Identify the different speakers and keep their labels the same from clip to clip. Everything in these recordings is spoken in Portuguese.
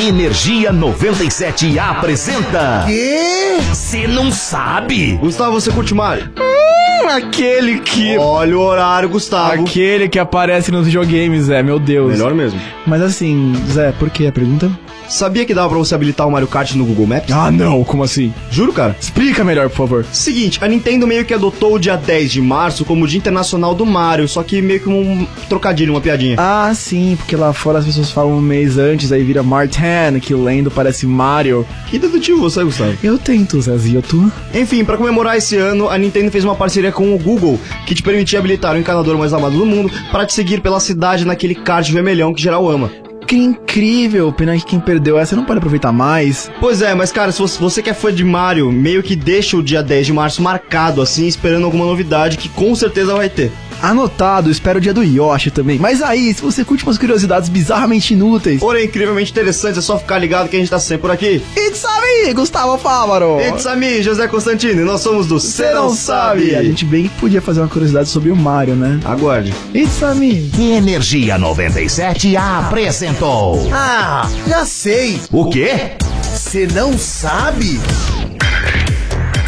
Speaker 1: Energia 97 apresenta.
Speaker 2: Quê?
Speaker 1: Você não sabe?
Speaker 2: Gustavo, você curte Mario?
Speaker 3: Hum, Aquele que.
Speaker 2: Olha o horário, Gustavo.
Speaker 3: Aquele que aparece nos videogames, Zé, meu Deus.
Speaker 2: Melhor mesmo.
Speaker 3: Mas assim, Zé, por que a pergunta?
Speaker 2: Sabia que dava pra você habilitar o Mario Kart no Google Maps?
Speaker 3: Ah, não, como assim?
Speaker 2: Juro, cara.
Speaker 3: Explica melhor, por favor.
Speaker 2: Seguinte, a Nintendo meio que adotou o dia 10 de março como o Dia Internacional do Mario, só que meio que um trocadilho, uma piadinha.
Speaker 3: Ah, sim, porque lá fora as pessoas falam um mês antes, aí vira Martin, que lendo parece Mario.
Speaker 2: Que dedutivo você, Gustavo?
Speaker 3: Eu tento, Zezinho, tu?
Speaker 2: Enfim, pra comemorar esse ano, a Nintendo fez uma parceria com o Google, que te permitia habilitar o encanador mais amado do mundo pra te seguir pela cidade naquele kart vermelhão que geral ama.
Speaker 3: Que incrível, pena que quem perdeu essa não pode aproveitar mais.
Speaker 2: Pois é, mas cara, se você- você que é fã de Mario, meio que deixa o dia 10 de março marcado, assim, esperando alguma novidade que com certeza vai ter.
Speaker 3: Anotado, espero o dia do Yoshi também. Mas aí, se você curte umas curiosidades bizarramente inúteis...
Speaker 2: Porém, incrivelmente interessante, é só ficar ligado que a gente tá sempre por aqui.
Speaker 3: It's a me, Gustavo Fávaro!
Speaker 2: It's a me, José Constantino, e nós somos do Cê Não Sabe.
Speaker 3: A gente bem que podia fazer uma curiosidade sobre o Mario, né?
Speaker 2: Aguarde.
Speaker 3: It's a me.
Speaker 1: Energia 97 apresentou.
Speaker 4: Ah, já sei.
Speaker 1: O quê?
Speaker 4: Você não sabe?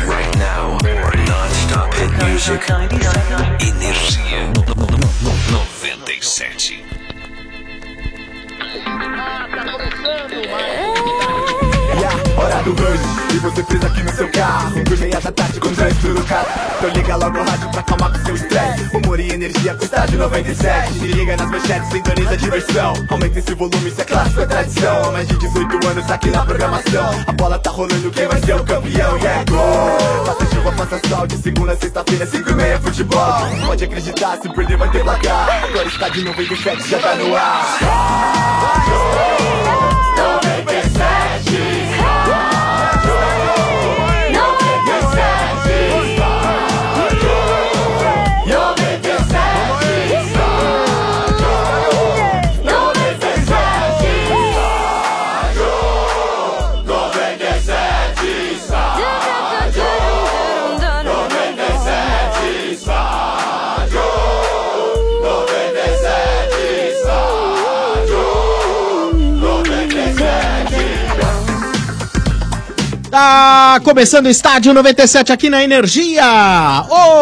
Speaker 5: Right now, non-stop hit music. Energia 97.
Speaker 6: É a hora do rush E você fez aqui no seu carro Cinco e meia da tarde com trânsito no carro Então liga logo o rádio pra acalmar com seu estresse Humor e energia com estádio 97 Se liga nas manchetes, sintoniza a diversão Aumenta esse volume, isso é clássico, é tradição Há mais de 18 anos aqui na programação A bola tá rolando, quem vai ser o campeão? E é gol! Faça chuva, faça sol De segunda a sexta-feira, cinco e meia, futebol Pode acreditar, se perder vai ter placar Agora está de 97, já tá no ar
Speaker 7: Tá começando o estádio 97 aqui na Energia.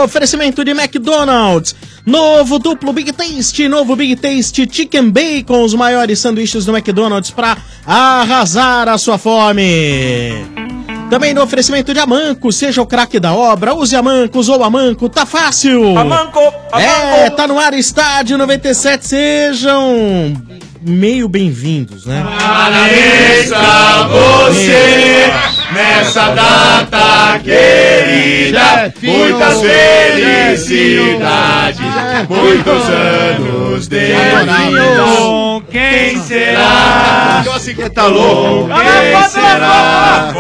Speaker 7: Oferecimento de McDonald's. Novo duplo Big Taste, novo Big Taste Chicken Bacon, os maiores sanduíches do McDonald's pra arrasar a sua fome. Também no oferecimento de Amanco, seja o craque da obra, use Amancos ou Amanco, tá fácil. Amanco, É, tá no ar estádio 97, sejam meio bem-vindos, né?
Speaker 2: Muitas felicidades, muitos anos de
Speaker 3: Quem será?
Speaker 2: Tá louco? Quem será?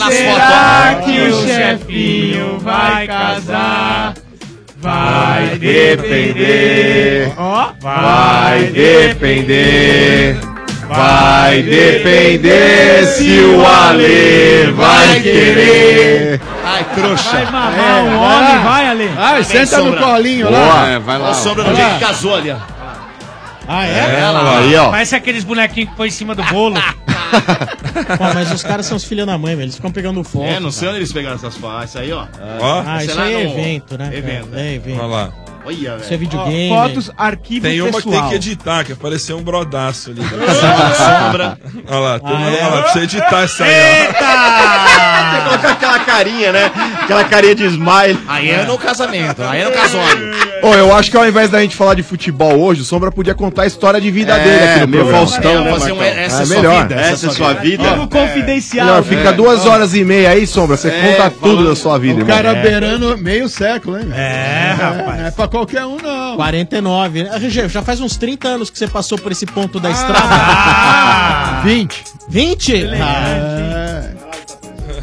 Speaker 3: né? Será que o chefinho vai casar? Vai depender. Vai depender. Vai depender se o Ale vai querer.
Speaker 8: Vai mamar um homem, vai, Ale.
Speaker 3: Ai, senta no colinho lá.
Speaker 9: É, vai lá.
Speaker 1: Sombra no dia que casou ali, ó.
Speaker 8: Ah, é?
Speaker 2: Aí, ó.
Speaker 8: Parece aqueles bonequinhos que põe em cima do bolo.
Speaker 7: Pô, mas os caras são os filhos da mãe, velho. Eles ficam pegando foto.
Speaker 1: É, não sei onde eles pegaram essas faixas aí, ó.
Speaker 8: Ah, isso
Speaker 1: Será
Speaker 8: aí é
Speaker 1: não?
Speaker 8: evento, né? cara?
Speaker 1: Evento,
Speaker 8: É evento.
Speaker 10: Olha lá.
Speaker 1: Olha,
Speaker 7: Isso é
Speaker 1: velho.
Speaker 7: videogame.
Speaker 8: Fotos.
Speaker 10: Tem uma que tem que editar, que apareceu um brodaço ali.
Speaker 1: Sombra.
Speaker 10: Olha lá, tem
Speaker 7: Ah,
Speaker 10: uma-
Speaker 7: é?
Speaker 10: olha lá, precisa editar essa aí. ó.
Speaker 2: Colocar aquela carinha, né? Aquela carinha de smile.
Speaker 1: Aí é no casamento, aí é no casório.
Speaker 9: Ô, eu acho que ao invés da gente falar de futebol hoje, o Sombra podia contar a história de
Speaker 6: É,
Speaker 3: É,
Speaker 9: vida dele aqui no
Speaker 2: meu
Speaker 9: programa.
Speaker 2: Faustão,
Speaker 1: É,
Speaker 2: né,
Speaker 1: fazer um-
Speaker 2: Marcão?
Speaker 1: essa é
Speaker 9: É
Speaker 1: sua
Speaker 9: melhor.
Speaker 1: vida.
Speaker 2: Essa é sua vida?
Speaker 8: Algo confidencial.
Speaker 9: Não,
Speaker 3: é,
Speaker 9: fica duas horas e meia aí, Sombra. Você
Speaker 2: É,
Speaker 9: conta tudo
Speaker 2: falando-
Speaker 9: da sua vida, irmão. É.
Speaker 3: beirando meio século, hein?
Speaker 8: É, rapaz.
Speaker 3: é pra qualquer um, não.
Speaker 7: 49, né? RG, já faz uns 30 anos que você passou por esse ponto
Speaker 3: Ah!
Speaker 7: da estrada.
Speaker 3: 20.
Speaker 7: 20? Ah,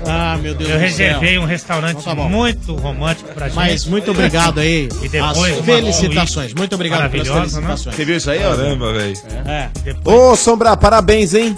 Speaker 7: ah, meu Deus
Speaker 8: Eu
Speaker 7: do céu.
Speaker 8: reservei um restaurante
Speaker 7: tá bom.
Speaker 8: muito romântico pra gente.
Speaker 7: Mas muito obrigado aí.
Speaker 8: E depois
Speaker 7: As
Speaker 8: uma
Speaker 7: felicitações. Muito obrigado pelas
Speaker 8: maravilhosa, né?
Speaker 7: felicitações.
Speaker 1: Você viu isso aí, ó?
Speaker 10: Caramba, velho.
Speaker 1: É.
Speaker 8: É.
Speaker 9: Ô, Sombra, parabéns, hein?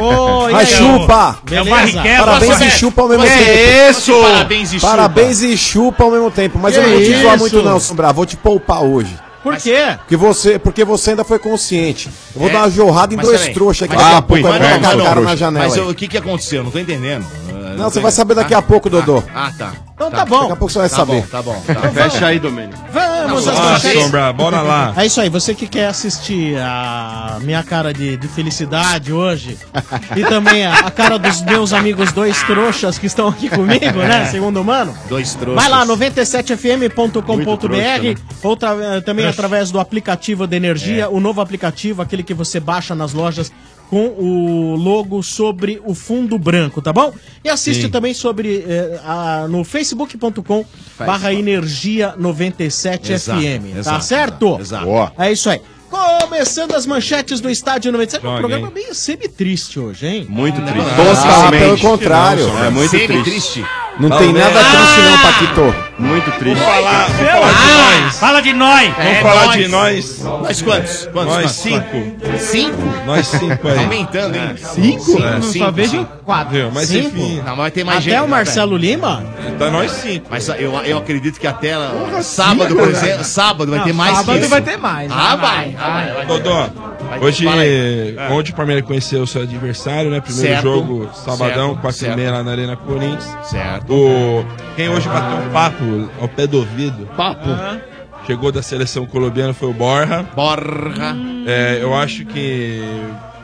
Speaker 7: Ô, e
Speaker 9: Vai,
Speaker 7: aí,
Speaker 8: chu-
Speaker 9: chupa!
Speaker 8: É uma
Speaker 7: Beleza.
Speaker 8: riqueza.
Speaker 9: Parabéns
Speaker 1: você-
Speaker 9: e chupa ao mesmo tempo.
Speaker 1: É isso! Parabéns e chupa.
Speaker 9: Parabéns e chupa ao mesmo tempo. Mas eu não vou te zoar muito, não, Sombra. Vou te poupar hoje.
Speaker 7: Por quê?
Speaker 9: Porque você, porque você ainda foi consciente. Eu vou dar uma jorrada em
Speaker 1: É? Mas
Speaker 9: dois
Speaker 1: peraí.
Speaker 9: trouxas aqui.
Speaker 1: Mas
Speaker 9: daqui a
Speaker 1: não,
Speaker 9: pouco
Speaker 1: mas
Speaker 9: vai
Speaker 1: não,
Speaker 9: botar a
Speaker 1: não,
Speaker 9: cara
Speaker 1: não,
Speaker 9: na janela.
Speaker 1: Mas
Speaker 9: aí.
Speaker 1: eu- o que, que aconteceu? Não tô entendendo. Ah,
Speaker 9: Não, você
Speaker 1: tô
Speaker 9: vai saber daqui a pouco, Dodô.
Speaker 1: Ah, tá.
Speaker 7: Então tá bom.
Speaker 9: Daqui a pouco você vai
Speaker 1: Tá
Speaker 9: saber.
Speaker 1: bom, tá bom,
Speaker 10: Então
Speaker 3: Então
Speaker 1: tá bom. Fecha aí, Domênio.
Speaker 7: Vamos
Speaker 1: Não,
Speaker 7: às
Speaker 1: bora lá,
Speaker 7: manchetes.
Speaker 1: Sombra, bora lá.
Speaker 7: É isso aí, você que quer assistir a minha cara de, de felicidade hoje e também a, a cara dos meus amigos dois trouxas que estão aqui comigo, né? Segundo o mano.
Speaker 1: Dois trouxas.
Speaker 7: Vai lá, 97fm.com.br,
Speaker 1: Muito trouxa, né?
Speaker 7: ou tra- eh, também através do aplicativo da Energia, o novo aplicativo, aquele que você baixa nas lojas com o logo sobre o fundo branco, tá bom? E assiste
Speaker 11: Sim.
Speaker 7: também sobre eh, a- no facebook.com barra energia 97fm,
Speaker 11: Exato,
Speaker 7: tá
Speaker 11: exato,
Speaker 7: certo? Exato. É isso aí. Começando as manchetes do Estádio 97, um
Speaker 11: Droga,
Speaker 7: programa
Speaker 11: hein?
Speaker 7: meio semi-triste hoje, hein?
Speaker 11: Muito
Speaker 7: Ah,
Speaker 11: triste.
Speaker 7: não.
Speaker 9: Totalmente. Pelo contrário.
Speaker 11: É muito
Speaker 9: Semi
Speaker 11: triste.
Speaker 9: triste. Não tem nada triste
Speaker 3: Ah!
Speaker 9: não, Paquito.
Speaker 11: Muito triste.
Speaker 8: Fala de nós!
Speaker 11: É,
Speaker 10: Vamos falar
Speaker 11: nós.
Speaker 10: de nós.
Speaker 1: Nós quantos? Quantos?
Speaker 10: Nós
Speaker 1: Quantos?
Speaker 10: cinco.
Speaker 1: Cinco?
Speaker 10: Nós cinco aí.
Speaker 1: Aumentando, hein?
Speaker 10: É.
Speaker 1: Cinco?
Speaker 10: É,
Speaker 1: Não,
Speaker 10: cinco,
Speaker 1: só vejo
Speaker 10: cinco.
Speaker 1: quatro.
Speaker 10: Viu, Mas
Speaker 1: Cinco?
Speaker 10: enfim.
Speaker 1: Não, mas tem mais né,
Speaker 7: Até o Marcelo Lima?
Speaker 1: Tá nós cinco. Mas eu, eu acredito que até lá, sábado,
Speaker 10: cinco,
Speaker 1: por
Speaker 10: cara?
Speaker 1: exemplo, sábado vai
Speaker 10: Não,
Speaker 1: ter mais
Speaker 10: sábado
Speaker 1: que isso.
Speaker 10: vai ter
Speaker 11: mais, vai,
Speaker 1: Ah, vai.
Speaker 11: vai,
Speaker 1: ah, vai, vai.
Speaker 10: Dodó,
Speaker 1: Vai,
Speaker 10: hoje, É.
Speaker 1: fala aí.
Speaker 10: onde o Palmeiras conheceu o seu adversário, né? Primeiro
Speaker 1: Certo.
Speaker 10: jogo, sabadão,
Speaker 1: Certo,
Speaker 10: 4 e
Speaker 1: certo.
Speaker 10: meia lá na Arena Corinthians.
Speaker 1: Certo.
Speaker 10: O, quem hoje bateu um papo ao pé do ouvido. Papo. Chegou da seleção colombiana, foi o Borja.
Speaker 1: Borja.
Speaker 10: É, eu acho que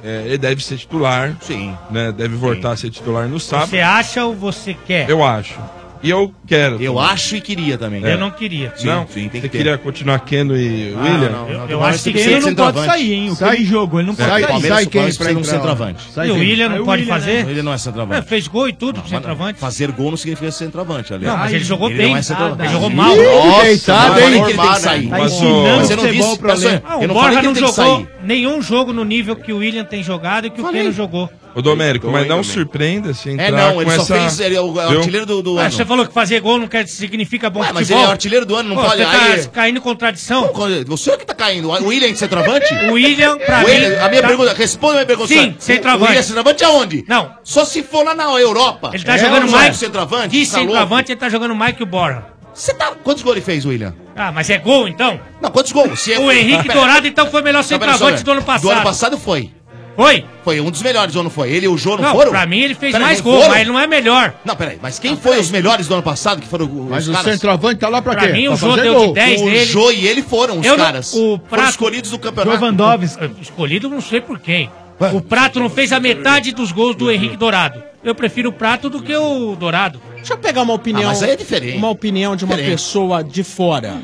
Speaker 10: é, ele deve ser titular.
Speaker 1: Sim.
Speaker 10: Né, deve voltar a ser titular no sábado.
Speaker 8: Você acha ou você quer?
Speaker 10: Eu acho. E eu quero.
Speaker 1: Eu acho e queria também.
Speaker 10: É.
Speaker 8: Eu não queria.
Speaker 10: Sim, não,
Speaker 1: sim, tem
Speaker 10: Você
Speaker 1: que ter.
Speaker 10: queria continuar Keno e
Speaker 1: Ah,
Speaker 10: William?
Speaker 1: não, não,
Speaker 8: Eu acho que ele não pode sair, hein? O
Speaker 1: Sai.
Speaker 8: que ele jogou, ele não
Speaker 1: Sai,
Speaker 8: pode
Speaker 1: sai
Speaker 8: sair.
Speaker 1: quem precisa de um centroavante.
Speaker 8: E o William não pode fazer?
Speaker 1: Ele não é centroavante.
Speaker 8: fez gol e tudo pro centroavante.
Speaker 1: Fazer gol não significa ser centroavante, aliás.
Speaker 8: Não, mas ele jogou
Speaker 1: não
Speaker 8: bem.
Speaker 1: é centroavante.
Speaker 8: Ele jogou mal.
Speaker 1: Nossa, mas
Speaker 8: Deitado,
Speaker 1: eu
Speaker 8: hein?
Speaker 1: falei que ele tem que sair.
Speaker 8: Tá
Speaker 1: Mas,
Speaker 8: ensinando
Speaker 1: ô,
Speaker 8: o
Speaker 1: você não
Speaker 8: futebol
Speaker 1: disse-
Speaker 8: pra
Speaker 1: eu só-
Speaker 8: ele.
Speaker 1: eu não
Speaker 8: o Borja
Speaker 1: falei que
Speaker 8: não
Speaker 1: ele tem que
Speaker 8: jogou
Speaker 1: sair.
Speaker 8: nenhum jogo no nível que o William tem jogado e que o Keno jogou.
Speaker 10: Ô,
Speaker 1: Tá
Speaker 10: Domérico, mas não
Speaker 8: Domênico.
Speaker 10: surpreenda se entrar
Speaker 1: É, não,
Speaker 10: com
Speaker 1: ele só
Speaker 10: essa...
Speaker 1: fez. Ele é o é o
Speaker 10: Viu?
Speaker 1: artilheiro do. do
Speaker 8: Ah,
Speaker 1: ano.
Speaker 8: você falou que fazer gol não quer significa bom
Speaker 1: Ué, mas
Speaker 8: futebol.
Speaker 1: ele é o artilheiro do ano, não
Speaker 8: Pô,
Speaker 1: pode-
Speaker 8: Você tá
Speaker 1: aí-
Speaker 8: caindo em contradição.
Speaker 1: O senhor que tá caindo? O William de centroavante?
Speaker 8: O William, pra mim,
Speaker 1: A minha
Speaker 8: tá-
Speaker 1: pergunta, responda a minha pergunta.
Speaker 8: Sim,
Speaker 1: senhor.
Speaker 8: centroavante.
Speaker 1: O William centroavante aonde?
Speaker 8: Não.
Speaker 1: Só se for lá na Europa.
Speaker 8: Ele tá
Speaker 1: É,
Speaker 8: jogando
Speaker 1: não
Speaker 8: mais.
Speaker 1: é centroavante?
Speaker 8: De
Speaker 1: Tá louco?
Speaker 8: centroavante, ele tá jogando mais que o Borja.
Speaker 1: Você tá. Quantos gols ele fez, William?
Speaker 8: Ah, mas é gol então?
Speaker 1: Não, quantos gols? Se é-
Speaker 8: O Henrique
Speaker 1: Pera-
Speaker 8: Dourado então foi o melhor
Speaker 1: Não, pera só,
Speaker 8: centroavante do ano
Speaker 1: velho.
Speaker 8: passado.
Speaker 1: Do ano passado foi.
Speaker 8: Foi?
Speaker 1: Foi um dos melhores do ano, foi. Ele e o Jô não,
Speaker 8: Não,
Speaker 1: foram?
Speaker 8: pra mim ele fez
Speaker 1: Pera,
Speaker 8: mais
Speaker 1: não
Speaker 8: gol,
Speaker 1: foram?
Speaker 8: mas ele não é melhor.
Speaker 1: Não, peraí, mas quem foi os melhores do ano passado que foram os
Speaker 12: Mas o
Speaker 1: caras?
Speaker 12: centroavante tá lá pra,
Speaker 1: Pra
Speaker 12: quê?
Speaker 1: mim,
Speaker 12: Pra
Speaker 1: o Jô
Speaker 12: fazer
Speaker 1: deu de
Speaker 12: gol.
Speaker 1: 10 O nele. Jô e ele foram os
Speaker 8: Eu não-
Speaker 1: caras. Foram
Speaker 8: o Prato,
Speaker 1: escolhidos do campeonato.
Speaker 8: Jovandovski. Escolhido não sei por quem. O Prato não fez a metade dos gols do Henrique Dourado. Eu prefiro o Prato do que o Dourado.
Speaker 7: Deixa eu pegar uma opinião.
Speaker 8: Ah, mas aí é diferente.
Speaker 7: Uma opinião de uma
Speaker 8: Diferente.
Speaker 7: pessoa de fora.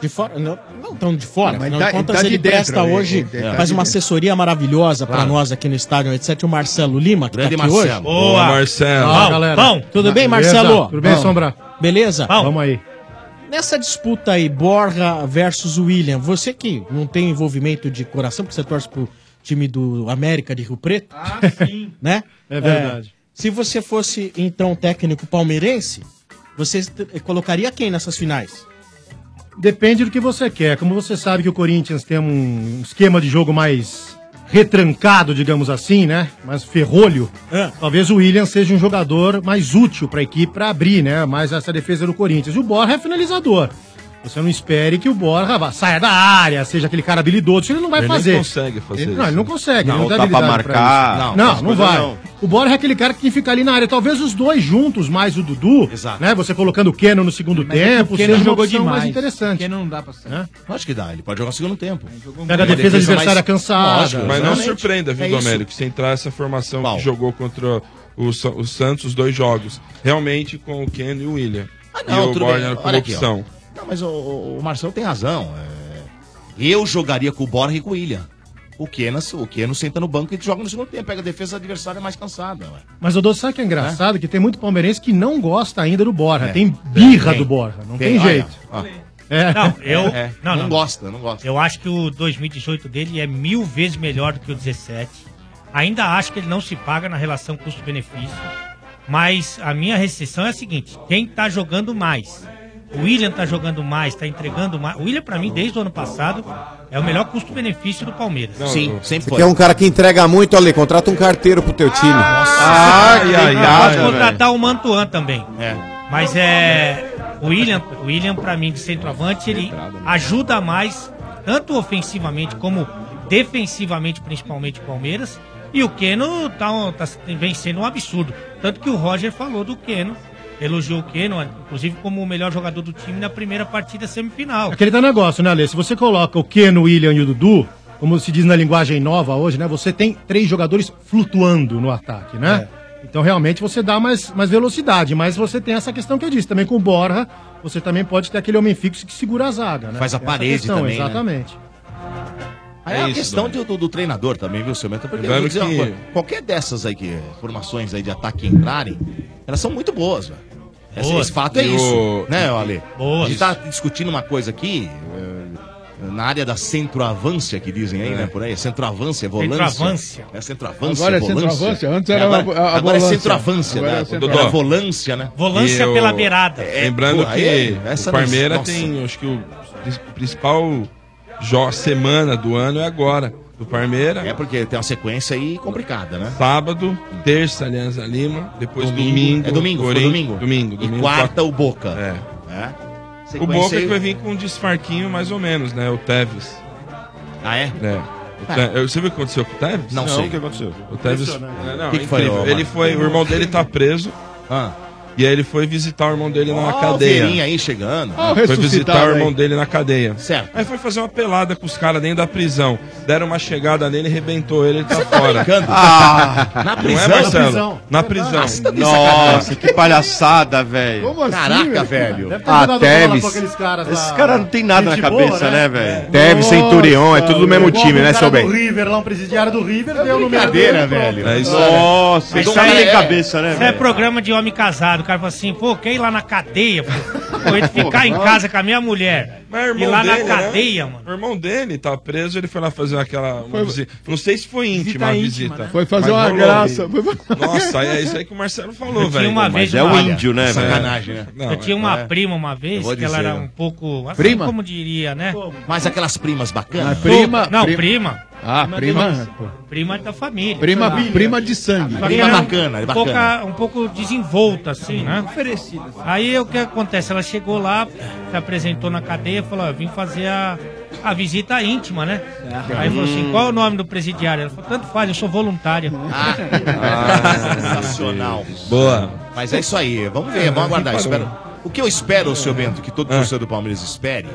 Speaker 7: De fora, não, não tão de fora,
Speaker 12: Não, mas
Speaker 7: afinal
Speaker 12: tá-
Speaker 7: de contas
Speaker 12: tá de
Speaker 7: ele
Speaker 12: dentro,
Speaker 7: presta
Speaker 12: ele-
Speaker 7: hoje,
Speaker 12: ele tá
Speaker 7: faz
Speaker 12: de dentro.
Speaker 7: uma assessoria maravilhosa pra
Speaker 12: Claro.
Speaker 7: nós aqui no estádio, etc. O Marcelo Lima, que
Speaker 12: Grande
Speaker 7: tá aqui
Speaker 12: Marcelo.
Speaker 7: hoje.
Speaker 12: Boa, Marcelo.
Speaker 7: Bom,
Speaker 12: Fala, galera.
Speaker 7: bom. Tudo bem,
Speaker 12: Beleza?
Speaker 7: Marcelo?
Speaker 12: Tudo bem,
Speaker 7: Bom.
Speaker 12: Sombra?
Speaker 7: Beleza?
Speaker 12: Vamos aí.
Speaker 7: Nessa disputa aí, Borja versus William, você que não tem envolvimento de coração, porque você torce pro time do América de Rio Preto. Ah, sim. né?
Speaker 12: É verdade.
Speaker 7: É, se você fosse, então, técnico palmeirense, você t- colocaria quem nessas finais?
Speaker 12: Depende do que você quer. Como você sabe que o Corinthians tem um esquema de jogo mais retrancado, digamos assim, né? Mais ferrolho. Talvez o William seja um jogador mais útil para a equipe para abrir, né? Mais essa defesa do Corinthians. E o Borja é finalizador. Você não espere que o Borja vá- saia da área, seja aquele cara habilidoso, isso ele não vai
Speaker 10: Ele nem
Speaker 12: fazer.
Speaker 10: consegue fazer
Speaker 12: Ele-
Speaker 10: isso.
Speaker 12: Não, ele não consegue.
Speaker 10: Não,
Speaker 12: ele não tem
Speaker 10: tá pra
Speaker 12: habilidade pra
Speaker 10: marcar.
Speaker 12: isso.
Speaker 10: Não,
Speaker 12: Não,
Speaker 10: essas
Speaker 12: não,
Speaker 10: coisas
Speaker 12: vai.
Speaker 10: não.
Speaker 12: O Borja é aquele cara que fica ali na área. Talvez os dois juntos, mais o Dudu, né? Você colocando o Keno no segundo
Speaker 1: Mas é que
Speaker 12: tempo,
Speaker 1: o Keno
Speaker 12: seja uma
Speaker 1: jogou
Speaker 12: opção mais
Speaker 1: demais.
Speaker 12: interessante.
Speaker 1: Keno
Speaker 12: não dá pra sair.
Speaker 1: Acho que dá, ele pode jogar no segundo tempo.
Speaker 12: Pega a
Speaker 1: Uma
Speaker 12: defesa adversária
Speaker 1: mais-
Speaker 12: cansada.
Speaker 1: Lógico,
Speaker 10: Mas não
Speaker 1: exatamente.
Speaker 10: surpreenda, viu,
Speaker 1: É isso.
Speaker 10: Domérico, se entrar essa formação que jogou contra o, Sa- o Santos, os dois jogos. Realmente com o Keno e o William.
Speaker 1: Ah, Não,
Speaker 10: e o
Speaker 1: tudo bem.
Speaker 10: Borja com
Speaker 1: Olha aqui, ó.
Speaker 10: opção.
Speaker 1: Não, mas o, o o Marcelo tem razão. é. Eu jogaria com o Borja e com o William. O Kenas, o Keno senta no banco e joga no segundo tempo. Pega a defesa adversária mais cansada. ué.
Speaker 12: Mas, Odô, sabe que é engraçado? Que tem muito palmeirense que não gosta ainda do Borja.
Speaker 1: É.
Speaker 12: Tem birra
Speaker 1: Tem.
Speaker 12: do Borja. Não tem,
Speaker 1: Tem, olha,
Speaker 12: jeito.
Speaker 1: ó.
Speaker 12: É.
Speaker 8: Não, eu.
Speaker 12: É.
Speaker 8: Não,
Speaker 12: Não
Speaker 8: não,
Speaker 1: gosta, não gosta.
Speaker 8: Eu acho que o 2018 dele é mil vezes melhor do que o 17. Ainda acho que ele não se paga na relação custo-benefício. Mas a minha restrição é a seguinte: quem tá jogando mais? O William tá jogando mais, tá entregando mais. O William, pra mim, desde o ano passado, é o melhor custo-benefício do Palmeiras.
Speaker 1: Sim, sempre
Speaker 9: Você quer um cara que entrega muito, olha ali, contrata um carteiro pro teu time.
Speaker 8: Ai, ai, ai, pode contratar o Mantuan também. Mas é. O William, o William para mim, de centroavante, ele ajuda mais tanto ofensivamente como defensivamente, principalmente o Palmeiras. E o Keno tá, um- tá se- vem sendo um absurdo. Tanto que o Roger falou do Keno, elogiou o Keno, inclusive como o melhor jogador do time na primeira partida semifinal.
Speaker 12: Aquele tá negócio, né, Alê? Se você coloca o Keno, o William e o Dudu, como se diz na linguagem nova hoje, né? Você tem três jogadores flutuando no ataque, né?
Speaker 1: É.
Speaker 12: Então realmente você dá mais, mais velocidade, mas você tem essa questão que eu disse, também com o Borra, você também pode ter aquele homem fixo que segura a zaga, né?
Speaker 1: Faz a
Speaker 12: Tem essa
Speaker 1: parede também, né?
Speaker 12: Exatamente.
Speaker 1: Aí é
Speaker 12: É
Speaker 1: a
Speaker 12: isso,
Speaker 1: questão de- do, do treinador também, viu, seu Meta? Porque eu
Speaker 10: Lembrando
Speaker 1: vou dizer uma
Speaker 10: que-
Speaker 1: coisa, qualquer dessas aí que formações aí de ataque entrarem, elas são muito boas, velho. Esse,
Speaker 10: Boa.
Speaker 1: esse fato é
Speaker 10: E
Speaker 1: isso,
Speaker 10: o-
Speaker 1: né, Ale?
Speaker 10: Boa.
Speaker 1: A gente tá discutindo uma coisa aqui, eh, na área da centroavância que dizem aí,
Speaker 11: É.
Speaker 1: né, por aí. Centroavância, volância.
Speaker 11: Centroavância.
Speaker 1: É centroavância,
Speaker 11: Agora é
Speaker 1: volância.
Speaker 11: centroavância, antes era
Speaker 1: agora,
Speaker 11: a- a- a
Speaker 1: agora é
Speaker 11: volância.
Speaker 1: centroavância,
Speaker 11: Agora
Speaker 1: né?
Speaker 11: é
Speaker 1: Agora
Speaker 11: centroavância.
Speaker 1: é volância, né?
Speaker 10: E o-
Speaker 1: É,
Speaker 10: Lembrando
Speaker 1: pô,
Speaker 10: que
Speaker 1: aí, é
Speaker 10: o
Speaker 1: essa não-
Speaker 10: Parmeira
Speaker 1: nossa.
Speaker 10: tem, acho que o pri- principal jo- semana do ano é agora, do Parmeira.
Speaker 1: É porque tem uma sequência aí complicada, né?
Speaker 10: Sábado, terça, Alianza Lima, depois domingo.
Speaker 1: É domingo, foi
Speaker 10: Corinthians-
Speaker 1: domingo.
Speaker 10: Domingo,
Speaker 1: E
Speaker 10: domingo,
Speaker 1: quarta o Boca.
Speaker 10: É.
Speaker 1: É.
Speaker 10: O
Speaker 1: Sequência
Speaker 10: Boca
Speaker 1: aí-
Speaker 10: que vai vir com um desfarquinho mais ou menos, né? O Tevez.
Speaker 1: Ah, é?
Speaker 10: O Te- eu- Você viu o que aconteceu com o Tevez?
Speaker 1: Não Não, sei.
Speaker 10: O que aconteceu? O Tevez...
Speaker 1: Impressionante.
Speaker 10: É, não,
Speaker 1: Que que foi,
Speaker 10: incrível.
Speaker 1: ô,
Speaker 10: ele
Speaker 1: Marco?
Speaker 10: foi... O irmão dele tá preso. E aí ele foi visitar o irmão dele na
Speaker 1: Ó, o
Speaker 10: cadeia.
Speaker 1: Verinha aí chegando. Ó, o
Speaker 10: foi
Speaker 1: ressuscitado
Speaker 10: visitar o irmão
Speaker 1: aí.
Speaker 10: dele na cadeia.
Speaker 1: Certo.
Speaker 10: Aí foi fazer uma pelada com os caras dentro da prisão. Deram uma chegada nele, rebentou ele, ele tá fora.
Speaker 1: brincando?
Speaker 3: Ah.
Speaker 10: Não é,
Speaker 3: Na prisão?
Speaker 10: Marcelo?
Speaker 3: Na prisão.
Speaker 10: Na prisão.
Speaker 8: tá
Speaker 3: Nossa, que palhaçada, velho.
Speaker 12: Como assim,
Speaker 3: Caraca,
Speaker 12: velho?
Speaker 3: velho.
Speaker 12: Deve ter
Speaker 3: Ah,
Speaker 12: mandado bola
Speaker 3: Tevez.
Speaker 12: com aqueles caras lá.
Speaker 3: Esses caras não tem nada
Speaker 12: Gente
Speaker 3: na
Speaker 12: boa,
Speaker 3: cabeça,
Speaker 12: né?
Speaker 3: né, velho? Tevez, Centurião, é tudo do mesmo
Speaker 12: Igual
Speaker 3: time,
Speaker 12: um
Speaker 3: né,
Speaker 12: cara
Speaker 3: seu bem?
Speaker 12: Do River, lá um presidiário do River, deu no meio
Speaker 3: brincadeira,
Speaker 12: dele, pronto.
Speaker 3: velho. É isso
Speaker 12: Olha.
Speaker 3: Nossa,
Speaker 12: Mas
Speaker 3: isso
Speaker 12: tá
Speaker 3: aí
Speaker 12: aí,
Speaker 3: é cabeça, né,
Speaker 8: Isso é
Speaker 3: velho?
Speaker 8: programa de homem casado. O cara fala assim, pô, quer ir lá na cadeia, pô. Pô, eu ficar em casa com a minha mulher.
Speaker 10: Mas o
Speaker 8: e
Speaker 10: irmão
Speaker 8: lá
Speaker 10: dele,
Speaker 8: na
Speaker 10: né?
Speaker 8: cadeia, mano.
Speaker 10: O irmão dele tá preso, ele foi lá fazer aquela. uma
Speaker 8: Foi-
Speaker 10: visita. Não sei se foi íntima a
Speaker 8: íntima,
Speaker 10: visita.
Speaker 8: né?
Speaker 11: Foi fazer
Speaker 10: Mas
Speaker 11: uma
Speaker 10: rolou.
Speaker 11: graça.
Speaker 10: Nossa, é isso aí que o Marcelo falou,
Speaker 8: Eu
Speaker 10: velho. é
Speaker 8: tinha uma vez
Speaker 3: é
Speaker 8: uma-
Speaker 1: Sacanagem, né?
Speaker 8: eu tinha uma prima uma
Speaker 1: Eu
Speaker 8: vez
Speaker 1: vou
Speaker 8: que ela
Speaker 1: dizer,
Speaker 8: era
Speaker 1: né?
Speaker 8: um pouco. Assim,
Speaker 1: Prima?
Speaker 8: Como diria, né?
Speaker 1: Mas aquelas primas bacanas.
Speaker 8: Pouco. Não, prima.
Speaker 11: Ah, prima.
Speaker 8: do- Prima da família.
Speaker 11: Prima,
Speaker 8: sei lá.
Speaker 11: Tá. prima de sangue.
Speaker 8: Só que
Speaker 1: é
Speaker 8: era um- um pouca- um pouco desenvolta, assim, né? Oferecida. Aí o que acontece? Ela chegou lá, se apresentou na cadeia, falou: "Ó, vim fazer a, a visita íntima, né? Aí falou assim:
Speaker 1: Hum.
Speaker 8: qual é o nome do presidiário? Ela falou: tanto faz, eu sou voluntária.
Speaker 1: Ah, Sensacional.
Speaker 10: Boa.
Speaker 1: Mas é isso aí. Vamos ver, vamos aguardar. Espero- O que eu espero, seu Bento, que todo torcedor do Palmeiras espere,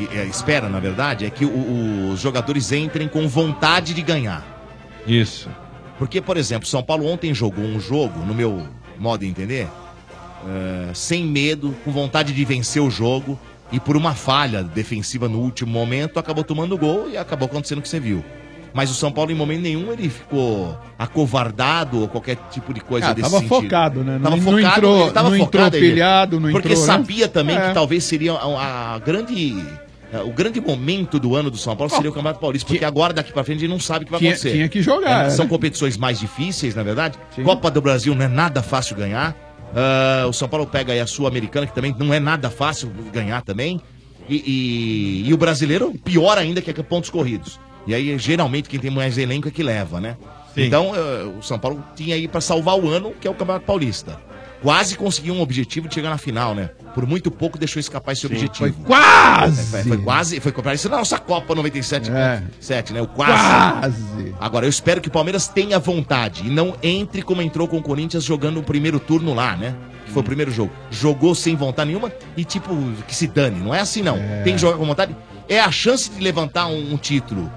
Speaker 1: e, é, espera, na verdade, é que o- o- os jogadores entrem com vontade de ganhar.
Speaker 10: Isso.
Speaker 1: Porque, por exemplo, São Paulo ontem jogou um jogo, no meu modo de entender, é, sem medo, com vontade de vencer o jogo. E por uma falha defensiva no último momento, acabou tomando o gol e acabou acontecendo o que você viu. Mas o São Paulo, em momento nenhum, ele ficou acovardado ou qualquer tipo de coisa
Speaker 11: Ah,
Speaker 1: desse
Speaker 11: tava
Speaker 1: sentido.
Speaker 11: focado, né? Não-
Speaker 1: Tava
Speaker 11: não
Speaker 1: focado,
Speaker 11: entrou-
Speaker 1: ele tava
Speaker 11: não
Speaker 1: focado,
Speaker 11: entrou
Speaker 1: ele-
Speaker 11: pilhado, não
Speaker 1: Porque
Speaker 11: entrou, né?
Speaker 1: sabia também
Speaker 11: É.
Speaker 1: que talvez seria a, a grande... a- O grande momento do ano do São Paulo seria o Campeonato Paulista, porque agora daqui pra frente a gente não sabe o que vai
Speaker 11: Tinha-
Speaker 1: acontecer.
Speaker 11: tinha que jogar,
Speaker 1: É, São
Speaker 11: né?
Speaker 1: competições mais difíceis, na verdade. Copa do Brasil não é nada fácil ganhar. Ah, o São Paulo pega aí a Sul-Americana, que também não é nada fácil ganhar também. E, e- e o brasileiro, pior ainda, que é pontos corridos. E aí, geralmente, quem tem mais elenco é que leva, né? Então, ah, o São Paulo tinha aí pra salvar o ano, que é o Campeonato Paulista. Quase conseguiu um objetivo de chegar na final, né? Por muito pouco deixou escapar esse objetivo. Foi
Speaker 11: quase!
Speaker 1: Foi, foi quase, foi parece a nossa Copa 97,
Speaker 11: É.
Speaker 1: 7, né? O quase.
Speaker 11: Quase.
Speaker 1: Agora, eu espero que o Palmeiras tenha vontade e não entre como entrou com o Corinthians jogando o primeiro turno lá, né? Que foi o primeiro jogo. Jogou sem vontade nenhuma e, tipo, que se dane. Não é assim, não. Tem que jogar com vontade. É a chance de levantar um, um título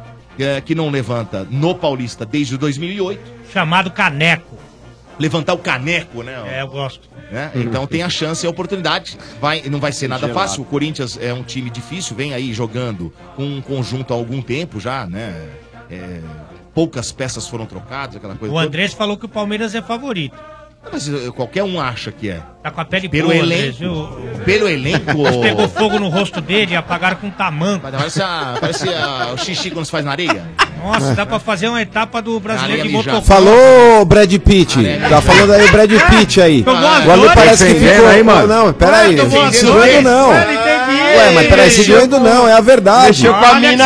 Speaker 1: é, que não levanta no Paulista desde o 2008.
Speaker 8: Chamado Caneco.
Speaker 1: Levantar o caneco, né?
Speaker 8: É, eu gosto.
Speaker 1: né? Então tem a chance e a oportunidade. Vai, não vai ser nada
Speaker 8: Gelado.
Speaker 1: fácil. O Corinthians é um time difícil, vem aí jogando com um conjunto há algum tempo já, né? É, poucas peças foram trocadas, aquela coisa.
Speaker 8: O
Speaker 1: toda.
Speaker 8: Andrés falou que o Palmeiras é favorito.
Speaker 1: Mas eh, qualquer um acha que é.
Speaker 8: Tá com a pele
Speaker 1: Pelo
Speaker 8: boa,
Speaker 1: elenco.
Speaker 8: Andrés, viu?
Speaker 1: Pelo elenco.
Speaker 8: Mas pegou fogo no rosto dele e apagaram com tamanco.
Speaker 1: Parece, a- parece a- o xixi quando se faz na areia.
Speaker 8: Nossa, dá pra fazer uma etapa do brasileiro de
Speaker 1: Areia mijada.
Speaker 8: motocross.
Speaker 9: Falou, Brad Pitt. Tá falando aí, Brad Pitt aí.
Speaker 8: Tomou a
Speaker 9: O Ale
Speaker 8: dor,
Speaker 9: parece que
Speaker 8: defendendo
Speaker 9: ficou.
Speaker 8: Tá aí, mano.
Speaker 9: Não, peraí.
Speaker 8: Ah, tomou a
Speaker 9: Se
Speaker 8: dor.
Speaker 9: doendo não.
Speaker 8: Ele tem que ir.
Speaker 9: Ué, mas peraí, se doendo não, é a verdade.
Speaker 3: Mexeu com a mina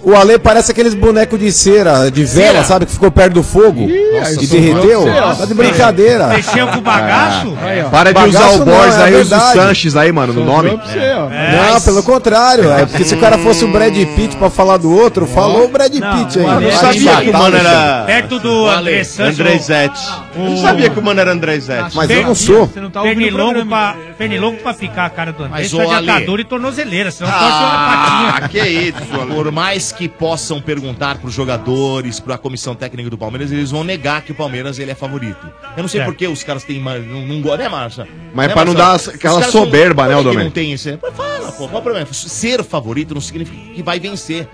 Speaker 9: O, O Ale parece aqueles bonecos de cera, de vela,
Speaker 12: Cera.
Speaker 9: sabe? Que ficou perto do fogo
Speaker 12: aí
Speaker 9: e
Speaker 12: sou eu.
Speaker 9: derreteu.
Speaker 12: Nossa,
Speaker 9: tá de brincadeira.
Speaker 12: mexeu com o bagaço?
Speaker 9: Ah,
Speaker 3: Para de usar
Speaker 9: bagaço
Speaker 3: o Borges
Speaker 9: não, é
Speaker 3: aí, usa o
Speaker 9: verdade.
Speaker 3: Sanches aí, mano, no nome.
Speaker 12: É.
Speaker 9: Não, pelo contrário. É porque se o cara fosse o Brad Pitt pra falar do outro, falou o Brad Pitt aí. tá
Speaker 3: Eu não sabia que o mano era.
Speaker 8: Perto do André Sanches.
Speaker 3: Andrezete. Eu não sabia que o mano era Andrezete. tá
Speaker 8: tá Pernilongo pra, pernilongo pra ficar a cara do André.
Speaker 1: Mas,
Speaker 8: Isso é
Speaker 1: ô,
Speaker 8: de
Speaker 1: Ale.
Speaker 8: atadura e tornozeleira, senão
Speaker 1: Ah,
Speaker 8: torce uma patinha.
Speaker 1: que isso, Por mais que possam perguntar pros jogadores, pra comissão técnica do Palmeiras, eles vão negar que o Palmeiras ele é favorito. Eu não
Speaker 13: É.
Speaker 1: sei por que os caras têm ma- não, não gostam, né, Marcia?
Speaker 3: Mas
Speaker 1: né,
Speaker 3: pra não
Speaker 1: Marcelo?
Speaker 3: dar
Speaker 1: Os
Speaker 3: aquela
Speaker 1: caras são-
Speaker 3: soberba, né,
Speaker 1: Por que
Speaker 3: Odomé?
Speaker 1: Não tem esse. Mas Fala, pô, qual o problema? Ser favorito não significa que vai vencer.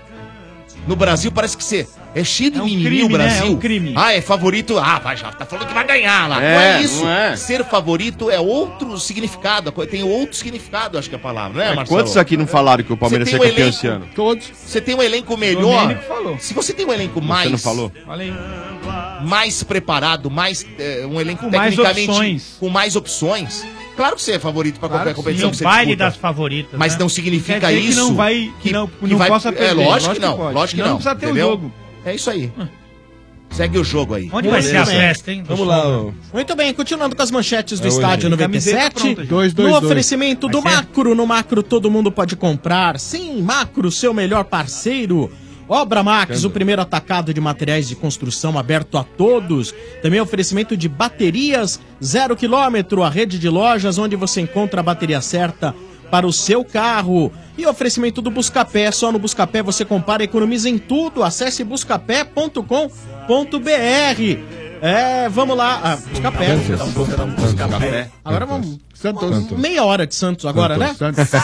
Speaker 1: No Brasil parece que ser é cheio de mimimi
Speaker 13: crime,
Speaker 1: o
Speaker 13: né?
Speaker 1: Brasil.
Speaker 13: É um crime.
Speaker 1: Ah, é favorito. Ah, vai já, tá falando que vai ganhar lá. não
Speaker 13: É,
Speaker 1: é isso.
Speaker 13: não é.
Speaker 1: Ser favorito é outro significado, a co- tem outro significado, acho que é a palavra, né, Marcelo?
Speaker 3: Quantos aqui não falaram que o Palmeiras
Speaker 1: Você
Speaker 3: é
Speaker 1: tem um
Speaker 3: campeão
Speaker 1: elenco-
Speaker 3: esse ano?
Speaker 1: Todos. Você tem um elenco melhor.
Speaker 13: Domênico falou.
Speaker 1: Se você tem um elenco
Speaker 3: Você
Speaker 1: mais.
Speaker 3: não falou?
Speaker 13: Falei.
Speaker 1: Mais preparado, mais. eh, um elenco
Speaker 13: Com mais
Speaker 1: tecnicamente.
Speaker 13: opções.
Speaker 1: com mais opções. Claro que você é favorito pra
Speaker 13: Claro
Speaker 1: qualquer
Speaker 13: que
Speaker 1: competição
Speaker 13: sim.
Speaker 1: que você
Speaker 13: O baile
Speaker 1: disputa.
Speaker 13: das favoritas,
Speaker 1: Mas
Speaker 13: né?
Speaker 1: não significa
Speaker 13: Quer dizer que
Speaker 1: isso.
Speaker 13: não vai- que não- não possa
Speaker 1: É
Speaker 13: perder.
Speaker 1: lógico
Speaker 13: Lógico
Speaker 1: que não.
Speaker 13: que pode.
Speaker 1: Lógico que não.
Speaker 13: Não precisa ter o
Speaker 1: entendeu?
Speaker 13: jogo.
Speaker 1: É isso aí. Segue o jogo aí.
Speaker 7: Onde vai ser a
Speaker 1: Beleza.
Speaker 7: festa, hein?
Speaker 1: Vamos lá, ô.
Speaker 7: Muito bem, continuando com as manchetes do
Speaker 1: É hoje,
Speaker 7: estádio
Speaker 1: hein?
Speaker 7: 97.
Speaker 1: Camiseta pronta, dois, dois,
Speaker 7: no
Speaker 1: dois.
Speaker 7: oferecimento do Macro, no Macro todo mundo pode comprar. Sim, Macro, seu melhor parceiro. Obra Max, o primeiro atacado de materiais de construção aberto a todos. Também oferecimento de baterias zero quilômetro, a rede de lojas onde você encontra a bateria certa para o seu carro. E oferecimento do Buscapé, só no Buscapé você compara e economiza em tudo. Acesse buscapé.com.br. É, vamos lá. Ah, Buscapé.
Speaker 13: Buscapé.
Speaker 7: Agora vamos. Meia hora de Santos agora, né?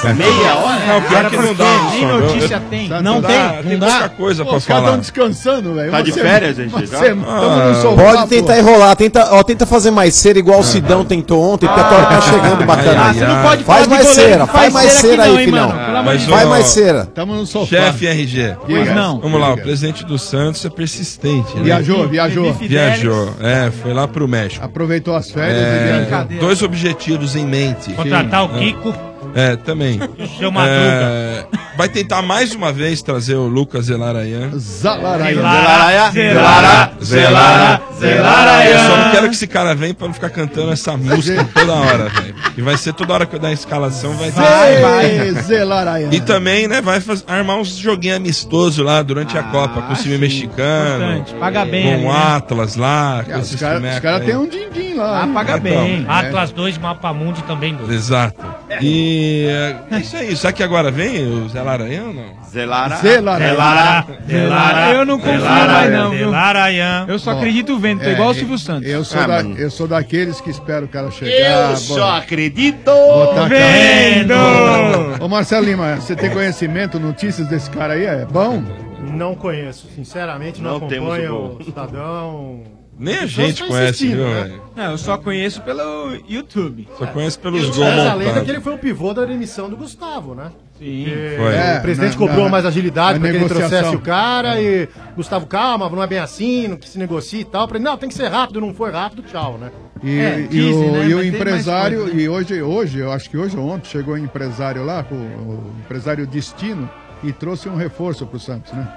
Speaker 13: Meia hora?
Speaker 7: Não, pior que não dá.
Speaker 13: Nem
Speaker 7: Wilson.
Speaker 13: notícia
Speaker 7: Eu-
Speaker 13: tem.
Speaker 7: Não
Speaker 13: Dá,
Speaker 7: tem,
Speaker 11: Ah,
Speaker 7: não
Speaker 13: tem
Speaker 7: dá.
Speaker 13: pouca coisa pra falar.
Speaker 11: Cada um descansando, velho.
Speaker 3: Tá
Speaker 11: Uma
Speaker 3: de
Speaker 11: semana-
Speaker 3: férias, gente,
Speaker 11: uma
Speaker 3: já?
Speaker 11: semana-
Speaker 10: Então
Speaker 11: Tamo
Speaker 3: Ah.
Speaker 11: no sol.
Speaker 9: Pode tentar enrolar, tenta, ó, tenta fazer mais cera igual o Sidão tentou ontem, porque a torre tá chegando bacana.
Speaker 10: Ah, ai, ai.
Speaker 9: faz mais cera, faz mais cera aí, filhão.
Speaker 10: Mas,
Speaker 9: Faz
Speaker 10: ó,
Speaker 9: mais cera.
Speaker 11: Tamo no sofá.
Speaker 10: Chefe RG.
Speaker 11: Pois não.
Speaker 10: Vamos lá, o presidente do Santos é persistente. né?
Speaker 11: Viajou, viajou.
Speaker 10: Viajou, é, foi lá pro México.
Speaker 11: Aproveitou as férias e
Speaker 10: É,
Speaker 11: viajou.
Speaker 10: dois objetivos em mente.
Speaker 11: Contratar
Speaker 10: Sim.
Speaker 11: o Kiko.
Speaker 10: É, também.
Speaker 11: E o seu Madruga.
Speaker 10: É, vai tentar mais uma vez trazer o Lucas Zelarayan.
Speaker 11: Zelarayan.
Speaker 10: Zelarayan. Zelara. Zelara.
Speaker 11: Zelarayan.
Speaker 10: Eu só não quero que esse cara venha pra não ficar cantando essa música toda hora, velho. E vai ser toda hora que eu dar a escalação, vai ter.
Speaker 11: Ei, Zelarayan.
Speaker 10: E também, né, vai faz- armar uns joguinhos amistosos lá durante a Copa com o time mexicano.
Speaker 11: Ah, importante. Paga bem
Speaker 10: Com
Speaker 11: ali,
Speaker 10: o
Speaker 11: né?
Speaker 10: Atlas lá. Tá com
Speaker 11: É, os
Speaker 10: esses
Speaker 11: caras
Speaker 10: timeca
Speaker 11: cara
Speaker 10: aí.
Speaker 11: têm um din-din lá. hein?
Speaker 10: paga bem.
Speaker 8: Atlas
Speaker 13: né?
Speaker 8: 2, Mapa Mundi também 2.
Speaker 10: Exato. E é, isso aí. Será que agora vem o Zé Laranha ou não?
Speaker 3: Zelara.
Speaker 11: Zelara.
Speaker 10: Zelara.
Speaker 11: Zelara.
Speaker 10: Eu não
Speaker 11: confio
Speaker 10: mais, não,
Speaker 11: viu?
Speaker 8: Eu
Speaker 11: só acredito
Speaker 8: vendo,
Speaker 11: É, Eu sou,
Speaker 3: Ah,
Speaker 11: da-
Speaker 3: mano.
Speaker 11: eu sou daqueles que espero o cara
Speaker 1: Eu
Speaker 11: chegar.
Speaker 1: só acredito.
Speaker 11: Botar a cara-
Speaker 1: Vendo.
Speaker 11: Ô Marcelo Lima, você tem conhecimento, notícias desse cara aí? É bom?
Speaker 12: Não conheço, sinceramente, não,
Speaker 11: Não temos
Speaker 12: acompanho
Speaker 11: o gol.
Speaker 12: o Cidadão.
Speaker 10: Nem a
Speaker 12: Só
Speaker 10: gente
Speaker 12: só
Speaker 10: conhece,
Speaker 12: insistindo,
Speaker 10: viu,
Speaker 12: né?
Speaker 10: velho?
Speaker 13: Não, eu só conheço pelo YouTube.
Speaker 10: Só conhece pelos
Speaker 12: Mas
Speaker 10: gols
Speaker 12: a lenda é que
Speaker 10: montados.
Speaker 12: ele foi o pivô da demissão do Gustavo, né? Sim.
Speaker 10: Foi. É,
Speaker 12: o presidente
Speaker 10: Na-
Speaker 12: cobrou
Speaker 10: na-
Speaker 12: mais agilidade
Speaker 10: na
Speaker 12: para que ele
Speaker 10: negociação.
Speaker 12: trouxesse o cara e Gustavo, calma, não é bem assim, não que se negocie e tal. Pra ele, não, tem que ser rápido, não foi rápido, tchau, né?
Speaker 11: E, e o, e o empresário, e hoje, hoje, eu acho que hoje ou ontem, chegou um empresário lá, o, o empresário Destino, e trouxe um reforço pro Santos, né?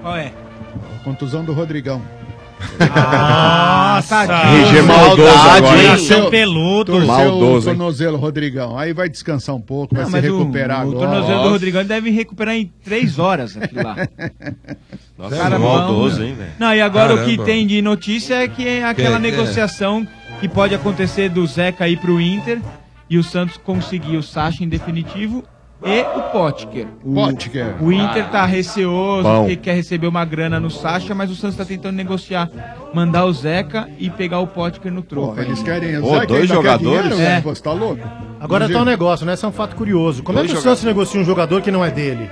Speaker 13: Qual é?
Speaker 11: A contusão do Rodrigão.
Speaker 13: Nossa,
Speaker 11: RG
Speaker 13: é maldoso agora, Ah, hein?
Speaker 11: Torceu-
Speaker 13: Peludo.
Speaker 11: torceu
Speaker 13: Maldoso,
Speaker 11: o
Speaker 13: hein?
Speaker 11: tornozelo, Rodrigão. Aí vai descansar um pouco, vai
Speaker 13: Não,
Speaker 11: se
Speaker 13: mas o-
Speaker 11: recuperar
Speaker 13: o,
Speaker 11: agora.
Speaker 13: tornozelo do Rodrigão deve recuperar em três horas aquilo lá.
Speaker 3: Nossa,
Speaker 13: Cara,
Speaker 3: é
Speaker 13: bom,
Speaker 3: maldoso,
Speaker 13: né?
Speaker 3: hein, velho?
Speaker 13: Não, e agora o que
Speaker 3: Caramba.
Speaker 13: tem de notícia é que é aquela
Speaker 3: Que-
Speaker 13: negociação que pode acontecer do Zeca ir pro Inter e o Santos conseguir o Sacha em definitivo e o Potker. O,
Speaker 11: Potker. Ah.
Speaker 13: O Inter tá receoso,
Speaker 11: Bom.
Speaker 13: porque quer receber uma grana no Sacha, mas o Santos tá tentando negociar, mandar o Zeca e pegar o Potker no troco.
Speaker 11: Eles
Speaker 13: ainda.
Speaker 11: querem. Será que ainda quer Dinheiro,
Speaker 13: É.
Speaker 11: velho? Pô, você tá louco?
Speaker 12: Agora
Speaker 11: Um
Speaker 12: tá um
Speaker 11: dia-
Speaker 12: negócio, né? Isso é um fato curioso. Como
Speaker 11: Dois
Speaker 12: é que o Santos negocia um jogador que não é dele?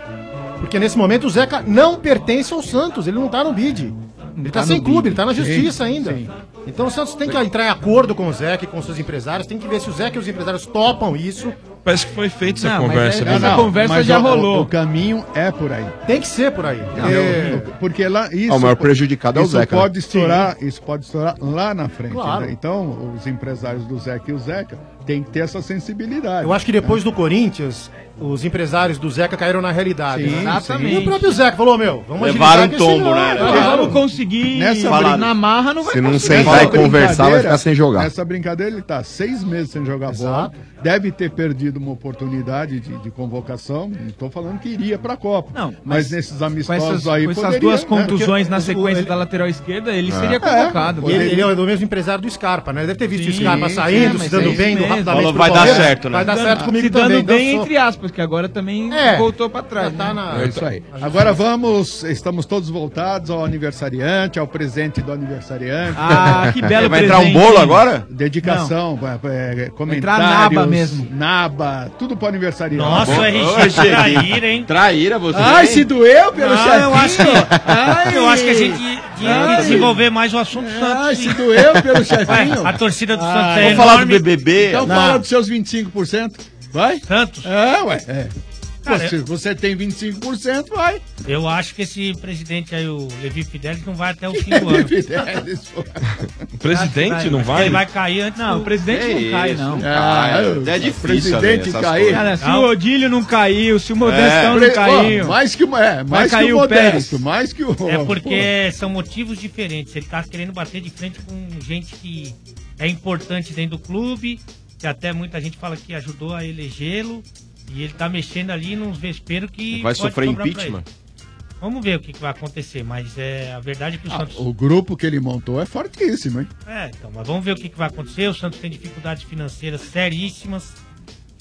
Speaker 12: Porque nesse momento o Zeca não pertence ao Santos, ele não tá no bid. Ele tá,
Speaker 11: tá
Speaker 12: sem
Speaker 11: no
Speaker 12: clube,
Speaker 11: bid.
Speaker 12: ele tá na
Speaker 11: Sim,
Speaker 12: justiça ainda.
Speaker 11: sim.
Speaker 12: Então o Santos tem que entrar em acordo com o Zeca e com seus empresários, tem que ver se o Zeca e os empresários topam isso.
Speaker 10: Parece que foi feita essa
Speaker 12: Não, mas
Speaker 10: conversa.
Speaker 12: é-
Speaker 11: né?
Speaker 10: viu?
Speaker 12: essa conversa
Speaker 11: mas
Speaker 12: já
Speaker 11: o- o-
Speaker 12: rolou.
Speaker 11: O, caminho é por aí.
Speaker 12: Tem que ser por aí.
Speaker 11: É, porque lá isso
Speaker 3: Ah, o maior prejudicado é o
Speaker 11: isso
Speaker 3: Zeca,
Speaker 11: Pode
Speaker 3: né?
Speaker 11: estourar, isso pode estourar lá na frente.
Speaker 12: Claro.
Speaker 11: né? Então, os empresários do Zeca e o Zeca têm que ter essa sensibilidade.
Speaker 12: Eu acho que depois do Corinthians, os empresários do Zeca caíram na realidade.
Speaker 13: Sim,
Speaker 12: Exatamente.
Speaker 13: sim.
Speaker 12: O próprio Zeca falou, meu, vamos
Speaker 3: Levaram
Speaker 12: agilizar que
Speaker 3: um tombo,
Speaker 12: esse
Speaker 3: né?
Speaker 12: não-
Speaker 3: Levaram.
Speaker 12: Vamos conseguir
Speaker 11: Então, Nessa
Speaker 12: falar
Speaker 11: briga-
Speaker 12: na marra, não vai
Speaker 3: Se não
Speaker 12: conseguir.
Speaker 3: sentar
Speaker 11: Nessa
Speaker 3: e conversar, vai ficar sem jogar.
Speaker 11: Nessa brincadeira, ele tá seis meses sem jogar bola. Deve ter perdido uma oportunidade de, de convocação. Não tô falando que iria pra Copa. Não, mas, nesses
Speaker 13: Com
Speaker 11: amistosos
Speaker 13: essas,
Speaker 11: aí
Speaker 13: com essas
Speaker 11: poderia,
Speaker 13: duas
Speaker 11: né?
Speaker 13: contusões
Speaker 11: Porque
Speaker 13: na
Speaker 11: o-
Speaker 13: sequência
Speaker 11: ele-
Speaker 13: da lateral esquerda, ele
Speaker 3: Ah.
Speaker 11: É.
Speaker 13: seria
Speaker 11: É.
Speaker 13: convocado.
Speaker 12: E ele, ele é o mesmo empresário do Scarpa, né? Deve ter visto o Scarpa saindo, se
Speaker 13: é
Speaker 12: dando bem, indo rapidamente. pro Palmeiras. é
Speaker 7: né?
Speaker 12: Vai dar certo né? comigo
Speaker 13: Se
Speaker 12: também.
Speaker 13: dando
Speaker 12: então
Speaker 13: bem,
Speaker 12: sou-
Speaker 13: entre aspas, que agora também
Speaker 12: É.
Speaker 13: voltou pra trás. né?
Speaker 12: Tá na-
Speaker 11: É isso aí. Agora vamos, estamos todos voltados ao aniversariante, ao presente do aniversariante.
Speaker 13: Ah, que belo Vai entrar um presente. bolo agora?
Speaker 11: Dedicação, é, é,
Speaker 13: entrar
Speaker 11: comentários.
Speaker 13: naba mesmo.
Speaker 11: Naba, tudo pro aniversariante.
Speaker 13: Nossa, o RG traíra,
Speaker 11: hein?
Speaker 3: Traíra você.
Speaker 11: Ai, se
Speaker 3: doeu
Speaker 11: pelo
Speaker 8: Não, Ah, eu acho que,
Speaker 11: Ai.
Speaker 8: eu acho que a gente tinha
Speaker 11: Ai.
Speaker 8: que desenvolver mais o assunto Santos.
Speaker 11: Ai, se doeu pelo chefinho.
Speaker 8: Ué, A torcida do Santos é
Speaker 11: vamos
Speaker 8: enorme.
Speaker 11: Então fala dos seus 25%. Vai?
Speaker 8: Santos?
Speaker 11: É, ué. é.
Speaker 8: Cara,
Speaker 11: você,
Speaker 8: eu-
Speaker 11: você tem 25%, vai.
Speaker 8: Eu acho que esse presidente aí, o Levi Fidelis, não vai até o fim do ano.
Speaker 11: Levi Fidelis, pô.
Speaker 8: O
Speaker 10: presidente não vai?
Speaker 8: Ele vai cair antes
Speaker 13: Não,
Speaker 8: do-
Speaker 13: o presidente não cai, não.
Speaker 8: Ah,
Speaker 3: Ah,
Speaker 11: é difícil, presidente essas cair. coisas.
Speaker 13: Cara, se
Speaker 11: Não.
Speaker 13: o Odílio não caiu, se o Modestão
Speaker 11: Pre-
Speaker 13: não caiu.
Speaker 11: Ó, mais que, o- é,
Speaker 13: vai
Speaker 11: mais que
Speaker 13: cair
Speaker 11: o
Speaker 13: o
Speaker 11: Modesto,
Speaker 13: Pérez.
Speaker 11: mais que o...
Speaker 8: É porque são motivos diferentes. Ele tá querendo bater de frente com gente que é importante dentro do clube, que até muita gente fala que ajudou a elegê-lo. E ele tá mexendo ali nos vesperos que.
Speaker 3: Vai
Speaker 8: pode
Speaker 3: sofrer
Speaker 8: sobrar pra
Speaker 3: impeachment?
Speaker 8: ele. Vamos ver o que, que vai acontecer, mas é a verdade é que o
Speaker 11: Ah,
Speaker 8: Santos.
Speaker 11: o grupo que ele montou é fortíssimo, hein?
Speaker 8: É, então, mas vamos ver o que, que vai acontecer. O Santos tem dificuldades financeiras seríssimas.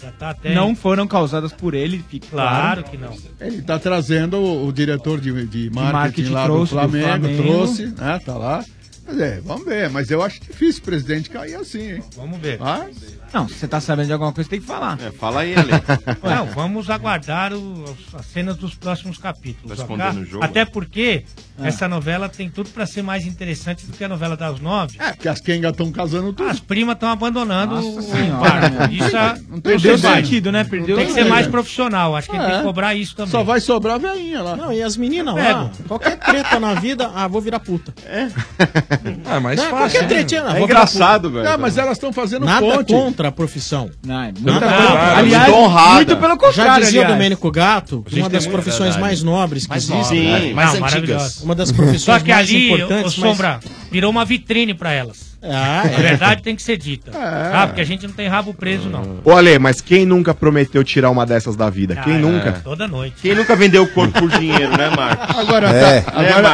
Speaker 8: Já tá até.
Speaker 13: Não foram causadas por ele, fique
Speaker 8: Claro que não.
Speaker 11: Ele tá trazendo o, o diretor de, de marketing,
Speaker 13: marketing
Speaker 11: lá
Speaker 13: trouxe
Speaker 11: do
Speaker 13: do
Speaker 11: Flamengo,
Speaker 13: Flamengo.
Speaker 11: trouxe, né? Tá lá. Mas é, vamos ver. Mas eu acho difícil o presidente cair assim, hein?
Speaker 8: Vamos ver.
Speaker 11: Mas...
Speaker 13: Não, se você tá sabendo de alguma coisa, tem que falar. É,
Speaker 3: fala aí, Ale.
Speaker 8: Não, vamos aguardar o- as cenas dos próximos capítulos.
Speaker 3: Tá
Speaker 8: ok?
Speaker 3: escondendo o jogo,
Speaker 8: Até porque
Speaker 11: Ah.
Speaker 8: essa novela tem tudo pra ser mais interessante do que a novela das nove.
Speaker 11: É, porque as quengas estão casando tudo.
Speaker 8: As primas estão abandonando o- o
Speaker 11: Senhora,
Speaker 8: barco.
Speaker 11: meu.
Speaker 8: Isso é-
Speaker 11: Não tem
Speaker 8: vai.
Speaker 11: sentido, né? Perdeu
Speaker 8: Tem que
Speaker 11: o
Speaker 8: ser
Speaker 11: sentido.
Speaker 8: mais profissional. Acho que
Speaker 7: É.
Speaker 8: tem que cobrar isso também.
Speaker 11: Só vai sobrar a veinha lá.
Speaker 7: Não, e as meninas lá, qualquer treta na vida, ah, vou virar puta. É.
Speaker 10: Ah, mas
Speaker 7: Não, qualquer tretinha, não, vou virar puta.
Speaker 11: Não, mas elas estão fazendo
Speaker 7: Nada
Speaker 11: ponte.
Speaker 7: contra a profissão.
Speaker 13: Não, é
Speaker 11: muita coisa. Aliás, muito pelo
Speaker 7: Já
Speaker 11: contrário,
Speaker 7: dizia
Speaker 11: aliás.
Speaker 7: o Domênico Gato,
Speaker 11: A gente
Speaker 7: uma
Speaker 11: tem
Speaker 7: das
Speaker 11: muita
Speaker 7: profissões
Speaker 11: verdade.
Speaker 7: mais nobres que
Speaker 11: Mais
Speaker 7: existem.
Speaker 11: nobres,
Speaker 7: Sim,
Speaker 11: né? Mais
Speaker 7: não,
Speaker 11: antigas.
Speaker 7: maravilhosa. Uma das profissões
Speaker 8: Ah, Só que
Speaker 7: mais
Speaker 8: ali, o,
Speaker 7: importantes. mas-
Speaker 8: Sombra, virou uma vitrine pra elas.
Speaker 7: Ah,
Speaker 8: A verdade tem que ser dita. Ah, porque a gente não tem rabo preso, não.
Speaker 3: Ô, Ale, mas quem nunca prometeu tirar uma dessas da vida?
Speaker 8: Ah,
Speaker 3: Quem
Speaker 8: é.
Speaker 3: nunca?
Speaker 8: Toda noite.
Speaker 3: Quem nunca vendeu o corpo por dinheiro, né, Marcos?
Speaker 11: Agora,
Speaker 9: É.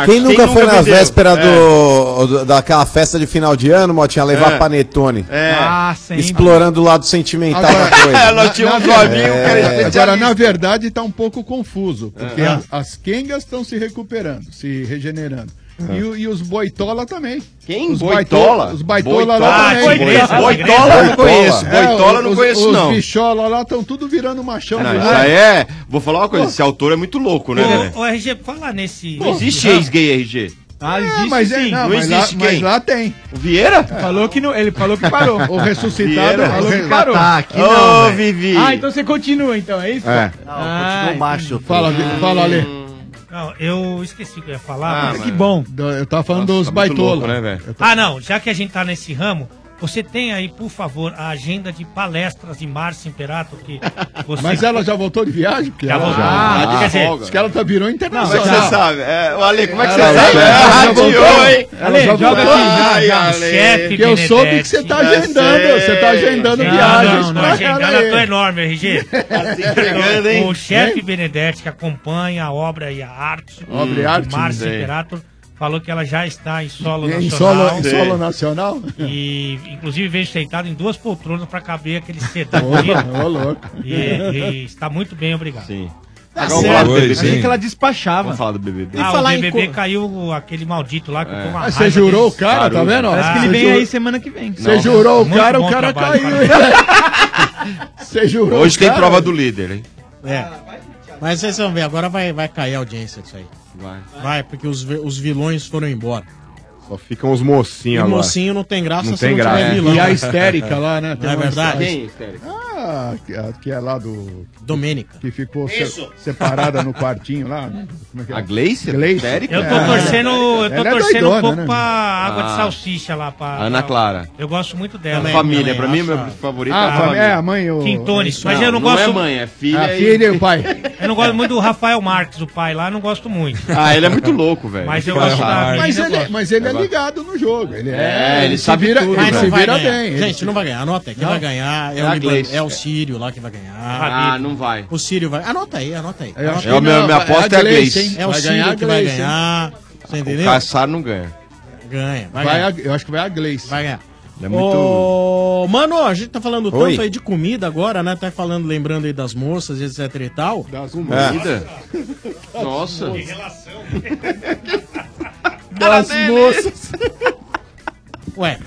Speaker 9: quem nunca foi na véspera
Speaker 10: É.
Speaker 9: do, do- daquela festa de final de ano, Motinha, levar
Speaker 3: É.
Speaker 9: panetone?
Speaker 3: É.
Speaker 13: Ah, sempre.
Speaker 9: Explorando o lado sentimental da coisa.
Speaker 3: um
Speaker 11: É,
Speaker 9: É.
Speaker 11: Agora, na verdade, tá um pouco confuso, porque
Speaker 3: É.
Speaker 11: a- as quengas estão se recuperando, se regenerando. E, o- e os boitola também.
Speaker 3: É. Quem?
Speaker 11: Os
Speaker 3: Boitola?
Speaker 11: Os baitola
Speaker 3: Boitola?
Speaker 11: lá
Speaker 3: Ah,
Speaker 11: também.
Speaker 3: igreja, Boitola igreja. não conheço, boitola não
Speaker 11: É, os-
Speaker 3: conheço, não.
Speaker 11: Os bichola lá estão tudo virando machão.
Speaker 3: Não,
Speaker 11: né?
Speaker 3: isso aí é. Vou falar uma coisa, esse autor é muito louco, né, Lelé?
Speaker 8: O, RG, fala nesse.
Speaker 3: Não existe
Speaker 8: nesse ramo.
Speaker 3: ex-gay RG.
Speaker 13: Ah,
Speaker 11: É, mas é- não, mas lá- mas lá tem.
Speaker 3: O Vieira?
Speaker 13: Falou que não, ele falou que parou.
Speaker 11: O ressuscitado-
Speaker 13: Vieira,
Speaker 11: o
Speaker 13: falou que
Speaker 11: ressuscitado.
Speaker 13: parou.
Speaker 11: Tá, aqui
Speaker 3: não, velho.
Speaker 13: Ah, então você continua, então, é isso?
Speaker 11: É.
Speaker 13: Não, continua
Speaker 11: baixo. Fala, fala ali.
Speaker 8: Não, eu esqueci o que eu ia falar. mas-
Speaker 11: bom. Eu tava falando dos
Speaker 3: tá
Speaker 11: baitola.
Speaker 3: né,
Speaker 8: Ah, não, já que a gente tá nesse ramo, você tem aí, por favor, a agenda de palestras de Márcio Imperato que Ah, você
Speaker 11: Mas ela já voltou de viagem? Porque
Speaker 8: Já
Speaker 11: ela
Speaker 8: voltou.
Speaker 11: já.
Speaker 8: Ah,
Speaker 11: Ela
Speaker 8: quer
Speaker 11: já-
Speaker 8: dizer-
Speaker 11: Diz que ela tá virou internacional.
Speaker 3: Como é que você sabe? É, o Ale, como é que você
Speaker 11: Ela já-
Speaker 3: sabe?
Speaker 11: ela já
Speaker 3: Ah,
Speaker 11: voltou.
Speaker 3: tirou, hein?
Speaker 11: Ela já voltou.
Speaker 3: Ai,
Speaker 11: Não,
Speaker 3: Ale.
Speaker 11: chefe Porque eu Benedetti. soube que você tá agendando, você tá agendando
Speaker 3: Não,
Speaker 11: viagens
Speaker 8: Não, não,
Speaker 11: pra Tá
Speaker 8: a agenda
Speaker 11: ela aí.
Speaker 8: tá enorme, RG.
Speaker 3: entregando, hein?
Speaker 8: O chefe Benedetti, que acompanha a obra e a arte
Speaker 11: Obra e
Speaker 8: do
Speaker 11: arte,
Speaker 8: Márcio
Speaker 11: sei.
Speaker 8: Imperato, falou que ela já está em solo
Speaker 11: Em solo,
Speaker 8: nacional.
Speaker 11: em solo nacional? né?
Speaker 8: E, inclusive, veio sentado em duas poltronas para caber aquele sedã.
Speaker 11: Ô, louco, ô, louco.
Speaker 8: E, e está muito bem, obrigado. Sim.
Speaker 13: Tá Agora vamos certo. falar do BBB. Achei que ela despachava.
Speaker 3: Vamos falar do BBB.
Speaker 8: Ah,
Speaker 13: E falar
Speaker 8: o
Speaker 13: em
Speaker 8: BBB
Speaker 13: co-
Speaker 8: caiu aquele maldito lá que eu tô uma
Speaker 11: Ah, você
Speaker 8: raiva
Speaker 11: jurou
Speaker 8: desse-
Speaker 11: o cara, tá vendo?
Speaker 13: Parece que ele vem
Speaker 11: Ah, você
Speaker 13: aí
Speaker 11: jurou-
Speaker 13: semana que vem.
Speaker 11: Você jurou o cara, o cara
Speaker 8: né?
Speaker 7: caiu.
Speaker 11: Você jurou
Speaker 3: Hoje tem prova do líder, hein?
Speaker 7: É.
Speaker 3: Ah,
Speaker 7: Mas vocês vão ver, agora vai, vai cair a audiência disso aí.
Speaker 3: Vai.
Speaker 7: Vai, porque os, vi- os vilões foram embora.
Speaker 3: Só ficam os mocinhos
Speaker 7: e
Speaker 3: agora.
Speaker 7: mocinho não tem graça
Speaker 3: Não
Speaker 7: se
Speaker 3: tem
Speaker 7: não
Speaker 3: graça.
Speaker 7: tiver
Speaker 3: É.
Speaker 7: vilão. né?
Speaker 3: E a histérica
Speaker 11: lá, né?
Speaker 7: Não é verdade?
Speaker 3: histérica?
Speaker 11: a, a que é lá do.
Speaker 7: Domênica.
Speaker 11: Que ficou se-
Speaker 7: Isso.
Speaker 11: separada no quartinho lá. Como é que é?
Speaker 3: A Gleice?
Speaker 11: Gleice.
Speaker 3: Histérica?
Speaker 11: É.
Speaker 8: Eu tô torcendo, eu tô
Speaker 11: Ela é
Speaker 8: torcendo um
Speaker 11: doidona,
Speaker 8: pouco
Speaker 11: né?
Speaker 8: pra água de
Speaker 3: Ah.
Speaker 8: salsicha lá. Pra,
Speaker 3: Ana
Speaker 8: pra-
Speaker 3: Clara.
Speaker 8: Eu gosto muito dela.
Speaker 3: Também, Família, também, pra mim, acho- meu favorito é a
Speaker 8: Ah,
Speaker 3: família.
Speaker 8: é
Speaker 11: a mãe. o- Ah,
Speaker 8: Quintones. Mas eu
Speaker 3: Não,
Speaker 8: não
Speaker 3: não
Speaker 8: gosto.
Speaker 3: é mãe, é filha A e-
Speaker 11: filha e o pai.
Speaker 8: Eu não gosto muito do Rafael Marques, o pai lá, eu não gosto muito.
Speaker 3: Ah, ele é muito louco, velho.
Speaker 8: Mas eu gosto da
Speaker 11: Mas
Speaker 8: menina, eu
Speaker 11: ele,
Speaker 8: gosto.
Speaker 11: mas ele é ligado no jogo. Ele é,
Speaker 8: É, ele sabe
Speaker 11: se vira,
Speaker 8: tudo,
Speaker 11: ele
Speaker 7: né?
Speaker 8: velho.
Speaker 11: se
Speaker 8: Vai
Speaker 11: vira
Speaker 8: ganhar.
Speaker 11: bem. ele
Speaker 7: Gente, não vai ganhar, anota aí. Quem
Speaker 11: Não?
Speaker 7: vai ganhar é
Speaker 11: É
Speaker 7: o,
Speaker 11: a
Speaker 7: Liban-
Speaker 11: Gleice.
Speaker 7: é o Sírio lá que vai ganhar.
Speaker 3: Ah, não vai.
Speaker 7: O Sírio vai. Anota aí, anota aí.
Speaker 3: É, Eu acho
Speaker 7: Anota
Speaker 3: que
Speaker 7: aí.
Speaker 3: não, minha aposta é a Gleice, hein?
Speaker 7: É o
Speaker 3: Vai
Speaker 7: Sírio
Speaker 3: ganhar a
Speaker 7: que vai
Speaker 3: Gleice, hein?
Speaker 7: ganhar. Você
Speaker 3: O
Speaker 7: entendeu?
Speaker 3: Caçar não ganha.
Speaker 7: Ganha. Vai,
Speaker 11: Vai
Speaker 7: ganhar.
Speaker 11: a- eu acho que vai a Gleice.
Speaker 7: Vai ganhar.
Speaker 3: É muito-
Speaker 7: Ô, Mano, a gente tá falando tanto
Speaker 3: Oi.
Speaker 7: aí de comida agora, né? Tá falando, lembrando aí das moças, etc e tal.
Speaker 11: É.
Speaker 7: Das
Speaker 3: Comida? Nossa.
Speaker 7: Das moças. Ué.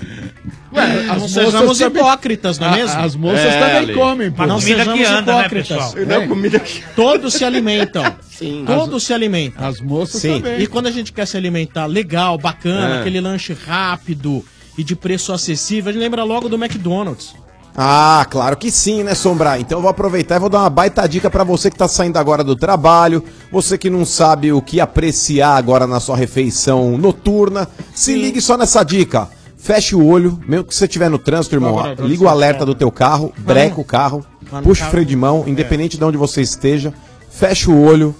Speaker 11: Ué,
Speaker 7: não
Speaker 11: as
Speaker 7: sejamos
Speaker 11: moças também-
Speaker 7: hipócritas, não é
Speaker 11: A-
Speaker 7: mesmo?
Speaker 11: as moças É, também Ale. comem, pô.
Speaker 7: Mas não
Speaker 11: Comida
Speaker 7: sejamos
Speaker 11: que anda, né,
Speaker 7: hipócritas.
Speaker 11: pessoal? Não, comida que-
Speaker 7: Todos se alimentam. Sim. Todos
Speaker 11: As-
Speaker 7: se alimentam.
Speaker 11: As moças também.
Speaker 7: E quando a gente quer se alimentar legal, bacana,
Speaker 11: É.
Speaker 7: aquele lanche rápido e de preço acessível, a gente lembra logo do McDonald's.
Speaker 9: Ah, claro que sim, né, Sombra? Então eu vou aproveitar e vou dar uma baita dica pra você que tá saindo agora do trabalho, você que não sabe o que apreciar agora na sua refeição noturna. Se ligue só nessa dica. Feche o olho, mesmo que você estiver no trânsito, irmão,
Speaker 3: Agora, agora
Speaker 9: liga o
Speaker 3: você
Speaker 9: alerta do teu carro, breca o carro,
Speaker 3: Mas no
Speaker 9: puxa o
Speaker 3: carro-
Speaker 9: freio de mão, independente de onde você esteja, fecha o olho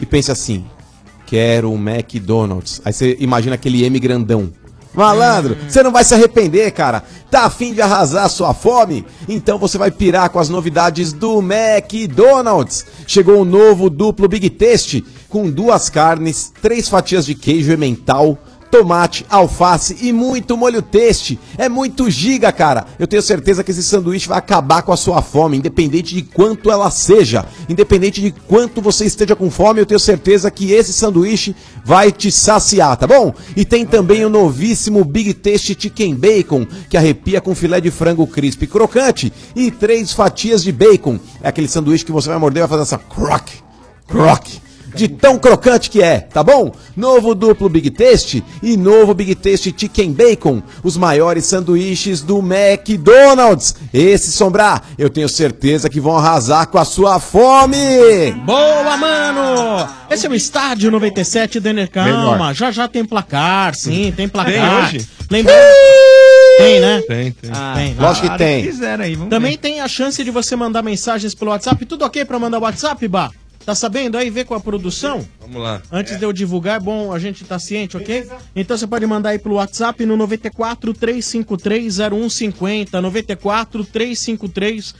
Speaker 9: e pense assim: quero um McDonald's. Aí você imagina aquele M grandão. Malandro, você não vai se arrepender, cara. Tá afim de arrasar a sua fome? Então você vai pirar com as novidades do McDonald's. Chegou o novo duplo Big Taste com duas carnes, três fatias de queijo emmental, tomate, alface e muito molho teste. É muito giga, cara. Eu tenho certeza que esse sanduíche vai acabar com a sua fome, independente de quanto ela seja. Independente de quanto você esteja com fome, eu tenho certeza que esse sanduíche vai te saciar, tá bom? E tem também o novíssimo Big Taste Chicken Bacon, que arrepia com filé de frango crisp e crocante e três fatias de bacon. É aquele sanduíche que você vai morder e vai fazer essa croc, croc de tão crocante que é, tá bom? Novo duplo Big Taste e novo Big Taste Chicken Bacon, os maiores sanduíches do McDonald's. Esse sombrar, eu tenho certeza que vão arrasar com a sua fome.
Speaker 7: Boa, mano! Ah! Esse é o Estádio 97, Denner. Calma,
Speaker 9: Melhor.
Speaker 7: já já tem placar, sim, tem placar.
Speaker 9: Tem hoje?
Speaker 7: Lembrando. Tem, né?
Speaker 10: Tem, tem.
Speaker 7: tem.
Speaker 9: lógico que tem.
Speaker 7: Também tem a chance de você mandar mensagens pelo WhatsApp. Tudo ok pra mandar WhatsApp, Bah? Tá sabendo aí? Vê com a produção.
Speaker 10: Vamos lá.
Speaker 7: Antes de eu divulgar, é bom a gente tá ciente, ok? Então você pode mandar aí pelo WhatsApp no 94 353 0150. 94 353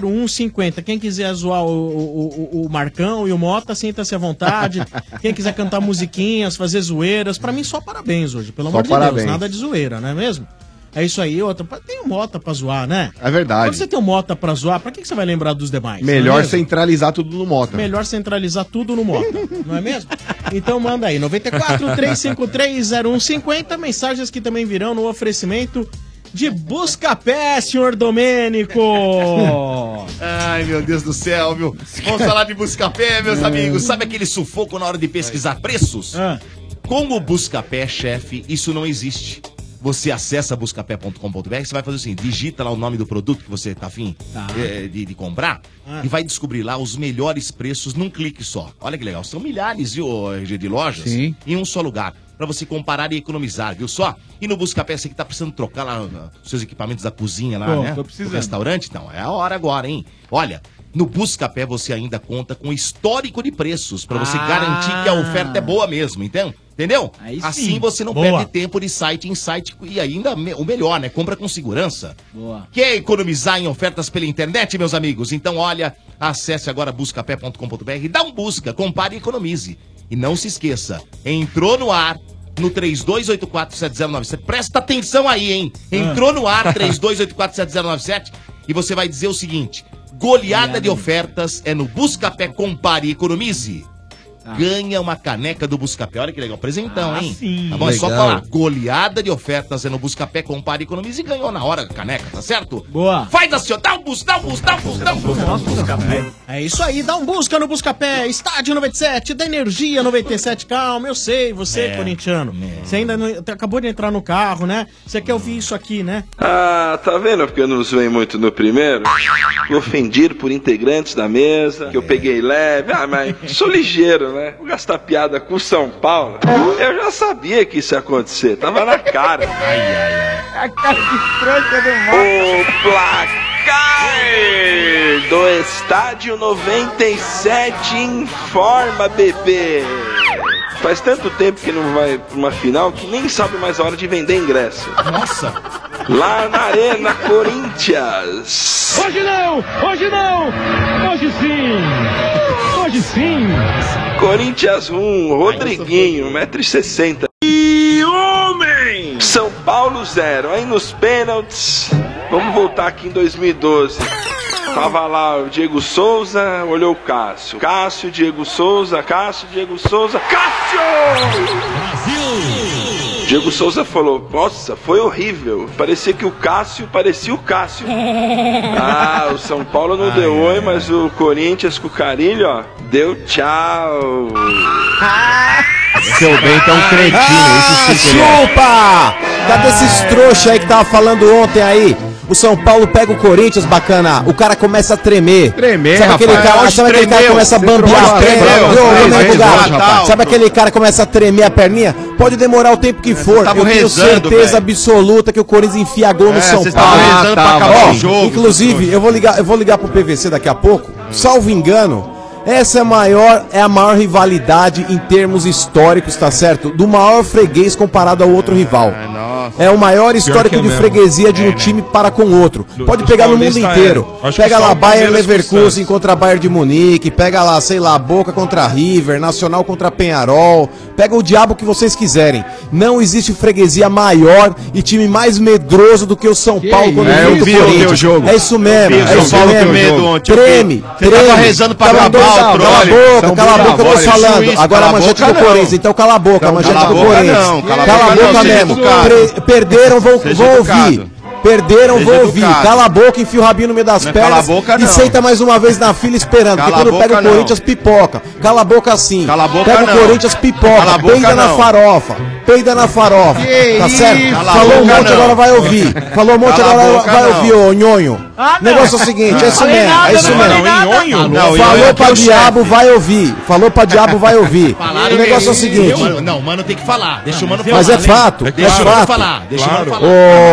Speaker 7: 0150. Quem quiser zoar o, o- o- o Marcão e o Mota, sinta-se à vontade. Quem quiser cantar musiquinhas, fazer zoeiras, pra mim só parabéns hoje, pelo
Speaker 3: Só
Speaker 7: amor de
Speaker 3: parabéns.
Speaker 7: Deus. Nada de zoeira, não é mesmo? É isso aí, outra. Tem o Mota pra zoar, né?
Speaker 3: É verdade.
Speaker 7: Quando você tem o Mota pra zoar, pra que que você vai lembrar dos demais? é
Speaker 3: Melhor
Speaker 7: sem
Speaker 3: centralizar tudo no Mota.
Speaker 7: Tá. Melhor centralizar tudo no Mota, não é mesmo? Então manda aí, 94 353 0150, mensagens que também virão no oferecimento de Buscapé, senhor Domênico!
Speaker 1: Ai, meu Deus do céu, meu. Vamos falar de Buscapé, meus amigos. Sabe aquele sufoco na hora de pesquisar preços? Com o Buscapé, chefe, isso não existe. Você acessa buscapé.com.br, você vai fazer o seguinte, digita lá o nome do produto que você tá afim eh, de, de comprar
Speaker 3: Ah.
Speaker 1: e vai descobrir lá os melhores preços num clique só. Olha que legal, são milhares viu, RG, de lojas em um só lugar, para você comparar e economizar, viu só? E no Buscapé, você que tá precisando trocar lá ah, seus equipamentos da cozinha lá,
Speaker 3: Tô,
Speaker 1: né?
Speaker 3: tô
Speaker 1: Do
Speaker 3: precisando.
Speaker 1: restaurante, então, é a hora agora, hein? Olha, no Buscapé você ainda conta com histórico de preços para você
Speaker 3: Ah.
Speaker 1: garantir que a oferta é boa mesmo, então, entendeu?
Speaker 3: sim.
Speaker 1: assim você não
Speaker 3: Boa.
Speaker 1: perde tempo de site em site e ainda me- o melhor, né? Compra com segurança.
Speaker 3: Boa.
Speaker 1: Quer economizar em ofertas pela internet, meus amigos? Então, olha, acesse agora buscapé.com.br, dá um busca, compare e economize. E não se esqueça, entrou no ar no 32847097. Presta atenção aí, hein? Entrou no ar 32847097 e você vai dizer o seguinte: goleada de ofertas é no Buscapé Compare e Economize.
Speaker 8: Tá.
Speaker 1: ganha uma caneca do Buscapé. Olha que legal, presentão,
Speaker 14: Ah,
Speaker 1: hein?
Speaker 14: sim.
Speaker 1: Tá bom? É Só
Speaker 14: Legal.
Speaker 1: falar, goleada de ofertas é no Buscapé, compare, economize e ganhou na hora a caneca, tá certo? Boa. Faz assim, ó, dá um bus, dá um bus, dá um bus, dá um bus.
Speaker 7: É isso aí, dá um busca no Buscapé, Estádio 97, da Energia 97, calma, eu sei, você,
Speaker 3: É,
Speaker 7: corintiano, você ainda não, acabou de entrar no carro, né? Você quer ouvir isso aqui, né?
Speaker 10: Ah, tá vendo porque eu não zoei muito no primeiro? Fui ofendido por integrantes da mesa, que eu peguei leve. Ah, mas sou ligeiro, né? Vou gastar piada com São Paulo. Eu já sabia que isso ia acontecer, tava na cara. Ai, ai, ai. A cara de franca do mal. O placar do estádio 97 informa, bebê. Faz tanto tempo que não vai pra uma final que nem sabe mais a hora de vender ingresso.
Speaker 1: Nossa!
Speaker 10: Lá na Arena Corinthians.
Speaker 3: Hoje não! Hoje não! Hoje sim! Hoje sim!
Speaker 10: Corinthians 1, Rodriguinho, 1,60m. E homem! São Paulo 0. Aí nos pênaltis, vamos voltar aqui em 2012. Tava lá o Diego Souza, olhou o Cássio. Cássio, Diego Souza, Cássio, Diego Souza, Cássio! Diego Souza falou: Nossa, foi horrível. Parecia que o Cássio parecia o Cássio. Ah, o São Paulo não deu oi, mas o Corinthians com o Carilho, ó, deu tchau.
Speaker 9: Seu Bento é um cretino, isso sim.
Speaker 6: é.
Speaker 9: Chupa! Cadê esses trouxa aí que tava falando ontem aí? O São Paulo pega o Corinthians, bacana. O cara começa a tremer. Tremer, Sabe aquele
Speaker 6: rapaz.
Speaker 9: cara,
Speaker 6: Hoje
Speaker 9: sabe aquele cara que
Speaker 6: tremeu.
Speaker 9: começa a
Speaker 6: Você
Speaker 9: bambear
Speaker 6: tremeu,
Speaker 9: a perna?
Speaker 6: tremeu.
Speaker 9: Ô, ô,
Speaker 6: Três
Speaker 9: nego
Speaker 6: vezes
Speaker 9: gato.
Speaker 6: hoje, rapaz.
Speaker 9: Sabe aquele cara que começa a tremer a perninha? Pode demorar o tempo que for.
Speaker 6: tava
Speaker 9: Eu tenho
Speaker 6: É, rezando,
Speaker 9: certeza
Speaker 6: velho.
Speaker 9: absoluta que o Corinthians enfia gol no
Speaker 6: É,
Speaker 9: São
Speaker 6: vocês
Speaker 9: Paulo.
Speaker 6: tavam rezando pra
Speaker 9: Ah,
Speaker 6: acabar
Speaker 9: tava.
Speaker 6: o jogo,
Speaker 9: Inclusive, eu vou ligar, eu vou ligar pro PVC daqui a pouco. Salvo engano, essa é a maior é a maior rivalidade em termos históricos, tá certo? Do maior freguês comparado ao outro rival. É o maior histórico
Speaker 15: que é
Speaker 9: de
Speaker 15: mesmo.
Speaker 9: freguesia de um time para com outro.
Speaker 15: Do-
Speaker 9: Pode
Speaker 15: dos
Speaker 9: pegar no mundo
Speaker 15: paulistas,
Speaker 9: inteiro.
Speaker 15: é. Acho que
Speaker 9: Pega
Speaker 15: só
Speaker 9: lá
Speaker 15: o
Speaker 9: Bayern
Speaker 15: Palmeiras com
Speaker 9: Leverkusen
Speaker 15: Santos.
Speaker 9: contra Bayern de Munique, pega lá, sei lá, Boca contra River, Nacional contra Penharol, pega o diabo que vocês quiserem. Não existe freguesia maior e time mais medroso do que o São Paulo quando
Speaker 6: isso? É, eu
Speaker 9: enfrenta
Speaker 6: vi o teu
Speaker 9: Corinthians.
Speaker 6: jogo.
Speaker 9: É isso
Speaker 6: Eu vi
Speaker 9: mesmo,
Speaker 6: o
Speaker 9: é
Speaker 6: São
Speaker 9: isso
Speaker 6: Paulo
Speaker 9: mesmo.
Speaker 6: teu jogo ontem, eu vi.
Speaker 9: Treme,
Speaker 6: Você
Speaker 9: treme.
Speaker 6: tava rezando pra
Speaker 9: Cala a
Speaker 6: acabar o
Speaker 9: boca, Cala a
Speaker 6: trolley.
Speaker 9: boca,
Speaker 6: São
Speaker 9: cala a
Speaker 6: Paulo
Speaker 9: boca, eu tô
Speaker 6: juiz,
Speaker 9: falando.
Speaker 6: cala
Speaker 9: Agora a
Speaker 6: a
Speaker 9: manchete
Speaker 6: boca
Speaker 9: do
Speaker 6: não.
Speaker 9: Corinthians, então cala a boca, a
Speaker 6: Então
Speaker 9: manchete
Speaker 6: cala a
Speaker 9: do
Speaker 6: boca
Speaker 9: Corinthians.
Speaker 6: não, cala a
Speaker 9: Cala a
Speaker 6: boca não,
Speaker 9: boca
Speaker 6: seja
Speaker 9: mesmo.
Speaker 6: educado.
Speaker 9: Pre- Perderam, vão
Speaker 6: Seja
Speaker 9: vão ouvir.
Speaker 6: educado.
Speaker 9: Perderam,
Speaker 6: Seja
Speaker 9: vou ouvir.
Speaker 6: educado.
Speaker 9: Cala a boca, enfia o rabinho no meio das
Speaker 6: Não é
Speaker 9: pernas.
Speaker 6: cala a boca,
Speaker 9: E
Speaker 6: não.
Speaker 9: senta mais uma vez na fila esperando.
Speaker 6: Cala a
Speaker 9: porque quando pega
Speaker 6: boca,
Speaker 9: o
Speaker 6: não.
Speaker 9: Corinthians, pipoca. Cala a boca assim. Cala a
Speaker 6: boca,
Speaker 9: pega
Speaker 6: não.
Speaker 9: o Corinthians, pipoca.
Speaker 6: Cala a boca,
Speaker 9: peida na
Speaker 6: não.
Speaker 9: farofa. Peida na farofa.
Speaker 6: Que
Speaker 9: tá
Speaker 6: isso?
Speaker 9: certo?
Speaker 6: Cala a
Speaker 9: Falou um
Speaker 6: boca,
Speaker 9: monte,
Speaker 6: não.
Speaker 9: agora vai ouvir. Falou um monte,
Speaker 6: Cala a
Speaker 9: agora
Speaker 6: boca,
Speaker 9: vai
Speaker 6: não.
Speaker 9: ouvir, ô nhonho.
Speaker 6: Ah, não.
Speaker 9: Negócio é o seguinte, é isso
Speaker 6: Falei
Speaker 9: mesmo.
Speaker 6: nada,
Speaker 9: é isso
Speaker 6: não
Speaker 9: mesmo.
Speaker 6: falei nada. Não, não,
Speaker 9: Falou
Speaker 6: nhonho
Speaker 9: pra
Speaker 6: é o
Speaker 9: diabo, vai ouvir. Falou pra diabo, vai ouvir. O negócio é o seguinte.
Speaker 1: Mano, não, o mano tem que falar. Deixa o mano falar. né?
Speaker 9: Mas é fato, é,
Speaker 1: Deixa o mano
Speaker 9: fato.
Speaker 1: falar. Deixa o mano falar.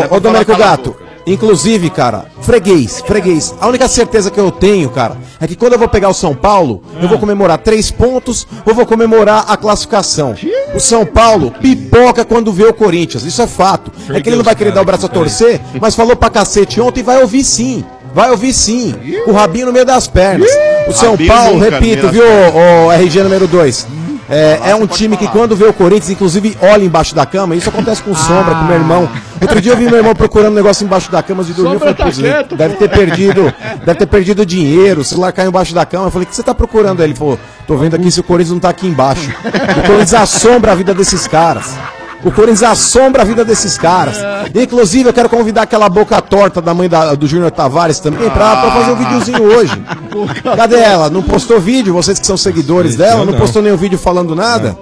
Speaker 9: Ô, ô Domênico Gato, inclusive, cara, freguês, freguês. A única certeza que eu tenho, cara, é que quando eu vou pegar o São Paulo, eu vou comemorar três pontos ou vou comemorar a classificação. O São Paulo pipoca quando vê o Corinthians, isso é fato. É que ele não vai querer dar o braço a torcer, mas falou pra cacete ontem e vai ouvir sim. Vai ouvir sim, o rabinho no meio das pernas. O São
Speaker 6: Rabinho
Speaker 9: Paulo,
Speaker 6: nunca no meio
Speaker 9: repito,
Speaker 6: das
Speaker 9: viu, ô, ô, RG número 2. É, é um time que quando vê o Corinthians, inclusive olha embaixo da cama. Isso acontece com o Sombra, com meu irmão. Outro dia eu vi meu irmão procurando um negócio embaixo da cama de dormir. Eu
Speaker 6: Sombra
Speaker 9: falei,
Speaker 6: tá
Speaker 9: "Putz,
Speaker 6: quieto,
Speaker 9: deve
Speaker 6: pô."
Speaker 9: ter perdido, deve ter perdido dinheiro, o celular caiu embaixo da cama. Eu falei, o que você tá procurando? Aí ele falou, tô vendo aqui se o Corinthians não tá aqui embaixo. O Corinthians assombra a vida desses caras. O Corinthians assombra a vida desses caras. Inclusive, eu quero convidar aquela boca torta da mãe da- do Júnior Tavares também pra, pra fazer um videozinho hoje. Cadê ela? Não postou vídeo? Vocês que são seguidores dela, não postou nenhum vídeo falando nada?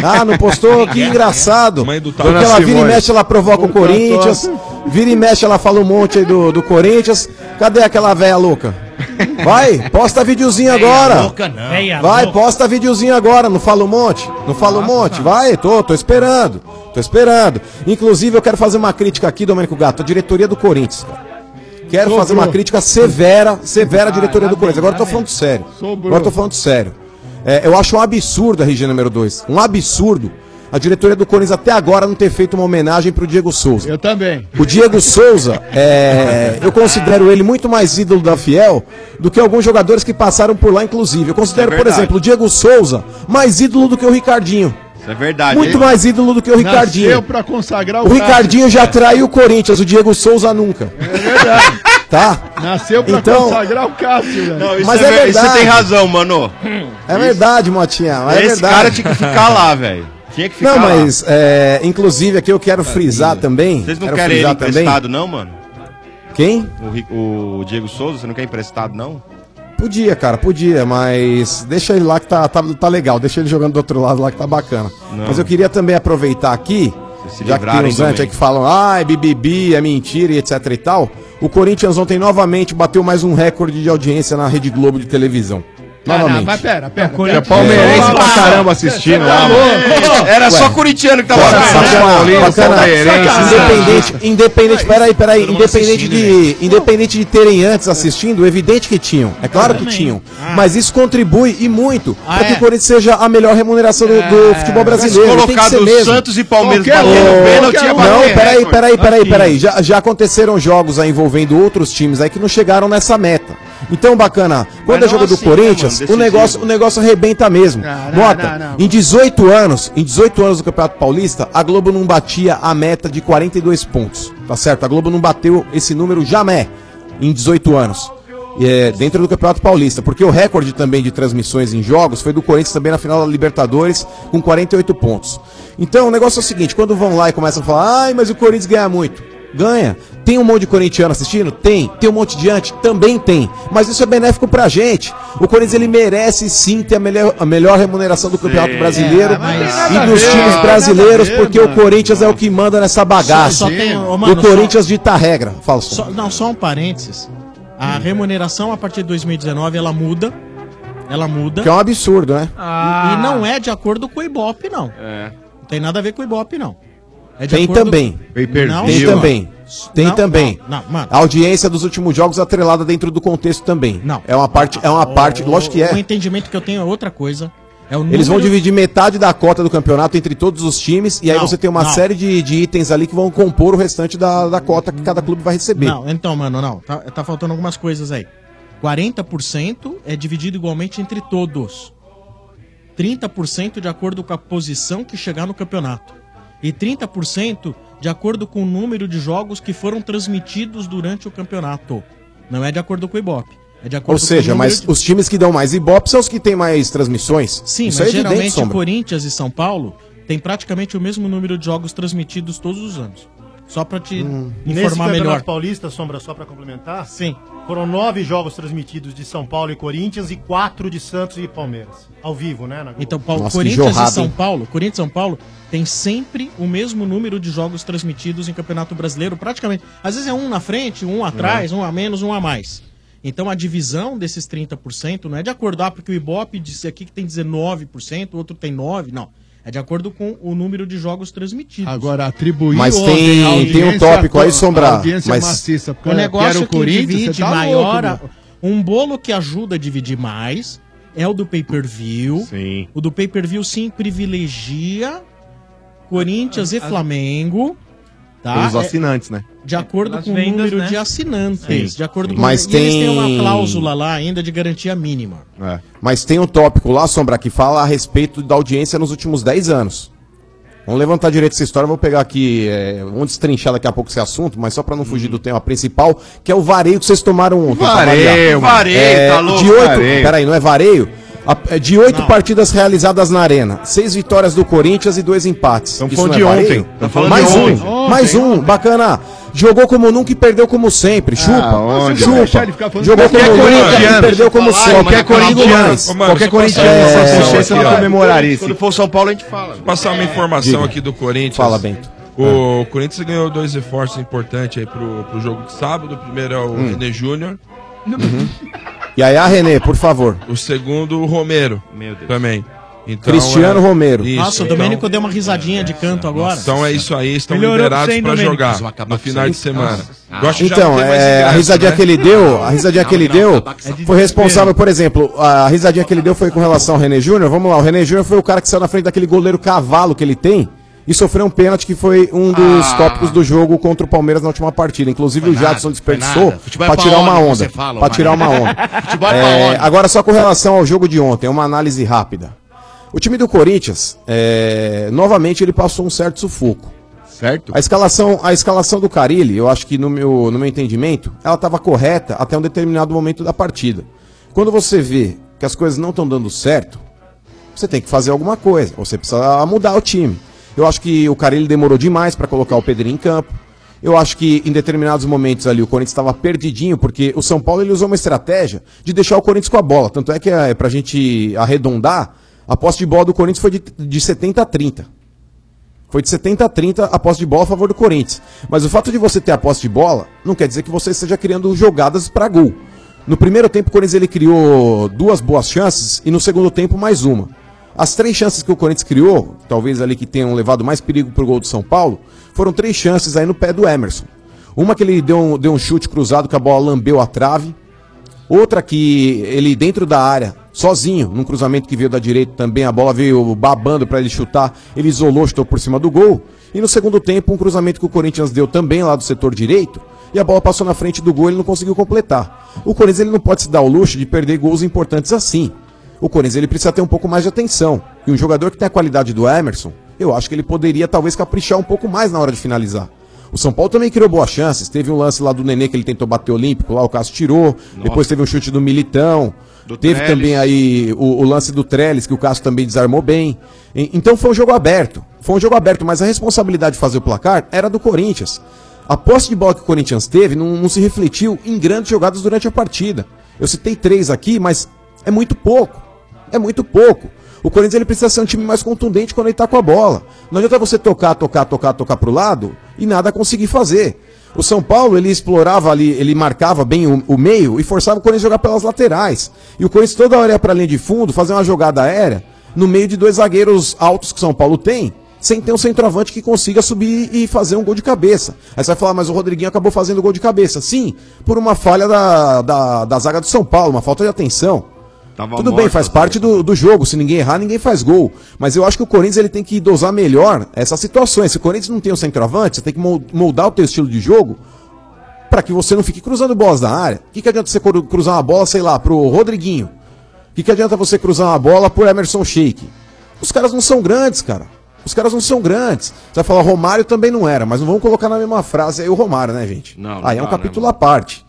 Speaker 9: Ah, não postou? Que engraçado. Porque
Speaker 6: Dona
Speaker 9: ela vira e
Speaker 6: Simone.
Speaker 9: mexe, ela provoca o
Speaker 6: Boca
Speaker 9: Corinthians. Vira e mexe, ela fala um monte aí do, do Corinthians. Cadê aquela véia louca? Vai, posta videozinho agora.
Speaker 16: Véia
Speaker 9: Vai,
Speaker 16: louca.
Speaker 9: posta videozinho agora, não fala um monte? Não fala um monte? Vai, tô, tô esperando. Tô esperando. Inclusive, eu quero fazer uma crítica aqui, Domênico Gato, à diretoria do Corinthians. cara. Quero fazer uma crítica severa,
Speaker 16: Ah,
Speaker 9: severa à diretoria do Corinthians. Agora eu tô falando sério.
Speaker 6: Sobrou.
Speaker 9: Agora eu tô falando sério. É, eu acho um absurdo a RG número 2. Um absurdo. A diretoria do Corinthians até agora não ter feito uma homenagem pro Diego Souza.
Speaker 11: Eu também.
Speaker 9: O Diego Souza, é, eu considero ele muito mais ídolo da Fiel do que alguns jogadores que passaram por lá, inclusive. Eu considero, por
Speaker 6: É verdade.
Speaker 9: exemplo, o Diego Souza mais ídolo do que o Ricardinho.
Speaker 6: Isso é verdade.
Speaker 9: Muito mais ídolo do que o Ricardinho.
Speaker 11: Nasceu pra consagrar
Speaker 6: É
Speaker 9: O Ricardinho já traiu o Corinthians, o Diego Souza nunca. Tá?
Speaker 11: Nasceu pra
Speaker 9: Então-
Speaker 11: consagrar o Cássio, velho.
Speaker 9: Não, isso Mas é é ver- verdade.
Speaker 6: Você tem razão, mano.
Speaker 3: Hum.
Speaker 9: É verdade, Motinha. É
Speaker 6: Esse
Speaker 9: verdade.
Speaker 6: cara tinha que ficar lá, velho. Tinha que ficar
Speaker 9: Não,
Speaker 6: lá.
Speaker 9: mas, é, inclusive, aqui eu quero frisar também.
Speaker 6: Vocês não
Speaker 9: quero
Speaker 6: querem ele
Speaker 9: frisar
Speaker 6: emprestado, não, mano?
Speaker 9: Quem?
Speaker 6: O, Ri- o Diego Souza, você não quer emprestado, não?
Speaker 9: Podia, cara, podia, mas deixa ele lá que tá, tá, tá legal, deixa ele jogando do outro lado lá que tá bacana.
Speaker 6: Não.
Speaker 9: Mas eu queria também aproveitar aqui,
Speaker 6: se
Speaker 9: já que tem
Speaker 6: livrarem
Speaker 9: uns antes
Speaker 6: também.
Speaker 9: aí que falam, ah, é BBB, é mentira e etc e tal. O Corinthians ontem novamente bateu mais um recorde de audiência na Rede Globo de televisão.
Speaker 11: Ah,
Speaker 9: Novamente.
Speaker 11: mas pera, pera.
Speaker 9: É palmeirense pra caramba assistindo
Speaker 3: né,
Speaker 9: lá, mano.
Speaker 6: Era
Speaker 9: tá Ué.
Speaker 6: só corintiano que tava
Speaker 9: Bora,
Speaker 3: é
Speaker 6: assistindo.
Speaker 9: sacana,
Speaker 6: Paulino,
Speaker 9: bacana,
Speaker 6: palmeirense,
Speaker 3: né?
Speaker 9: sacana. Independente, independente,
Speaker 6: é
Speaker 9: peraí, peraí, independente
Speaker 6: né?
Speaker 9: de, independente de terem antes assistindo, evidente que tinham, é claro que tinham, mas isso contribui e muito para que o Corinthians seja a melhor remuneração do, do futebol brasileiro, tem que
Speaker 6: colocado
Speaker 9: ser mesmo.
Speaker 6: Santos e Palmeiras
Speaker 9: Qualquer
Speaker 6: batendo
Speaker 9: um,
Speaker 6: pênalti, ia
Speaker 9: qualquer um.
Speaker 6: bater
Speaker 9: Não, peraí,
Speaker 6: recorde.
Speaker 9: peraí, peraí, peraí, já, já aconteceram jogos aí envolvendo outros times aí que não chegaram nessa meta. Então, bacana, quando é
Speaker 6: não
Speaker 9: jogo do
Speaker 6: assim, né,
Speaker 9: Corinthians,
Speaker 6: mano,
Speaker 9: o negócio, o negócio arrebenta mesmo. Nota, em 18 anos, em 18 anos do Campeonato Paulista, a Globo não batia a meta de 42 pontos, tá certo? A Globo não bateu esse número jamais em 18 anos. É, dentro do Campeonato Paulista, porque o recorde também de transmissões em jogos foi do Corinthians também na final da Libertadores, com 48 pontos. Então o negócio é o seguinte: quando vão lá e começam a falar, ai, mas o Corinthians ganha muito. Ganha. Tem um monte de corintiano assistindo? Tem. Tem um monte de ante? Também tem. Mas isso é benéfico pra gente. O Corinthians ele merece sim ter a melhor, a melhor remuneração do Campeonato
Speaker 7: É,
Speaker 6: Sim.
Speaker 9: Brasileiro
Speaker 6: Ah, mas tem
Speaker 9: e
Speaker 6: nada a
Speaker 9: dos
Speaker 6: ver,
Speaker 9: times
Speaker 6: ah,
Speaker 9: brasileiros,
Speaker 6: nada a ver,
Speaker 9: porque o Corinthians é o que manda nessa bagaça.
Speaker 7: Só- só tem- ô,
Speaker 9: o
Speaker 7: mano,
Speaker 9: Corinthians dita a regra. Falso.
Speaker 7: Só- não, só um parênteses. A remuneração a partir de 2019 ela muda. Ela muda.
Speaker 9: Que é um absurdo, né?
Speaker 7: E não é de acordo com o Ibope, não. Não tem nada a ver com o Ibope, não. É de
Speaker 9: Tem
Speaker 7: acordo-
Speaker 9: também.
Speaker 7: Não,
Speaker 9: Tem
Speaker 7: senhor.
Speaker 9: também. Tem
Speaker 7: Não,
Speaker 9: também.
Speaker 7: Não, não, mano.
Speaker 9: A audiência dos últimos jogos atrelada dentro do contexto também. Não. É uma parte, é uma parte, lógico que é.
Speaker 7: O entendimento que eu tenho é outra coisa. É o
Speaker 9: Eles vão
Speaker 7: número-
Speaker 9: dividir metade da cota do campeonato entre todos os times e aí
Speaker 7: Não,
Speaker 9: você tem uma
Speaker 7: não.
Speaker 9: série de, de itens ali que vão compor o restante da, da cota que cada clube vai receber.
Speaker 7: Não, então, mano, não. Tá, tá faltando algumas coisas aí. 40% é dividido igualmente entre todos. 30% de acordo com a posição que chegar no campeonato. E 30% de acordo com o número de jogos que foram transmitidos durante o campeonato. Não é de acordo com o Ibope. É de acordo
Speaker 9: Ou seja,
Speaker 7: com o número
Speaker 9: mas os times que dão mais ibope são os que têm mais transmissões. é
Speaker 7: Sim, mas geralmente Corinthians e São Paulo têm praticamente o mesmo número de jogos transmitidos todos os anos. Só pra te
Speaker 12: Hum. Nesse
Speaker 7: Hum. informar
Speaker 12: Campeonato
Speaker 7: melhor.
Speaker 12: Paulista, Sombra, só pra complementar.
Speaker 7: Sim.
Speaker 12: Foram nove jogos transmitidos de São Paulo e Corinthians e quatro de Santos e Palmeiras. Ao vivo, né? na Globo.
Speaker 7: Então, Paulo, Corinthians e São Paulo, Corinthians e São Paulo tem sempre o mesmo número de jogos transmitidos em Campeonato Brasileiro, praticamente. Às vezes é um na frente, um atrás, um a menos, um a mais. Então a divisão desses 30% não é de acordo, ah, porque o Ibope disse aqui que tem 19%, o outro tem 9%, não. É de acordo com o número de jogos transmitidos.
Speaker 11: Agora, atribuir
Speaker 9: Mas
Speaker 11: ordem
Speaker 9: tem-
Speaker 11: à
Speaker 9: tem um
Speaker 11: audiência,
Speaker 9: tópico aí,
Speaker 11: a-
Speaker 9: Sombra,
Speaker 11: a Audiência
Speaker 9: mas-
Speaker 11: maciça. porque
Speaker 7: O negócio
Speaker 11: era
Speaker 7: que divide
Speaker 11: você tá
Speaker 7: maior,
Speaker 11: louco, meu.
Speaker 7: um bolo que ajuda a dividir mais é o do pay-per-view. O do pay-per-view sim privilegia Corinthians
Speaker 13: Ah,
Speaker 7: e
Speaker 9: As-
Speaker 7: Flamengo, tá?
Speaker 9: Os assinantes, né?
Speaker 7: É, de acordo
Speaker 13: Pelas
Speaker 7: com
Speaker 13: vendas,
Speaker 7: o número
Speaker 13: né?
Speaker 7: de assinantes,
Speaker 9: Sim.
Speaker 7: de acordo com
Speaker 9: Mas
Speaker 7: e eles têm
Speaker 9: tem-
Speaker 7: uma cláusula lá ainda de garantia mínima.
Speaker 9: Mas tem um tópico lá, Sombra, que fala a respeito da audiência nos últimos 10 anos. Vamos levantar direito essa história, vou pegar aqui, é, vamos destrinchar daqui a pouco esse assunto, mas só pra não
Speaker 16: Hum.
Speaker 9: fugir do tema principal, que é o vareio que vocês tomaram ontem. pra
Speaker 6: Vareio,
Speaker 9: variar.
Speaker 6: vareio,
Speaker 9: é,
Speaker 6: tá louco,
Speaker 9: De oito,
Speaker 6: vareio.
Speaker 9: peraí, não é vareio? A- é de oito partidas realizadas na arena, seis vitórias do Corinthians e dois empates. Estamos
Speaker 16: falando de ontem. Tamo falando
Speaker 9: mais
Speaker 16: de
Speaker 9: um,
Speaker 16: ontem. Ah,
Speaker 9: mais um, bacana. Jogou como nunca e perdeu como sempre. Chupa,
Speaker 16: onde,
Speaker 9: chupa.
Speaker 16: velho?
Speaker 9: Jogou como nunca
Speaker 16: Qualquer
Speaker 9: e
Speaker 16: corintiano.
Speaker 9: perdeu como
Speaker 16: Falaram,
Speaker 9: sempre.
Speaker 10: É
Speaker 16: qualquer corintiano.
Speaker 9: mais.
Speaker 10: Ô, mano,
Speaker 9: Qualquer
Speaker 10: só passar
Speaker 9: corintiano.
Speaker 10: uma
Speaker 9: é,
Speaker 10: informação
Speaker 9: é,
Speaker 10: aqui, ó.
Speaker 9: é,
Speaker 10: Quando for São Paulo, a gente fala. Vou Passar uma informação
Speaker 9: Diga.
Speaker 10: aqui do Corinthians.
Speaker 9: Fala, Bento.
Speaker 10: O Corinthians ganhou dois reforços importantes aí pro, pro jogo de sábado. O primeiro é o
Speaker 9: Hum.
Speaker 10: René Júnior.
Speaker 9: Uhum. E aí, a Renê, por favor.
Speaker 10: O segundo, o Romero. Também. Então,
Speaker 9: Cristiano
Speaker 10: é-
Speaker 9: Romero.
Speaker 10: Isso,
Speaker 7: Nossa, o
Speaker 10: então-
Speaker 7: Domênico deu uma risadinha de canto agora.
Speaker 10: Então é isso aí, estão
Speaker 7: Melhorou
Speaker 10: liberados
Speaker 7: sem
Speaker 10: pra
Speaker 7: Domênico.
Speaker 10: jogar
Speaker 7: Mas vai acabar
Speaker 10: no final
Speaker 7: sem-
Speaker 10: de semana.
Speaker 9: Ah.
Speaker 10: Eu acho que já não
Speaker 9: então,
Speaker 10: tem mais
Speaker 9: é, a
Speaker 10: ingresso,
Speaker 9: risadinha
Speaker 10: né?
Speaker 9: que ele deu, a risadinha que ele
Speaker 10: tá
Speaker 9: deu foi responsável, por exemplo, a risadinha que ele deu foi com relação ao René Júnior. Vamos lá, o René Júnior foi o cara que saiu na frente daquele goleiro cavalo que ele tem e sofreu um pênalti que foi um dos
Speaker 1: Ah.
Speaker 9: tópicos do jogo contra o Palmeiras na última partida. Inclusive o
Speaker 1: Foi
Speaker 9: Jadson
Speaker 1: nada, foi
Speaker 9: desperdiçou
Speaker 1: nada. Futebol é
Speaker 9: pra
Speaker 1: pra
Speaker 9: tirar uma
Speaker 1: onda,
Speaker 9: onda.
Speaker 1: você
Speaker 9: Pra
Speaker 1: fala, Omar.
Speaker 9: tirar uma onda.
Speaker 1: Futebol é pra
Speaker 9: É,
Speaker 1: onda.
Speaker 9: agora só com relação ao jogo de ontem, uma análise rápida. O time do Corinthians, é, novamente ele passou um certo sufoco. Certo. A escalação, a escalação do Carilli, eu acho que no meu, no meu entendimento, ela estava correta até um determinado momento da partida. Quando você vê que as coisas não estão dando certo, você tem que fazer alguma coisa. ou Você precisa mudar o time. Eu acho que o Carilli demorou demais para colocar o Pedrinho em campo. Eu acho que em determinados momentos ali o Corinthians estava perdidinho, porque o São Paulo ele usou uma estratégia de deixar o Corinthians com a bola. Tanto é que é, pra gente arredondar, a posse de bola do Corinthians foi de, de 70 a 30. Foi de 70 a 30 a posse de bola a favor do Corinthians. Mas o fato de você ter a posse de bola não quer dizer que você esteja criando jogadas para gol. No primeiro tempo, o Corinthians ele criou duas boas chances e no segundo tempo, mais uma. As três chances que o Corinthians criou, talvez ali que tenham levado mais perigo pro gol do São Paulo, foram três chances aí no pé do Emerson. Uma que ele deu um, deu um chute cruzado que a bola lambeu a trave. Outra que ele dentro da área, sozinho, num cruzamento que veio da direita também, a bola veio babando para ele chutar, ele isolou, chutou por cima do gol. E no segundo tempo, um cruzamento que o Corinthians deu também lá do setor direito, e a bola passou na frente do gol, ele não conseguiu completar. O Corinthians ele não pode se dar o luxo de perder gols importantes assim. O Corinthians ele precisa ter um pouco mais de atenção. E um jogador que tem a qualidade do Emerson, eu acho que ele poderia talvez caprichar um pouco mais na hora de finalizar. O São Paulo também criou boas chances. Teve um lance lá do Nenê que ele tentou bater olímpico, lá o Cássio tirou. Depois teve um chute do Militão.
Speaker 6: Do
Speaker 9: teve
Speaker 6: Trellis.
Speaker 9: também aí o, o lance do Trellis, que o Cássio também desarmou bem. E- então foi um jogo aberto. Foi um jogo aberto, mas a responsabilidade de fazer o placar era do Corinthians. A posse de bola que o Corinthians teve não, não se refletiu em grandes jogadas durante a partida. Eu citei três aqui, mas é muito pouco. É muito pouco. O Corinthians ele precisa ser um time mais contundente quando ele tá com a bola. Não adianta você tocar, tocar, tocar, tocar pro lado e nada conseguir fazer. O São Paulo, ele explorava ali, ele marcava bem o, o meio e forçava o Corinthians a jogar pelas laterais. E o Corinthians toda hora ia pra linha de fundo, fazer uma jogada aérea no meio de dois zagueiros altos que o São Paulo tem, sem ter um centroavante que consiga subir e fazer um gol de cabeça. Aí você vai falar, mas o Rodriguinho acabou fazendo gol de cabeça. Sim, por uma falha da, da, da zaga do São Paulo, uma falta de atenção.
Speaker 6: Tava
Speaker 9: Tudo
Speaker 6: morto,
Speaker 9: bem, faz parte do, do jogo. Se ninguém errar, ninguém faz gol. Mas eu acho que o Corinthians ele tem que dosar melhor essas situações. Se o Corinthians não tem um centroavante, você tem que mol- moldar o teu estilo de jogo para que você não fique cruzando bolas na área. O que, que adianta você cru- cruzar uma bola, sei lá, pro Rodriguinho? O que, que adianta você cruzar uma bola pro Emerson Sheik? Os caras não são grandes, cara. Os caras não são grandes. Você vai falar, Romário também não era, mas não vamos colocar na mesma frase aí o Romário, né, gente?
Speaker 6: Não, não
Speaker 9: aí é um
Speaker 6: dá, né,
Speaker 9: capítulo à parte.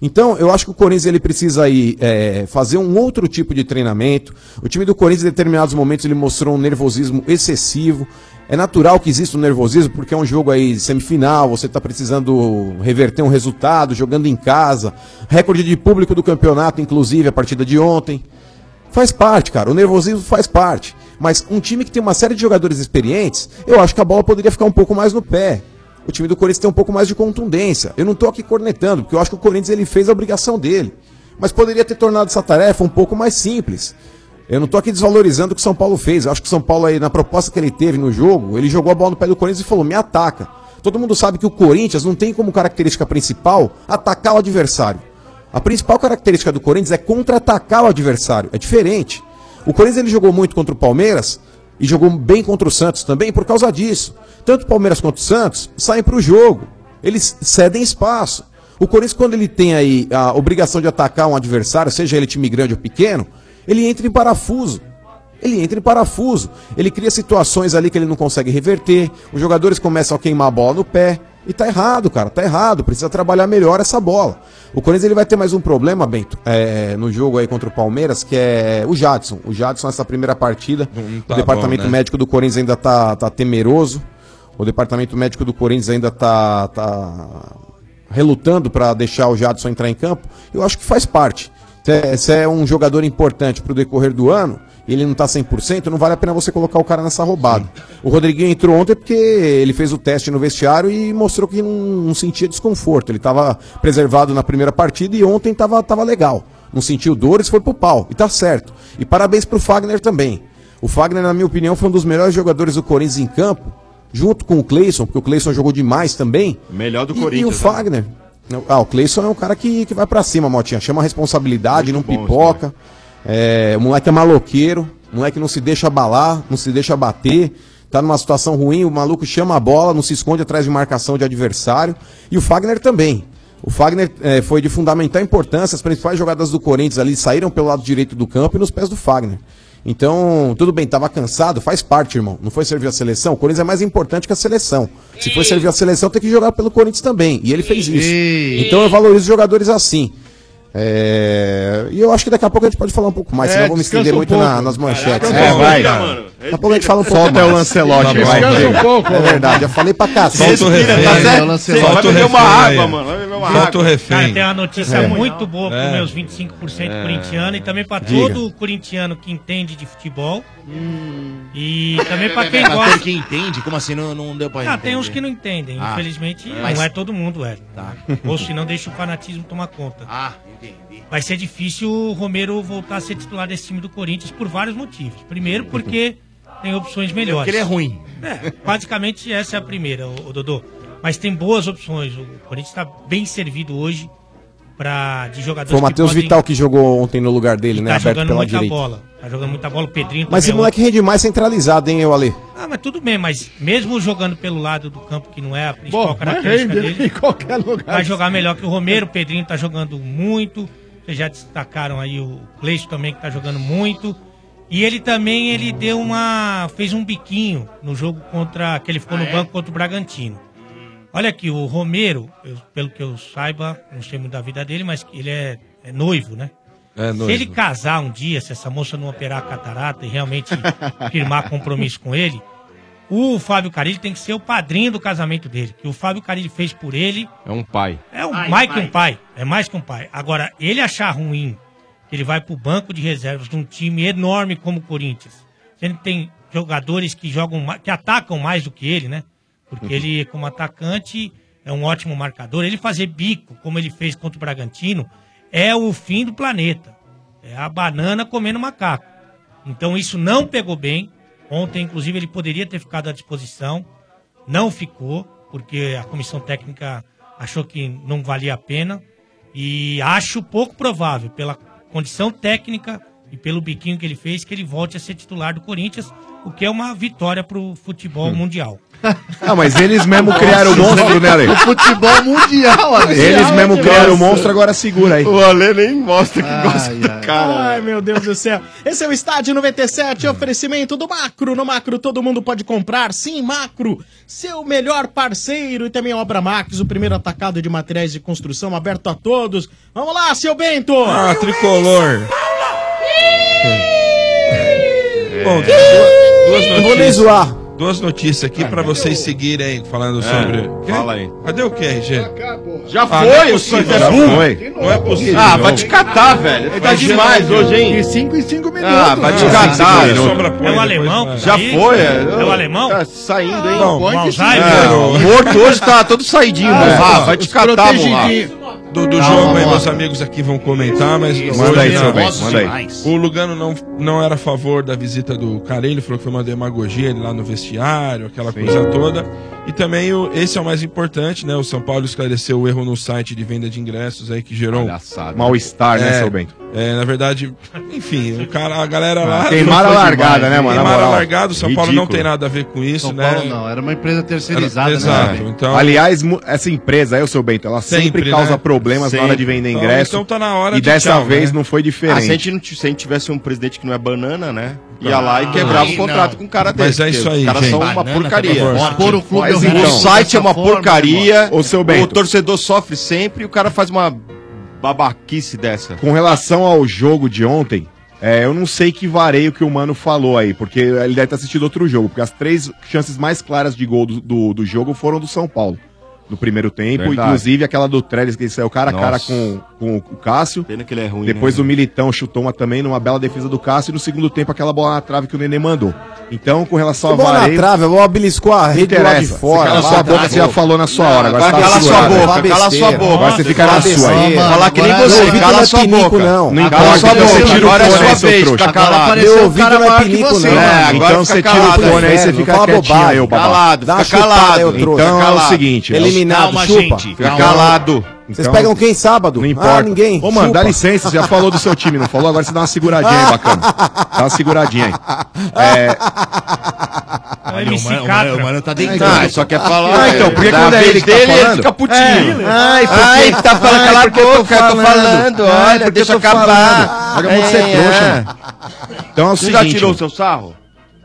Speaker 9: Então, eu acho que o Corinthians ele precisa aí, é, fazer um outro tipo de treinamento. O time do Corinthians, em determinados momentos, ele mostrou um nervosismo excessivo. É natural que exista um nervosismo, porque é um jogo aí semifinal, você está precisando reverter um resultado, jogando em casa. Recorde de público do campeonato, inclusive, a partida de ontem. Faz parte, cara. O nervosismo faz parte. Mas um time que tem uma série de jogadores experientes, eu acho que a bola poderia ficar um pouco mais no pé. O time do Corinthians tem um pouco mais de contundência. Eu não tô aqui cornetando, porque eu acho que o Corinthians ele fez a obrigação dele. Mas poderia ter tornado essa tarefa um pouco mais simples. Eu não tô aqui desvalorizando o que o São Paulo fez. Eu acho que o São Paulo aí, na proposta que ele teve no jogo, ele jogou a bola no pé do Corinthians e falou, me ataca. Todo mundo sabe que o Corinthians não tem como característica principal atacar o adversário. A principal característica do Corinthians é contra-atacar o adversário. É diferente. O Corinthians ele jogou muito contra o Palmeiras e jogou bem contra o Santos também por causa disso. Tanto o Palmeiras quanto o Santos saem para o jogo. Eles cedem espaço. O Corinthians, quando ele tem aí a obrigação de atacar um adversário, seja ele time grande ou pequeno, ele entra em parafuso. Ele entra em parafuso. Ele cria situações ali que ele não consegue reverter. Os jogadores começam a queimar a bola no pé. E tá errado, cara. Tá errado. Precisa trabalhar melhor essa bola. O Corinthians ele vai ter mais um problema, Bento, é, no jogo aí contra o Palmeiras, que é o Jadson. O Jadson, nessa primeira partida,
Speaker 10: tá
Speaker 9: o departamento
Speaker 10: bom, né?
Speaker 9: médico do Corinthians ainda tá, tá temeroso. O departamento médico do Corinthians ainda tá, tá relutando para deixar o Jadson entrar em campo, eu acho que faz parte. Se é, se é um jogador importante para o decorrer do ano e ele não tá 100%, não vale a pena você colocar o cara nessa roubada. O Rodriguinho entrou ontem porque ele fez o teste no vestiário e mostrou que não, não sentia desconforto. Ele estava preservado na primeira partida e ontem estava tava legal. Não sentiu dores, foi pro pau. E tá certo. E parabéns pro Fagner também. O Fagner, na minha opinião, foi um dos melhores jogadores do Corinthians em campo, junto com o Cleison, porque o Cleison jogou demais também.
Speaker 6: Melhor do
Speaker 9: E- E, o
Speaker 6: Corinthians. né?
Speaker 9: Fagner? Ah, o Cleison é um cara que, que vai pra cima, Motinha. Chama a responsabilidade, não pipoca. É, o moleque é maloqueiro. O moleque não se deixa abalar, não se deixa bater. Tá numa situação ruim, o maluco chama a bola, não se esconde atrás de marcação de adversário. E o Fagner também. O Fagner é, foi de fundamental importância. As principais jogadas do Corinthians ali saíram pelo lado direito do campo e nos pés do Fagner. Então, tudo bem, tava cansado, faz parte, irmão. Não foi servir a seleção? O Corinthians é mais importante que a seleção. Se for servir a seleção, tem que jogar pelo Corinthians também. E ele fez isso. Então eu valorizo jogadores assim. É, E eu acho que daqui a pouco a gente pode falar um pouco mais,
Speaker 16: É,
Speaker 9: senão eu vou me
Speaker 16: descansa
Speaker 9: estender
Speaker 16: um
Speaker 9: muito
Speaker 16: pouco.
Speaker 9: na- nas manchetes.
Speaker 16: Caraca, É, vai.
Speaker 9: Daqui
Speaker 16: mano.
Speaker 9: a pouco a gente fala um pouco
Speaker 16: Solta
Speaker 9: mais.
Speaker 16: o Lancelote aí, vai,
Speaker 9: Descansa
Speaker 16: vai.
Speaker 9: um pouco, É verdade, eu falei pra cacete.
Speaker 10: né? Solta o refém.
Speaker 6: é,
Speaker 10: Solta o refém aí. Solta o refém.
Speaker 8: Cara, tem uma notícia
Speaker 10: É.
Speaker 8: muito boa para
Speaker 10: É.
Speaker 8: os meus 25%
Speaker 10: É.
Speaker 8: corintiano e também para
Speaker 10: Diga.
Speaker 8: todo corintiano que entende de futebol. E também para quem
Speaker 1: Mas
Speaker 8: gosta.
Speaker 1: tem quem entende? Como assim não, não deu pra
Speaker 8: Ah, tem uns que não entendem.
Speaker 1: Ah.
Speaker 8: Infelizmente,
Speaker 1: Mas-
Speaker 8: não é todo mundo, é.
Speaker 1: Tá.
Speaker 8: Ou se não deixa o fanatismo tomar conta.
Speaker 1: Ah, entendi.
Speaker 8: Vai ser difícil o Romero voltar a ser titular desse time do Corinthians por vários motivos. Primeiro, porque tem opções melhores.
Speaker 1: Porque ele é ruim.
Speaker 8: É, basicamente essa é a primeira, o, Dodô. Mas tem boas opções. O Corinthians está bem servido hoje pra, de jogadores
Speaker 9: Foi o Matheus
Speaker 8: podem-
Speaker 9: Vital que jogou ontem no lugar dele, né?
Speaker 8: tá
Speaker 9: Aberto
Speaker 8: jogando
Speaker 9: pela
Speaker 8: muita
Speaker 9: direita.
Speaker 8: bola. Tá jogando muita bola. O Pedrinho
Speaker 9: Mas esse
Speaker 8: também é
Speaker 9: moleque rende mais centralizado, hein, eu Ale?
Speaker 8: Ah, mas tudo bem, mas mesmo jogando pelo lado do campo, que não é a principal característica
Speaker 11: rende
Speaker 8: dele,
Speaker 11: né? em qualquer lugar.
Speaker 8: vai jogar melhor que o Romero. O Pedrinho tá jogando muito. Vocês já destacaram aí o Cleiton também, que tá jogando muito. E ele também, ele deu uma... fez um biquinho no jogo contra... que ele ficou no banco contra o Bragantino. Olha aqui, o Romero, eu- pelo que eu saiba, não sei muito da vida dele, mas ele é- é noivo, né?
Speaker 10: É,
Speaker 8: Se ele casar um dia, se essa moça não operar a catarata e realmente firmar compromisso com ele, o Fábio Carilli tem que ser o padrinho do casamento dele. Que o Fábio Carilli fez por ele
Speaker 3: É um pai.
Speaker 8: é o
Speaker 3: Pai,
Speaker 8: mais
Speaker 3: pai.
Speaker 8: que um pai. É mais que um pai. Agora, ele achar ruim que ele vai pro banco de reservas de um time enorme como o Corinthians. Sendo que tem jogadores que jogam ma- que atacam mais do que ele, né? Porque
Speaker 3: Uhum.
Speaker 8: ele, como atacante, é um ótimo marcador. Ele fazer bico, como ele fez contra o Bragantino, é o fim do planeta. É a banana comendo macaco. Então isso não pegou bem. Ontem, inclusive, ele poderia ter ficado à disposição. Não ficou, porque a comissão técnica achou que não valia a pena. E acho pouco provável, pela condição técnica e pelo biquinho que ele fez, que ele volte a ser titular do Corinthians, o que é uma vitória pro futebol mundial.
Speaker 16: Ah, mas eles mesmo criaram o monstro, né, Ale?
Speaker 11: O futebol mundial, Ale.
Speaker 16: Eles mesmo criaram o monstro, agora segura aí.
Speaker 11: O Ale nem mostra
Speaker 16: que gosta
Speaker 11: do
Speaker 7: Ai, meu Deus do céu. Esse é o Estádio 97, oferecimento do Macro. No Macro todo mundo pode comprar. Sim, Macro, seu melhor parceiro. E também a Obra Max, o primeiro atacado de materiais de construção aberto a todos. Vamos lá, seu Bento!
Speaker 10: Ah, tricolor. Bom,
Speaker 7: É.
Speaker 10: duas, duas
Speaker 7: Eu
Speaker 10: notícias.
Speaker 7: vou nem zoar.
Speaker 10: Duas notícias aqui pra vocês seguirem aí, falando sobre. Fala aí. Cadê o que, RG?
Speaker 3: É. Já
Speaker 10: Ah,
Speaker 3: foi,
Speaker 10: não é
Speaker 3: o
Speaker 10: possível,
Speaker 3: Santos é
Speaker 10: já
Speaker 3: burro.
Speaker 10: foi. Não é possível.
Speaker 3: Ah, vai te catar, velho. Ele tá
Speaker 10: Mas
Speaker 3: demais
Speaker 10: já-
Speaker 3: hoje, hein?
Speaker 11: De 5 em
Speaker 6: Tá
Speaker 11: 5 minutos. né?
Speaker 3: Ah, vai
Speaker 6: né?
Speaker 3: te catar.
Speaker 8: É o alemão que
Speaker 3: Já
Speaker 8: tá aí?
Speaker 3: foi.
Speaker 8: É o alemão?
Speaker 3: Tá saindo, hein?
Speaker 8: Não,
Speaker 3: Põe
Speaker 8: o
Speaker 3: que-
Speaker 8: Alzheimer.
Speaker 3: É, o morto hoje tá todo saidinho.
Speaker 10: Ah,
Speaker 3: né?
Speaker 10: os-
Speaker 3: Ah, vai te
Speaker 10: os
Speaker 3: catar,
Speaker 10: protegidinhos.
Speaker 3: mano.
Speaker 10: do, do
Speaker 3: Tá,
Speaker 10: jogo
Speaker 3: vamos
Speaker 10: aí,
Speaker 3: lá.
Speaker 10: meus amigos aqui vão comentar, mas
Speaker 3: Isso,
Speaker 10: hoje
Speaker 3: manda aí,
Speaker 10: não.
Speaker 3: seu bem, manda aí.
Speaker 10: Demais. O Lugano não, não era a favor da visita do Carelli, falou que foi uma demagogia ele lá no vestiário, aquela coisa toda. E também o, esse é o mais importante, né? O São Paulo esclareceu o erro no site de venda de ingressos aí que gerou
Speaker 6: Palhaçada. Mal-estar, né,
Speaker 10: É,
Speaker 6: seu Bento?
Speaker 10: É, na verdade, enfim, o cara, a galera lá.
Speaker 6: Ah, queimaram
Speaker 10: não foi
Speaker 6: a largada,
Speaker 10: demais,
Speaker 6: né, mano? Na
Speaker 10: Queimaram a
Speaker 6: moral.
Speaker 10: largada, o São Paulo não
Speaker 6: Ridículo.
Speaker 10: tem nada a ver com isso,
Speaker 6: São
Speaker 10: né?
Speaker 6: Paulo
Speaker 3: não, era uma empresa
Speaker 10: terceirizada, né, Exato, então-
Speaker 6: É. Aliás, mu- essa empresa aí, o seu Bento, ela sempre,
Speaker 10: Sempre,
Speaker 6: causa
Speaker 10: né?
Speaker 6: problemas na hora de
Speaker 10: Sempre.
Speaker 6: vender
Speaker 10: Então-
Speaker 6: ingresso.
Speaker 10: então tá na hora
Speaker 6: E
Speaker 10: de
Speaker 6: dessa
Speaker 10: tchau,
Speaker 6: vez
Speaker 10: né?
Speaker 6: não foi diferente.
Speaker 10: Ah,
Speaker 6: se, a gente, não- se a gente tivesse um presidente que não é banana, né? Ia
Speaker 3: Ah,
Speaker 6: lá e quebrava
Speaker 3: aí
Speaker 6: o contrato
Speaker 3: não.
Speaker 6: com o cara dele.
Speaker 10: Mas é isso aí,
Speaker 6: Os caras
Speaker 10: gente.
Speaker 6: são uma
Speaker 10: Banana
Speaker 6: porcaria.
Speaker 10: também é forte.
Speaker 6: Pôr
Speaker 3: Mas
Speaker 6: Mas
Speaker 3: o site é uma porcaria.
Speaker 6: Ô, seu Bento.
Speaker 3: O torcedor sofre sempre e o cara faz uma babaquice dessa.
Speaker 6: Com relação ao jogo de ontem, é, eu não sei que vareio que o Mano falou aí, porque ele deve ter assistido outro jogo, porque as três chances mais claras de gol do, do, do jogo foram do São Paulo. No primeiro tempo,
Speaker 3: Verdade.
Speaker 6: inclusive aquela do Trellis, que ele saiu cara a cara
Speaker 3: Nossa.
Speaker 6: com, com o Cássio.
Speaker 3: Pena que ele é ruim.
Speaker 6: Depois
Speaker 3: né?
Speaker 6: o Militão chutou uma também numa bela defesa do Cássio. E no segundo tempo, aquela bola na trave que o Nenê mandou. Então, com relação ao
Speaker 9: Bola na
Speaker 6: vareio...
Speaker 9: trave, a bola beliscou a
Speaker 6: Não
Speaker 9: rede do lado de
Speaker 6: interessa.
Speaker 9: fora.
Speaker 6: Você cala
Speaker 9: lá
Speaker 6: sua
Speaker 9: atrás.
Speaker 6: boca, você já falou na sua hora. Agora,
Speaker 9: Agora
Speaker 6: você tá
Speaker 9: cala sua
Speaker 6: segurado.
Speaker 9: boca, Fala cala besteira. sua boca.
Speaker 6: Agora você fica na
Speaker 9: Fala
Speaker 6: sua aí.
Speaker 9: besteira.
Speaker 6: Falar que nem
Speaker 9: Agora-
Speaker 6: você,
Speaker 9: Meu ouvido
Speaker 6: cala
Speaker 9: não é
Speaker 6: sua
Speaker 9: pinico,
Speaker 6: boca.
Speaker 9: não.
Speaker 6: Não
Speaker 9: Agora
Speaker 6: importa,
Speaker 9: sua
Speaker 6: você
Speaker 9: boca.
Speaker 6: tira o
Speaker 9: Agora é
Speaker 6: fone aí,
Speaker 9: sua
Speaker 6: seu
Speaker 9: vez,
Speaker 6: trouxa.
Speaker 9: tá calado.
Speaker 6: Agora
Speaker 9: Meu
Speaker 6: apareceu um
Speaker 9: ouvido
Speaker 6: cara
Speaker 9: não é
Speaker 6: maior que
Speaker 9: pinico,
Speaker 6: você,
Speaker 9: não.
Speaker 6: né? Agora
Speaker 9: Então
Speaker 6: fica
Speaker 9: você tira o
Speaker 6: calado
Speaker 9: fone
Speaker 6: aí,
Speaker 9: aí,
Speaker 6: você
Speaker 9: você
Speaker 6: fica
Speaker 9: fica
Speaker 6: quietinho
Speaker 9: bobagem.
Speaker 6: aí, ô babá.
Speaker 9: Dá
Speaker 6: Fica
Speaker 9: uma chutada
Speaker 6: calado.
Speaker 9: aí, ô trouxa.
Speaker 6: Então é o
Speaker 9: Calado.
Speaker 6: seguinte, ó.
Speaker 9: Eliminado,
Speaker 6: Calma,
Speaker 9: chupa.
Speaker 6: gente, Fica calma. calado.
Speaker 9: Vocês
Speaker 6: Então-
Speaker 9: pegam quem sábado?
Speaker 6: Não importa.
Speaker 9: Ah, ninguém.
Speaker 6: Ô, mano, dá
Speaker 9: Chupa.
Speaker 6: licença, você já falou do seu time, não falou? Agora você dá uma seguradinha aí, bacana. Dá uma seguradinha aí. É,
Speaker 1: Olha, o, mano, o, mano, o mano tá deitado.
Speaker 6: Ah,
Speaker 1: só
Speaker 6: quer falar. Ah, então, porque
Speaker 1: Da
Speaker 6: quando é
Speaker 1: vez
Speaker 6: ele que tá
Speaker 1: dele, ele
Speaker 6: falando.
Speaker 1: fica putinho.
Speaker 6: É. Ai, porque,
Speaker 1: Ai, tá falando, cala a
Speaker 6: porque eu tô
Speaker 1: boca, eu tô falando, olha,
Speaker 6: porque eu
Speaker 1: deixa
Speaker 6: tô
Speaker 1: eu acabar.
Speaker 6: falando.
Speaker 11: Olha como você é trouxa, né?
Speaker 6: Então é o
Speaker 3: Você já
Speaker 6: seguinte-
Speaker 3: tirou o seu sarro?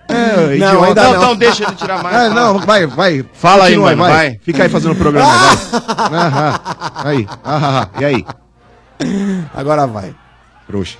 Speaker 6: É,
Speaker 3: não,
Speaker 6: idiota.
Speaker 3: ainda não. Então deixa ele tirar mais.
Speaker 6: É, não, vai, vai.
Speaker 3: Fala aí,
Speaker 6: Continua
Speaker 3: mano, vai.
Speaker 6: Fica aí fazendo o programa, vai. Ah, ah, aí, ah, ah, ah, e aí?
Speaker 9: Agora vai.
Speaker 6: Trouxa.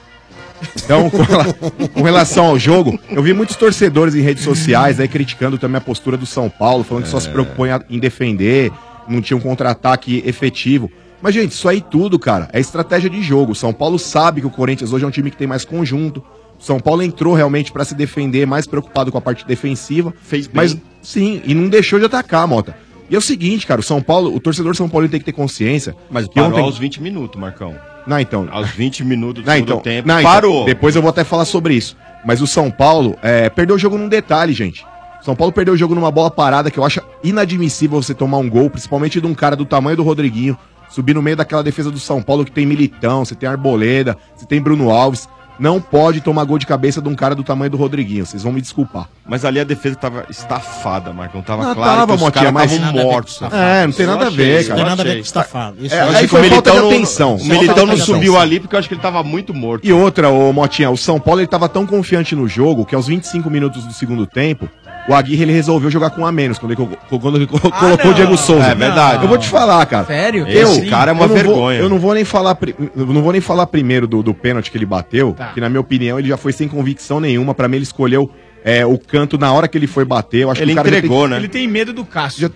Speaker 6: Então, com, rela- com relação ao jogo, eu vi muitos torcedores em redes sociais aí criticando também a postura do São Paulo, falando que só se
Speaker 9: É.
Speaker 6: preocupou em a- em defender, não tinha um contra-ataque efetivo. Mas, gente, isso aí tudo, cara, é estratégia de jogo. O São Paulo sabe que o Corinthians hoje é um time que tem mais conjunto. O São Paulo entrou realmente pra se defender, mais preocupado com a parte defensiva. Fez Mas, sim, e não deixou de atacar, Mota. E é o seguinte, cara, o São Paulo, o torcedor São Paulo tem que ter consciência.
Speaker 3: Mas
Speaker 6: que
Speaker 3: parou
Speaker 6: ontem-
Speaker 3: aos 20 minutos, Marcão.
Speaker 6: Não, então.
Speaker 3: Aos 20 minutos do
Speaker 6: Não,
Speaker 3: segundo
Speaker 6: então,
Speaker 3: tempo.
Speaker 6: não, então,
Speaker 3: parou.
Speaker 6: Depois eu vou até falar sobre isso. Mas o São Paulo é, perdeu o jogo num detalhe, gente. O São Paulo perdeu o jogo numa bola parada que eu acho inadmissível você tomar um gol, principalmente de um cara do tamanho do Rodriguinho, subir no meio daquela defesa do São Paulo que tem Militão, você tem Arboleda, você tem Bruno Alves. Não pode tomar gol de cabeça de um cara do tamanho do Rodriguinho, vocês vão me desculpar.
Speaker 3: Mas ali a defesa tava estafada, Marcão. Tava
Speaker 6: Não,
Speaker 3: claro
Speaker 6: tava,
Speaker 3: que os
Speaker 6: Motinha,
Speaker 3: caras
Speaker 6: mas-
Speaker 3: estavam
Speaker 6: Nada a ver com
Speaker 3: mortos.
Speaker 6: estafado. É, não tem
Speaker 3: Só
Speaker 6: nada a
Speaker 3: achei,
Speaker 6: ver,
Speaker 3: só
Speaker 6: cara.
Speaker 3: achei.
Speaker 6: Não tem nada a ver com
Speaker 7: estafado. Isso
Speaker 3: É,
Speaker 6: aí
Speaker 3: eu
Speaker 6: foi
Speaker 3: acho que o
Speaker 6: falta de
Speaker 3: Militão não,
Speaker 6: atenção.
Speaker 3: o Militão não
Speaker 6: Falta de
Speaker 3: subiu
Speaker 6: atenção.
Speaker 3: ali porque eu acho que ele tava muito morto.
Speaker 6: E outra, ô Motinha, o São Paulo ele tava tão confiante no jogo que aos 25 minutos do segundo tempo, o Aguirre ele resolveu jogar com um a menos quando ele, co- quando ele co- colocou o Diego Souza.
Speaker 3: É verdade.
Speaker 6: Eu vou te falar, cara.
Speaker 3: Sério?
Speaker 6: Eu,
Speaker 3: Esse cara é uma
Speaker 6: eu não vou-
Speaker 3: vergonha.
Speaker 6: eu não vou nem falar, pri- eu não vou nem falar primeiro do, do pênalti que ele bateu,
Speaker 3: Tá.
Speaker 6: que na minha opinião ele já foi sem convicção nenhuma. Pra mim ele escolheu é, o canto na hora que ele foi bater. Eu acho
Speaker 3: Ele
Speaker 6: que o cara já
Speaker 3: entregou,
Speaker 6: tem-
Speaker 3: né?
Speaker 13: Ele tem medo do Cássio.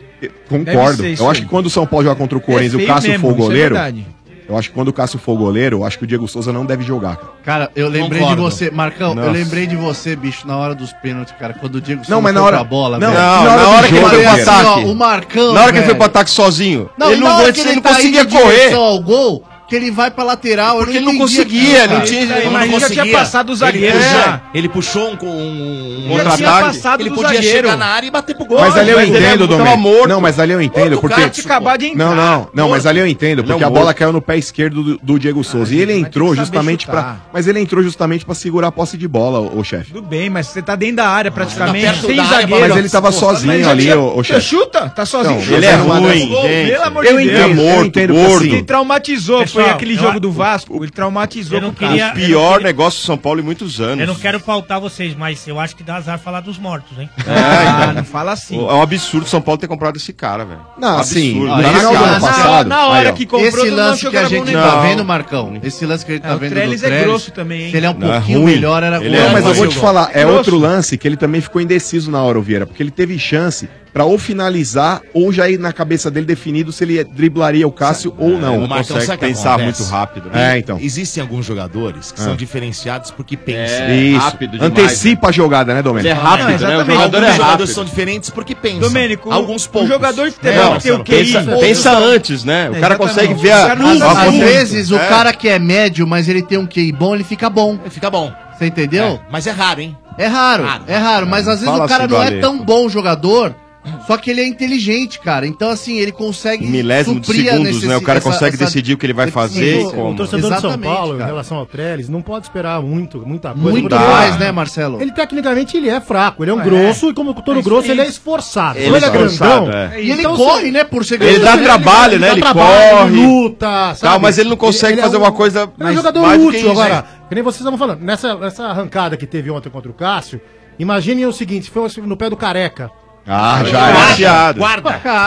Speaker 6: Concordo.
Speaker 13: Deve ser isso
Speaker 6: Eu acho
Speaker 13: aí.
Speaker 6: que quando o São Paulo joga contra o
Speaker 13: É
Speaker 6: Corinthians e o
Speaker 13: feio
Speaker 6: Cássio
Speaker 13: mesmo,
Speaker 6: for o
Speaker 13: isso é
Speaker 6: goleiro,
Speaker 13: verdade.
Speaker 6: eu acho que quando o Cássio for o goleiro, eu acho que o Diego Souza não deve jogar, cara.
Speaker 4: Cara, eu lembrei
Speaker 6: Concordo.
Speaker 4: de você, Marcão,
Speaker 6: Nossa.
Speaker 4: eu lembrei de você, bicho, na hora dos pênaltis, cara, quando o Diego
Speaker 3: Não,
Speaker 4: Souza
Speaker 3: mas na
Speaker 4: foi
Speaker 3: hora-
Speaker 4: pra bola,
Speaker 3: não,
Speaker 4: velho.
Speaker 3: não, na hora que ele foi pro
Speaker 4: Assim, ó,
Speaker 3: ataque.
Speaker 4: O Marcão,
Speaker 3: Na hora que ele foi
Speaker 6: É.
Speaker 4: velho.
Speaker 3: pro ataque sozinho,
Speaker 4: Não,
Speaker 3: ele
Speaker 4: na
Speaker 3: não,
Speaker 4: hora
Speaker 3: aguenta-
Speaker 4: que
Speaker 3: ele não
Speaker 4: tá
Speaker 3: conseguia
Speaker 4: indo em direção
Speaker 3: correr.
Speaker 4: ao gol, que ele vai pra lateral,
Speaker 3: Porque ele não
Speaker 4: entendi
Speaker 3: conseguia,
Speaker 4: aquilo,
Speaker 3: ele
Speaker 4: cara.
Speaker 3: tinha-
Speaker 4: Isso aí,
Speaker 3: ele
Speaker 4: mas
Speaker 3: não
Speaker 4: já
Speaker 3: conseguia.
Speaker 4: tinha passado o zagueiro
Speaker 1: ele,
Speaker 4: já.
Speaker 1: puxou- ele puxou um, um, um
Speaker 4: Já tinha
Speaker 13: passado
Speaker 1: Ele
Speaker 13: do
Speaker 1: podia
Speaker 13: zagueiro. é
Speaker 1: chegar na área e bater pro gol.
Speaker 6: Mas ali eu
Speaker 3: é
Speaker 6: entendo, Domênico.
Speaker 1: Domingos.
Speaker 6: Não, mas ali eu entendo,
Speaker 1: Outro
Speaker 6: porque.
Speaker 1: cara tinha acabado de entrar.
Speaker 6: Não, não, não, mas ali eu entendo, porque
Speaker 1: Ele é
Speaker 6: a
Speaker 1: morto.
Speaker 6: bola caiu no pé esquerdo do, do Diego Souza. e ele entrou
Speaker 13: saber
Speaker 6: justamente
Speaker 13: chutar.
Speaker 6: pra. Mas ele entrou justamente pra segurar a posse de bola, ô, ô chefe.
Speaker 13: Tudo bem, mas você tá dentro da área
Speaker 6: tá
Speaker 13: praticamente,
Speaker 6: perto
Speaker 13: sem
Speaker 6: da área,
Speaker 13: zagueiro.
Speaker 6: mas ele tava sozinho
Speaker 13: ele já
Speaker 6: ali, ô- ô, chefe.
Speaker 13: Você chuta? Tá sozinho.
Speaker 6: Então,
Speaker 13: chuta.
Speaker 6: ele é ruim,
Speaker 13: Gol,
Speaker 6: gente.
Speaker 13: Pelo amor
Speaker 6: Eu
Speaker 13: de Deus.
Speaker 6: entendo, eu
Speaker 3: morto,
Speaker 13: Ele
Speaker 3: gordo.
Speaker 13: Ele traumatizou. foi
Speaker 8: Pessoal,
Speaker 13: aquele
Speaker 8: eu
Speaker 13: jogo
Speaker 8: a-
Speaker 13: do Vasco. Ele traumatizou
Speaker 8: Eu não
Speaker 13: com o cara.
Speaker 8: queria-
Speaker 3: O pior negócio do São Paulo em muitos anos.
Speaker 8: Eu não quero pautar vocês, mas eu acho que dá azar falar dos mortos, hein?
Speaker 3: É,
Speaker 7: Ah,
Speaker 3: então.
Speaker 13: Ah, fala assim.
Speaker 7: assim.
Speaker 3: É um absurdo o São Paulo ter comprado esse cara, velho.
Speaker 6: Não, assim,
Speaker 3: Absurdo.
Speaker 6: no
Speaker 3: Tá na
Speaker 6: final do
Speaker 3: cara.
Speaker 6: ano passado- Na hora
Speaker 3: Aí, ó.
Speaker 6: que comprou,
Speaker 4: Esse
Speaker 6: todo mundo
Speaker 4: lance que
Speaker 6: jogou
Speaker 4: a
Speaker 6: na
Speaker 4: gente
Speaker 6: bola
Speaker 4: tá
Speaker 6: nele.
Speaker 4: vendo, Marcão, esse lance que a gente tá
Speaker 13: o
Speaker 4: vendo
Speaker 13: Trellis
Speaker 4: do
Speaker 13: é
Speaker 4: Trellis,
Speaker 13: grosso também, hein?
Speaker 4: se ele é um
Speaker 6: Não, é
Speaker 4: pouquinho
Speaker 6: ruim.
Speaker 4: melhor, era...
Speaker 6: Não, mas eu vou te falar, é
Speaker 4: Grosso.
Speaker 6: outro lance que ele também ficou indeciso na hora, Vieira, porque ele teve chance pra ou finalizar ou já ir na cabeça dele definido se ele driblaria o Cássio ou não.
Speaker 1: É, o Marcão sabe o que acontece?
Speaker 6: É, então.
Speaker 1: Existem alguns jogadores que
Speaker 6: Ah.
Speaker 1: são diferenciados porque pensam.
Speaker 6: É, Isso. Antecipa a jogada, né, Domênico?
Speaker 1: é exatamente. Alguns jogadores são diferentes porque pensam.
Speaker 13: Domênico,
Speaker 1: alguns
Speaker 13: o
Speaker 1: poucos.
Speaker 13: jogador de
Speaker 1: Né,
Speaker 13: futebol tem
Speaker 1: Marcelo?
Speaker 13: o QI.
Speaker 1: Pensa-
Speaker 3: Pensa antes, né? O cara consegue ver a. a- a-
Speaker 4: Às vezes, o
Speaker 3: É.
Speaker 4: cara que é médio, mas ele tem um QI bom, ele fica bom. Ele
Speaker 1: fica bom.
Speaker 4: Você entendeu?
Speaker 1: É, Mas é raro, hein?
Speaker 4: É raro, é raro, mas às vezes
Speaker 1: Fala,
Speaker 4: o cara
Speaker 3: assim,
Speaker 4: não é
Speaker 1: Cidaleco.
Speaker 4: tão bom jogador, só que ele é inteligente, cara. Então, assim, ele consegue.
Speaker 3: Um Milésimo de
Speaker 4: suprir a
Speaker 3: segundos, né? O cara
Speaker 4: essa-
Speaker 3: consegue
Speaker 4: essa-
Speaker 3: decidir o que ele vai fazer e
Speaker 12: Mas o- O
Speaker 3: como.
Speaker 12: torcedor de São
Speaker 4: Exatamente,
Speaker 12: Paulo, em
Speaker 4: cara.
Speaker 12: relação ao Trellis, não pode esperar muito, muita coisa.
Speaker 4: Muito
Speaker 12: porque
Speaker 4: mais,
Speaker 12: ele-
Speaker 4: né, Marcelo?
Speaker 12: Ele, tecnicamente, ele é fraco. Ele é um
Speaker 4: É.
Speaker 12: grosso e, como todo
Speaker 4: É isso
Speaker 12: grosso,
Speaker 4: aí.
Speaker 12: ele é esforçado.
Speaker 4: Ele
Speaker 12: Ou
Speaker 4: é esforçado,
Speaker 12: grandão,
Speaker 4: é. E ele
Speaker 12: então,
Speaker 4: corre,
Speaker 12: se-
Speaker 4: né, por ser
Speaker 3: Ele dá trabalho, né?
Speaker 12: dá
Speaker 3: Ele
Speaker 12: trabalho,
Speaker 3: corre.
Speaker 12: luta,
Speaker 3: Tá, mas ele não consegue
Speaker 12: é
Speaker 3: fazer uma coisa
Speaker 12: Ele é um
Speaker 3: mais-
Speaker 12: jogador
Speaker 3: mais do que
Speaker 12: útil
Speaker 3: isso, né?
Speaker 12: agora.
Speaker 3: hein?
Speaker 12: Que nem vocês estavam falando. Nessa, nessa arrancada que teve ontem contra o Cássio, imaginem o seguinte, foi no pé do Careca.
Speaker 6: Ah, já
Speaker 12: Guarda,
Speaker 6: é. Chateado.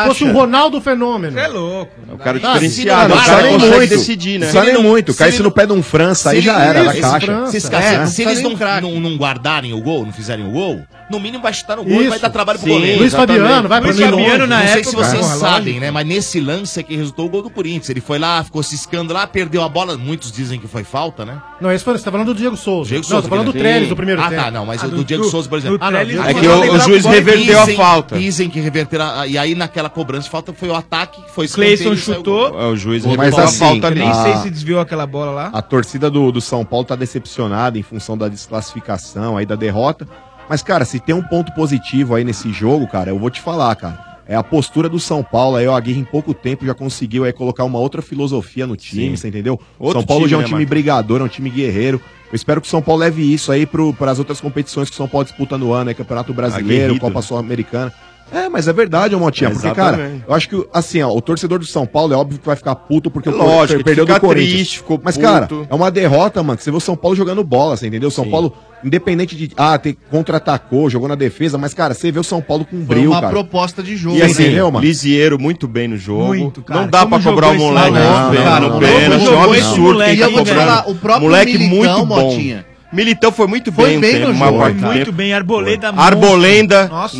Speaker 12: Se fosse o Ronaldo Fenômeno. é
Speaker 13: louco.
Speaker 6: O cara
Speaker 12: Ah,
Speaker 6: diferenciado,
Speaker 12: se
Speaker 6: o cara
Speaker 12: não-
Speaker 6: consegue
Speaker 12: muito.
Speaker 6: decidir, né?
Speaker 12: Se
Speaker 6: Não precisa
Speaker 12: ele
Speaker 6: nem
Speaker 12: não-
Speaker 6: muito,
Speaker 1: se
Speaker 6: cai
Speaker 1: ele
Speaker 6: se no
Speaker 1: não-
Speaker 6: pé de um França,
Speaker 1: Se
Speaker 6: aí
Speaker 1: ele-
Speaker 6: já era, da
Speaker 1: Esse-
Speaker 6: caixa.
Speaker 1: Se, esse
Speaker 6: É,
Speaker 1: cara-
Speaker 6: não
Speaker 1: se
Speaker 6: precisa
Speaker 1: eles
Speaker 6: nem-
Speaker 1: não, não- não guardarem o gol, não fizerem o gol, no mínimo vai chutar no gol e
Speaker 12: Isso.
Speaker 1: vai dar trabalho pro
Speaker 12: Sim,
Speaker 1: goleiro.
Speaker 12: Luiz
Speaker 1: Exatamente.
Speaker 12: Fabiano, vai pro
Speaker 1: Luiz
Speaker 12: Nilon.
Speaker 1: Fabiano na
Speaker 12: Não
Speaker 1: Não é,
Speaker 12: sei
Speaker 1: sei
Speaker 12: época,
Speaker 1: se vocês
Speaker 12: vai.
Speaker 1: sabem, né? Mas nesse lance é que resultou o gol do Corinthians. Ele foi lá, ficou ciscando lá, perdeu a bola. Muitos dizem que foi falta, né?
Speaker 12: Não, esse foi, você tá falando do Diego Souza.
Speaker 1: Diego
Speaker 12: não,
Speaker 1: Souza,
Speaker 12: tô falando do
Speaker 1: que-
Speaker 12: Trellis
Speaker 1: Sim.
Speaker 12: do primeiro
Speaker 1: Ah,
Speaker 12: tempo.
Speaker 1: tá, não, mas o do Diego Souza, por exemplo.
Speaker 12: Ah, não, Diego
Speaker 1: Diego
Speaker 12: Souza.
Speaker 1: Souza.
Speaker 12: É que o- o juiz
Speaker 3: reverteu a
Speaker 1: Dizem-
Speaker 3: falta.
Speaker 1: Dizem que reverteram. a- E aí naquela cobrança de falta foi o ataque, foi
Speaker 13: Cleison
Speaker 1: escanteio e saiu o
Speaker 13: chutou.
Speaker 1: gol.
Speaker 3: É, o juiz
Speaker 6: Mas
Speaker 3: reverteu a
Speaker 6: assim,
Speaker 3: falta ali.
Speaker 13: Nem sei
Speaker 6: Ah.
Speaker 13: se desviou aquela bola lá.
Speaker 6: A torcida do, do São Paulo tá decepcionada em função da desclassificação, aí da derrota. Mas, cara, se tem um ponto positivo aí nesse jogo, cara, eu vou te falar, cara. É a postura do São Paulo aí, o Aguirre em pouco tempo já conseguiu aí colocar uma outra filosofia no time,
Speaker 3: Sim.
Speaker 6: você entendeu?
Speaker 3: Outro
Speaker 6: São Paulo
Speaker 3: time,
Speaker 6: já é um
Speaker 3: né,
Speaker 6: time
Speaker 3: Marcos?
Speaker 6: brigador, é um time guerreiro. Eu espero que o São Paulo leve isso aí para as outras competições que o São Paulo disputa no ano, né? Campeonato Brasileiro,
Speaker 3: Aguerrido,
Speaker 6: Copa
Speaker 3: né?
Speaker 6: Sul-Americana. É, mas é verdade, ô Motinha. Porque, cara,
Speaker 3: Exatamente.
Speaker 6: eu acho que, assim, ó, o torcedor do São Paulo é óbvio que vai ficar puto porque
Speaker 3: É
Speaker 6: o
Speaker 3: lógico,
Speaker 6: Corinthians
Speaker 3: que
Speaker 6: perdeu
Speaker 3: fica
Speaker 6: do Corinthians.
Speaker 3: triste, ficou
Speaker 6: mas,
Speaker 3: puto.
Speaker 6: cara, é uma derrota, mano. que Você vê o São Paulo jogando bola, você entendeu? O São Paulo, independente de. Ah, ter contra-atacou, jogou na defesa, mas, cara, você vê o São Paulo com
Speaker 4: Foi
Speaker 6: brilho,
Speaker 4: uma
Speaker 6: cara.
Speaker 4: proposta de jogo.
Speaker 6: E
Speaker 4: né?
Speaker 6: assim, entendeu, mano?
Speaker 3: Lisieiro muito bem no jogo.
Speaker 4: Muito, cara.
Speaker 3: Não dá
Speaker 4: Como
Speaker 3: pra cobrar o
Speaker 4: jogou
Speaker 3: moleque
Speaker 4: esse
Speaker 3: no
Speaker 4: moleque,
Speaker 3: pênalti, no pênalti.
Speaker 4: cara? Como
Speaker 3: É um
Speaker 4: jogou esse
Speaker 3: absurdo quem
Speaker 4: moleque?
Speaker 3: tá
Speaker 4: E eu vou te
Speaker 3: cobrando.
Speaker 4: falar, o próprio
Speaker 3: Moleque
Speaker 4: Militão,
Speaker 3: muito bom.
Speaker 4: Motinha.
Speaker 3: Militão foi muito
Speaker 4: Foi
Speaker 3: bem, um
Speaker 4: bem
Speaker 3: tempo,
Speaker 4: no
Speaker 3: uma
Speaker 4: jogo.
Speaker 3: parte do
Speaker 4: Muito
Speaker 3: tempo.
Speaker 8: bem, Arboleda.
Speaker 3: Arbolenda,
Speaker 8: Nossa,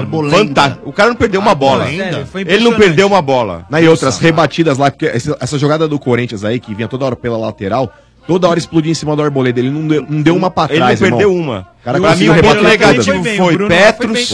Speaker 3: nossa, fantástico. O cara não perdeu uma bola.
Speaker 8: Arbolenda. Sério, foi
Speaker 3: Ele não
Speaker 8: impressionante.
Speaker 3: perdeu uma bola.
Speaker 6: Né, e outras rebatidas lá, porque esse- essa jogada do Corinthians aí, que vinha toda hora pela lateral, toda hora explodia em cima do Arboleda. Ele não deu, não deu uma pra
Speaker 3: Ele
Speaker 6: trás,
Speaker 3: não perdeu
Speaker 6: irmão.
Speaker 3: uma.
Speaker 6: O cara
Speaker 3: pra mim,
Speaker 6: conseguiu
Speaker 3: o ponto
Speaker 6: rebater
Speaker 3: negativo
Speaker 6: todas.
Speaker 3: foi, Petros.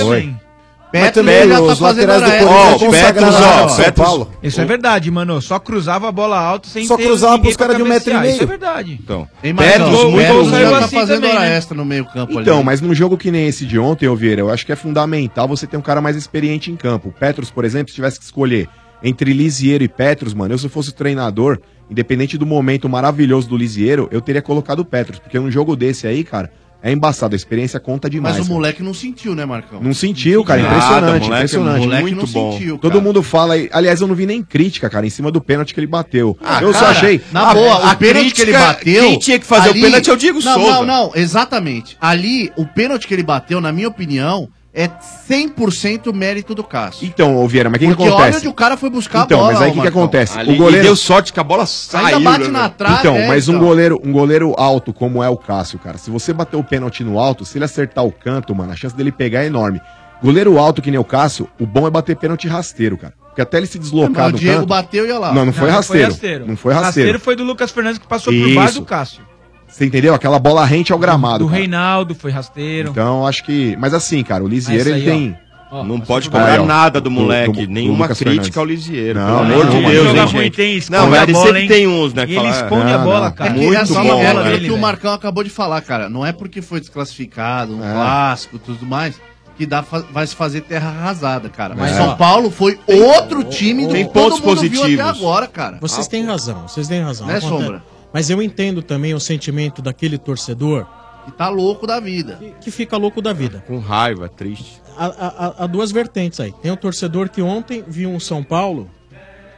Speaker 13: Petros
Speaker 3: Mas
Speaker 13: já
Speaker 3: também
Speaker 13: tá
Speaker 3: os
Speaker 13: fazendo
Speaker 3: laterais
Speaker 13: hora
Speaker 3: do
Speaker 13: extra,
Speaker 3: Corinthians
Speaker 13: já consegue
Speaker 3: Petros,
Speaker 13: fazer
Speaker 3: ó,
Speaker 13: hora extra.
Speaker 3: Petros.
Speaker 13: Isso é verdade, mano. Só cruzava a bola alta sem
Speaker 9: Só
Speaker 13: ter
Speaker 9: cruzava
Speaker 13: ninguém
Speaker 9: pros caras
Speaker 13: pra
Speaker 9: de um metro e
Speaker 13: cabecear.
Speaker 9: meio.
Speaker 13: Isso é verdade.
Speaker 3: Então,
Speaker 4: Hein,
Speaker 6: Petros,
Speaker 4: Marcão?
Speaker 6: muito
Speaker 4: Petros
Speaker 6: bom
Speaker 4: já tá
Speaker 6: assim
Speaker 4: fazendo
Speaker 6: também,
Speaker 4: hora
Speaker 6: né?
Speaker 4: extra no meio campo
Speaker 6: Então,
Speaker 4: ali.
Speaker 6: mas num jogo que nem esse de ontem, ô Vieira, eu acho que é fundamental você ter um cara mais experiente em campo. O Petros, por exemplo, se tivesse que escolher entre Lisieiro e Petros, mano, eu se eu fosse o treinador, independente do momento maravilhoso do Lisieiro, eu teria colocado o Petros, porque num jogo desse aí, cara, é embaçado, a experiência conta demais.
Speaker 4: Mas o
Speaker 6: mano.
Speaker 4: moleque não sentiu, né, Marcão?
Speaker 6: Não sentiu, cara.
Speaker 4: Nada,
Speaker 6: Impressionante,
Speaker 4: moleque,
Speaker 6: impressionante.
Speaker 4: moleque Muito não bom. sentiu,
Speaker 6: Todo
Speaker 4: cara.
Speaker 6: mundo fala. aí- Aliás, eu não vi nem crítica, cara, em cima do pênalti que ele bateu.
Speaker 4: Ah,
Speaker 6: eu só
Speaker 4: cara,
Speaker 6: achei.
Speaker 4: Na
Speaker 6: a-
Speaker 4: boa,
Speaker 6: a
Speaker 4: o pênalti que ele
Speaker 6: crítica-
Speaker 4: bateu.
Speaker 6: Quem tinha que fazer
Speaker 4: ali-
Speaker 6: o pênalti é o Diego
Speaker 4: não,
Speaker 6: Souza.
Speaker 4: Não, não, exatamente. Ali, o pênalti que ele bateu, na minha opinião, é 100% mérito do Cássio.
Speaker 6: Então, ô Vieira, mas o que, que
Speaker 4: Porque olha onde
Speaker 6: acontece?
Speaker 4: o cara foi buscar
Speaker 6: Então,
Speaker 4: a bola.
Speaker 6: mas aí
Speaker 4: ô
Speaker 6: o que, que
Speaker 4: Marcão.
Speaker 6: acontece?
Speaker 4: Ali-
Speaker 6: o goleiro
Speaker 4: e deu
Speaker 3: sorte que a bola saiu. né,
Speaker 4: Ainda bate na trave.
Speaker 6: Então,
Speaker 4: é,
Speaker 6: mas um
Speaker 4: então.
Speaker 6: goleiro, um goleiro alto como é o Cássio, cara. Se você bater o pênalti no alto, se ele acertar o canto, mano, a chance dele pegar é enorme. Goleiro alto que nem o Cássio, o bom é bater pênalti rasteiro, cara. Porque até ele se deslocar
Speaker 4: Mas
Speaker 6: do
Speaker 4: o Diego
Speaker 6: canto.
Speaker 4: bateu e olha lá.
Speaker 6: Não, não foi rasteiro. Não foi rasteiro.
Speaker 13: foi do Lucas Fernandes que passou por baixo
Speaker 6: Isso.
Speaker 13: do Cássio.
Speaker 6: Você entendeu? Aquela bola rente ao gramado.
Speaker 13: Do
Speaker 6: cara.
Speaker 13: Reinaldo foi rasteiro.
Speaker 6: Então, acho que. Mas assim, cara, o Lisieiro
Speaker 13: Essa
Speaker 6: ele
Speaker 13: aí,
Speaker 6: tem.
Speaker 13: ó. Ó,
Speaker 3: Não pode
Speaker 6: Aí,
Speaker 3: cobrar
Speaker 6: é, ó,
Speaker 3: nada do
Speaker 6: do-
Speaker 3: moleque,
Speaker 6: do- do
Speaker 3: nenhuma
Speaker 6: Lucas
Speaker 3: crítica
Speaker 6: Fernandes.
Speaker 3: ao Lisieiro.
Speaker 6: Não,
Speaker 3: pelo amor de
Speaker 6: nenhuma.
Speaker 3: Deus,
Speaker 6: Joga
Speaker 3: hein,
Speaker 6: muito,
Speaker 3: gente.
Speaker 6: hein, esconde
Speaker 3: Não,
Speaker 6: a
Speaker 3: mas
Speaker 6: bola,
Speaker 3: sempre
Speaker 6: hein.
Speaker 3: tem uns, né? que
Speaker 4: E ele
Speaker 3: fala,
Speaker 4: esconde
Speaker 3: "Ah,
Speaker 4: a bola,
Speaker 3: não,
Speaker 4: cara.
Speaker 3: Muito
Speaker 4: assim,
Speaker 3: bom,
Speaker 4: é
Speaker 3: né?
Speaker 4: aquilo que o Marcão acabou de falar, cara. Não é porque foi desclassificado,
Speaker 6: É.
Speaker 4: um clássico, tudo mais, que dá, fa- vai se fazer terra arrasada, cara. Mas
Speaker 7: É.
Speaker 4: São Paulo foi outro time do
Speaker 7: tem
Speaker 4: que
Speaker 7: pontos
Speaker 4: todo mundo viu
Speaker 7: positivos.
Speaker 4: até agora, cara.
Speaker 7: Vocês têm razão, vocês têm razão.
Speaker 4: Né,
Speaker 7: Acontece.
Speaker 4: Sombra?
Speaker 7: Mas eu entendo também o sentimento daquele torcedor
Speaker 4: que tá louco da vida.
Speaker 7: Que fica louco da vida.
Speaker 3: Com raiva, triste.
Speaker 7: Há- Há há- há duas vertentes aí. Tem o torcedor que ontem viu um São Paulo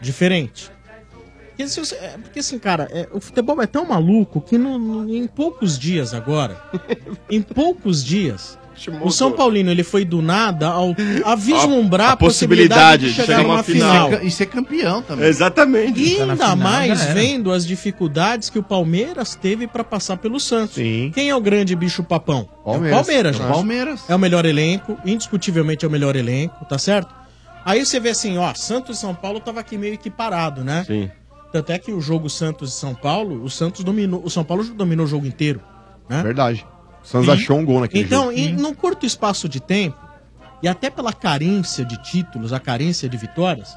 Speaker 7: diferente. Porque, se você- é, porque assim, cara, é, o futebol é tão maluco que no- no- em poucos dias agora, em poucos dias, o São Paulino ele foi do nada ao, a vislumbrar a,
Speaker 3: A- a
Speaker 7: possibilidade,
Speaker 3: possibilidade
Speaker 7: de chegar numa final.
Speaker 4: E ser campeão também.
Speaker 3: Exatamente.
Speaker 7: E
Speaker 4: Tá na
Speaker 7: ainda
Speaker 4: final,
Speaker 7: mais
Speaker 4: já era.
Speaker 7: vendo as dificuldades que o Palmeiras teve pra passar pelo Santos. Quem é o grande bicho papão? É o
Speaker 4: Palmeiras.
Speaker 7: Palmeiras,
Speaker 4: É o
Speaker 7: gente.
Speaker 4: Palmeiras.
Speaker 7: É o melhor elenco, indiscutivelmente é o melhor elenco, tá certo? Aí você vê assim, ó, Santos e São Paulo tava aqui meio que parado, né?
Speaker 3: Sim.
Speaker 7: Tanto é que o jogo Santos e São Paulo, o Santos dominou, o São Paulo dominou o jogo inteiro, né?
Speaker 6: Verdade. O Santos
Speaker 7: E-
Speaker 6: achou um gol naquele
Speaker 7: então,
Speaker 6: jogo.
Speaker 7: em num curto espaço de tempo, e até pela carência de títulos, a carência de vitórias,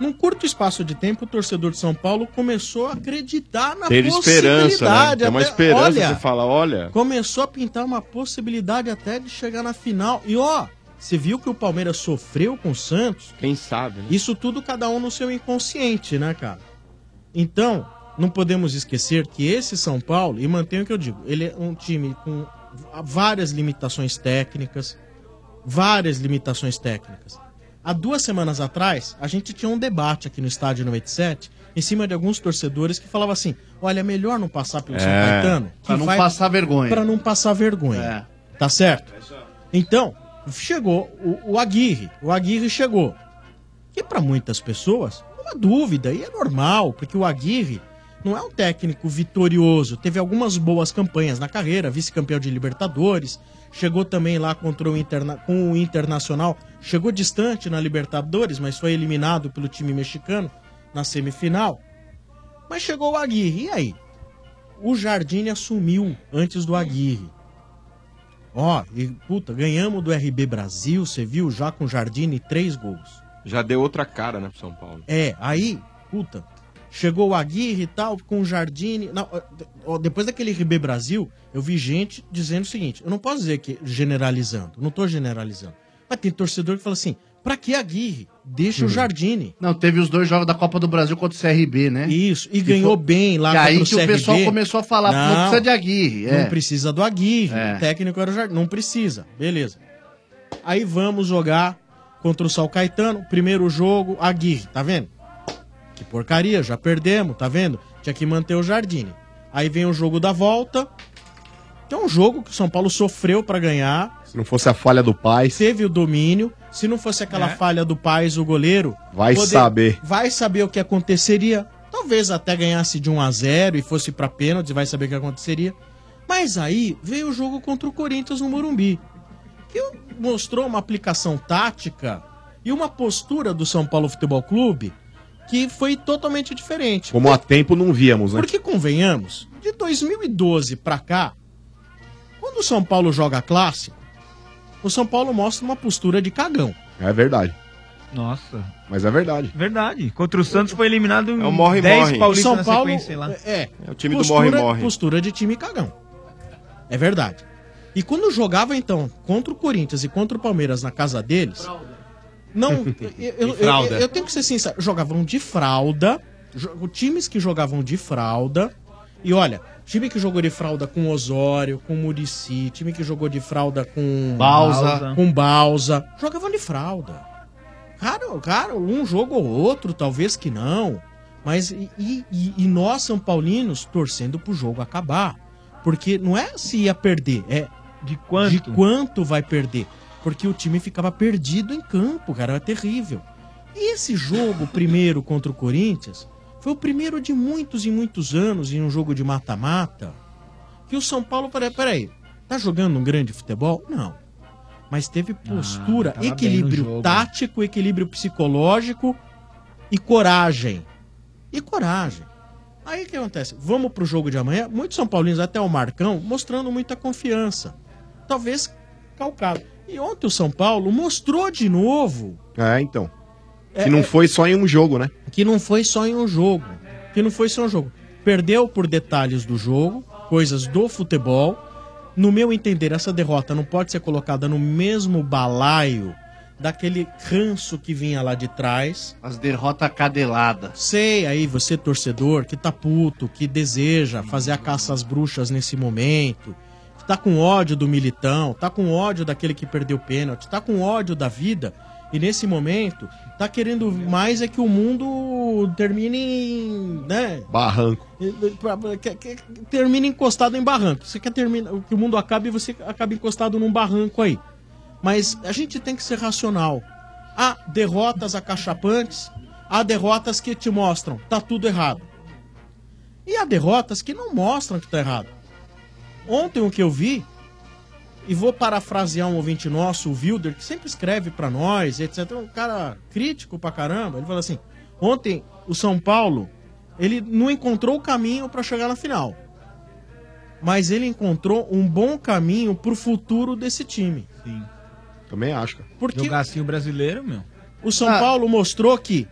Speaker 7: num curto espaço de tempo, o torcedor de São Paulo começou a acreditar na
Speaker 3: Ter esperança, né?
Speaker 7: possibilidade.
Speaker 3: Tem uma
Speaker 7: até-
Speaker 3: esperança,
Speaker 7: olha,
Speaker 3: você fala, olha...
Speaker 7: começou a pintar uma possibilidade até de chegar na final. E ó, você viu que o Palmeiras sofreu com o Santos?
Speaker 3: Quem sabe, né?
Speaker 7: Isso tudo cada um no seu inconsciente, né, cara? Então, não podemos esquecer que esse São Paulo, e mantenho o que eu digo, ele é um time com várias limitações técnicas, várias limitações técnicas. Há duas semanas atrás, a gente tinha um debate aqui no Estádio 97, em cima de alguns torcedores que falavam assim, olha, é melhor não passar pelo São
Speaker 4: É.
Speaker 7: Caetano.
Speaker 4: Pra não passar vergonha. É.
Speaker 7: Pra não passar vergonha. Tá certo? Então, chegou o, o Aguirre. O Aguirre chegou. Que para muitas pessoas, uma dúvida, e é normal, porque o Aguirre não é um técnico vitorioso. Teve algumas boas campanhas na carreira, vice-campeão de Libertadores, chegou também lá contra o interna com o Internacional, chegou distante na Libertadores, mas foi eliminado pelo time mexicano na semifinal. Mas chegou o Aguirre, e aí? O Jardine assumiu antes do Aguirre. Ó, e puta, ganhamos do RB Brasil, você viu já com o Jardine três gols.
Speaker 3: Já deu outra cara, né, pro São Paulo.
Speaker 7: É, aí, puta, chegou o Aguirre e tal, com o Jardine. Não, ó, de- ó, depois daquele RB Brasil, eu vi gente dizendo o seguinte: eu não posso dizer que generalizando, não tô generalizando. Mas tem torcedor que fala assim: pra que Aguirre? Deixa o Jardine.
Speaker 4: Hum. Não, teve os dois jogos da Copa do Brasil contra o CRB, né?
Speaker 7: Isso, e ganhou bem lá
Speaker 4: E aí
Speaker 7: contra
Speaker 4: que o
Speaker 7: CRB.
Speaker 4: pessoal começou a falar, não, precisa de Aguirre. é.
Speaker 7: Não precisa do Aguirre. O técnico era o Jardim. Não precisa. Beleza. Aí vamos jogar contra o Sal Caetano. Primeiro jogo, Aguirre, tá vendo? Que porcaria, já perdemos, tá vendo? Tinha que manter o Jardine. Aí vem o jogo da volta, que é um jogo que o São Paulo sofreu pra ganhar.
Speaker 6: Se não fosse a falha do pai,
Speaker 7: Teve o domínio. Se não fosse aquela falha do Paz, o goleiro.
Speaker 6: Vai saber.
Speaker 7: Vai saber o que aconteceria. Talvez até ganhasse de 1 a 0 e fosse pra pênalti, vai saber o que aconteceria. Mas aí veio o jogo contra o Corinthians no Morumbi. Que mostrou uma aplicação tática e uma postura do São Paulo Futebol Clube que foi totalmente diferente.
Speaker 6: como há tempo não víamos, né?
Speaker 7: Porque convenhamos, de 2012 pra cá, quando o São Paulo joga clássico, o São Paulo mostra uma postura de cagão.
Speaker 6: É verdade.
Speaker 13: Nossa.
Speaker 6: Mas é verdade.
Speaker 13: Verdade. Contra o Santos foi eliminado em
Speaker 3: um
Speaker 6: É o morre-morre.
Speaker 13: paulistas
Speaker 7: São
Speaker 13: na
Speaker 7: Paulo
Speaker 13: sequência lá.
Speaker 7: é,
Speaker 13: É o time do
Speaker 7: postura-
Speaker 13: morre-morre.
Speaker 7: Postura de time cagão. É verdade. E quando jogava então contra o Corinthians e contra o Palmeiras na casa deles, não, eu, eu-
Speaker 17: De fralda.
Speaker 7: eu- eu tenho que ser sincero. Jogavam de fralda. jo- times que jogavam de fralda. E olha, time que jogou de fralda com Osório, com Murici, time que jogou de fralda com.
Speaker 4: Balsa.
Speaker 7: Com Balsa. Jogavam de fralda. Claro, claro, um jogo ou outro, talvez que não. Mas e, e- e nós, São Paulinos, torcendo pro jogo acabar. Porque não é se ia perder, é de quanto, de quanto vai perder. Porque o time ficava perdido em campo, cara, era terrível. E esse jogo, primeiro contra o Corinthians, foi o primeiro de muitos e muitos anos em um jogo de mata-mata que o São Paulo, peraí, peraí, tá jogando um grande futebol? Não. Mas teve postura,
Speaker 17: Ah, tava bem no
Speaker 7: equilíbrio
Speaker 17: jogo.
Speaker 7: tático, equilíbrio psicológico e coragem. E coragem. Aí o que acontece? Vamos pro jogo de amanhã. Muitos São Paulinos, até o Marcão, mostrando muita confiança. Talvez calcado. E ontem o São Paulo mostrou de novo
Speaker 6: É, então.
Speaker 7: É,
Speaker 6: que não
Speaker 7: é.
Speaker 6: foi só em um jogo, né?
Speaker 7: que não foi só em um jogo. Que não foi só um jogo. Perdeu por detalhes do jogo, coisas do futebol. No meu entender, essa derrota não pode ser colocada no mesmo balaio daquele ranço que vinha lá de trás. As derrotas cadeladas. Sei, aí você torcedor que tá puto, que deseja fazer a caça às bruxas nesse momento, que tá com ódio do militão, tá com ódio daquele que perdeu o pênalti, tá com ódio da vida. E nesse momento, tá querendo mais é que o mundo termine em, né?
Speaker 6: Barranco.
Speaker 7: Que- que- que Termina encostado em barranco. Você quer terminar, que o mundo acabe e você acaba encostado num barranco aí. Mas a gente tem que ser racional. Há derrotas acachapantes, há derrotas que te mostram tá tudo errado. E há derrotas que não mostram que tá errado. Ontem o que eu vi, e vou parafrasear um ouvinte nosso, o Wilder, que sempre escreve pra nós, etc. Um cara crítico pra caramba. Ele fala assim: ontem o São Paulo, ele não encontrou o caminho pra chegar na final. Mas ele encontrou um bom caminho pro futuro desse time. Sim.
Speaker 6: Também acho, cara.
Speaker 7: Porque
Speaker 13: Jogar assim o brasileiro, meu.
Speaker 7: o
Speaker 4: Ah.
Speaker 7: São Paulo mostrou que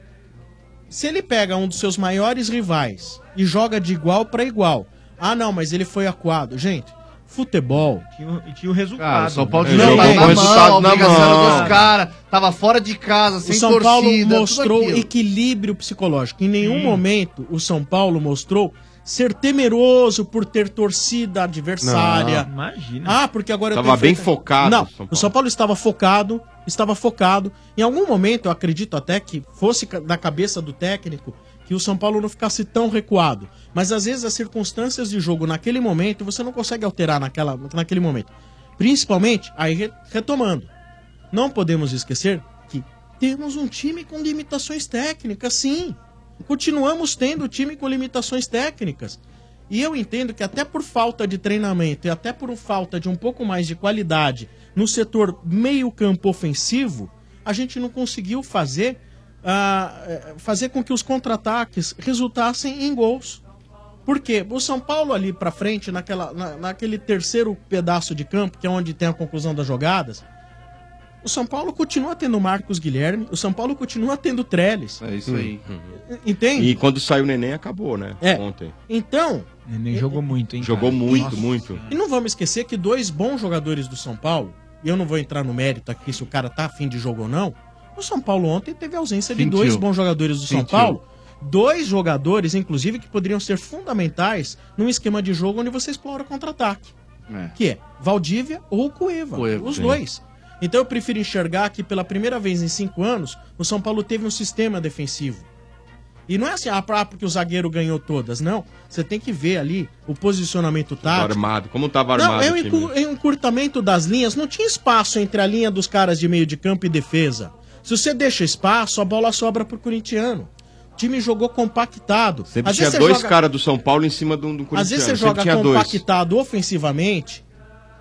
Speaker 7: se ele pega um dos seus maiores rivais e joga de igual pra igual. Ah, não, mas ele foi acuado. Gente, futebol.
Speaker 13: E tinha o resultado. né?
Speaker 4: Cara, o São Paulo
Speaker 7: Não,
Speaker 4: jogou
Speaker 7: mas-
Speaker 4: com o resultado né? na
Speaker 7: obrigação
Speaker 4: mão.
Speaker 7: dos
Speaker 4: Dos cara, tava fora de casa, sem
Speaker 7: o São
Speaker 4: torcida.
Speaker 7: Paulo
Speaker 4: tudo
Speaker 7: mostrou
Speaker 4: aquilo.
Speaker 7: equilíbrio psicológico. Em nenhum
Speaker 4: Sim.
Speaker 7: momento o São Paulo mostrou ser temeroso por ter torcida adversária.
Speaker 13: Não, imagina.
Speaker 7: Ah, porque agora
Speaker 13: Tava bem focado,
Speaker 7: Não,
Speaker 13: São Paulo.
Speaker 7: o São Paulo estava focado, estava focado. Em algum momento, eu acredito até que fosse ca- da cabeça do técnico que o São Paulo não ficasse tão recuado. Mas às vezes as circunstâncias de jogo naquele momento você não consegue alterar naquela, naquele momento. Principalmente, aí re- retomando. Não podemos esquecer que temos um time com limitações técnicas, sim. Continuamos tendo time com limitações técnicas. E eu entendo que até por falta de treinamento e até por falta de um pouco mais de qualidade no setor meio-campo ofensivo, a gente não conseguiu fazer ah, eh, fazer com que os contra-ataques resultassem em gols. Por quê? O São Paulo ali pra frente, naquela, na- naquele terceiro pedaço de campo, que é onde tem a conclusão das jogadas, o São Paulo continua tendo Marcos Guilherme, o São Paulo continua tendo Trellis.
Speaker 3: É isso aí.
Speaker 7: Entende?
Speaker 3: E quando saiu o neném, acabou, né?
Speaker 7: É.
Speaker 3: Ontem.
Speaker 7: Então,
Speaker 13: Neném jogou muito, hein?
Speaker 3: Jogou
Speaker 13: cara?
Speaker 3: muito,
Speaker 13: Nossa.
Speaker 3: muito.
Speaker 7: E não vamos esquecer que dois bons jogadores do São Paulo, e eu não vou entrar no mérito aqui se o cara tá afim de jogo ou não, o São Paulo ontem teve ausência de
Speaker 4: Sentiu.
Speaker 7: dois bons jogadores do São
Speaker 4: Sentiu.
Speaker 7: Paulo. Dois jogadores, inclusive, que poderiam ser fundamentais num esquema de jogo onde você explora o contra-ataque.
Speaker 4: É.
Speaker 7: Que é Valdívia ou Cueva.
Speaker 4: Cueva,
Speaker 7: os
Speaker 4: sim.
Speaker 7: dois. Então eu prefiro enxergar que pela primeira vez em cinco anos, o São Paulo teve um sistema defensivo. E não é assim, ah, pra- porque o zagueiro ganhou todas. Não. Você tem que ver ali o posicionamento tático.
Speaker 3: Armado. Como tava
Speaker 7: Não,
Speaker 3: armado
Speaker 7: é um
Speaker 3: o time? né?
Speaker 7: encu- é um encurtamento das linhas. Não tinha espaço entre a linha dos caras de meio de campo e defesa. Se você deixa espaço, a bola sobra pro corintiano. O time jogou compactado.
Speaker 3: Sempre
Speaker 7: Às
Speaker 3: tinha
Speaker 7: vezes você
Speaker 3: dois
Speaker 7: joga-
Speaker 3: caras do São Paulo em cima um do, do Corinthians.
Speaker 7: Às vezes você
Speaker 3: Sempre
Speaker 7: joga
Speaker 3: tinha dois.
Speaker 7: compactado ofensivamente,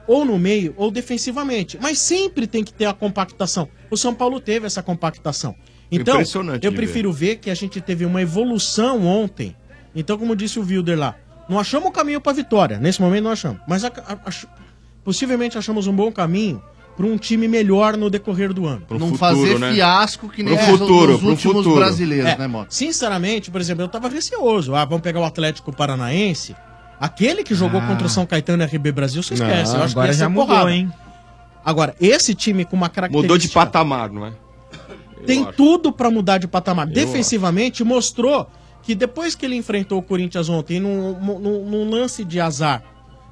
Speaker 7: ou no meio, ou defensivamente. Mas sempre tem que ter a compactação. O São Paulo teve essa compactação. Então,
Speaker 3: Impressionante
Speaker 7: eu
Speaker 3: de
Speaker 7: prefiro ver. que a gente teve uma evolução ontem. Então, como disse o Wilder lá, não achamos o caminho para vitória. Nesse momento não achamos. Mas a- a- ach- possivelmente achamos um bom caminho para um time melhor no decorrer do ano.
Speaker 4: Não futuro, fazer né? fiasco que nem Pro os- futuro, os pro últimos futuro. brasileiros,
Speaker 7: É.
Speaker 4: né, Mota?
Speaker 7: Sinceramente, por exemplo, eu tava receoso. Ah, vamos pegar o Atlético Paranaense. Aquele que jogou
Speaker 4: Ah.
Speaker 7: contra o São Caetano e RB Brasil, você esquece.
Speaker 4: Não,
Speaker 7: eu acho
Speaker 4: agora
Speaker 7: que ia ser
Speaker 4: já mudou,
Speaker 7: porrada.
Speaker 4: hein?
Speaker 7: Agora, esse time com uma característica...
Speaker 3: Mudou de patamar, não é?
Speaker 7: Tem tudo pra mudar de patamar.
Speaker 3: Eu
Speaker 7: Defensivamente, mostrou que depois que ele enfrentou o Corinthians ontem, num, num- num lance de azar,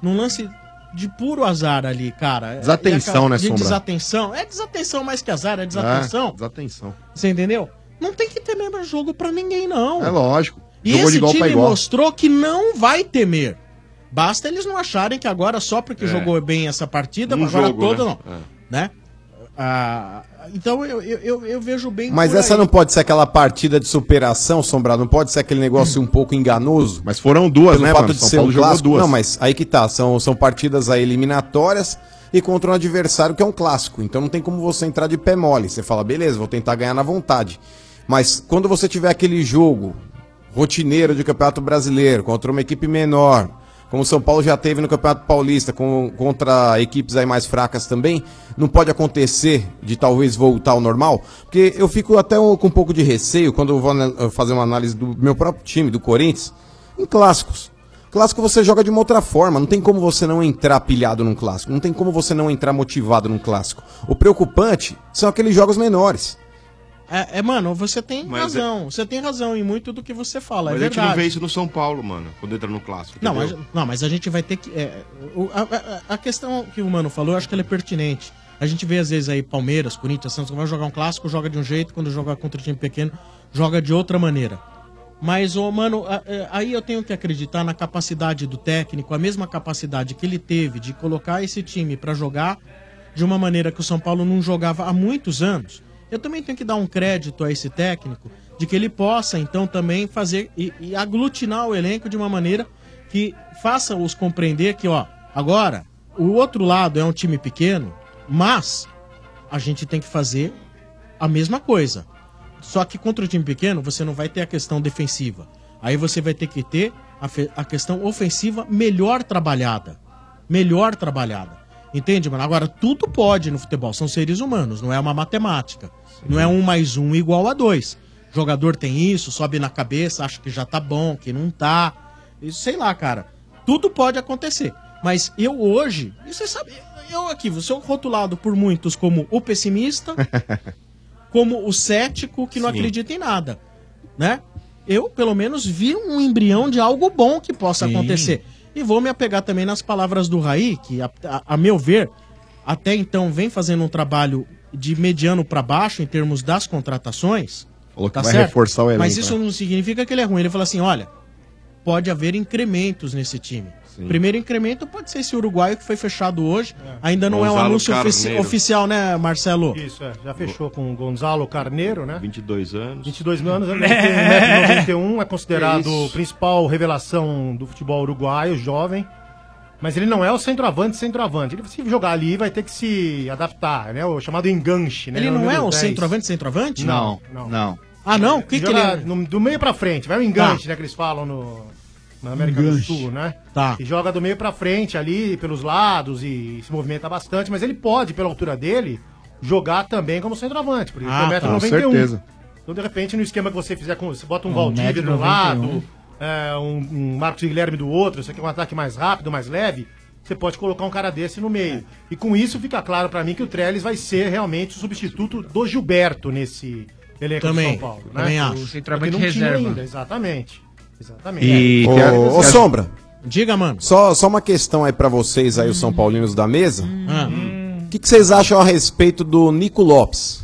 Speaker 7: num lance de puro azar ali, cara. É,
Speaker 6: Desatenção,
Speaker 7: E aquela-
Speaker 6: né,
Speaker 7: de
Speaker 6: Sombra?
Speaker 7: Desatenção. É desatenção mais que azar, é desatenção.
Speaker 6: É, desatenção.
Speaker 7: Você entendeu? Não tem que temer mais jogo pra ninguém, não.
Speaker 6: É lógico.
Speaker 7: E
Speaker 6: Jogou de
Speaker 7: esse
Speaker 6: igual pra
Speaker 7: time
Speaker 6: igual.
Speaker 7: mostrou que não vai temer. Basta eles não acharem que agora, só porque
Speaker 3: É.
Speaker 7: jogou bem essa partida,
Speaker 3: Um
Speaker 7: agora
Speaker 3: jogo,
Speaker 7: toda
Speaker 3: né?
Speaker 7: não. Né? Ah, então eu, eu, eu- eu vejo bem.
Speaker 9: Mas
Speaker 7: por
Speaker 9: essa
Speaker 7: aí.
Speaker 9: não pode ser aquela partida de superação, Sombra. Não pode ser aquele negócio um pouco enganoso.
Speaker 6: Mas foram duas,
Speaker 9: Pelo
Speaker 6: né,
Speaker 9: fato
Speaker 6: mano?
Speaker 9: de
Speaker 6: São
Speaker 9: ser
Speaker 6: Paulo
Speaker 9: um
Speaker 6: jogou
Speaker 9: clássico.
Speaker 6: duas.
Speaker 9: Não, mas aí que tá. São, são partidas aí eliminatórias e contra um adversário que é um clássico. Então não tem como você entrar de pé mole. Você fala, beleza, vou tentar ganhar na vontade. Mas quando você tiver aquele jogo rotineiro de Campeonato Brasileiro contra uma equipe menor, como o São Paulo já teve no Campeonato Paulista, com, contra equipes aí mais fracas também, não pode acontecer de talvez voltar ao normal, porque eu fico até um- com um pouco de receio quando eu vou ana- fazer uma análise do meu próprio time, do Corinthians, em clássicos. Clássico você joga de uma outra forma, não tem como você não entrar pilhado num clássico, não tem como você não entrar motivado num clássico. O preocupante são aqueles jogos menores.
Speaker 7: É, é, mano, você tem
Speaker 3: Mas
Speaker 7: razão. Você tem razão em muito do que você fala.
Speaker 3: Mas
Speaker 7: é
Speaker 3: a gente
Speaker 7: verdade.
Speaker 3: não vê isso no São Paulo, mano, quando entra no clássico.
Speaker 7: Não, mas,
Speaker 3: entendeu?
Speaker 7: não, mas a gente vai ter que. é, o- a, a- a questão que o Mano falou, eu acho que ela é pertinente. A gente vê às vezes aí Palmeiras, Corinthians, Santos, quando vai jogar um clássico, joga de um jeito, quando joga contra um time pequeno, joga de outra maneira. Mas, ô, mano, a- é, aí eu tenho que acreditar na capacidade do técnico, a mesma capacidade que ele teve de colocar esse time pra jogar de uma maneira que o São Paulo não jogava há muitos anos. Eu também tenho que dar um crédito a esse técnico de que ele possa, então, também fazer e, e aglutinar o elenco de uma maneira que faça-os compreender que, ó, agora, o outro lado é um time pequeno, mas a gente tem que fazer a mesma coisa. Só que contra o time pequeno, você não vai ter a questão defensiva. Aí você vai ter que ter a, fe- a questão ofensiva melhor trabalhada. Melhor trabalhada. Entende, mano? Agora, tudo pode no futebol. São seres humanos, não é uma matemática. Não é um mais um igual a dois. Jogador tem isso, sobe na cabeça, acha que já tá bom, que não tá. Isso, sei lá, cara. Tudo pode acontecer. Mas eu hoje, e você sabe, eu aqui, você é rotulado por muitos como o pessimista, como o cético que não
Speaker 5: Sim.
Speaker 7: acredita em nada, né? Eu, pelo menos, vi um embrião de algo bom que possa
Speaker 5: Sim.
Speaker 7: acontecer. E vou me apegar também nas palavras do Raí, que, a, a- a meu ver, até então vem fazendo um trabalho de mediano para baixo em termos das contratações.
Speaker 6: Falou que vai reforçar o elenco,
Speaker 7: Mas isso
Speaker 6: né?
Speaker 7: não significa que ele é ruim. Ele fala assim, olha, pode haver incrementos nesse time. Primeiro incremento pode ser esse uruguaio que foi fechado hoje. Ainda não é um
Speaker 3: Gonzalo
Speaker 7: anúncio ofici-
Speaker 3: Carneiro.
Speaker 7: oficial, né, Marcelo?
Speaker 12: Isso, é. Já fechou com o Gonzalo Carneiro, né?
Speaker 3: 22 anos.
Speaker 12: 22 anos, é um ele tem 1,91m, é considerado
Speaker 3: Que
Speaker 12: a
Speaker 3: isso.
Speaker 12: principal revelação do futebol uruguaio, jovem. Mas ele não é o centroavante, centroavante. Ele, se jogar ali, vai ter que se adaptar, né? O chamado enganche, né?
Speaker 7: Ele não é
Speaker 12: número
Speaker 7: um
Speaker 12: 10.
Speaker 7: centroavante, centroavante?
Speaker 12: Não, não.
Speaker 7: Ah, não? O que, que ele
Speaker 12: Joga
Speaker 7: é?
Speaker 12: no- do meio pra frente, vai o enganche, né? Que eles falam no, na América do
Speaker 7: Enganche.
Speaker 12: Sul, né?
Speaker 7: Tá.
Speaker 12: E joga do meio pra frente ali, pelos lados e se movimenta bastante, mas ele pode, pela altura dele, jogar também como centroavante, porque
Speaker 6: Ah,
Speaker 12: ele tem
Speaker 6: tá.
Speaker 12: 1,91m.
Speaker 6: Com certeza.
Speaker 12: Então, de repente, no esquema que você fizer, com, você bota um
Speaker 6: Um
Speaker 12: Valdívia
Speaker 6: médio
Speaker 12: de um
Speaker 6: 91.
Speaker 12: lado, é, um, um Marcos Guilherme do outro, isso aqui é um ataque mais rápido, mais leve, você pode colocar um cara desse no meio. E com isso fica claro pra mim que o Trellis vai ser realmente o substituto do Gilberto nesse elenco
Speaker 7: Também,
Speaker 12: do São Paulo.
Speaker 7: também
Speaker 12: né?
Speaker 7: acho.
Speaker 12: O
Speaker 7: Centroavante
Speaker 12: Porque não tinha
Speaker 7: reserva.
Speaker 12: ainda, exatamente. Exatamente.
Speaker 9: E ô, ô, Sombra.
Speaker 7: É. Diga, mano.
Speaker 9: Só, só uma questão aí pra vocês aí, os São Paulinos da mesa. que, que vocês acham a respeito do Nico Lopes?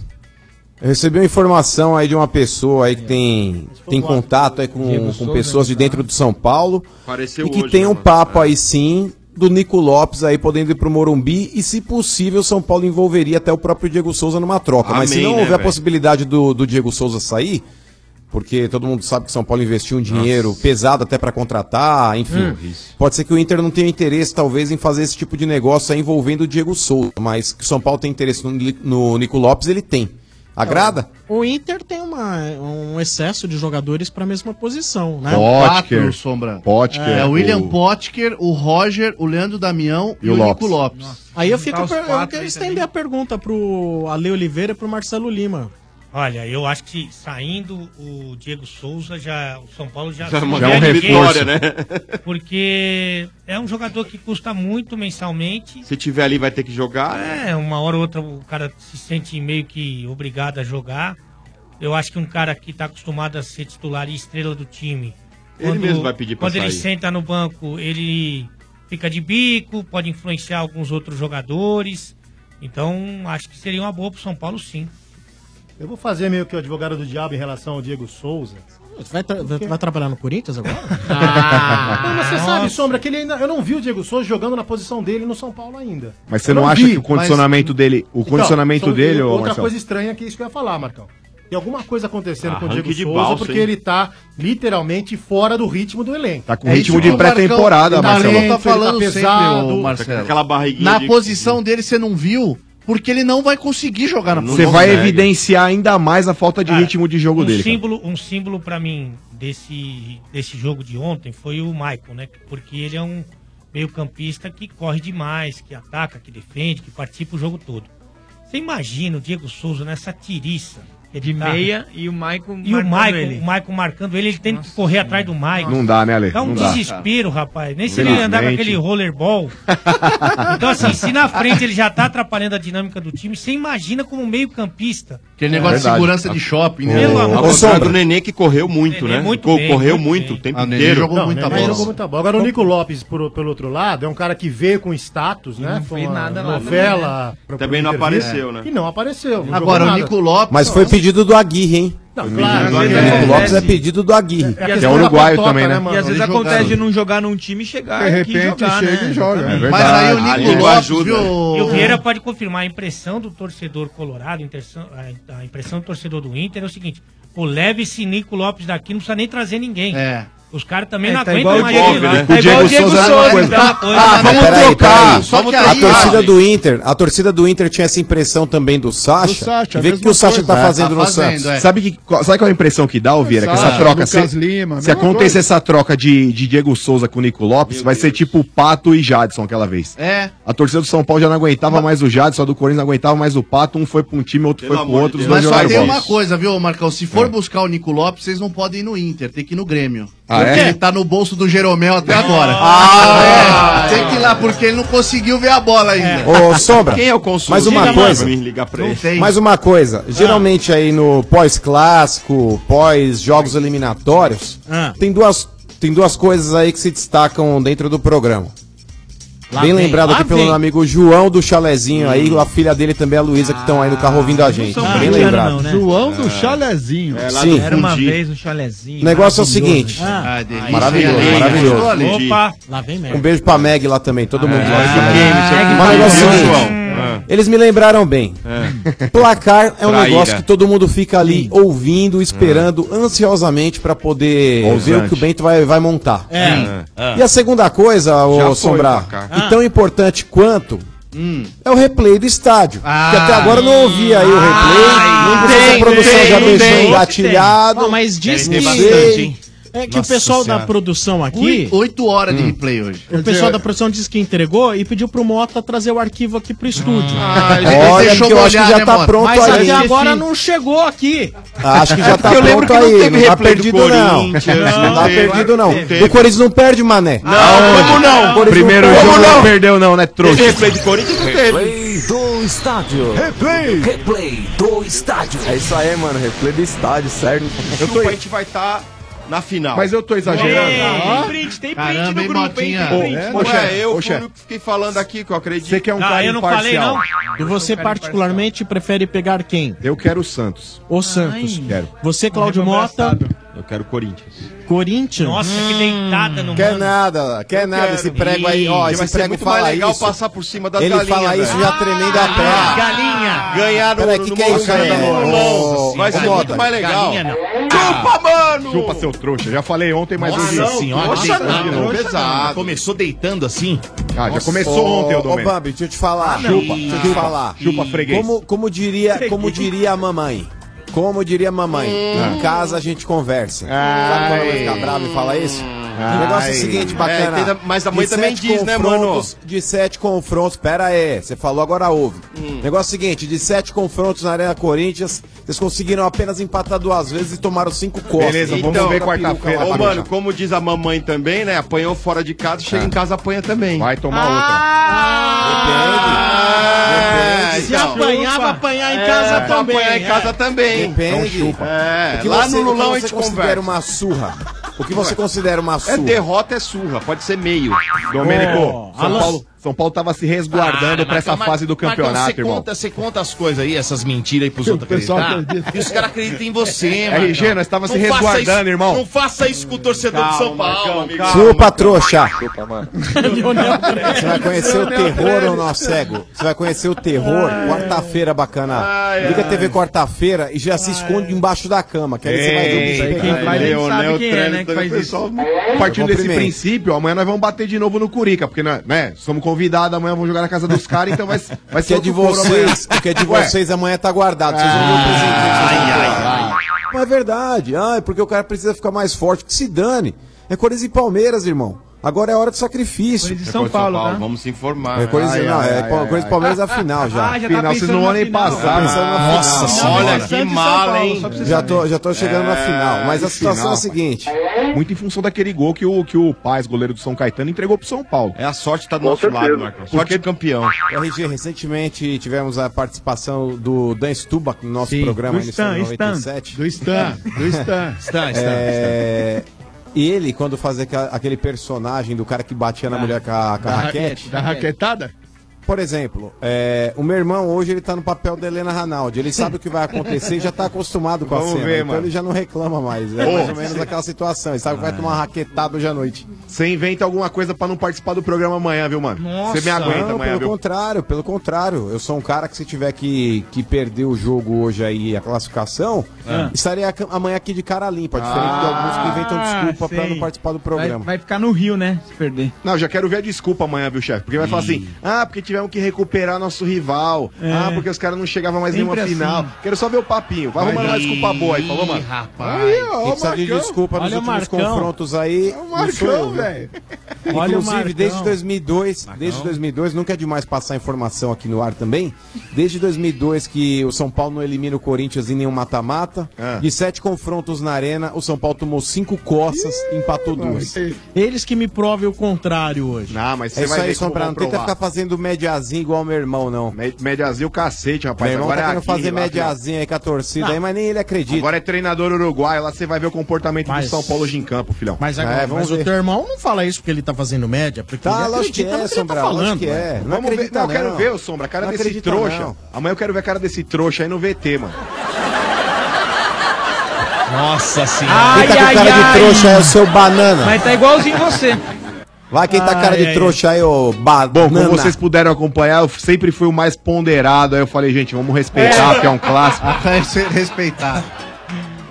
Speaker 9: Eu recebi uma informação aí de uma pessoa aí que tem, tem contato aí com, com pessoas de dentro do São Paulo.
Speaker 18: Apareceu
Speaker 9: e que
Speaker 18: né? hoje,
Speaker 9: tem
Speaker 18: né,
Speaker 9: um
Speaker 18: mano?
Speaker 9: papo aí sim do Nico Lopes aí podendo ir pro Morumbi e se possível São Paulo envolveria até o próprio Diego Souza numa troca. Mas se
Speaker 18: Amém,
Speaker 9: não
Speaker 18: né,
Speaker 9: houver a
Speaker 18: velho?
Speaker 9: possibilidade do, do Diego Souza sair, porque todo mundo sabe que São Paulo investiu um dinheiro pesado até pra contratar, enfim.
Speaker 18: Hum. Isso.
Speaker 9: Pode ser que o Inter não tenha interesse, talvez, em fazer esse tipo de negócio aí envolvendo o Diego Souza, mas que o São Paulo tem interesse no, Li- no Nico Lopes, ele tem. Agrada?
Speaker 7: O Inter tem uma, um excesso de jogadores para a mesma posição, né?
Speaker 9: Potker.
Speaker 4: Quatro, Sombra.
Speaker 9: Potker,
Speaker 4: É, o William
Speaker 9: o-
Speaker 4: Potker, o Roger, o Leandro Damião e, o, Nico Lopes.
Speaker 7: Aí eu fico. per- eu
Speaker 4: quatro
Speaker 7: quero
Speaker 4: aí
Speaker 7: estender a pergunta pro Ale Oliveira e pro Marcelo Lima.
Speaker 8: Olha, eu acho que saindo o Diego Souza, já, o São Paulo já,
Speaker 7: Já é uma
Speaker 8: não
Speaker 7: grande
Speaker 8: ninguém,
Speaker 7: vitória,
Speaker 3: né?
Speaker 8: Porque é um jogador que custa muito mensalmente.
Speaker 3: Se tiver ali, vai ter que jogar. né?
Speaker 8: É, uma hora ou outra o cara se sente meio que obrigado a jogar. Eu acho que um cara que está acostumado a ser titular e estrela do time.
Speaker 3: Ele mesmo vai pedir pra
Speaker 8: Quando ele
Speaker 3: sair.
Speaker 8: senta no banco, ele fica de bico, pode influenciar alguns outros jogadores. Então, acho que seria uma boa pro São Paulo, sim.
Speaker 12: Eu vou fazer meio que o advogado do diabo em relação ao Diego Souza.
Speaker 7: Você vai, tra- vai- vai trabalhar no Corinthians agora?
Speaker 4: Ah,
Speaker 12: Ah. não, mas você
Speaker 7: nossa.
Speaker 12: sabe, Sombra, que ele ainda. Eu não vi o Diego Souza jogando na posição dele no São Paulo ainda.
Speaker 6: Mas você
Speaker 12: Eu
Speaker 6: não, acha
Speaker 12: vi,
Speaker 6: que o condicionamento
Speaker 12: mas-
Speaker 6: dele. O
Speaker 12: Então,
Speaker 6: condicionamento
Speaker 12: só-
Speaker 6: dele, ô
Speaker 12: Outra
Speaker 6: Marcelo? Ah,
Speaker 12: coisa estranha é que isso que eu ia falar, Marcão. Tem alguma coisa acontecendo com o
Speaker 6: Arranque
Speaker 12: Diego
Speaker 6: de
Speaker 12: Souza
Speaker 6: balsa,
Speaker 12: porque
Speaker 6: hein?
Speaker 12: ele tá literalmente fora do ritmo do elenco. É
Speaker 6: Tá com ritmo de pré-temporada,
Speaker 12: Ele tá
Speaker 6: Marcelo.
Speaker 12: lento,
Speaker 6: Tá
Speaker 12: ele
Speaker 4: falando
Speaker 12: pesado.
Speaker 4: sempre, ô,
Speaker 3: Com
Speaker 4: Marcelo.
Speaker 3: aquela barriguinha
Speaker 4: Na
Speaker 3: de-
Speaker 4: posição dele você não viu, porque ele não vai conseguir jogar na
Speaker 6: Você
Speaker 4: posição
Speaker 6: vai
Speaker 4: dele.
Speaker 6: evidenciar ainda mais a falta de ritmo de jogo
Speaker 8: um
Speaker 6: dele. cara.
Speaker 8: Símbolo, um símbolo para mim desse, desse jogo de ontem foi o Maicon, né? Porque ele é um meio-campista que corre demais, que ataca, que defende, que participa o jogo todo. Você imagina o Diego Souza nessa tiriça tá,
Speaker 13: De meia e o Maicon
Speaker 8: né? E o
Speaker 13: marcando
Speaker 8: Maicon,
Speaker 13: ele.
Speaker 8: o Maicon marcando ele, ele tem que correr atrás do Maicon.
Speaker 6: Não dá, né, Ale?
Speaker 8: Dá um
Speaker 6: Não dá.
Speaker 8: desespero, rapaz. Nem se ele andar com
Speaker 6: Infelizmente.
Speaker 8: aquele rollerball. então, assim, se na frente ele já tá atrapalhando a dinâmica do time, você imagina como meio-campista.
Speaker 4: Aquele
Speaker 8: É
Speaker 4: negócio de segurança de shopping, né?
Speaker 3: Pelo amor de Deus. O Nenê que correu muito,
Speaker 4: Nenê
Speaker 3: né?
Speaker 4: muito
Speaker 3: Co-
Speaker 4: bem,
Speaker 3: correu
Speaker 4: muito
Speaker 3: muito,
Speaker 4: bem.
Speaker 3: o tempo
Speaker 4: Ah, o Nenê
Speaker 3: inteiro.
Speaker 4: jogou
Speaker 12: Não, muita bola. jogou muita bola. Agora o Nico Lopes, por, pelo outro lado, é um cara que veio com status, né?
Speaker 4: não
Speaker 12: Foi
Speaker 4: fez
Speaker 12: uma
Speaker 4: nada lá
Speaker 12: novela.
Speaker 4: também, né?
Speaker 12: pro-
Speaker 3: Também
Speaker 12: pro
Speaker 3: não
Speaker 12: interview,
Speaker 3: apareceu, né?
Speaker 12: E não apareceu. não
Speaker 4: Agora,
Speaker 12: jogou
Speaker 4: o
Speaker 12: nada.
Speaker 4: Nico Lopes.
Speaker 9: Mas foi pedido do Aguirre, hein?
Speaker 12: Não,
Speaker 9: Foi
Speaker 12: claro,
Speaker 9: pedido do
Speaker 12: mas
Speaker 9: Aguirre.
Speaker 12: é-
Speaker 9: O Nico Lopes
Speaker 12: é-
Speaker 9: é pedido do Aguirre.
Speaker 12: É a
Speaker 9: que é
Speaker 12: questão da
Speaker 9: uruguaio
Speaker 12: patota,
Speaker 9: também, né?
Speaker 12: né, mano?
Speaker 13: E às vezes
Speaker 12: Não jogar.
Speaker 13: acontece de não jogar num time e chegar
Speaker 12: De
Speaker 13: aqui
Speaker 12: repente, chega e joga. É
Speaker 13: Mas
Speaker 12: verdade.
Speaker 13: aí o
Speaker 12: Ali
Speaker 13: Nico
Speaker 12: não
Speaker 13: Lopes,
Speaker 12: ajuda.
Speaker 13: viu?
Speaker 8: E o Vieira pode confirmar a impressão do torcedor colorado, a impressão- a a impressão do torcedor do Inter é o seguinte: pô, leve esse Nico Lopes daqui, não precisa nem trazer ninguém.
Speaker 4: É.
Speaker 8: Os caras também
Speaker 4: É,
Speaker 8: não
Speaker 4: tá
Speaker 8: aguentam
Speaker 4: igual o
Speaker 8: mais
Speaker 4: Bob,
Speaker 8: ele lá.
Speaker 4: né?
Speaker 8: Tá
Speaker 4: É igual o
Speaker 8: Diego
Speaker 4: Diego
Speaker 8: Souza, então.
Speaker 4: Souza,
Speaker 8: mesma
Speaker 4: tá?
Speaker 8: coisa.
Speaker 4: Ah, vamos
Speaker 9: né? Peraí,
Speaker 4: trocar.
Speaker 9: peraí.
Speaker 4: Só que
Speaker 9: a
Speaker 4: aí-
Speaker 9: torcida do Inter, a torcida do Inter tinha essa impressão também do Sacha.
Speaker 11: Sacha, a
Speaker 9: Vê o que
Speaker 11: mesma
Speaker 9: o Sacha tá
Speaker 11: coisa.
Speaker 9: fazendo
Speaker 11: Tá
Speaker 9: no
Speaker 11: fazendo,
Speaker 9: Santos.
Speaker 11: é.
Speaker 6: Sabe, que, qual- sabe qual é a impressão que dá, ô Vieira? Que essa
Speaker 11: Sacha,
Speaker 6: troca.
Speaker 11: Lucas
Speaker 6: Se,
Speaker 11: Lima,
Speaker 6: se
Speaker 11: mesma
Speaker 6: acontecer
Speaker 11: coisa.
Speaker 6: essa troca de, de Diego Souza com o Nico Lopes, vai ser tipo Pato e Jadson aquela vez.
Speaker 4: É.
Speaker 6: A torcida do São Paulo já não aguentava mais o Jadson, a do Corinthians não aguentava mais o Pato. Um foi pra um time, outro foi pro outro. Os dois
Speaker 4: Mas só
Speaker 6: jogaram
Speaker 4: tem
Speaker 6: bola.
Speaker 4: uma coisa, viu, Marcão? Se for buscar o Nico Lopes, vocês não podem ir no Inter, tem que ir no Grêmio.
Speaker 6: Ah,
Speaker 4: porque
Speaker 6: é?
Speaker 4: ele tá no bolso do Jeromel até agora.
Speaker 3: Ah!
Speaker 4: É, tem que ir lá, porque ele não conseguiu ver a bola ainda.
Speaker 9: Ô, Sombra,
Speaker 4: Quem é o
Speaker 3: consul?
Speaker 9: mais uma
Speaker 4: Diga mais
Speaker 9: coisa.
Speaker 4: pra
Speaker 3: mim ligar pra
Speaker 4: ele. Não tem.
Speaker 9: Mais uma coisa.
Speaker 7: Ah.
Speaker 9: Geralmente aí no pós-clássico, pós-jogos eliminatórios,
Speaker 7: Ah.
Speaker 9: tem, duas, tem duas coisas aí que se destacam dentro do programa.
Speaker 7: Lá
Speaker 9: Bem
Speaker 7: vem,
Speaker 9: lembrado
Speaker 7: lá
Speaker 9: aqui pelo
Speaker 7: vem. Hum.
Speaker 9: amigo João do Chalezinho aí, a filha dele também, a Luísa, que estão aí no
Speaker 7: Ah,
Speaker 9: carro ouvindo a gente.
Speaker 11: Ah,
Speaker 9: Bem lembrado.
Speaker 7: né?
Speaker 11: né?
Speaker 17: João do
Speaker 9: É.
Speaker 17: Chalezinho.
Speaker 9: É, lá Sim. do
Speaker 17: Era uma
Speaker 9: Fundi.
Speaker 17: vez um
Speaker 9: O
Speaker 17: chalezinho.
Speaker 9: negócio é o
Speaker 17: maravilhoso.
Speaker 9: seguinte.
Speaker 17: Ah.
Speaker 9: maravilhoso, maravilhoso.
Speaker 7: Opa, lá vem mesmo. Ah,
Speaker 9: Um beijo pra Meg lá também, todo mundo lá.
Speaker 7: Meg,
Speaker 9: Mas o negócio é o
Speaker 7: Meg,
Speaker 9: seguinte,
Speaker 7: João.
Speaker 9: Eles me lembraram bem. Placar é um
Speaker 18: Traíra.
Speaker 9: negócio que todo mundo fica ali ouvindo, esperando ansiosamente pra poder
Speaker 18: Ousante.
Speaker 9: ver o que o Bento vai, vai montar.
Speaker 18: É. É.
Speaker 9: E a segunda coisa,
Speaker 18: Já foi
Speaker 9: ô
Speaker 18: o
Speaker 9: Sombrar,
Speaker 18: placar.
Speaker 9: e tão importante quanto é o replay do estádio. que até agora eu não ouvi aí o replay. não sei se a produção já deixou engatilhado.
Speaker 7: Não, mas diz
Speaker 9: Deve
Speaker 7: que.
Speaker 9: ter bastante, hein?
Speaker 7: É que
Speaker 9: Nossa
Speaker 7: o pessoal
Speaker 9: Senhora.
Speaker 7: da produção aqui.
Speaker 4: Oito- oito horas
Speaker 6: Hum.
Speaker 4: de replay hoje.
Speaker 7: O pessoal da produção disse que entregou e pediu pro Mota trazer o arquivo aqui pro estúdio.
Speaker 4: ele Olha, Ah, deixou porque eu molhar, acho que já né, tá Mota? pronto
Speaker 7: Mas
Speaker 4: aí.
Speaker 7: até agora
Speaker 4: Sim.
Speaker 7: não chegou aqui.
Speaker 9: Acho que já tá
Speaker 7: Eu lembro
Speaker 9: pronto
Speaker 7: que não
Speaker 9: aí.
Speaker 7: teve
Speaker 9: não tá
Speaker 7: replay do
Speaker 9: perdido, não. Não,
Speaker 7: Corinthians.
Speaker 9: tá
Speaker 7: Teve,
Speaker 9: perdido, não.
Speaker 7: teve.
Speaker 9: O Corinthians não perde, mané.
Speaker 3: Não, como não?
Speaker 6: Primeiro jogo não, perdeu, não, né, trouxa?
Speaker 3: Replay do Corinthians não teve.
Speaker 19: Replay do estádio.
Speaker 3: Replay.
Speaker 19: Replay do estádio.
Speaker 17: É isso aí, mano. Replay do estádio, certo?
Speaker 3: Eu
Speaker 6: Então
Speaker 3: tô... A gente vai estar na final.
Speaker 6: Mas eu tô exagerando?
Speaker 3: Tem
Speaker 6: Ó.
Speaker 3: print, tem print
Speaker 6: Caramba,
Speaker 3: no
Speaker 6: hein,
Speaker 3: grupo, hein?
Speaker 6: Motinha?
Speaker 3: Tem print.
Speaker 6: É?
Speaker 3: Não
Speaker 6: Ô,
Speaker 3: é,
Speaker 6: chefe,
Speaker 3: eu
Speaker 6: ô,
Speaker 3: fui o
Speaker 6: chefe.
Speaker 3: único que fiquei falando aqui que eu acredito.
Speaker 6: Você
Speaker 9: Ah,
Speaker 6: quer um cara imparcial.
Speaker 7: E
Speaker 9: um
Speaker 7: você particularmente prefere pegar quem?
Speaker 6: Eu quero o Santos.
Speaker 7: O Santos.
Speaker 6: Quero.
Speaker 7: Você, Cláudio Mota,
Speaker 6: Eu quero Corinthians.
Speaker 7: Corinthians.
Speaker 8: Nossa, que deitada no
Speaker 9: Quer
Speaker 8: mano.
Speaker 9: nada, quer
Speaker 8: Eu
Speaker 9: nada.
Speaker 8: quero.
Speaker 9: Esse prego aí, ó,
Speaker 3: Vai
Speaker 9: esse
Speaker 3: ser
Speaker 9: prego
Speaker 3: muito
Speaker 9: fala
Speaker 3: mais legal
Speaker 9: isso.
Speaker 3: passar por cima das
Speaker 9: Ele
Speaker 3: galinhas. Ah,
Speaker 9: fala isso já tremendo a pé.
Speaker 8: Galinha!
Speaker 3: Ganhar no,
Speaker 9: Peraí,
Speaker 3: no,
Speaker 9: que
Speaker 3: no
Speaker 9: que é isso, cara?
Speaker 3: Morumbi,
Speaker 9: Ô,
Speaker 3: irmão. Vai
Speaker 6: ô,
Speaker 3: ser
Speaker 6: Mota.
Speaker 3: muito mais legal.
Speaker 6: Galinha, não.
Speaker 3: Chupa, mano!
Speaker 6: Chupa seu trouxa. Já falei ontem, mas
Speaker 1: Nossa
Speaker 6: hoje. assim,
Speaker 1: senhora,
Speaker 6: Nossa,
Speaker 1: deitado,
Speaker 6: não.
Speaker 1: pesado. Começou deitando assim.
Speaker 6: Ah, já começou ontem, ô,
Speaker 9: Ô,
Speaker 6: Domênico.
Speaker 9: Babi, deixa eu te falar.
Speaker 6: Ah, não.
Speaker 9: Chupa, deixa eu te
Speaker 6: Chupa,
Speaker 9: falar.
Speaker 6: chupa, freguês.
Speaker 9: Como, como, diria, como diria a mamãe. Como diria a mamãe,
Speaker 6: Hum.
Speaker 9: em casa a gente conversa. Sabe quando ela vai ficar brava e fala isso? O negócio é
Speaker 3: Ai.
Speaker 9: o seguinte, bacana.
Speaker 3: É, tem da- mas a mãe
Speaker 9: De
Speaker 3: também
Speaker 9: sete
Speaker 3: diz, né,
Speaker 9: confrontos- De sete confrontos, pera aí, você falou, agora ouve.
Speaker 3: Hum.
Speaker 9: Negócio é o seguinte, de sete confrontos na Arena Corinthians, vocês conseguiram apenas empatar duas vezes e tomaram cinco costas.
Speaker 3: Então,
Speaker 9: Ô,
Speaker 3: Ô,
Speaker 9: mano,
Speaker 3: mano, como diz a mamãe também, né? Apanhou fora de casa, chega em casa, apanha também. Vai
Speaker 6: tomar
Speaker 3: outra. Depende.
Speaker 7: Se apanhar, vai apanhar em casa
Speaker 3: Ah! Então, é, pra
Speaker 7: também,
Speaker 3: apanhar em
Speaker 7: é.
Speaker 3: casa também.
Speaker 9: Depende.
Speaker 6: Então,
Speaker 3: É,
Speaker 9: O que
Speaker 3: lá
Speaker 9: você-
Speaker 3: no Lulão
Speaker 9: o
Speaker 3: a
Speaker 9: que você
Speaker 3: gente
Speaker 9: considera
Speaker 3: conversa.
Speaker 9: uma surra? O que você considera uma surra?
Speaker 3: É derrota, é surra. Pode ser meio.
Speaker 6: Domênico,
Speaker 3: Ô,
Speaker 6: São,
Speaker 3: Alan-
Speaker 6: Paulo, São Paulo tava se
Speaker 9: Ah,
Speaker 1: Ah,
Speaker 6: resguardando pra essa fase do campeonato,
Speaker 1: então você
Speaker 6: irmão.
Speaker 1: Conta, você conta as coisas aí, essas mentiras aí pros outros
Speaker 6: O pessoal
Speaker 1: acreditar.
Speaker 6: acredita.
Speaker 1: E os caras acreditam em você,
Speaker 6: É,
Speaker 1: mano.
Speaker 6: RG, nós tava se
Speaker 1: faça
Speaker 6: resguardando,
Speaker 1: isso-
Speaker 6: irmão.
Speaker 1: Não faça isso com o torcedor de São Paulo, amigo.
Speaker 9: Chupa, trouxa! Você vai
Speaker 1: Leonel
Speaker 9: conhecer o
Speaker 1: Treves.
Speaker 9: terror ou nosso cego. Você vai conhecer o terror quarta-feira, bacana. Liga a TV quarta-feira e já se esconde embaixo da cama. Que aí você vai ver o bicho
Speaker 6: Ei,
Speaker 9: pegando.
Speaker 6: quem faz nem Leonel sabe quem é, Treves, né, que faz isso. A partir desse
Speaker 9: Cumprimento.
Speaker 6: princípio, amanhã nós vamos bater de novo no Curica, porque nós, né, somos convidados, amanhã vamos jogar na casa dos caras, então vai, vai
Speaker 9: O que é
Speaker 6: outro
Speaker 9: de
Speaker 6: couro amanhã.
Speaker 9: vocês, o que é de
Speaker 6: Ué, É.
Speaker 9: vocês amanhã tá guardado. Vocês vão ver o presente. que vocês vão guardar. Mas é verdade. Ah, é porque o cara precisa ficar mais forte. Que se dane. É Corinthians e Palmeiras, irmão. Agora é hora do sacrifício. Corinthians
Speaker 3: São Paulo,
Speaker 6: tá?
Speaker 3: Vamos se informar.
Speaker 9: É Corinthians, não, é Pa- Corinthians e Palmeiras é a final já.
Speaker 3: Ah, já tá Final, vocês não pensando vão nem na final. passar.
Speaker 9: Tá pensando na
Speaker 3: Nossa
Speaker 9: final.
Speaker 3: Olha, Santos que e São mala, Paulo, hein? só pra vocês
Speaker 9: Já
Speaker 3: saberem.
Speaker 9: tô, já tô chegando na
Speaker 6: É,
Speaker 9: final, mas a
Speaker 6: que
Speaker 9: situação é
Speaker 6: final,
Speaker 9: a seguinte.
Speaker 6: Muito em função daquele gol que o, que o Paz, goleiro do São Caetano, entregou pro São Paulo.
Speaker 3: É a sorte tá do
Speaker 9: Com
Speaker 3: nosso
Speaker 9: certeza.
Speaker 3: lado, Marcos. Sorte de campeão.
Speaker 9: RG, recentemente tivemos a participação do Dan Stubach no
Speaker 4: Ah,
Speaker 9: nosso programa
Speaker 11: do
Speaker 9: no
Speaker 11: Stan,
Speaker 9: Estúdio
Speaker 11: Stan.
Speaker 9: 97.
Speaker 11: Do Stan,
Speaker 6: É.
Speaker 11: do Stan. Stan, Stan,
Speaker 9: É, Ele, quando fazia aqua- aquele personagem do cara que batia
Speaker 6: Ah.
Speaker 9: na mulher com a, com a
Speaker 11: da
Speaker 9: raquete.
Speaker 11: raquete, da raquetada?
Speaker 9: Por exemplo, é, o meu irmão hoje ele tá no papel da Helena Ranaldi. Ele sabe o que vai acontecer e já tá acostumado com a
Speaker 6: Vamos
Speaker 9: cena.
Speaker 6: ver,
Speaker 9: então
Speaker 6: mano.
Speaker 9: ele já não reclama mais. É
Speaker 6: Ô. Ah.
Speaker 9: mais ou menos aquela situação. Ele sabe que vai tomar uma raquetada hoje à noite.
Speaker 6: Você inventa alguma coisa pra não participar do programa amanhã, viu, mano? Você me aguenta
Speaker 9: Não,
Speaker 6: amanhã,
Speaker 9: pelo
Speaker 6: viu?
Speaker 9: contrário, pelo contrário. Eu sou um cara que se tiver que, que perder o jogo hoje aí, a classificação,
Speaker 13: Ah.
Speaker 9: estarei ac- amanhã aqui de cara limpa. Diferente de
Speaker 6: Ah,
Speaker 9: alguns que inventam desculpa pra não participar do programa.
Speaker 13: Vai, vai ficar no Rio, né? Se perder.
Speaker 6: Não, já quero ver a desculpa amanhã, viu, chefe? Porque vai falar assim, ah, porque tivemos que recuperar nosso rival.
Speaker 9: É.
Speaker 6: Ah, porque os caras não chegavam mais
Speaker 9: Sempre
Speaker 6: nenhuma final.
Speaker 9: assim.
Speaker 6: Quero só ver o papinho. Vai arrumando uma desculpa boa aí, falou, mano?
Speaker 9: Aí, ó, É Quem precisa de desculpa nos
Speaker 6: Olha o
Speaker 9: últimos
Speaker 6: Marcão.
Speaker 9: confrontos aí.
Speaker 6: o
Speaker 9: não
Speaker 6: Marcão,
Speaker 9: sou eu, viu?
Speaker 6: velho.
Speaker 9: Olha o Inclusive, desde 2002, desde 2002, nunca é demais passar informação aqui no ar também. Desde 2002 que o São Paulo não elimina o Corinthians em nenhum mata-mata. De sete confrontos na arena, o São Paulo tomou cinco costas e empatou duas.
Speaker 7: Eles que me provem o contrário hoje.
Speaker 6: Ah, mas
Speaker 9: Ah, É isso aí, Sombra. Não tenta ficar fazendo mediazinho igual meu irmão, não.
Speaker 6: Mediazinho um, cacete, rapaz.
Speaker 9: Meu irmão
Speaker 6: Agora
Speaker 9: tá
Speaker 6: é
Speaker 9: querendo
Speaker 6: aqui,
Speaker 9: fazer
Speaker 6: lá,
Speaker 9: mediazinho aí com a torcida
Speaker 6: Não.
Speaker 9: aí, mas nem ele acredita.
Speaker 6: Agora é treinador uruguaio, lá você vai ver o comportamento do São Paulo hoje em campo, filhão.
Speaker 7: Mas, agora,
Speaker 6: É, vamos
Speaker 7: mas
Speaker 6: ver.
Speaker 7: o teu irmão não fala isso porque ele tá fazendo média, porque
Speaker 6: Tá,
Speaker 7: ele
Speaker 6: lógico
Speaker 7: acredita
Speaker 6: que é,
Speaker 7: no que ele tá
Speaker 6: Sombra, lógico
Speaker 7: falando,
Speaker 6: que é.
Speaker 7: velho.
Speaker 6: Vamos ver. Não, eu quero ver, o Sombra, a cara
Speaker 9: Não
Speaker 6: desse
Speaker 9: acredita,
Speaker 6: trouxa.
Speaker 9: não.
Speaker 6: Amanhã eu quero ver a cara desse trouxa aí no VT, mano.
Speaker 1: Nossa senhora.
Speaker 6: Ah,
Speaker 9: Quem tá com cara de trouxa é o seu banana.
Speaker 13: Mas tá igualzinho você.
Speaker 9: Vai quem tá com cara
Speaker 6: Ai,
Speaker 9: de
Speaker 6: ai,
Speaker 9: trouxa aí, ô banana.
Speaker 6: Bom, como vocês puderam acompanhar, eu sempre fui o mais ponderado. Aí eu falei, gente, vamos respeitar,
Speaker 4: É.
Speaker 6: porque é um clássico.
Speaker 4: respeitar.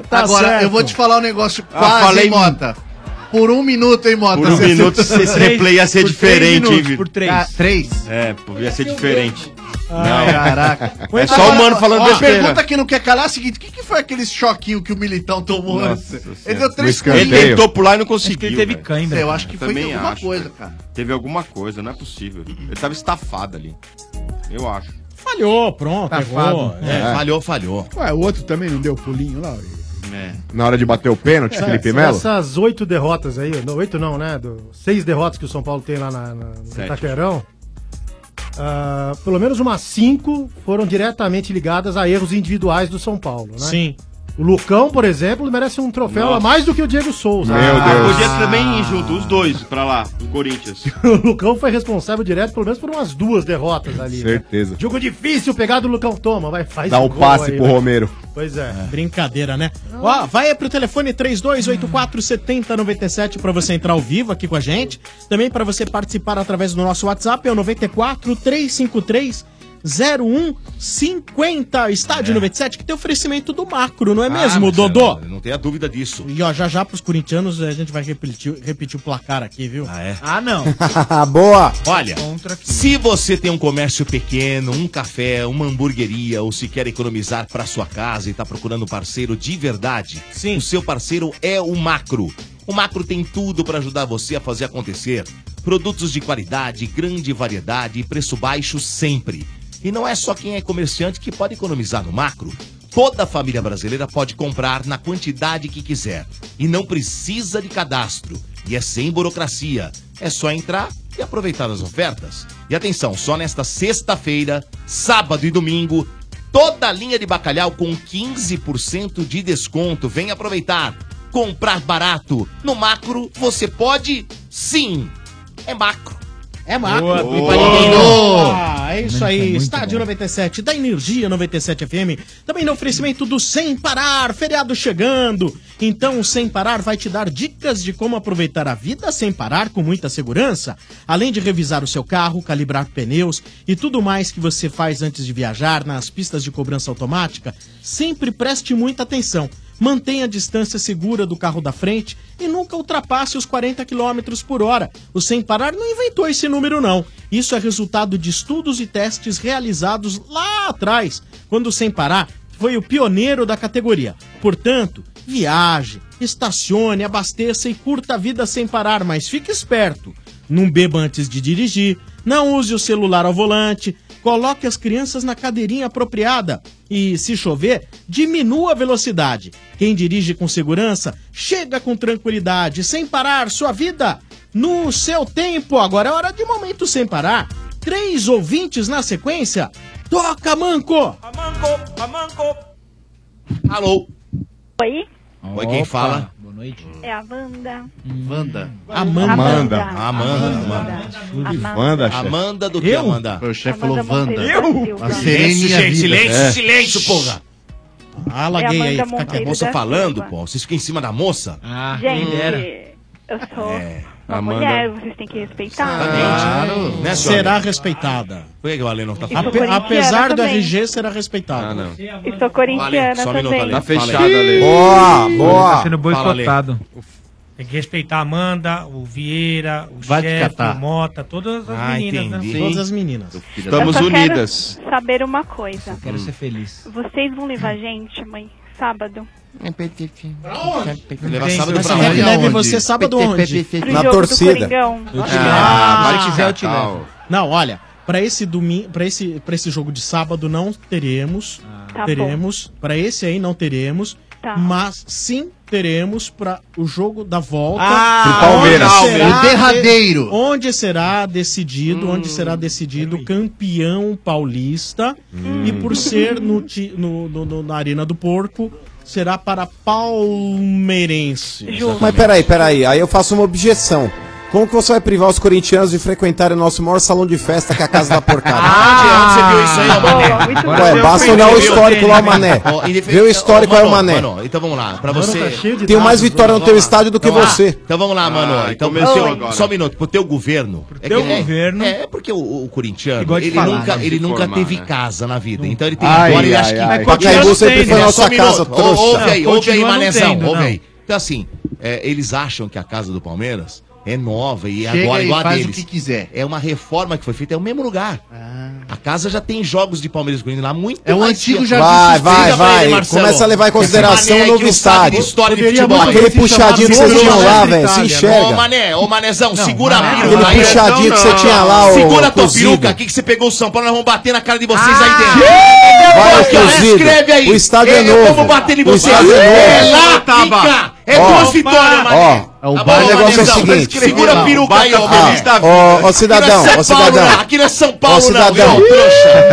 Speaker 6: Tá
Speaker 4: Agora,
Speaker 6: certo.
Speaker 4: eu vou te falar um negócio
Speaker 6: Ah,
Speaker 4: quase,
Speaker 6: falei-
Speaker 4: hein, Mota. Por um minuto, hein, Mota?
Speaker 3: Por um
Speaker 4: Você
Speaker 3: minuto,
Speaker 4: acertou-
Speaker 3: esse replay ia ser
Speaker 4: Por três
Speaker 3: diferente, hein,
Speaker 4: minutos,
Speaker 3: Vitor?
Speaker 4: Por três.
Speaker 3: Ah,
Speaker 4: três?
Speaker 3: É, pô, ia ser diferente.
Speaker 4: Ai, caraca.
Speaker 3: É só o mano falando
Speaker 4: Ó,
Speaker 3: besteira.
Speaker 4: pergunta que não quer calar é a seguinte: o que, que foi aquele choquinho que o Militão tomou?
Speaker 3: Nossa
Speaker 4: antes?
Speaker 3: Senhora.
Speaker 4: ele deu três
Speaker 3: No escanteio. Ele tentou pular e não conseguiu,
Speaker 4: Acho que ele teve
Speaker 3: velho.
Speaker 4: cãibra. Eu acho que
Speaker 3: Eu
Speaker 4: foi de
Speaker 3: também
Speaker 4: alguma
Speaker 3: acho,
Speaker 4: coisa,
Speaker 3: velho.
Speaker 4: cara.
Speaker 3: Teve alguma coisa, não é possível. Ele tava estafado ali. Eu acho.
Speaker 7: Falhou, pronto,
Speaker 4: Tá
Speaker 7: errou.
Speaker 11: Safado.
Speaker 7: É,
Speaker 11: É.
Speaker 1: Falhou, falhou.
Speaker 11: Ué, o outro também não deu pulinho lá.
Speaker 4: É.
Speaker 6: Na hora de bater o pênalti,
Speaker 11: Essa-
Speaker 6: Felipe
Speaker 11: essa-
Speaker 6: Melo.
Speaker 12: É, Essas oito derrotas aí, não, oito não, né? Do, seis derrotas que o São Paulo tem lá na, na, no
Speaker 6: Sete.
Speaker 12: Itaquerão. ah, pelo menos umas cinco foram diretamente ligadas a erros individuais do São Paulo, né?
Speaker 7: Sim.
Speaker 12: O Lucão, por exemplo, merece um troféu a
Speaker 3: Nossa. Ah,
Speaker 12: mais do que o Diego
Speaker 4: Ah,
Speaker 12: Souza.
Speaker 3: Podia também ir junto, os dois, pra lá, do Corinthians.
Speaker 12: O Lucão foi responsável direto, pelo menos, por umas duas derrotas ali. né?
Speaker 6: Certeza.
Speaker 12: Jogo difícil, pegado o Lucão toma, vai, faz
Speaker 6: Dá
Speaker 12: o
Speaker 6: um
Speaker 12: gol
Speaker 6: passe
Speaker 12: aí,
Speaker 6: pro
Speaker 12: vai.
Speaker 6: Romero.
Speaker 12: Pois é.
Speaker 7: Brincadeira, né? Ó, vai pro telefone 32847097 pra você entrar ao vivo aqui com a gente. Também pra você participar através do nosso WhatsApp, é o 94 353 0150. Estádio 97, que tem oferecimento do macro, não é
Speaker 3: Ah,
Speaker 7: mesmo,
Speaker 1: mas,
Speaker 7: Dodô?
Speaker 1: é, Não tenha dúvida disso.
Speaker 7: E ó, já já pros corintianos a gente vai repetir, repetir o placar aqui, viu? Ah,
Speaker 1: é?
Speaker 7: Ah, não.
Speaker 9: Boa!
Speaker 1: Olha, se você tem um comércio pequeno, um café, uma hamburgueria ou se quer economizar para sua casa e está procurando um parceiro de verdade, Sim. o seu parceiro é o Macro. O Macro tem tudo para ajudar você a fazer acontecer. Produtos de qualidade, grande variedade e preço baixo sempre. E não é só quem é comerciante que pode economizar no Macro. Toda a família brasileira pode comprar na quantidade que quiser e não precisa de cadastro. E é sem burocracia. É só entrar e aproveitar as ofertas. E atenção, só nesta sexta-feira, sábado e domingo, toda a linha de bacalhau com 15% de desconto. Vem aproveitar. Comprar barato. No macro, você pode sim. É macro.
Speaker 7: É macro.
Speaker 1: Boa,
Speaker 7: e
Speaker 1: boa.
Speaker 7: vale quem não.
Speaker 1: Boa.
Speaker 7: É isso
Speaker 1: Muito,
Speaker 7: aí.
Speaker 1: muito
Speaker 7: Estádio 97, da Energia 97 FM. Também no oferecimento do Sem Parar, feriado chegando. Então, o Sem Parar vai te dar dicas de como aproveitar a vida sem parar com muita segurança. Além de revisar o seu carro, calibrar pneus e tudo mais que você faz antes de viajar nas pistas de cobrança automática, sempre preste muita atenção. Mantenha a distância segura do carro da frente e nunca ultrapasse os 40 km por hora. O Sem Parar não inventou esse número, não. Isso é resultado de estudos e testes realizados lá atrás, quando o Sem Parar foi o pioneiro da categoria. Portanto, viaje, estacione, abasteça e curta a vida sem parar, mas fique esperto. Não beba antes de dirigir, não use o celular ao volante, coloque as crianças na cadeirinha apropriada e, se chover, diminua a velocidade. Quem dirige com segurança, chega com tranquilidade, sem parar sua vida no seu tempo. Agora é hora de momento sem parar. Três ouvintes na sequência. Toca, Manco!
Speaker 1: Alô?
Speaker 17: Oi,
Speaker 1: Oi, quem fala?
Speaker 17: é a Wanda.
Speaker 1: Amanda.
Speaker 17: Amanda.
Speaker 1: Amanda.
Speaker 17: Amanda.
Speaker 1: Amanda.
Speaker 17: Amanda.
Speaker 1: Amanda,
Speaker 17: chefe.
Speaker 1: Amanda do que, Amanda?
Speaker 4: O
Speaker 17: Ah,
Speaker 4: chefe falou
Speaker 17: Amanda
Speaker 4: Wanda.
Speaker 17: Monteiro da Silva.
Speaker 4: A serena
Speaker 1: Silêncio,
Speaker 4: e a
Speaker 1: gente,
Speaker 4: vida.
Speaker 1: silêncio,
Speaker 4: É.
Speaker 1: silêncio, porra! Fala,
Speaker 17: É
Speaker 1: gay aí,
Speaker 17: Amanda
Speaker 1: fica com a
Speaker 17: Monteiro
Speaker 1: moça
Speaker 17: da
Speaker 1: falando,
Speaker 17: Silva.
Speaker 1: pô. Vocês ficam em cima da moça? Ah,
Speaker 17: Gente, eu sou uma
Speaker 1: Amanda.
Speaker 17: mulher, é vocês têm que respeitar.
Speaker 1: Claro. Né, senhora?
Speaker 7: Será respeitada.
Speaker 1: Por que que o Ale não tá
Speaker 7: Ape-
Speaker 1: falando?
Speaker 7: apesar do
Speaker 17: também.
Speaker 7: RG, será respeitada.
Speaker 1: Ah, não.
Speaker 17: E sou corintiana
Speaker 1: Só um minuto,
Speaker 17: também.
Speaker 1: Ale. Fala aí.
Speaker 17: Boa,
Speaker 1: boa.
Speaker 8: Tá sendo
Speaker 1: Fala, Ale.
Speaker 8: boicotado. Tem que respeitar a Amanda, o Vieira, o
Speaker 4: Vai te
Speaker 8: chefe,
Speaker 4: catar.
Speaker 8: o Mota, todas as
Speaker 4: Ah,
Speaker 8: meninas,
Speaker 4: entendi.
Speaker 8: né?
Speaker 4: Todas as
Speaker 7: meninas.
Speaker 4: Estamos
Speaker 17: Eu só quero
Speaker 4: unidas.
Speaker 17: saber uma coisa.
Speaker 4: quero ser feliz.
Speaker 17: Vocês vão levar gente, mãe, sábado?
Speaker 3: É
Speaker 1: Levar sábado
Speaker 7: Mas
Speaker 1: pra
Speaker 3: assim,
Speaker 7: leve-
Speaker 1: onde?
Speaker 7: leve você sábado onde?
Speaker 17: Pro jogo do Coringão.
Speaker 7: Eu te
Speaker 1: Ah,
Speaker 7: levo.
Speaker 1: vai te ver, eu te levo.
Speaker 7: Não, olha, pra esse domingo, para esse para esse jogo de sábado não teremos,
Speaker 17: Tá
Speaker 7: teremos, pra esse aí não teremos,
Speaker 17: Tá.
Speaker 7: mas sim teremos pra o jogo da volta
Speaker 4: Ah,
Speaker 7: onde
Speaker 4: pro Palmeiras.
Speaker 7: será
Speaker 4: O derradeiro.
Speaker 7: de- onde será decidido, onde será decidido o campeão paulista e por ser no, ti- no- no- no- na Arena do Porco será para palmeirense.
Speaker 9: Mas peraí, peraí, aí eu faço uma objeção. Como que você vai privar os corintianos de frequentarem o nosso maior salão de festa, que é a Casa da Porcada?
Speaker 1: Ah, você viu isso aí, ó, Mané?
Speaker 9: Ué, basta olhar o histórico lá, o Mané.
Speaker 1: Ó, e defe-
Speaker 9: Vê o histórico
Speaker 1: Ô,
Speaker 9: aí, o
Speaker 1: Mano,
Speaker 9: Mané.
Speaker 1: Mano, então vamos lá, pra
Speaker 9: Mano,
Speaker 1: você...
Speaker 9: tá cheio de Tem mais dados, vitória no teu
Speaker 1: Vamos lá.
Speaker 9: estádio do que
Speaker 1: Vamos lá.
Speaker 9: você.
Speaker 1: Então vamos lá, Mano.
Speaker 9: Ah,
Speaker 1: então,
Speaker 9: começou
Speaker 1: Oi.
Speaker 9: agora.
Speaker 1: Só um minuto, pro teu governo. É
Speaker 9: teu
Speaker 1: é-
Speaker 9: governo.
Speaker 1: É, porque o, o corintiano,
Speaker 9: Que gosta de
Speaker 1: ele
Speaker 9: falar,
Speaker 1: nunca,
Speaker 9: né?
Speaker 1: ele
Speaker 9: De
Speaker 1: nunca
Speaker 9: formar,
Speaker 1: teve
Speaker 9: né?
Speaker 1: casa na vida. Então ele tem
Speaker 9: Ai,
Speaker 1: agora, ele
Speaker 9: ai,
Speaker 1: acha que...
Speaker 9: ai.
Speaker 1: Mas
Speaker 9: Pacaembu
Speaker 1: continua
Speaker 9: sempre
Speaker 1: não
Speaker 9: foi
Speaker 1: tendo,
Speaker 9: nossa
Speaker 1: só um
Speaker 9: casa,
Speaker 1: minuto. Ô,
Speaker 9: trouxa.
Speaker 1: Ouve aí, ouve aí,
Speaker 9: Continua não
Speaker 1: Manézão,
Speaker 9: tendo,
Speaker 1: ouve
Speaker 9: não.
Speaker 1: aí. Então assim, é, eles acham que a casa do Palmeiras... É nova e
Speaker 4: Chega
Speaker 1: agora
Speaker 4: e
Speaker 1: igual a
Speaker 4: faz o
Speaker 1: deles.
Speaker 4: que quiser.
Speaker 1: É uma reforma que foi feita, é o mesmo lugar. A casa já tem jogos de Palmeiras e Corinthians lá há muito
Speaker 4: É um
Speaker 1: mais
Speaker 4: antigo
Speaker 1: tempo.
Speaker 4: jardim
Speaker 9: Vai,
Speaker 1: Explica
Speaker 9: vai,
Speaker 1: pra
Speaker 9: vai.
Speaker 1: ele, Marcelo.
Speaker 9: Começa a levar em
Speaker 1: Esse
Speaker 9: consideração
Speaker 1: mané
Speaker 9: o
Speaker 1: aí
Speaker 9: novo
Speaker 1: que não sabe
Speaker 9: estádio.
Speaker 1: de história de
Speaker 9: Poderia
Speaker 1: futebol.
Speaker 9: muito Aquele bem se puxadinho que vocês chamar tinham lá, Novo velho, se Itália, enxerga.
Speaker 1: Ô, mané, ô, manézão, segura a peruca.
Speaker 9: Aquele
Speaker 1: aí.
Speaker 9: puxadinho que você tinha lá, ô,
Speaker 1: Segura a tua
Speaker 9: cozido.
Speaker 1: peruca aqui que você pegou o São Paulo, nós vamos bater na cara de vocês aí dentro.
Speaker 9: Vai,
Speaker 1: Aqui, ó,
Speaker 9: cozido.
Speaker 1: Escreve aí.
Speaker 9: O estádio é
Speaker 1: Eu
Speaker 9: novo.
Speaker 1: vou bater em
Speaker 9: O
Speaker 1: vocês.
Speaker 9: estádio é
Speaker 1: É
Speaker 9: novo.
Speaker 1: lá, pica. É duas vitórias, mané.
Speaker 9: Ó, O
Speaker 1: Tá
Speaker 9: bar-
Speaker 1: bom,
Speaker 9: o negócio é o
Speaker 1: Vanezão,
Speaker 9: seguinte.
Speaker 1: segura a peruca aí, ô, Benício, tá
Speaker 9: Ah, Ó, ó, cidadão,
Speaker 1: Aqui não é
Speaker 9: ó,
Speaker 1: São Paulo,
Speaker 9: cidadão.
Speaker 1: não. Aqui não é São Paulo,
Speaker 9: Ó,
Speaker 1: não,
Speaker 9: cidadão.
Speaker 1: viu,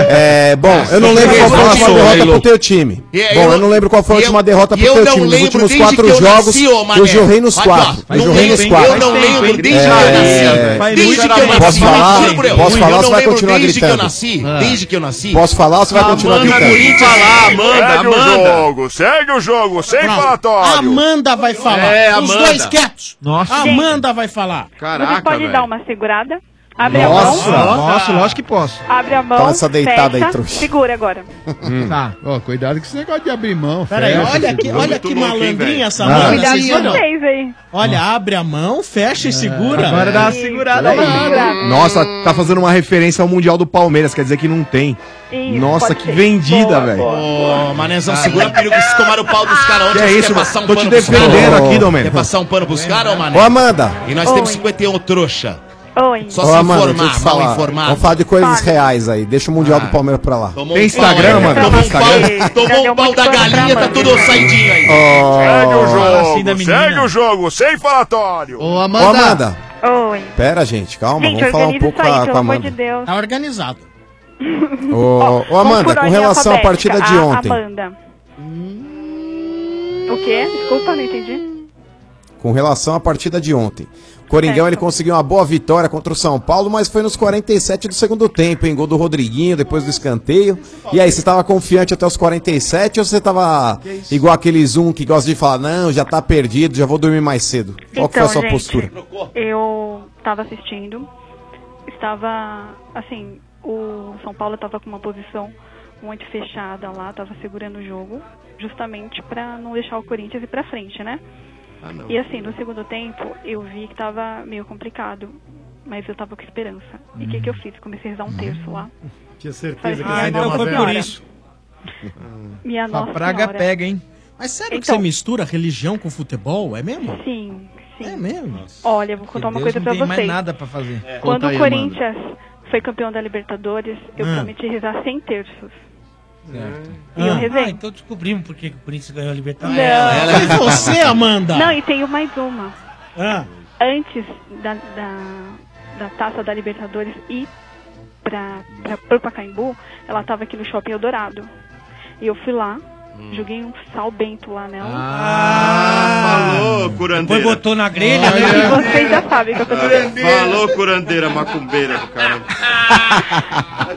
Speaker 9: É, bom, eu não lembro qual foi a
Speaker 1: Louco.
Speaker 9: última derrota pro
Speaker 1: Louco.
Speaker 9: teu time.
Speaker 1: E aí,
Speaker 9: Bom, eu
Speaker 1: eu-
Speaker 9: não lembro qual foi a
Speaker 1: e
Speaker 9: última
Speaker 1: eu-
Speaker 9: derrota
Speaker 1: e
Speaker 9: pro
Speaker 1: eu
Speaker 9: teu
Speaker 1: não
Speaker 9: time. Nos
Speaker 1: lembro
Speaker 9: últimos
Speaker 1: desde
Speaker 9: quatro
Speaker 1: que eu
Speaker 9: jogos,
Speaker 1: nasci, ô, Mané.
Speaker 9: eu jorrei nos
Speaker 1: Olha, ó,
Speaker 9: quatro.
Speaker 1: não
Speaker 9: Eu jorrei
Speaker 1: lembro,
Speaker 9: nos
Speaker 1: hein?
Speaker 9: quatro.
Speaker 1: Eu não lembro desde que eu nasci. assim, Desde que eu
Speaker 9: É.
Speaker 1: nasci.
Speaker 9: Posso
Speaker 1: Juro
Speaker 9: falar?
Speaker 1: por Deus,
Speaker 9: Posso
Speaker 1: eu
Speaker 9: falar
Speaker 1: não
Speaker 9: ou você vai
Speaker 1: lembro
Speaker 9: continuar
Speaker 1: desde que eu
Speaker 9: gritando? Ah.
Speaker 1: nasci, desde que eu nasci.
Speaker 9: Posso falar ou você vai continuar
Speaker 1: Amanda
Speaker 9: gritando?
Speaker 1: Corinthians. falar, Amanda,
Speaker 6: É,
Speaker 12: segue
Speaker 1: Amanda.
Speaker 12: o jogo, segue o jogo, sem
Speaker 7: Bravo.
Speaker 12: falatório.
Speaker 7: Amanda vai falar.
Speaker 12: É,
Speaker 7: Os
Speaker 12: Amanda.
Speaker 7: dois quietos.
Speaker 12: Nossa.
Speaker 7: Amanda vai falar.
Speaker 17: Você pode dar uma segurada? Abre
Speaker 4: um
Speaker 9: Nossa,
Speaker 17: a mão.
Speaker 9: nossa,
Speaker 13: lógico que posso.
Speaker 17: Abre a mão.
Speaker 9: Toma essa deitada
Speaker 17: fecha,
Speaker 9: aí, trouxa. É,
Speaker 17: Segura agora.
Speaker 4: Hum.
Speaker 11: Tá. Ó, cuidado com esse negócio de abrir mão.
Speaker 7: Peraí,
Speaker 11: fecha,
Speaker 7: olha que,
Speaker 11: segura.
Speaker 7: olha que
Speaker 11: Muito louco, hein, velho?
Speaker 7: malandrinha essa
Speaker 11: Nada.
Speaker 7: Amanda.
Speaker 11: Cuidado
Speaker 7: Vocês viram?
Speaker 17: Vocês aí.
Speaker 7: Olha, abre a mão, fecha e segura.
Speaker 6: agora dá uma
Speaker 7: segurada
Speaker 6: Nossa, tá fazendo uma referência ao Mundial do Palmeiras, quer dizer que não tem.
Speaker 17: Isso,
Speaker 6: Nossa,
Speaker 17: pode
Speaker 6: que
Speaker 17: ser.
Speaker 6: vendida, velho.
Speaker 1: Ô, Manezão, segura a peruca, vocês tomaram o pau dos caras ontem.
Speaker 6: Que é
Speaker 1: vocês
Speaker 6: isso,
Speaker 1: querem
Speaker 6: mano?
Speaker 1: passar um
Speaker 6: Tô
Speaker 1: pano
Speaker 6: te
Speaker 1: pros caras?
Speaker 6: defendendo aqui, Domênico.
Speaker 1: Quer passar um pano pros caras, ô, Mané?
Speaker 9: Ô, Amanda.
Speaker 1: E nós temos
Speaker 9: Oi.
Speaker 1: 51 trouxa.
Speaker 17: Oi.
Speaker 1: Só
Speaker 9: Ô,
Speaker 1: se
Speaker 9: Amanda, deixa eu
Speaker 1: informar, Ah.
Speaker 9: te
Speaker 1: mal
Speaker 9: falar.
Speaker 1: informado.
Speaker 9: Vamos falar de coisas reais aí. Deixa o Mundial do Palmeiras pra lá.
Speaker 1: Tem Instagram, mano? Tomou um pau, tomou um pau da galinha, tá tudo saidinho aí.
Speaker 12: Segue o
Speaker 9: Fala
Speaker 12: jogo,
Speaker 9: assim da menina.
Speaker 12: segue o jogo, sem falatório.
Speaker 9: Ô, Amanda.
Speaker 17: Oi.
Speaker 9: Pera, gente, calma.
Speaker 17: Gente,
Speaker 9: vamos falar um
Speaker 17: organiza
Speaker 9: pouco
Speaker 17: isso
Speaker 9: com
Speaker 17: aí,
Speaker 9: a- com
Speaker 17: pelo
Speaker 9: a
Speaker 17: amor de
Speaker 9: Amanda.
Speaker 17: Deus.
Speaker 7: Tá organizado.
Speaker 9: Ô, ô, Amanda, com relação à partida de ontem.
Speaker 17: Amanda. O quê? Desculpa, não entendi.
Speaker 9: com relação à partida de ontem. Coringão ele conseguiu uma boa vitória contra o São Paulo, mas foi nos 47 do segundo tempo, hein? Gol do Rodriguinho, depois do escanteio. E aí, você tava confiante até os 47 ou você tava igual aqueles um que gosta de falar, não, já tá perdido, já vou dormir mais cedo? Qual que foi a sua
Speaker 17: Então, gente,
Speaker 9: postura?
Speaker 17: Eu estava assistindo, estava, assim, o São Paulo estava com uma posição muito fechada lá, estava segurando o jogo, justamente para não deixar o Corinthians ir para frente, né? E assim, no segundo tempo, eu vi que estava meio complicado, mas eu estava com esperança. E o que,
Speaker 7: Uhum.
Speaker 17: que eu fiz? Comecei a rezar um terço lá.
Speaker 12: Tinha
Speaker 17: certeza que Ah, ia então dar uma foi zero. por isso. Minha
Speaker 7: A
Speaker 17: nossa
Speaker 7: praga
Speaker 17: Senhora.
Speaker 7: pega, hein? Mas sério que
Speaker 17: Então-
Speaker 7: você mistura religião com futebol? É mesmo?
Speaker 17: Sim, sim.
Speaker 7: É mesmo?
Speaker 17: Olha, eu vou contar uma
Speaker 7: Deus
Speaker 17: coisa
Speaker 7: não
Speaker 17: pra
Speaker 7: tem
Speaker 17: vocês.
Speaker 7: mais nada pra fazer. É.
Speaker 17: Quando
Speaker 7: Conta aí,
Speaker 17: o
Speaker 7: Amanda.
Speaker 17: Corinthians foi campeão da Libertadores, eu
Speaker 8: Ah.
Speaker 17: prometi rezar 100 terços.
Speaker 8: Ah.
Speaker 17: E eu rezei.
Speaker 8: Ah, então descobrimos por que que o Corinthians ganhou a Libertadores. é
Speaker 17: Não.
Speaker 8: Foi
Speaker 17: Não, e tenho mais uma.
Speaker 8: Ah.
Speaker 17: Antes da, da, da taça da Libertadores ir pra, pra, pro Pacaembu, ela tava aqui no Shopping Eldorado. E eu fui lá,
Speaker 3: Hum.
Speaker 17: joguei um sal bento lá nela.
Speaker 3: Ah, Falou, curandeira.
Speaker 8: Depois botou na grelha,
Speaker 3: Olha.
Speaker 8: né?
Speaker 17: Vocês já sabem o que eu tô dizendo.
Speaker 3: é. Ah, Falou, curandeira macumbeira do cara.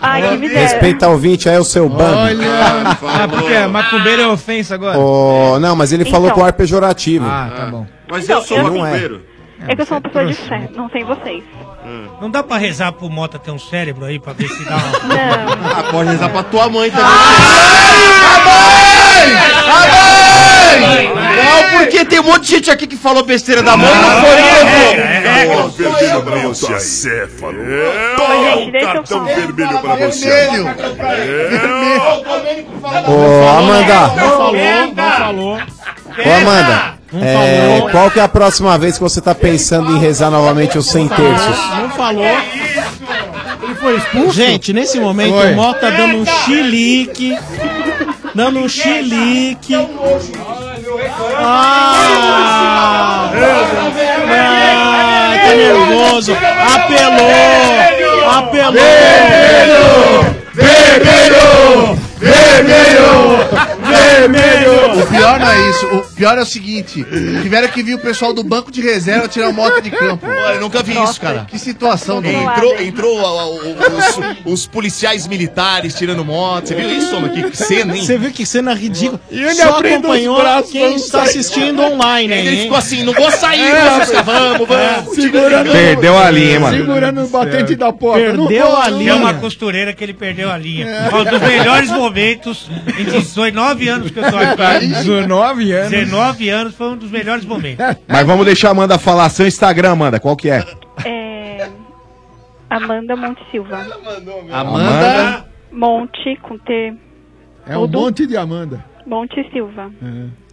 Speaker 17: Ai, que me deram.
Speaker 9: Respeita o ouvinte, aí é o seu bando.
Speaker 13: Ah, porque é macumbeiro é ofensa agora.
Speaker 9: Ô, não, mas ele falou
Speaker 17: Então.
Speaker 9: com ar pejorativo.
Speaker 13: Ah, tá bom.
Speaker 3: Mas
Speaker 17: Então, eu- É que eu
Speaker 8: você
Speaker 17: sou uma pessoa de
Speaker 8: trouxe,
Speaker 17: fé, não sei vocês.
Speaker 8: Não dá pra rezar pro Mota ter um cérebro aí pra ver se dá uma.
Speaker 17: Não.
Speaker 8: Ah, pode rezar pra tua mãe também.
Speaker 20: Não, porque tem um monte de gente aqui que falou besteira da mãe e não foi eu.
Speaker 12: Cartão vermelho pra você, acéfalo.
Speaker 17: gente, deixa
Speaker 4: Então,
Speaker 17: eu
Speaker 12: Cartão
Speaker 17: falar.
Speaker 12: vermelho pra você.
Speaker 20: Vermelho.
Speaker 9: Ô, Amanda.
Speaker 7: Não falou, não falou.
Speaker 9: Ô, Amanda. é, qual que é a próxima vez que você tá pensando em rezar novamente os 100 terços?
Speaker 7: Não falou. Ele foi expulso? Gente, nesse momento
Speaker 9: Foi.
Speaker 7: o Mota dando um chilique. Dando um chilique. Ah! Ah, tá nervoso. Apelou! Apelou!
Speaker 20: Vermelho! Vermelho!
Speaker 4: O pior não é isso. O pior é o seguinte: tiveram que vir o pessoal do banco de reserva tirar o moto de campo.
Speaker 1: Eu nunca vi isso, cara.
Speaker 4: Que situação, né? Dom.
Speaker 1: Entrou, entrou a- a- o- os, os policiais militares tirando moto. Você viu isso, mano? Que cena, hein?
Speaker 7: Você viu que cena ridícula?
Speaker 1: ele
Speaker 7: Só
Speaker 1: abrindo os
Speaker 7: acompanhou
Speaker 1: braços,
Speaker 7: quem
Speaker 1: vamos
Speaker 7: está
Speaker 1: sair.
Speaker 7: assistindo online, hein?
Speaker 1: Ele ficou assim, não vou sair,
Speaker 11: É,
Speaker 1: vocês, vamos, vamos.
Speaker 12: Segurando-
Speaker 6: Perdeu a linha, hein, mano.
Speaker 12: Segurando o batente da porta.
Speaker 7: Perdeu a
Speaker 8: É
Speaker 7: linha.
Speaker 8: uma costureira que ele perdeu a linha. Um dos melhores momentos em 19 anos que eu tô aqui.
Speaker 6: 19 anos.
Speaker 8: 19 anos foi um dos melhores momentos.
Speaker 6: Mas vamos deixar a Amanda falar. Seu Instagram, Amanda, qual que é?
Speaker 17: É, Amanda Monte Silva.
Speaker 6: Amanda.
Speaker 17: Monte com T.
Speaker 11: É um monte de Amanda.
Speaker 17: Monte Silva.
Speaker 11: É.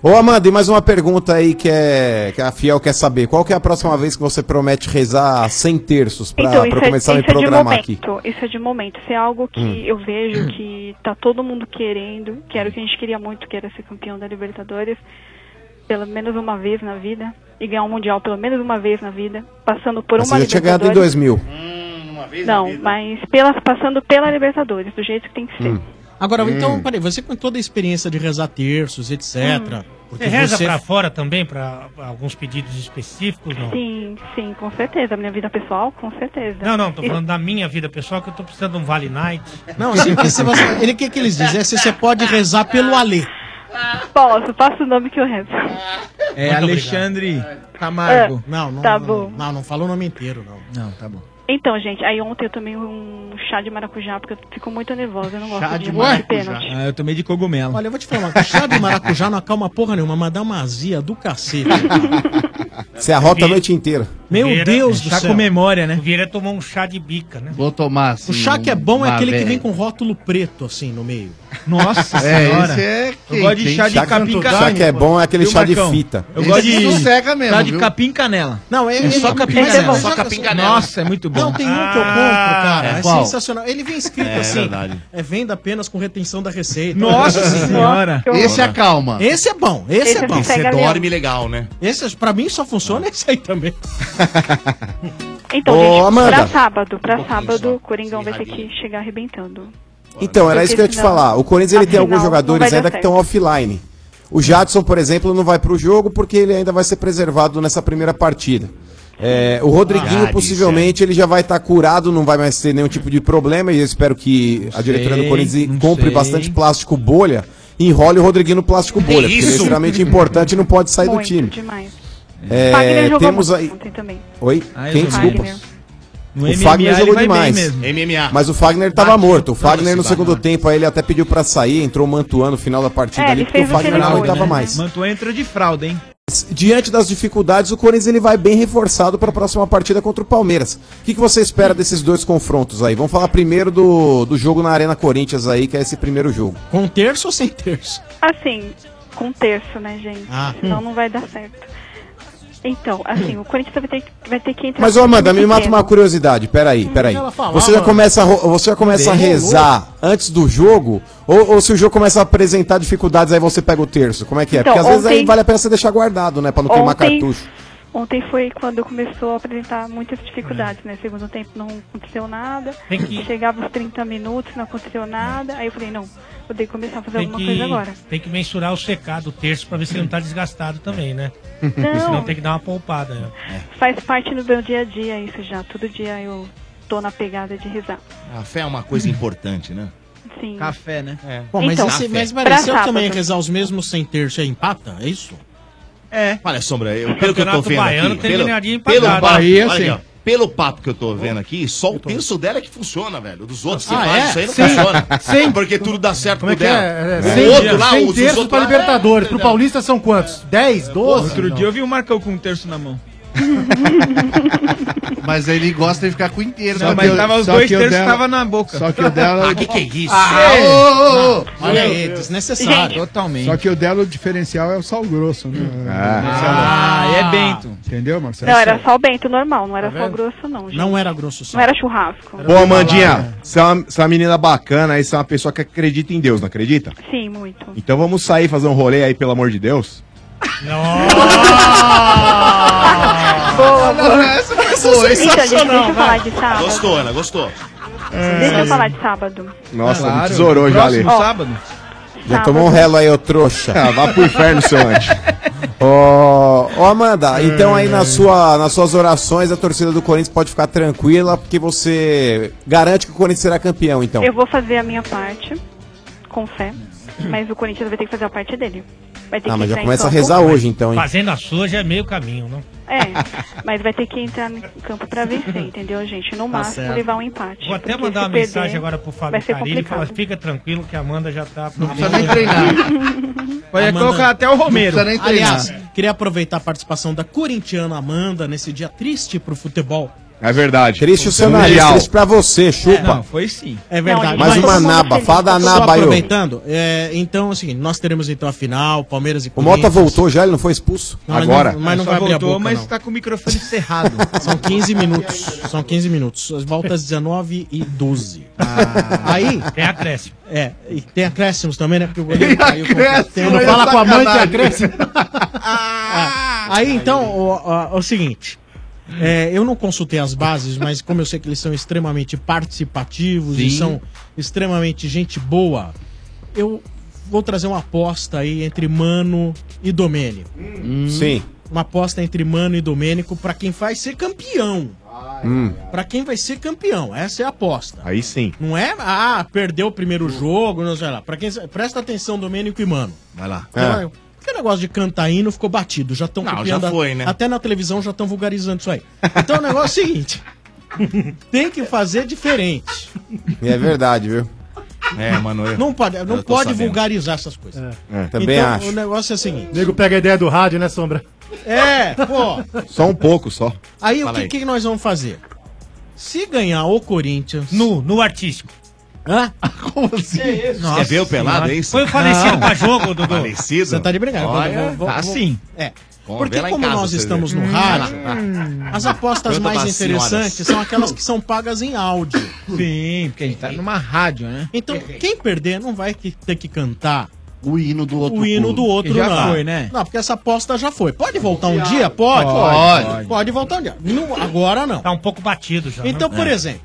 Speaker 9: Ô Amanda, e mais uma pergunta aí que, é, que a Fiel quer saber. Qual que é a próxima vez que você promete rezar sem terços pra,
Speaker 17: então, isso
Speaker 9: pra
Speaker 17: é,
Speaker 9: começar a me
Speaker 17: isso é de
Speaker 9: programar aqui?
Speaker 17: momento. Isso é de momento. Isso é algo que
Speaker 9: Hum.
Speaker 17: eu vejo que tá todo mundo querendo, que era o que a gente queria muito, que era ser campeão da Libertadores, pelo menos uma vez na vida. e ganhar um mundial pelo menos uma vez na vida, passando por um
Speaker 9: Mas
Speaker 17: uma
Speaker 9: você já tinha ganhado em
Speaker 17: Libertadores.
Speaker 9: 2000.
Speaker 17: Não, mas pelas, passando pela Libertadores, do jeito que tem que ser.
Speaker 7: Agora,
Speaker 17: Hum.
Speaker 7: então, peraí, você com toda a experiência de rezar terços, etc.
Speaker 8: Hum. Você reza pra fora também, pra alguns pedidos específicos, não?
Speaker 17: Sim, sim, com certeza. Minha vida pessoal, com certeza.
Speaker 8: Não, não, tô
Speaker 17: E-
Speaker 8: falando da minha vida pessoal, que eu tô precisando de um Vale Night.
Speaker 7: Não, assim, porque se você, ele, o que, que eles dizem? É se você pode rezar pelo Alê.
Speaker 17: Posso, passa o nome que eu rezo.
Speaker 7: É
Speaker 13: Alexandre
Speaker 7: Camargo.
Speaker 17: É,
Speaker 7: não, não,
Speaker 17: tá
Speaker 7: não,
Speaker 17: bom.
Speaker 7: não, não falou o nome inteiro, não. Não, tá bom.
Speaker 17: Então, gente, aí ontem eu tomei um chá de maracujá, porque eu fico muito nervosa, eu não gosto
Speaker 13: Chá
Speaker 17: de,
Speaker 13: de
Speaker 17: de
Speaker 13: maracujá.
Speaker 17: pênalti.
Speaker 13: Ah, eu tomei de cogumelo.
Speaker 7: Olha, eu vou te falar, o chá de maracujá não acalma porra nenhuma, mas dá uma azia do cacete.
Speaker 9: Você arrota a noite inteira.
Speaker 7: Meu Deus do céu.
Speaker 13: memória, né?
Speaker 8: O Vieira tomou um chá de bica, né?
Speaker 4: Vou tomar,
Speaker 7: O chá que é bom é aquele que vem com rótulo preto, assim, no meio. É,
Speaker 13: Nossa
Speaker 9: senhora.
Speaker 13: Eu gosto de chá de capim canela.
Speaker 9: Só que é bom é aquele
Speaker 13: Viu,
Speaker 9: chá de
Speaker 13: Marcão?
Speaker 9: fita.
Speaker 13: Eu gosto de
Speaker 7: Esse seca mesmo,
Speaker 13: chá de
Speaker 7: viu?
Speaker 13: capim canela.
Speaker 7: Não, é,
Speaker 13: É só capim canela. Só capim canela. Nossa, é muito bom.
Speaker 7: Não, tem um que eu compro, cara.
Speaker 13: Ah,
Speaker 7: É,
Speaker 13: é qual?
Speaker 7: sensacional. Ele vem escrito
Speaker 13: É
Speaker 7: assim:
Speaker 13: verdade.
Speaker 7: é venda apenas com retenção da receita.
Speaker 13: Nossa senhora.
Speaker 1: Esse
Speaker 4: acalma.
Speaker 7: Esse é bom, esse, é bom.
Speaker 1: Você dorme legal, né?
Speaker 7: Esse, pra mim só funciona esse aí também.
Speaker 17: Então,
Speaker 9: Ô,
Speaker 17: gente,
Speaker 9: Amanda.
Speaker 17: pra sábado, pra sábado, o Coringão vai ter que chegar arrebentando.
Speaker 9: Então, era isso que eu ia te
Speaker 17: Porque senão-
Speaker 9: falar. O Corinthians ele tem
Speaker 17: afinal,
Speaker 9: alguns
Speaker 17: não
Speaker 9: jogadores
Speaker 17: vai dar
Speaker 9: ainda que
Speaker 17: certo.
Speaker 9: estão offline. O Jadson, por exemplo, não vai pro jogo porque ele ainda vai ser preservado nessa primeira partida. É, o Rodriguinho,
Speaker 6: Ah,
Speaker 9: possivelmente, ele já vai estar curado, não vai mais ter nenhum tipo de problema. E eu espero que a diretora do
Speaker 6: sei,
Speaker 9: Corinthians
Speaker 6: não
Speaker 9: compre
Speaker 6: sei.
Speaker 9: bastante plástico bolha e enrole o Rodriguinho no plástico bolha, porque ele é
Speaker 6: isso?
Speaker 9: extremamente importante e não pode sair do
Speaker 17: Muito
Speaker 9: time.
Speaker 17: demais.
Speaker 9: É,
Speaker 17: Fagner jogou
Speaker 9: temos
Speaker 17: muito
Speaker 9: aí.
Speaker 17: ontem também.
Speaker 9: Oi?
Speaker 17: Ah, eu
Speaker 9: Quem?
Speaker 17: também.
Speaker 9: Desculpa.
Speaker 17: Fagner.
Speaker 9: O
Speaker 17: No MMA
Speaker 9: Fagner
Speaker 17: ele
Speaker 9: jogou
Speaker 17: vai bem
Speaker 9: demais.
Speaker 17: mesmo.
Speaker 1: MMA.
Speaker 9: Mas o Fagner tava morto. O Fagner no
Speaker 1: esse
Speaker 9: segundo tempo aí ele até pediu pra sair, entrou mantuando no final da partida
Speaker 13: É,
Speaker 9: ali,
Speaker 13: ele
Speaker 9: porque o
Speaker 13: fez o que
Speaker 9: Fagner
Speaker 13: ele
Speaker 9: não
Speaker 13: foi,
Speaker 9: aguentava
Speaker 13: né?
Speaker 9: mais.
Speaker 13: Mantua entrou de fralda, hein?
Speaker 9: Diante das dificuldades, o Corinthians ele vai bem reforçado para a próxima partida contra o Palmeiras. O que, que você espera desses dois confrontos aí? Vamos falar primeiro do, do jogo na Arena Corinthians aí, que é esse primeiro jogo.
Speaker 7: Com um terço ou sem terço?
Speaker 17: Assim, com terço, né, gente?
Speaker 9: Ah.
Speaker 17: Senão não vai dar certo. Então, assim, o Corinthians vai ter, que- vai ter que entrar.
Speaker 9: Mas, ô Amanda,
Speaker 17: com
Speaker 9: me mata
Speaker 17: pequeno.
Speaker 9: uma curiosidade, peraí, peraí.
Speaker 17: ela falar,
Speaker 9: Você já
Speaker 17: mano.
Speaker 9: começa a, ro- você já começa a
Speaker 17: Demorou.
Speaker 9: rezar antes do jogo? Ou, ou se o jogo começa a apresentar dificuldades, aí você pega o terço? Como é que é?
Speaker 17: Então,
Speaker 9: Porque às vezes aí
Speaker 17: ontem-
Speaker 9: vale a pena você deixar guardado, né? Pra não queimar
Speaker 17: Ontem-
Speaker 9: cartucho.
Speaker 17: Ontem foi quando começou a apresentar muitas dificuldades, né? Segundo tempo não aconteceu nada.
Speaker 8: Tem que-
Speaker 17: Chegava os 30 minutos, não aconteceu nada. Aí eu falei, não, vou ter que começar a fazer
Speaker 8: Tem
Speaker 17: alguma
Speaker 8: que,
Speaker 17: coisa agora.
Speaker 8: tem que mensurar o secado, o terço, pra ver se ele não tá desgastado também, né?
Speaker 17: Não.
Speaker 8: Porque senão tem que dar uma poupada. né?
Speaker 17: Faz parte do meu dia a dia isso já. Todo dia eu tô na pegada de rezar.
Speaker 1: A fé é uma coisa importante, né?
Speaker 17: Sim.
Speaker 13: Café, né?
Speaker 1: É.
Speaker 7: Bom, mas,
Speaker 17: Então,
Speaker 7: esse, mas
Speaker 17: pra
Speaker 7: peraí, se eu
Speaker 17: sábado.
Speaker 7: também rezar os mesmos sem terço, aí empata? É isso?
Speaker 13: É.
Speaker 1: Olha, Sombra, eu, pelo que eu tô
Speaker 7: Campeonato
Speaker 1: vendo
Speaker 7: Baiano
Speaker 1: aqui,
Speaker 7: tem
Speaker 1: pelo,
Speaker 7: ganharia empatado.
Speaker 1: pelo, papo,
Speaker 7: Bahia,
Speaker 1: olha
Speaker 7: sim.
Speaker 1: aqui, ó, pelo papo que eu tô vendo aqui, só o terço dela é que funciona, velho. Dos outros que
Speaker 12: Ah,
Speaker 1: fazem
Speaker 12: é?
Speaker 1: isso aí não
Speaker 12: Sim.
Speaker 1: funciona.
Speaker 12: Sim.
Speaker 1: Porque tudo dá certo
Speaker 12: Como
Speaker 1: com
Speaker 12: é que é?
Speaker 1: dela.
Speaker 12: é?
Speaker 1: O
Speaker 12: Sem,
Speaker 1: né? outro lá,
Speaker 12: sem
Speaker 1: os, os
Speaker 12: terço
Speaker 1: outros
Speaker 12: pra
Speaker 1: lá, é,
Speaker 12: Libertadores. Pro Paulista são quantos? 10, 12?
Speaker 13: Outro dia eu vi o Marcão com um terço na mão.
Speaker 4: Mas ele gosta de ficar com o inteiro. né,
Speaker 13: Não, mas tava os dois terços tava na boca.
Speaker 11: Só que o dela- Ah, que que é
Speaker 4: isso?
Speaker 13: Ah, ô, ô, ô.
Speaker 4: Olha
Speaker 13: Meu
Speaker 4: aí,
Speaker 13: Deus.
Speaker 4: desnecessário.
Speaker 13: Totalmente.
Speaker 11: Só que o dela, o diferencial é o sal grosso, né?
Speaker 13: Ah,
Speaker 11: Marcelo?
Speaker 13: e é Bento.
Speaker 11: Entendeu, Marcelo?
Speaker 17: Não, era só o bento normal, não
Speaker 9: Tá
Speaker 17: era só o grosso, não, gente.
Speaker 7: Não era grosso só.
Speaker 17: Não era churrasco.
Speaker 6: Pô, Amandinha, você é, uma, você é uma menina bacana aí, você é uma pessoa que acredita em Deus, não acredita?
Speaker 17: Sim, muito.
Speaker 6: Então vamos sair fazer um rolê aí, pelo amor de Deus?
Speaker 17: Boa, boa.
Speaker 1: essa foi
Speaker 17: Então, gente, É. deixa eu
Speaker 1: sensacional,
Speaker 17: falar
Speaker 1: vai.
Speaker 17: de sábado.
Speaker 1: Gostou, ela gostou.
Speaker 9: Hum.
Speaker 17: Deixa eu falar de sábado.
Speaker 6: Nossa,
Speaker 9: Claro.
Speaker 6: me tesourou já ali.
Speaker 9: Próximo
Speaker 17: Ó, Tá,
Speaker 9: Já tomou um relo aí, ô trouxa.
Speaker 6: Ah, vá pro inferno, seu anjo. É.
Speaker 9: Ó, ó, Amanda, então aí na sua, nas suas orações a torcida do Corinthians pode ficar tranquila, porque você garante que o Corinthians será campeão, então.
Speaker 17: Eu vou fazer a minha parte, com fé, mas o Corinthians vai ter que fazer a parte dele. Vai
Speaker 9: Ah,
Speaker 17: ter que
Speaker 9: mas já
Speaker 17: entrar em
Speaker 9: começa a
Speaker 17: campo.
Speaker 9: rezar hoje, então, hein?
Speaker 8: Fazendo a sua já é meio caminho, não?
Speaker 17: É, mas vai ter que entrar no campo pra vencer, entendeu, gente?
Speaker 9: Tá
Speaker 17: No máximo
Speaker 8: certo.
Speaker 17: levar um empate.
Speaker 8: Vou até
Speaker 17: porque
Speaker 8: mandar
Speaker 17: se
Speaker 8: uma
Speaker 17: perder,
Speaker 8: mensagem agora pro Fábio
Speaker 17: Vai ser
Speaker 8: Carilli e falar,
Speaker 17: complicado.
Speaker 8: fica tranquilo que a Amanda já tá... Não
Speaker 7: precisa nem treinar.
Speaker 13: Pode
Speaker 7: Amanda-
Speaker 13: colocar até o Romero.
Speaker 7: Não precisa nem treinar.
Speaker 13: Aliás,
Speaker 7: Aliás, queria aproveitar a participação da corintiana Amanda nesse dia triste pro futebol.
Speaker 6: É verdade.
Speaker 9: Triste o seu nariz,
Speaker 6: Mundial. É,
Speaker 9: triste pra você, chupa.
Speaker 7: não,
Speaker 13: foi sim.
Speaker 7: É verdade.
Speaker 9: Mais
Speaker 7: mas-
Speaker 9: uma naba, fala da naba
Speaker 7: Só
Speaker 9: aí, ô.
Speaker 7: aproveitando, é, então é o seguinte, nós teremos então a final, Palmeiras e
Speaker 9: O Mota
Speaker 7: Corinthians.
Speaker 9: voltou já, ele não foi expulso?
Speaker 7: Não, mas não- mas não vai abrir a boca,
Speaker 13: mas
Speaker 7: não.
Speaker 13: tá com o microfone cerrado.
Speaker 7: São 15 minutos. São 15 minutos. As voltas 19 e 12. Aí.
Speaker 8: Ah. Tem acréscimo.
Speaker 7: É, e tem acréscimos também, né? Porque o goleiro
Speaker 8: Tem
Speaker 7: caiu com
Speaker 8: acréscimo,
Speaker 7: Não
Speaker 8: é
Speaker 7: fala com a mãe que é
Speaker 8: sacanagem. Ah.
Speaker 7: acréscimo. Aí então, o, o- o seguinte. é, eu não consultei as bases, mas como eu sei que eles são extremamente participativos e
Speaker 4: Sim.
Speaker 7: são extremamente gente boa, eu vou trazer uma aposta aí entre Mano e Domênico.
Speaker 9: Hum. Sim.
Speaker 7: Uma aposta entre Mano e Domênico pra quem vai ser campeão.
Speaker 6: Hum,
Speaker 7: Pra quem vai ser campeão, essa é a aposta.
Speaker 6: aí sim.
Speaker 7: Não é, ah, perdeu o primeiro jogo, não sei lá. Pra quem, presta atenção, Domênico e Mano.
Speaker 1: Vai lá.
Speaker 9: É.
Speaker 7: Aquela- Aquele negócio de cantar hino ficou batido, já estão
Speaker 1: Não, já foi, né?
Speaker 7: Até na televisão já estão vulgarizando isso aí. Então o negócio é o seguinte: tem que fazer diferente.
Speaker 9: É verdade, viu?
Speaker 1: É, mano.
Speaker 7: Não pode, não
Speaker 9: Eu tô
Speaker 7: pode
Speaker 9: sabendo. É.
Speaker 7: vulgarizar essas coisas.
Speaker 9: Também
Speaker 7: então,
Speaker 9: acho.
Speaker 7: o negócio é o seguinte:
Speaker 12: O nego pega a ideia do rádio, né, Sombra?
Speaker 7: é, pô,
Speaker 9: Só um pouco, só.
Speaker 7: aí o
Speaker 12: Fala
Speaker 7: que,
Speaker 12: aí.
Speaker 7: que nós vamos fazer? Se ganhar o Corinthians. No,
Speaker 8: no artístico.
Speaker 7: Hã?
Speaker 8: Como assim? É isso?
Speaker 7: Nossa
Speaker 1: Quer ver o pelado,
Speaker 7: senhora.
Speaker 1: é isso?
Speaker 7: Foi o falecido pra jogo, Dudu.
Speaker 1: Falecido?
Speaker 7: Você tá de brincadeira.
Speaker 1: Olha,
Speaker 7: Vou- vou-
Speaker 1: tá
Speaker 7: vou-
Speaker 1: sim.
Speaker 7: É.
Speaker 1: Vamos
Speaker 7: Porque
Speaker 1: ver lá em
Speaker 7: como
Speaker 1: casa,
Speaker 7: nós
Speaker 1: você
Speaker 7: estamos
Speaker 1: vê.
Speaker 7: no rádio,
Speaker 1: Hum.
Speaker 7: as apostas
Speaker 1: Pergunta
Speaker 7: mais
Speaker 1: pras
Speaker 7: interessantes
Speaker 1: senhoras.
Speaker 7: são aquelas que são pagas em áudio. Sim, porque a gente tá numa rádio, né? Então, quem perder não vai que- ter que cantar
Speaker 4: O hino do outro.
Speaker 7: o hino
Speaker 4: clube.
Speaker 7: do outro,
Speaker 4: Que já
Speaker 7: não.
Speaker 4: foi, né?
Speaker 7: Não, porque essa aposta já foi. Pode voltar um dia? Pode.
Speaker 4: Pode.
Speaker 7: Pode, Pode voltar um dia. Não, agora não.
Speaker 8: Tá um pouco batido já.
Speaker 7: Então,
Speaker 8: né?
Speaker 7: por
Speaker 8: É.
Speaker 7: exemplo,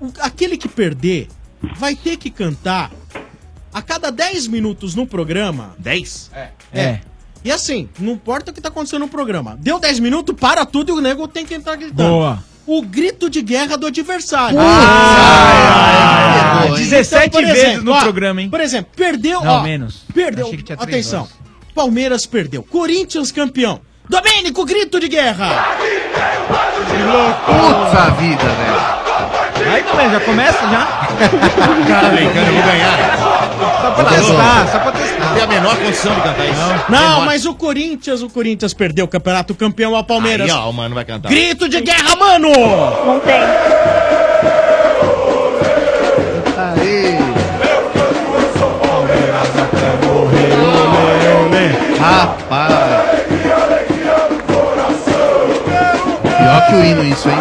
Speaker 7: o- aquele que perder vai ter que cantar a cada 10 minutos no programa.
Speaker 1: 10?
Speaker 7: É. E assim, não importa o que tá acontecendo no programa. Deu 10 minutos, para tudo e o nego tem que entrar gritando.
Speaker 5: Boa.
Speaker 7: O grito de guerra do adversário.
Speaker 5: Putz!
Speaker 7: Ah,
Speaker 5: ai, ai. 17
Speaker 7: por
Speaker 5: vezes no programa, hein?
Speaker 7: Por exemplo, perdeu.
Speaker 5: Não,
Speaker 7: ó,
Speaker 5: menos.
Speaker 7: Perdeu.
Speaker 5: Achei que tinha três
Speaker 7: Atenção. Palmeiras perdeu. Corinthians campeão. Domênico, grito de guerra!
Speaker 4: Puta vida, velho.
Speaker 13: Aí também, já começa já?
Speaker 1: Tá Cara, brincando, eu vou ganhar. Só pra
Speaker 7: testar,
Speaker 1: só pra testar. Não tem a menor condição de cantar isso.
Speaker 7: Não, mas o Corinthians, o Corinthians perdeu o campeonato campeão ao Palmeiras.
Speaker 1: Aí, ó, o mano vai cantar.
Speaker 7: Grito de guerra, mano! Não tem.
Speaker 4: Rapaz. Pior que o hino isso, hein?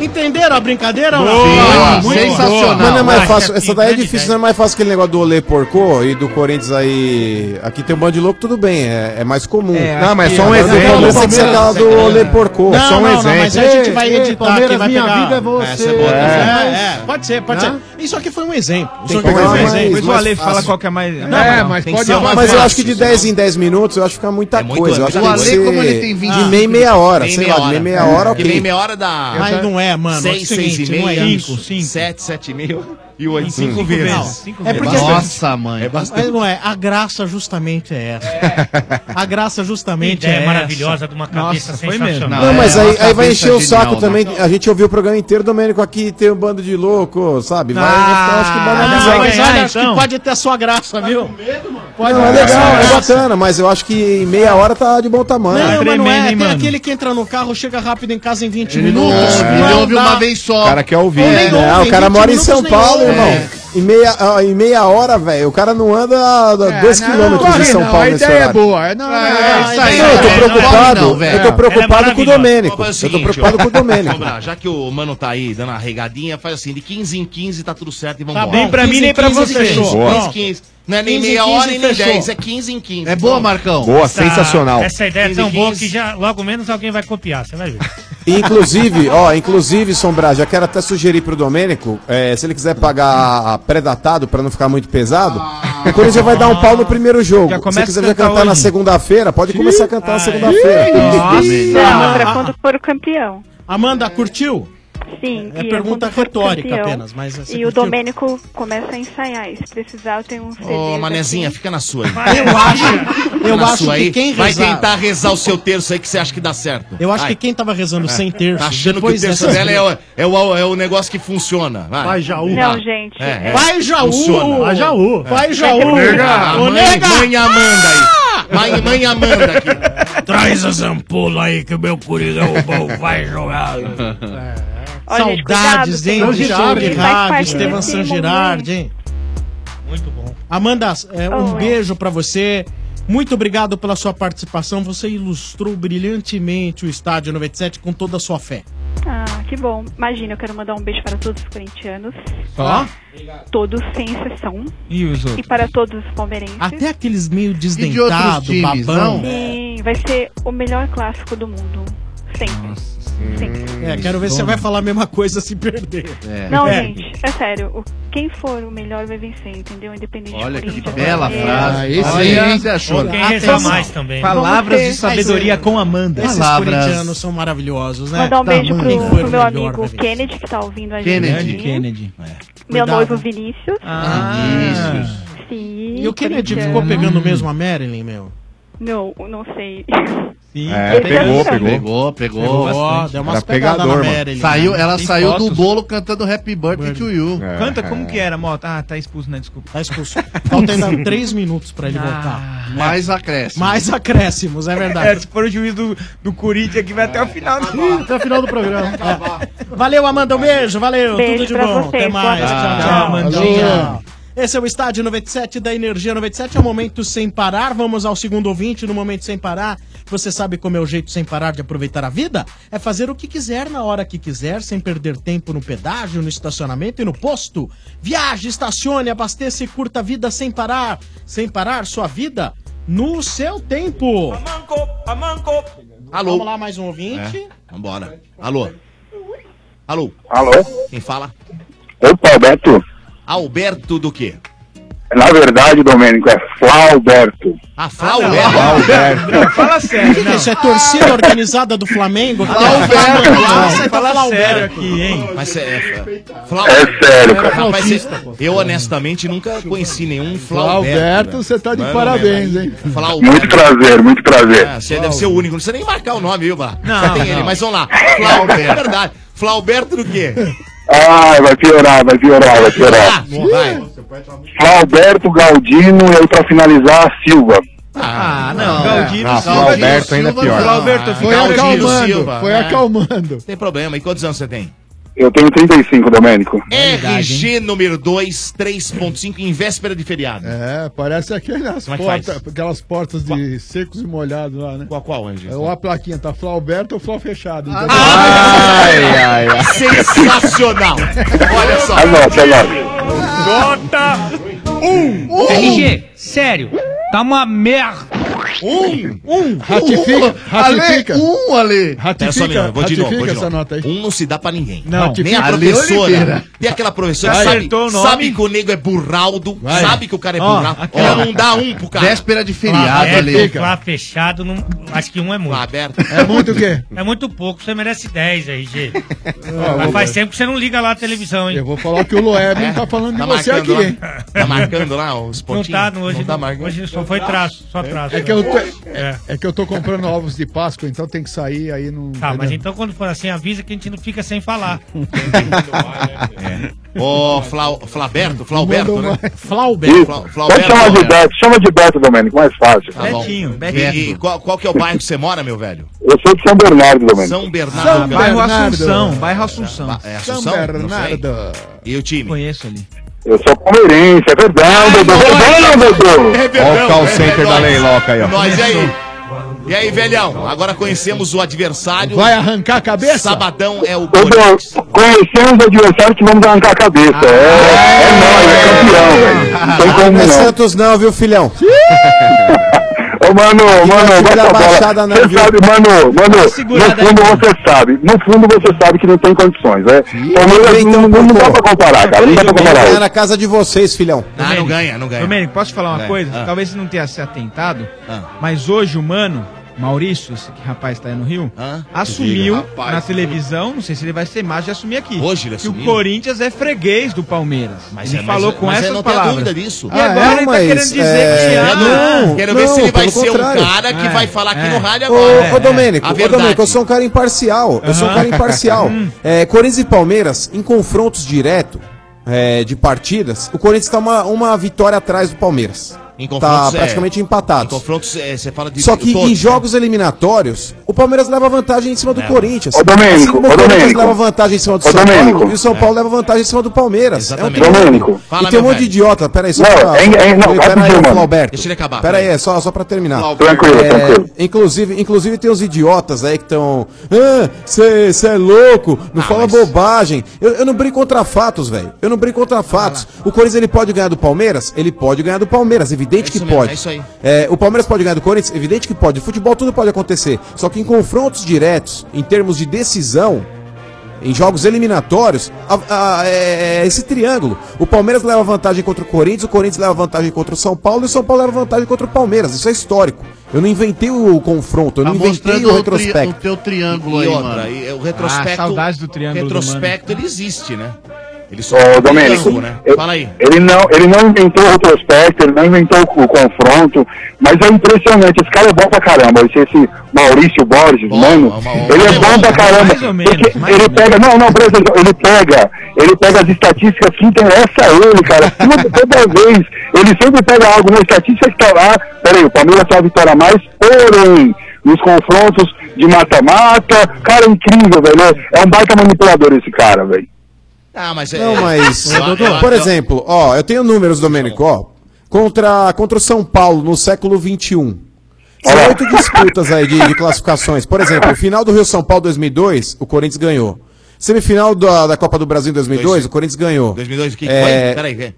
Speaker 7: Entenderam a brincadeira? ou não?
Speaker 9: Boa,
Speaker 7: Muito
Speaker 9: sensacional. Mas não é mais
Speaker 7: Acho
Speaker 9: fácil.
Speaker 7: que
Speaker 9: Essa daí é
Speaker 7: grande
Speaker 9: difícil, não é mais fácil aquele negócio do Olê Porcô e do Corinthians aí. Aqui tem um bando de louco, tudo bem, é, é mais comum.
Speaker 6: É, Não, mas aqui, só um ó, exemplo.
Speaker 9: Eu pensei que você
Speaker 6: Palmeiras,
Speaker 9: tava do
Speaker 6: Palmeiras.
Speaker 9: Olê Porcô,
Speaker 6: Não,
Speaker 9: só
Speaker 6: não,
Speaker 9: um
Speaker 6: não,
Speaker 9: exemplo.
Speaker 7: Mas a gente vai
Speaker 6: Ei, ei,
Speaker 7: editar,
Speaker 6: Palmeiras,
Speaker 7: quem vai
Speaker 6: minha
Speaker 7: pegar...
Speaker 6: vida é você.
Speaker 7: Essa é, boa,
Speaker 6: É.
Speaker 7: também. é, é, pode ser, pode ser. Isso aqui foi um exemplo. Isso aqui foi um exemplo.
Speaker 13: Depois o Ale fala qual que é mais.
Speaker 9: Não, não, tem que ser um uma- mas eu acho que de 10 em 10 minutos eu acho que fica muita coisa. Eu acho que
Speaker 13: O
Speaker 9: tem que
Speaker 13: Ale,
Speaker 9: ser
Speaker 13: como ele tem 20
Speaker 9: de meia e meia hora,
Speaker 1: Meia e
Speaker 9: sei
Speaker 1: meia
Speaker 9: lá, de meia e meia
Speaker 1: hora.
Speaker 9: hora,
Speaker 1: De
Speaker 9: ok.
Speaker 1: meia e meia hora dá-
Speaker 7: Mas não é, mano.
Speaker 1: Seis,
Speaker 7: é o
Speaker 1: seis e
Speaker 7: seguinte, não é
Speaker 1: meia,
Speaker 7: isso.
Speaker 1: Sete, sete e meio e oito.
Speaker 7: Cinco vezes. Não, cinco
Speaker 1: É
Speaker 7: vezes.
Speaker 1: porque...
Speaker 4: Nossa,
Speaker 9: assim,
Speaker 4: mãe.
Speaker 1: É bastante.
Speaker 7: Mas não é, a graça justamente é essa. A graça justamente
Speaker 8: Que ideia
Speaker 7: é
Speaker 8: maravilhosa de uma cabeça sensacional.
Speaker 9: Não, mas aí, aí vai
Speaker 8: cabeça
Speaker 9: encher o
Speaker 8: genial,
Speaker 9: saco
Speaker 8: né?
Speaker 9: também. A gente ouviu o programa inteiro, Domênico, aqui tem um bando de louco, sabe? Vai, então, acho que
Speaker 7: Ah, mas
Speaker 9: banalizar.
Speaker 7: olha, acho que pode ter a sua graça, viu? Pode
Speaker 9: Não, é
Speaker 7: ter a sua
Speaker 9: legal, é
Speaker 7: graça.
Speaker 9: bacana, mas eu acho que em meia hora tá de bom tamanho.
Speaker 7: Não, mas não é. Tem aquele que entra no carro, chega rápido em casa em 20
Speaker 9: Ele não
Speaker 7: minutos.
Speaker 9: ouve, ele ouve uma
Speaker 4: vez só.
Speaker 9: O cara quer ouvir.
Speaker 7: Ou nem
Speaker 9: É,
Speaker 7: ouve,
Speaker 9: não,
Speaker 7: em
Speaker 9: o cara
Speaker 7: 20
Speaker 9: mora em São
Speaker 7: minutos nem
Speaker 9: Paulo,
Speaker 7: ouve.
Speaker 9: irmão.
Speaker 7: É.
Speaker 9: Em meia, ah, em meia hora, velho, o cara não anda 2km de
Speaker 11: corre
Speaker 9: São
Speaker 11: É, não,
Speaker 9: Paulo
Speaker 11: a
Speaker 9: nesse
Speaker 11: ideia é
Speaker 9: horário.
Speaker 11: boa. é- Não, não,
Speaker 9: Não, eu tô preocupado. eu
Speaker 11: é
Speaker 9: tô preocupado com o Domênico.
Speaker 1: Vamos fazer
Speaker 9: eu tô
Speaker 1: seguinte,
Speaker 9: preocupado
Speaker 1: ó.
Speaker 9: com o Domênico.
Speaker 1: Sombra, já que o mano tá aí dando a regadinha, faz assim, de 15 em 15 tá tudo certo e vamos
Speaker 4: Tá bem pra mim, nem pra você. Boa.
Speaker 1: 15, 15. Não é nem
Speaker 4: 15,
Speaker 1: meia hora e nem
Speaker 4: 15,
Speaker 1: 10,
Speaker 4: fechou.
Speaker 1: é 15 em 15.
Speaker 4: É boa, Marcão?
Speaker 9: Boa, sensacional.
Speaker 8: Essa ideia é tão
Speaker 1: 15,
Speaker 8: boa que já, logo menos alguém vai copiar, você vai ver.
Speaker 9: Inclusive, ó, inclusive, Sombra, já quero até sugerir pro Domênico, eh, se ele quiser pagar pré-datado pra não ficar muito pesado, o Corinthians já vai dar um pau no primeiro jogo.
Speaker 13: Já
Speaker 9: se
Speaker 13: começa
Speaker 9: você quiser
Speaker 13: a
Speaker 9: já
Speaker 13: cantar
Speaker 9: cantar na
Speaker 13: hoje.
Speaker 9: segunda-feira, pode começar a cantar na segunda-feira.
Speaker 17: Pra é quando for o campeão.
Speaker 7: Amanda, curtiu?
Speaker 17: Sim.
Speaker 7: É
Speaker 17: e
Speaker 7: pergunta
Speaker 17: quando for o
Speaker 7: retórica
Speaker 17: campeão,
Speaker 7: apenas, mas é você
Speaker 17: E o
Speaker 7: curtiu?
Speaker 17: Domênico começa a ensaiar. E se precisar, eu tenho um CD.
Speaker 1: Ô, Manezinha, fica na sua aí.
Speaker 7: Eu acho,
Speaker 1: Fica
Speaker 7: eu
Speaker 1: na
Speaker 7: acho
Speaker 1: sua
Speaker 7: que
Speaker 1: aí.
Speaker 7: quem
Speaker 1: Vai
Speaker 7: rezar-
Speaker 1: tentar rezar o seu terço aí que você acha que dá certo.
Speaker 7: Eu acho
Speaker 1: Vai.
Speaker 7: que quem tava rezando sem
Speaker 1: É.
Speaker 7: terço.
Speaker 1: Tá achando que o
Speaker 7: depois
Speaker 1: terço
Speaker 7: dessas-
Speaker 1: dela é o, é, o, é o negócio que funciona. Vai,
Speaker 7: Vai, Jaú. Não, gente, é- Vai, Jaú! Vai,
Speaker 1: Vai,
Speaker 7: Jaú!
Speaker 1: Jaú!
Speaker 7: Vai, Jaú!
Speaker 1: É. Nega!
Speaker 7: Ô,
Speaker 1: Mãe,
Speaker 7: nega!
Speaker 1: mãe Amanda aí! Mãe, mãe Amanda aqui!
Speaker 5: Traz as ampolas aí que o meu Coringão bom vai jogar.
Speaker 17: Olha, gente,
Speaker 7: Saudades,
Speaker 17: cuidado,
Speaker 7: hein?
Speaker 17: tem
Speaker 7: do
Speaker 17: gente
Speaker 7: São
Speaker 17: que faz
Speaker 7: Gerard,
Speaker 17: parte
Speaker 7: Estevam
Speaker 17: desse
Speaker 7: San Gerard, hein? Muito bom. Amanda, é, um
Speaker 17: Oi.
Speaker 7: beijo pra você. Muito obrigado pela sua participação. Você ilustrou brilhantemente o Estádio 97 com toda a sua fé.
Speaker 17: Ah, Ah, que bom. Imagina, eu quero mandar um beijo para todos os corintianos.
Speaker 7: Só?
Speaker 17: Todos, sem exceção.
Speaker 7: E os outros?
Speaker 17: E para todos os palmeirenses.
Speaker 7: Até aqueles meio
Speaker 17: E de outros
Speaker 7: desdentados,
Speaker 17: times,
Speaker 7: babão.
Speaker 17: Sim, vai ser o melhor clássico do mundo. Sempre. Sempre.
Speaker 7: É, quero ver se você vai falar a mesma coisa se perder.
Speaker 17: Não,
Speaker 7: É.
Speaker 17: gente, é sério. O, quem for o melhor vai vencer, entendeu? Independente
Speaker 4: Olha
Speaker 17: de
Speaker 4: que
Speaker 17: Corinthians,
Speaker 4: bela
Speaker 17: Palmeiras.
Speaker 7: Ah,
Speaker 4: frase.
Speaker 17: Esse
Speaker 4: Olha,
Speaker 17: aí,
Speaker 4: você achou?
Speaker 17: Quem rezar mais
Speaker 7: também.
Speaker 4: Palavras de
Speaker 7: Vamos ter-
Speaker 4: sabedoria
Speaker 7: Esses-
Speaker 4: com Amanda.
Speaker 7: Esses
Speaker 4: Palavras.
Speaker 7: corintianos são maravilhosos, né?
Speaker 17: Mandar um
Speaker 7: Tá,
Speaker 17: beijo
Speaker 7: Amanda.
Speaker 17: pro,
Speaker 7: Foi
Speaker 17: pro
Speaker 7: o
Speaker 17: meu
Speaker 7: melhor pra
Speaker 17: amigo
Speaker 7: mim.
Speaker 17: Kennedy, que tá ouvindo a
Speaker 7: Kennedy.
Speaker 17: gente.
Speaker 7: Kennedy.
Speaker 4: É.
Speaker 17: Meu
Speaker 7: Cuidado.
Speaker 17: noivo Vinícius.
Speaker 7: Vinícius.
Speaker 17: Sim.
Speaker 7: E o Kennedy
Speaker 17: corintiano.
Speaker 7: ficou pegando mesmo a Marilyn, meu?
Speaker 17: Não, não sei.
Speaker 7: Sim,
Speaker 4: É, pegou,
Speaker 7: Pegou,
Speaker 4: pegou. pegou.
Speaker 7: bastante. deu umas pegadas na Marilyn.
Speaker 4: Saiu, ela
Speaker 7: Tem
Speaker 4: saiu do
Speaker 7: fotos.
Speaker 4: bolo cantando Happy Birthday to You.
Speaker 13: Canta
Speaker 4: É.
Speaker 13: como que era, Mota? Ah, tá expulso, né? Desculpa.
Speaker 7: Tá expulso. Falta ainda três minutos pra ele
Speaker 4: Ah.
Speaker 7: voltar. né?
Speaker 4: Mais acréscimo.
Speaker 7: Mais acréscimos, é verdade.
Speaker 13: É, se for o juiz do, do Corinthians que vai até o final do... até o final do programa.
Speaker 7: Valeu, Amanda. Um beijo. Valeu.
Speaker 13: Beijo
Speaker 7: Tudo de
Speaker 13: pra
Speaker 7: bom.
Speaker 13: vocês,
Speaker 7: Até mais.
Speaker 13: boa
Speaker 7: Tchau,
Speaker 13: noite.
Speaker 7: tchau.
Speaker 13: Tchau, Amandinha.
Speaker 7: Tchau. Esse é o Estádio 97 da Energia 97. É o Momento Sem Parar. Vamos ao segundo ouvinte no Momento Sem Parar. Você sabe como é o jeito sem parar de aproveitar a vida? É fazer o que quiser na hora que quiser, sem perder tempo no pedágio, no estacionamento e no posto. Viaje, estacione, abasteça e curta a vida sem parar. Sem parar sua vida no seu tempo.
Speaker 1: Alô?
Speaker 7: Vamos lá, mais um ouvinte.
Speaker 1: Vambora. Alô? Alô?
Speaker 21: Alô?
Speaker 1: Quem fala?
Speaker 21: Opa, Alberto.
Speaker 1: Alberto do quê?
Speaker 21: Na verdade, Domênico, é Flauberto.
Speaker 1: Ah, Flauberto.
Speaker 7: é. Fala sério. que, que é isso? É torcida organizada do Flamengo? Flamengo. Você tá falando Alberto.
Speaker 1: Mas é, é,
Speaker 21: É sério, cara.
Speaker 1: Rapaz, cê- eu honestamente nunca conheci nenhum Flauberto.
Speaker 11: Flauberto,
Speaker 1: velho.
Speaker 11: você tá de
Speaker 1: Mano,
Speaker 11: parabéns,
Speaker 1: velho.
Speaker 11: hein?
Speaker 1: Flauberto.
Speaker 21: Muito prazer, muito prazer.
Speaker 1: Ah, Você deve ser o único. Não precisa nem marcar o nome, viu, Bá?
Speaker 21: Não,
Speaker 1: Só tem
Speaker 21: não.
Speaker 1: ele, mas vamos lá. Flauberto. É verdade. Flauberto do quê?
Speaker 21: Ai, Ah, vai piorar, vai piorar, vai piorar.
Speaker 1: tá
Speaker 21: Flauberto Galdino e aí pra finalizar a Silva.
Speaker 7: Ah, não.
Speaker 21: Galdino Ah, Silva, Flauberto Galdino ainda é Silva, pior. Flauberto,
Speaker 1: Ah,
Speaker 21: foi
Speaker 1: Galdino
Speaker 21: acalmando,
Speaker 1: Silva,
Speaker 21: foi
Speaker 1: né?
Speaker 21: acalmando.
Speaker 1: Tem problema. E quantos anos você tem?
Speaker 21: Eu tenho 35, Domênico.
Speaker 1: RG número 2, 3.5, em véspera de feriado.
Speaker 11: É, parece aquelas,
Speaker 1: Como é que
Speaker 11: porta,
Speaker 1: faz?
Speaker 11: aquelas portas de secos e molhados lá, né?
Speaker 1: Qual, qual, Anjo?
Speaker 11: Ou a plaquinha tá Flauberto ou Flau Fechado. entendeu?
Speaker 1: Ai, ai, ai. Sensacional! Olha só.
Speaker 21: Anote, anote.
Speaker 5: Nota 1. Um.
Speaker 13: RG, sério, tá uma merda.
Speaker 5: Um.
Speaker 13: Um.
Speaker 21: Uh,
Speaker 11: Ratifica, ratifica.
Speaker 4: um, Ale.
Speaker 1: Pera só um minuto, vou de novo, vou de
Speaker 11: ratifica essa
Speaker 1: novo.
Speaker 11: nota aí.
Speaker 1: Um não se dá pra ninguém.
Speaker 11: Não.
Speaker 1: nem a
Speaker 11: Ale
Speaker 1: professora.
Speaker 11: Oliveira.
Speaker 1: E aquela professora
Speaker 11: Vai.
Speaker 1: sabe,
Speaker 11: Acertou o nome.
Speaker 1: sabe que o nego é burraldo,
Speaker 8: Vai.
Speaker 1: sabe que o cara é
Speaker 8: Ó,
Speaker 1: burraldo.
Speaker 8: aquela-
Speaker 1: Ela não dá um pro cara. Ah, é,
Speaker 4: Véspera de
Speaker 8: Lá
Speaker 4: feriado,
Speaker 8: aberto,
Speaker 4: Ale.
Speaker 8: Lá fechado, não- acho que um é muito.
Speaker 1: aberto.
Speaker 11: É muito o quê?
Speaker 8: É muito pouco, você merece 10, RG.
Speaker 11: Ah,
Speaker 8: Mas
Speaker 11: vou-
Speaker 8: faz tempo que você não liga lá a televisão, hein?
Speaker 11: Eu vou falar que o Loeb não tá falando de você aqui,
Speaker 1: marcando
Speaker 11: hein?
Speaker 1: lá, Tá marcando lá os
Speaker 8: Não
Speaker 1: pontinhos?
Speaker 8: tá, não, hoje,
Speaker 1: Não tá
Speaker 8: não.
Speaker 1: marcando.
Speaker 8: hoje só foi traço, só traço.
Speaker 11: É que, eu tô,
Speaker 8: É.
Speaker 11: é. é que eu tô comprando ovos de Páscoa, então tem que sair aí não.
Speaker 1: Ah,
Speaker 8: Tá, mas
Speaker 11: entendeu?
Speaker 8: então quando for assim, avisa que a gente não fica sem falar.
Speaker 1: Ô, Flau, Flaberto, Flauberto, né?
Speaker 7: Flauberto.
Speaker 1: Flau-
Speaker 21: Pode chamar de Beto, chama de Beto, Domênico, mais fácil.
Speaker 1: é né? Tá bom. E, e qual, qual que é o bairro que você mora, meu velho?
Speaker 21: Eu sou de São Bernardo, Domênico.
Speaker 1: São Bernardo.
Speaker 21: São
Speaker 1: Campinas.
Speaker 21: Bairro Assunção,
Speaker 13: bairro Assunção.
Speaker 1: Ba- É Assunção?
Speaker 21: São
Speaker 1: Não sei. E o time? Conheço ali.
Speaker 21: Eu sou palmeirense, é verdade, é verdade,
Speaker 1: É
Speaker 21: Beto.
Speaker 1: verdade,
Speaker 21: Olha
Speaker 1: Ó o call é center
Speaker 21: da Leiloca
Speaker 1: É Nós, e aí? E aí, velhão? Agora conhecemos o adversário.
Speaker 21: Vai
Speaker 11: arrancar a cabeça?
Speaker 1: Sabadão é o
Speaker 21: Conhecemos o um adversário que vamos arrancar a cabeça. É, é nóis, é campeão, velho. Não tem como
Speaker 9: Não é
Speaker 21: não.
Speaker 9: Santos não, viu, filhão?
Speaker 21: Ô, mano, mano,
Speaker 9: vai
Speaker 21: bota a
Speaker 9: dar
Speaker 21: bola.
Speaker 9: baixada não,
Speaker 21: Você
Speaker 9: viu?
Speaker 21: sabe, mano, mano, no
Speaker 9: segurada
Speaker 21: fundo você sabe. No fundo você sabe que não tem condições, né? Palmeiras
Speaker 9: então,
Speaker 21: não, não, não dá pra comparar, cara. Não dá pra comparar.
Speaker 9: Era na casa de vocês, filhão.
Speaker 1: Ah, não ganha, não ganha. Ah.
Speaker 13: Domênico, posso te falar uma
Speaker 9: Ganha.
Speaker 13: coisa?
Speaker 9: Ah.
Speaker 13: Talvez você não tenha se atentado, mas hoje o Mano, Maurício, esse que rapaz tá aí no Rio, assumiu
Speaker 1: Ah. Diga, rapaz,
Speaker 13: na televisão, não sei se ele vai ser mais de assumir aqui.
Speaker 1: Hoje ele
Speaker 13: Que o
Speaker 1: assumiu?
Speaker 13: Corinthians é freguês do Palmeiras.
Speaker 1: Mas
Speaker 13: ele
Speaker 1: é, mas-
Speaker 13: falou com
Speaker 1: mas eu
Speaker 13: essas
Speaker 1: não tenho
Speaker 13: palavras.
Speaker 1: dúvida disso.
Speaker 13: E
Speaker 12: Ah, é,
Speaker 13: agora ele tá querendo dizer que ama.
Speaker 1: é, não, quero ver se ele vai ser o cara que vai falar aqui no rádio agora.
Speaker 9: Ô, ô Domênico,
Speaker 1: A
Speaker 9: ô
Speaker 1: verdade.
Speaker 9: Domênico, eu sou um cara imparcial. Eu sou um
Speaker 1: É, Aham.
Speaker 9: cara imparcial.
Speaker 1: Hum.
Speaker 9: É, Corinthians e Palmeiras, em confrontos direto é, de partidas, o Corinthians tá uma, uma vitória atrás do Palmeiras.
Speaker 1: Em
Speaker 9: tá
Speaker 1: confrontos, é.
Speaker 9: praticamente
Speaker 1: Em
Speaker 9: empatados.
Speaker 1: confrontos, é, você fala de
Speaker 9: Só que
Speaker 1: todos,
Speaker 9: em jogos eliminatórios, o Palmeiras leva vantagem em cima do
Speaker 1: É.
Speaker 9: Corinthians.
Speaker 1: Ô, Domênico,
Speaker 9: Assim como
Speaker 1: ô,
Speaker 9: o Corinthians
Speaker 1: Domênico.
Speaker 9: leva vantagem em cima do
Speaker 1: Ô,
Speaker 9: São Paulo,
Speaker 1: Domênico.
Speaker 9: e o São Paulo leva vantagem em cima do Palmeiras. É
Speaker 1: Exatamente.
Speaker 9: um
Speaker 1: Domênico.
Speaker 9: triângulo.
Speaker 1: Fala,
Speaker 9: e tem um
Speaker 1: meu
Speaker 9: monte de
Speaker 1: velho.
Speaker 9: idiota, peraí, só
Speaker 1: Não,
Speaker 9: pra...
Speaker 1: é- é- não, vai pro
Speaker 9: peraí,
Speaker 1: Gilmar.
Speaker 9: Flauberto.
Speaker 1: Deixa ele acabar,
Speaker 9: Peraí,
Speaker 1: peraí.
Speaker 9: é só, só pra terminar. É,
Speaker 1: Flauberto. Tranquilo, tranquilo.
Speaker 9: Inclusive, inclusive tem uns idiotas aí que estão... Ah, você é louco, não
Speaker 1: Ah,
Speaker 9: fala bobagem. Eu, eu não brigo contra fatos, velho. Eu não brigo contra fatos. O Corinthians, ele pode ganhar do Palmeiras? Ele pode ganhar do Palmeiras, evidente que
Speaker 1: isso mesmo,
Speaker 9: pode.
Speaker 1: é isso aí.
Speaker 9: É, o Palmeiras pode ganhar do Corinthians? Evidente que pode. Futebol tudo pode acontecer. Só que em confrontos diretos, em termos de decisão, em jogos eliminatórios, a- a- é, é esse triângulo. O Palmeiras leva vantagem contra o Corinthians, o Corinthians leva vantagem contra o São Paulo e o São Paulo leva vantagem contra o Palmeiras. Isso é histórico. Eu não inventei o confronto, eu não inventei o
Speaker 4: o, tri- o
Speaker 9: retrospecto.
Speaker 4: teu triângulo
Speaker 9: E
Speaker 4: aí,
Speaker 9: outra,
Speaker 4: mano.
Speaker 9: e-
Speaker 1: o retrospecto.
Speaker 4: Ah, saudades do triângulo do mano.
Speaker 1: retrospecto, ele existe, né? Ele só
Speaker 19: Ô, Domênico,
Speaker 1: Triângulo, né?
Speaker 19: eu-
Speaker 1: Fala aí.
Speaker 19: ele não, ele não inventou o retrospecto, ele não inventou o, o confronto, mas é impressionante, esse cara é bom pra caramba, esse, esse Maurício Borges, mano, ele é bom pra caramba, porque ele pega, não, não, por exemplo, ele pega, ele pega as estatísticas que interessa a ele, cara, toda, toda vez, ele sempre pega algo na estatística que tá lá, peraí, o Palmeiras só vitória a mais, porém, nos confrontos de mata-mata, cara, é incrível, velho, é um baita manipulador esse cara, velho.
Speaker 1: Ah, mas
Speaker 9: Não, mas.
Speaker 1: Eu- eu-
Speaker 9: Por
Speaker 1: eu-
Speaker 9: exemplo, ó, eu tenho números, Domênico, ó. Contra, contra o São Paulo no século XXI. São oito disputas aí de, de classificações. Por exemplo, final do Rio São Paulo 2002, o Corinthians ganhou. Semifinal da, da Copa do Brasil em 2002, o Corinthians ganhou.
Speaker 1: 2002, o que, que
Speaker 9: É,
Speaker 1: foi? Peraí, vê.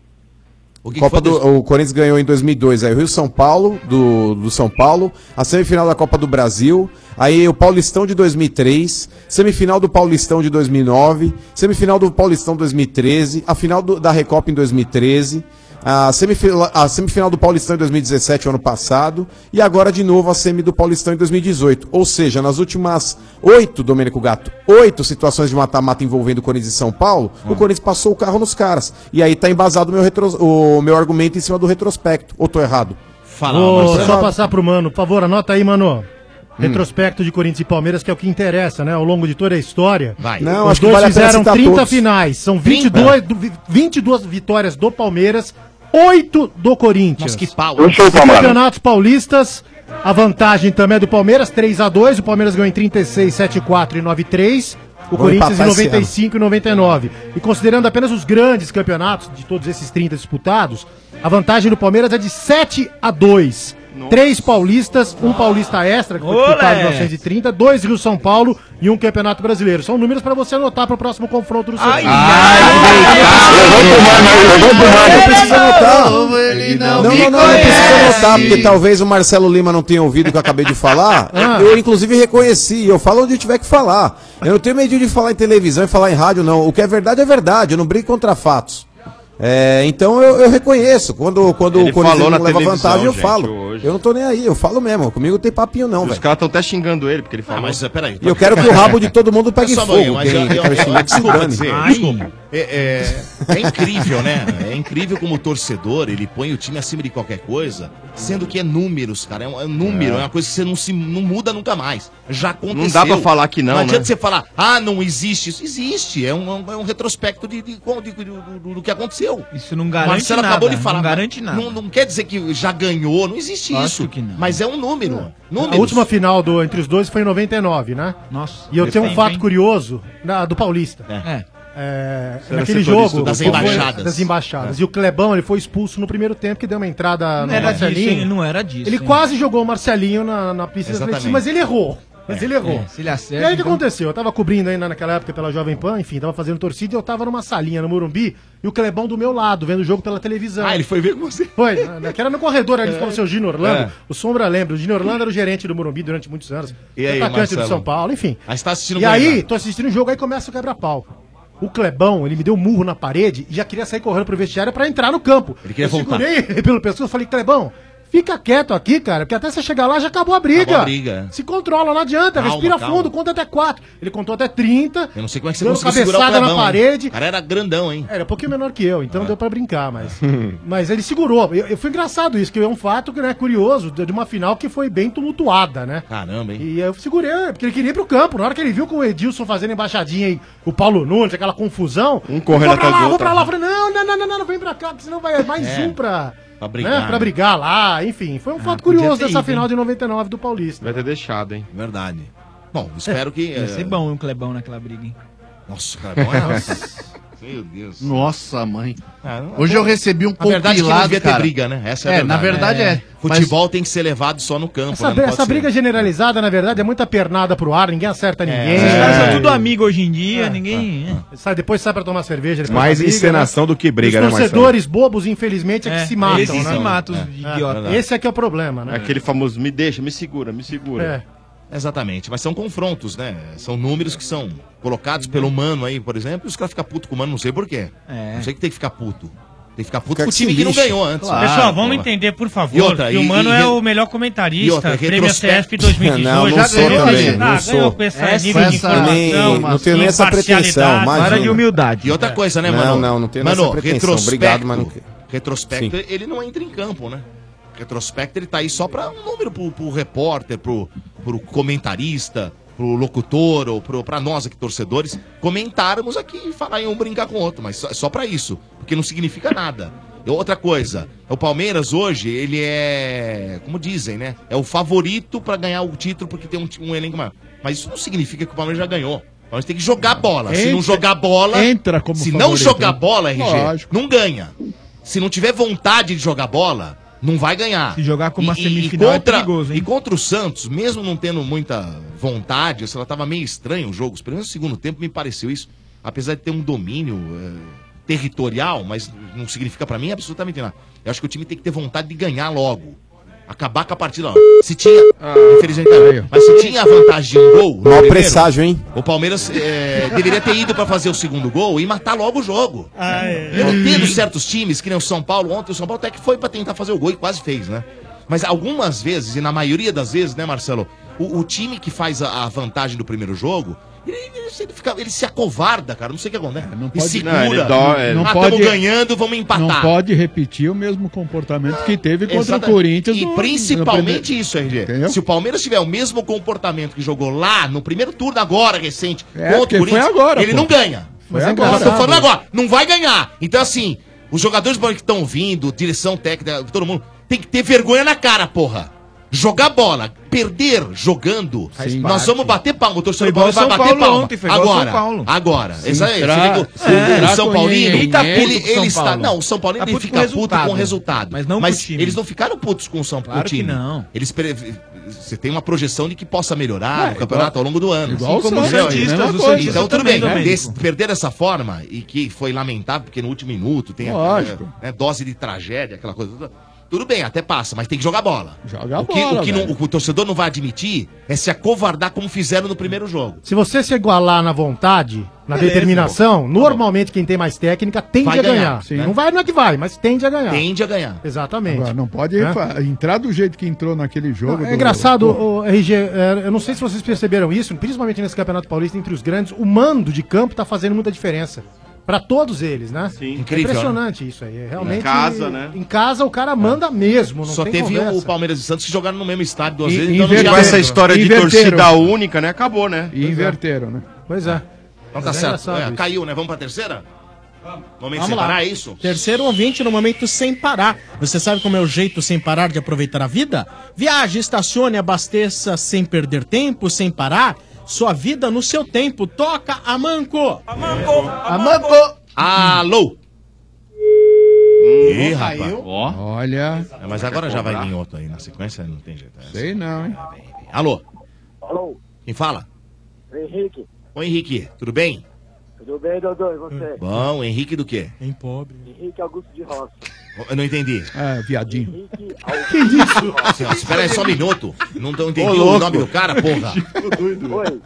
Speaker 1: O que,
Speaker 9: Copa
Speaker 1: que foi?
Speaker 9: do, o Corinthians ganhou em 2002 aí o Rio São Paulo do, do São Paulo, a semifinal da Copa do Brasil, aí o Paulistão de 2003, semifinal do Paulistão de 2009, semifinal do Paulistão 2013, a final do- da Recopa em 2013, a semifinal, a semifinal do Paulistão em 2017 o ano passado e agora de novo a semi do Paulistão em 2018. Ou seja, nas últimas oito, Domênico Gato, oito situações de mata-mata envolvendo o Corinthians e São Paulo, o Corinthians passou o carro nos caras. E aí tá embasado o meu, retros- o meu argumento em cima do retrospecto. Ou tô errado?
Speaker 1: Fala,
Speaker 12: Vou só passar pro Mano. Por favor, anota aí,
Speaker 1: Hum.
Speaker 12: Mano. Retrospecto de Corinthians e Palmeiras, que é o que interessa, né? Ao longo de toda a história.
Speaker 1: Vai.
Speaker 9: Não,
Speaker 12: Os
Speaker 9: acho que
Speaker 12: dois
Speaker 9: vale a pena
Speaker 12: fizeram
Speaker 9: citar
Speaker 12: 30
Speaker 9: todos.
Speaker 12: finais. São 22, do- vi- 22 vitórias do Palmeiras, 8 do Corinthians.
Speaker 1: Nossa, que pau.
Speaker 12: Os
Speaker 1: Deixa eu falar.
Speaker 12: Campeonatos paulistas. A vantagem também é do Palmeiras, 3x2. O Palmeiras ganhou em 36, 7x4 e 9x3. O
Speaker 9: Vamos
Speaker 12: Corinthians em
Speaker 9: empatar esse ano.
Speaker 12: 95 e 99. E considerando apenas os grandes campeonatos de todos esses 30 disputados, a vantagem do Palmeiras é de 7 a 2. Três paulistas, um paulista extra, que foi disputado em
Speaker 13: Olé!
Speaker 12: 1930, dois Rio São Paulo e um campeonato brasileiro. São números para você anotar para o próximo confronto do seu time.
Speaker 9: Não precisa anotar.
Speaker 4: Ele
Speaker 9: Não, não, não, não precisa
Speaker 4: é.
Speaker 9: anotar, porque talvez o Marcelo Lima não tenha ouvido o que eu acabei de falar.
Speaker 4: Ah.
Speaker 9: Eu, inclusive, reconheci. Eu falo onde eu tiver que falar. Eu não tenho medo de falar em televisão e falar em rádio, não. O que é verdade é verdade. Eu não brigo contra fatos. É, então eu, eu reconheço. Quando, quando
Speaker 3: Ele
Speaker 9: o Corinthians
Speaker 3: falou na
Speaker 9: não leva
Speaker 3: televisão,
Speaker 9: vantagem, eu
Speaker 3: gente,
Speaker 9: falo.
Speaker 3: hoje.
Speaker 9: Eu não tô nem aí, eu falo mesmo. Comigo não tem papinho, não,
Speaker 3: Os
Speaker 9: velho.
Speaker 3: caras estão até xingando ele, porque ele falou.
Speaker 1: Ah, mas peraí.
Speaker 9: E eu quero que o rabo de todo mundo pegue
Speaker 1: É só,
Speaker 9: fogo.
Speaker 1: Bolinha, mas
Speaker 9: quem-
Speaker 1: eu-
Speaker 9: quem
Speaker 1: eu-
Speaker 9: quer xingar que se
Speaker 1: desculpa
Speaker 9: dane.
Speaker 1: dizer,
Speaker 9: Desculpa.
Speaker 1: É, é- é incrível, né? É incrível como o torcedor ele põe o time acima de qualquer coisa, sendo que é números, cara. É, um, é um número,
Speaker 3: É.
Speaker 1: é. uma coisa que você não, se, não muda nunca mais. Já aconteceu.
Speaker 3: Não dá pra falar que não,
Speaker 1: Não adianta
Speaker 3: né?
Speaker 1: você falar, ah, não existe isso. Existe, é um, é um retrospecto de, de- de- de- do, do que aconteceu.
Speaker 13: Isso não garante
Speaker 1: Marcelo
Speaker 13: nada.
Speaker 1: acabou de falar. né?
Speaker 13: Não garante nada.
Speaker 1: Não, não quer dizer que já ganhou, não existe
Speaker 12: Lógico
Speaker 1: isso. Mas é um número.
Speaker 12: A
Speaker 1: Números.
Speaker 12: última final do, entre os dois foi em 99, né?
Speaker 13: Nossa.
Speaker 12: E eu tenho um
Speaker 1: Defende,
Speaker 12: fato
Speaker 1: hein?
Speaker 12: curioso na- do Paulista.
Speaker 1: É.
Speaker 12: É,
Speaker 1: Você era
Speaker 12: naquele
Speaker 1: setorista
Speaker 12: jogo
Speaker 1: das
Speaker 12: o Globo-
Speaker 1: embaixadas. É.
Speaker 12: das embaixadas. E o Clebão ele foi expulso no primeiro tempo que deu uma entrada
Speaker 13: Não
Speaker 12: no
Speaker 13: era disso,
Speaker 12: Marcelinho.
Speaker 13: hein? Não era disso,
Speaker 12: Ele
Speaker 13: hein?
Speaker 12: quase jogou o Marcelinho na, na pista de
Speaker 13: Exatamente.
Speaker 12: atletismo, mas ele errou. Mas ele errou.
Speaker 13: É, se ele acerta,
Speaker 12: e aí o que
Speaker 13: então-
Speaker 12: aconteceu? Eu tava cobrindo ainda naquela época pela Jovem Pan, enfim, tava fazendo torcida e eu tava numa salinha no Morumbi e o Clebão do meu lado, vendo o jogo pela televisão.
Speaker 1: Ah, ele foi ver com você.
Speaker 12: Foi, na- naquela no corredor ali ficava o seu Gino Orlando.
Speaker 1: É.
Speaker 12: O Sombra lembra, o Gino Orlando era o gerente do Morumbi durante muitos anos.
Speaker 1: E aí,
Speaker 12: atacante
Speaker 1: Marcelo?
Speaker 12: do São Paulo, enfim.
Speaker 1: Aí você tá assistindo
Speaker 12: E
Speaker 1: o
Speaker 12: aí,
Speaker 1: Goiás.
Speaker 12: tô assistindo o jogo, aí começa o quebra-pau. O Clebão, ele me deu um murro na parede e já queria sair correndo pro vestiário pra entrar no campo.
Speaker 1: Ele queria
Speaker 12: eu
Speaker 1: voltar.
Speaker 12: segurei ele pelo pescoço e falei, Clebão, fica quieto aqui, cara, porque até você chegar lá já acabou a briga.
Speaker 1: Acabou a briga. é."
Speaker 12: Se controla, não adianta,
Speaker 1: Calma,
Speaker 12: respira
Speaker 1: calma.
Speaker 12: fundo, conta até quatro. Ele contou até 30.
Speaker 1: Eu não sei como é que você
Speaker 12: dando
Speaker 1: conseguiu segurar o
Speaker 12: cabeçada na
Speaker 1: Clebão, hein?
Speaker 12: parede.
Speaker 1: O cara era grandão, hein?
Speaker 12: Era um pouquinho menor que eu, então deu pra brincar, mas. mas ele segurou. Eu, eu foi engraçado isso, que é um fato que, né, curioso, de de uma final que foi bem tumultuada, né?
Speaker 1: Caramba, hein?
Speaker 12: E aí eu segurei, é, porque ele queria ir pro campo. Na hora que ele viu com o Edilson fazendo embaixadinha e o Paulo Nunes, aquela confusão. Um
Speaker 1: correndo
Speaker 12: vou pra
Speaker 1: atrás
Speaker 12: lá, vou
Speaker 1: do
Speaker 7: né?
Speaker 1: outro. né?
Speaker 12: pra lá. Eu falei, não, não, não, não, não, não, vem pra cá, porque senão vai mais
Speaker 1: É.
Speaker 12: um pra.
Speaker 1: Pra
Speaker 12: brigar, né? Pra brigar lá, enfim. Foi um fato curioso
Speaker 1: ter
Speaker 12: dessa
Speaker 1: ido,
Speaker 12: final
Speaker 1: hein?
Speaker 12: de 99 do Paulista.
Speaker 3: Vai ter deixado, hein?
Speaker 1: Verdade. Bom, espero que. eh,
Speaker 13: Ia ser bom um Clebão naquela briga, hein?
Speaker 1: Nossa,
Speaker 13: Clebão
Speaker 1: Clebão
Speaker 13: é...
Speaker 1: é-
Speaker 13: Meu
Speaker 1: Deus.
Speaker 4: Nossa, mãe.
Speaker 1: Ah, não-
Speaker 4: Hoje eu recebi um
Speaker 1: A verdade é que não
Speaker 4: compilado,
Speaker 1: devia ter
Speaker 4: cara.
Speaker 1: briga, né? Essa é, a
Speaker 4: na verdade
Speaker 1: né?
Speaker 4: é.
Speaker 1: Futebol tem que ser levado só no campo,
Speaker 12: Essa,
Speaker 1: né? Não
Speaker 12: essa
Speaker 1: pode ser-
Speaker 12: briga generalizada, na verdade, é muita pernada pro ar, ninguém acerta ninguém.
Speaker 6: Esses caras
Speaker 1: É.
Speaker 6: são
Speaker 13: tudo amigo hoje em dia, ninguém.
Speaker 1: tá.
Speaker 13: né?
Speaker 12: Sai, depois sai pra tomar cerveja. depois
Speaker 6: Mais
Speaker 12: da briga, né?
Speaker 6: encenação do que briga, né,
Speaker 12: Os
Speaker 6: Marcelo?
Speaker 12: torcedores bobos, infelizmente, é,
Speaker 3: É,
Speaker 12: que se matam.
Speaker 3: esses
Speaker 12: né?
Speaker 3: se matam, os
Speaker 12: É.
Speaker 3: idiotas.
Speaker 12: É. Esse é que é o problema, né? É.
Speaker 3: Aquele famoso, me deixa, me segura, me segura.
Speaker 1: Exatamente, mas são confrontos, né? São números que são colocados pelo mano aí, por exemplo, e os caras ficam putos com o mano, não sei porquê.
Speaker 13: É.
Speaker 1: Não sei que tem que ficar puto. Tem que ficar puto
Speaker 8: Fica
Speaker 1: com o time
Speaker 8: com
Speaker 1: que não
Speaker 8: lixo.
Speaker 1: ganhou antes. né?
Speaker 8: Claro, Pessoal, vamos porra. entender, por favor,
Speaker 1: E outra,
Speaker 8: que o
Speaker 1: e-
Speaker 8: Mano
Speaker 1: e-
Speaker 8: é o melhor
Speaker 1: e
Speaker 8: comentarista,
Speaker 1: outra,
Speaker 8: prêmio CESP
Speaker 1: retrospecto.
Speaker 8: 2018.
Speaker 9: Não, não
Speaker 8: já
Speaker 9: sou
Speaker 8: ganhou,
Speaker 9: também,
Speaker 8: gente.
Speaker 9: não
Speaker 8: Ah,
Speaker 9: sou.
Speaker 8: ganhou com essa,
Speaker 9: Essa-
Speaker 20: é
Speaker 8: nível
Speaker 9: essa-
Speaker 8: de informação, assim,
Speaker 9: nem- não tenho nem essa pretensão,
Speaker 8: imparcialidade.
Speaker 9: imagina. Para de humildade.
Speaker 1: E outra coisa, né,
Speaker 9: Não,
Speaker 1: mano?
Speaker 9: não, não tenho
Speaker 1: mano,
Speaker 9: essa pretensão.
Speaker 1: retrospecto-
Speaker 9: Obrigado, mas não-
Speaker 1: Retrospecto, ele não entra em campo, né? Retrospecto, ele tá aí só pra um número pro, pro repórter, pro, pro comentarista, pro locutor, ou pro, pra nós aqui, torcedores, comentarmos aqui e falar em um brincar com o outro, mas só, só pra isso, porque não significa nada. E Outra coisa, o Palmeiras hoje, ele é, como dizem, né? É o favorito pra ganhar o título porque tem um, ti- um elenco maior. Mas isso não significa que o Palmeiras já ganhou. O Palmeiras tem que jogar bola. então, Se não
Speaker 22: Entra-
Speaker 1: jogar bola,
Speaker 22: entra como
Speaker 1: se não
Speaker 22: favorito,
Speaker 1: jogar
Speaker 22: né?
Speaker 1: bola, RG,
Speaker 22: Lógico.
Speaker 1: não ganha. Se não tiver vontade de jogar bola, não vai ganhar.
Speaker 13: Se jogar com uma
Speaker 1: E- e-
Speaker 13: semifinal
Speaker 1: e contra,
Speaker 13: é perigoso, hein?
Speaker 1: E contra o Santos, mesmo não tendo muita vontade, sei lá, tava meio estranho o jogo, pelo menos no segundo tempo me pareceu isso. Apesar de ter um domínio eh, territorial, mas não significa pra mim absolutamente nada. Eu acho que o time tem que ter vontade de ganhar logo. Acabar com a partida. ó. Se tinha. infelizmente, mas se tinha a vantagem de um gol. no
Speaker 9: Mau
Speaker 1: primeiro,
Speaker 9: presságio, hein?
Speaker 1: O Palmeiras eh, deveria ter ido pra fazer o segundo gol e matar logo o jogo. Eu entendo certos times, que nem o São Paulo, ontem o São Paulo até que foi pra tentar fazer o gol e quase fez, né? Mas algumas vezes, e na maioria das vezes, né, Marcelo, o, o time que faz a, a vantagem do primeiro jogo, ele, ele- ele fica- ele se acovarda, cara, não sei o que acontece. Não
Speaker 11: pode-
Speaker 1: e segura.
Speaker 11: não, ele dó- é- Não
Speaker 1: ah,
Speaker 11: pode-
Speaker 1: estamos ganhando, vamos empatar.
Speaker 11: Não pode repetir o mesmo comportamento que teve contra
Speaker 1: Exatamente.
Speaker 11: o Corinthians.
Speaker 1: E
Speaker 11: no- no
Speaker 1: principalmente
Speaker 11: primeiro-
Speaker 1: isso, RG.
Speaker 11: Entendeu?
Speaker 1: Se o Palmeiras tiver o mesmo comportamento que jogou lá no primeiro turno, agora, recente,
Speaker 11: É, porque foi agora,
Speaker 1: ele
Speaker 11: pô.
Speaker 1: não ganha.
Speaker 11: Foi
Speaker 1: Mas
Speaker 11: agora.
Speaker 1: Eu tô falando agora, não vai ganhar. Então, assim, os jogadores do Palmeiras que estão vindo, direção técnica, todo mundo, tem que ter vergonha na cara, porra. Jogar bola, perder jogando,
Speaker 22: Faz
Speaker 1: nós
Speaker 22: parte.
Speaker 1: vamos bater palma. O torcedor
Speaker 22: Foi
Speaker 1: do Palmeiras vai
Speaker 22: igual
Speaker 1: bater
Speaker 22: São Paulo
Speaker 1: palma.
Speaker 22: ontem, foi igual
Speaker 1: agora,
Speaker 22: São Paulo.
Speaker 1: agora.
Speaker 22: Se
Speaker 1: Essa é,
Speaker 22: entrar-
Speaker 1: você liga o-
Speaker 22: é,
Speaker 1: o São
Speaker 22: com
Speaker 1: Paulino,
Speaker 22: ele tá puto
Speaker 1: ele,
Speaker 22: com São
Speaker 1: ele está,
Speaker 22: Paulo.
Speaker 1: não, o São Paulo
Speaker 22: Tá
Speaker 1: ele
Speaker 22: puto com
Speaker 1: fica puto
Speaker 22: resultado,
Speaker 1: com o resultado.
Speaker 22: mas não com o
Speaker 1: mas
Speaker 22: time.
Speaker 1: eles não ficaram putos com o São Paulo.
Speaker 22: Claro que
Speaker 1: não. Eles pre- você tem uma projeção de que possa melhorar
Speaker 22: É,
Speaker 1: o campeonato
Speaker 22: igual-
Speaker 1: ao longo do ano.
Speaker 22: igual
Speaker 1: Assim
Speaker 22: o Santos,
Speaker 1: entendeu?
Speaker 22: os Santistas,
Speaker 1: Então,
Speaker 22: os
Speaker 1: tudo bem,
Speaker 22: Santistas
Speaker 1: Então tudo
Speaker 22: também,
Speaker 1: bem, né?
Speaker 22: Domênico.
Speaker 1: Desse- perder dessa forma e que foi lamentável porque no último minuto tem a-
Speaker 22: Lógico.
Speaker 1: né, dose de tragédia, aquela coisa. toda. Tudo bem, até passa, mas tem que jogar bola.
Speaker 11: Joga
Speaker 1: o que,
Speaker 12: bola,
Speaker 1: o, que não-
Speaker 12: velho.
Speaker 1: o que o torcedor não vai admitir é se acovardar como fizeram no primeiro jogo.
Speaker 12: Se você se igualar na vontade, na
Speaker 1: Beleza, Tá
Speaker 12: determinação, normalmente quem tem mais técnica tende
Speaker 1: Vai
Speaker 12: a ganhar.
Speaker 1: ganhar, né?
Speaker 12: Sim. Não vai, não é que vai, mas tende a ganhar.
Speaker 1: Tende a ganhar.
Speaker 12: Exatamente.
Speaker 11: Agora, não pode
Speaker 12: Né?
Speaker 11: fa- entrar do jeito que entrou naquele jogo.
Speaker 12: É
Speaker 11: do-
Speaker 12: engraçado,
Speaker 11: do-
Speaker 12: o RG, é, eu não sei se vocês perceberam isso, principalmente nesse Campeonato Paulista, entre os grandes, o mando de campo tá fazendo muita diferença. Pra todos eles, né? Sim.
Speaker 1: Incrível,
Speaker 12: impressionante isso aí. é Realmente,
Speaker 1: Em casa, né?
Speaker 12: Em casa o cara manda mesmo, não
Speaker 1: Só
Speaker 12: tem
Speaker 1: teve
Speaker 12: conversa.
Speaker 1: o Palmeiras e Santos que jogaram no mesmo estádio duas
Speaker 3: E-
Speaker 1: vezes. então não
Speaker 3: inverteram.
Speaker 1: tinha-
Speaker 3: Essa história de Inverteram. torcida única, né?
Speaker 1: Acabou, né?
Speaker 11: E inverteram, né?
Speaker 12: Pois é.
Speaker 1: Então tá
Speaker 12: Mas é
Speaker 1: certo.
Speaker 12: engraçado
Speaker 1: É,
Speaker 12: isso.
Speaker 1: caiu, né? Vamos pra terceira? Vamos. Momento
Speaker 7: Vamos
Speaker 1: sem
Speaker 7: lá.
Speaker 1: parar, é isso?
Speaker 7: Terceiro ouvinte no momento sem parar. Você sabe como é o jeito sem parar de aproveitar a vida? Viaje, estacione, abasteça sem perder tempo, sem parar. Sua vida no seu tempo. Toca a Manco. A Manco. A Manco.
Speaker 1: Alô. Ih,
Speaker 7: não
Speaker 1: rapaz.
Speaker 7: Hum. caiu.
Speaker 1: Olha. É, mas agora já vai vir outro aí. Na sequência não tem jeito. é
Speaker 11: Sei não, hein?
Speaker 1: Alô.
Speaker 23: Alô,
Speaker 1: Quem fala?
Speaker 23: Henrique,
Speaker 1: Oi, Henrique. Tudo bem?
Speaker 23: tudo bem, Dodô? E
Speaker 9: Hum,
Speaker 23: você?
Speaker 1: Bom, Henrique do quê?
Speaker 7: Em pobre.
Speaker 23: Henrique Augusto de Rocha.
Speaker 1: Eu não entendi.
Speaker 11: Ah, viadinho.
Speaker 23: Henrique
Speaker 1: Que isso? Espera aí só um minuto. Não tô
Speaker 23: Ô,
Speaker 1: entendi o
Speaker 23: louco.
Speaker 1: nome do cara, porra.
Speaker 23: Oi,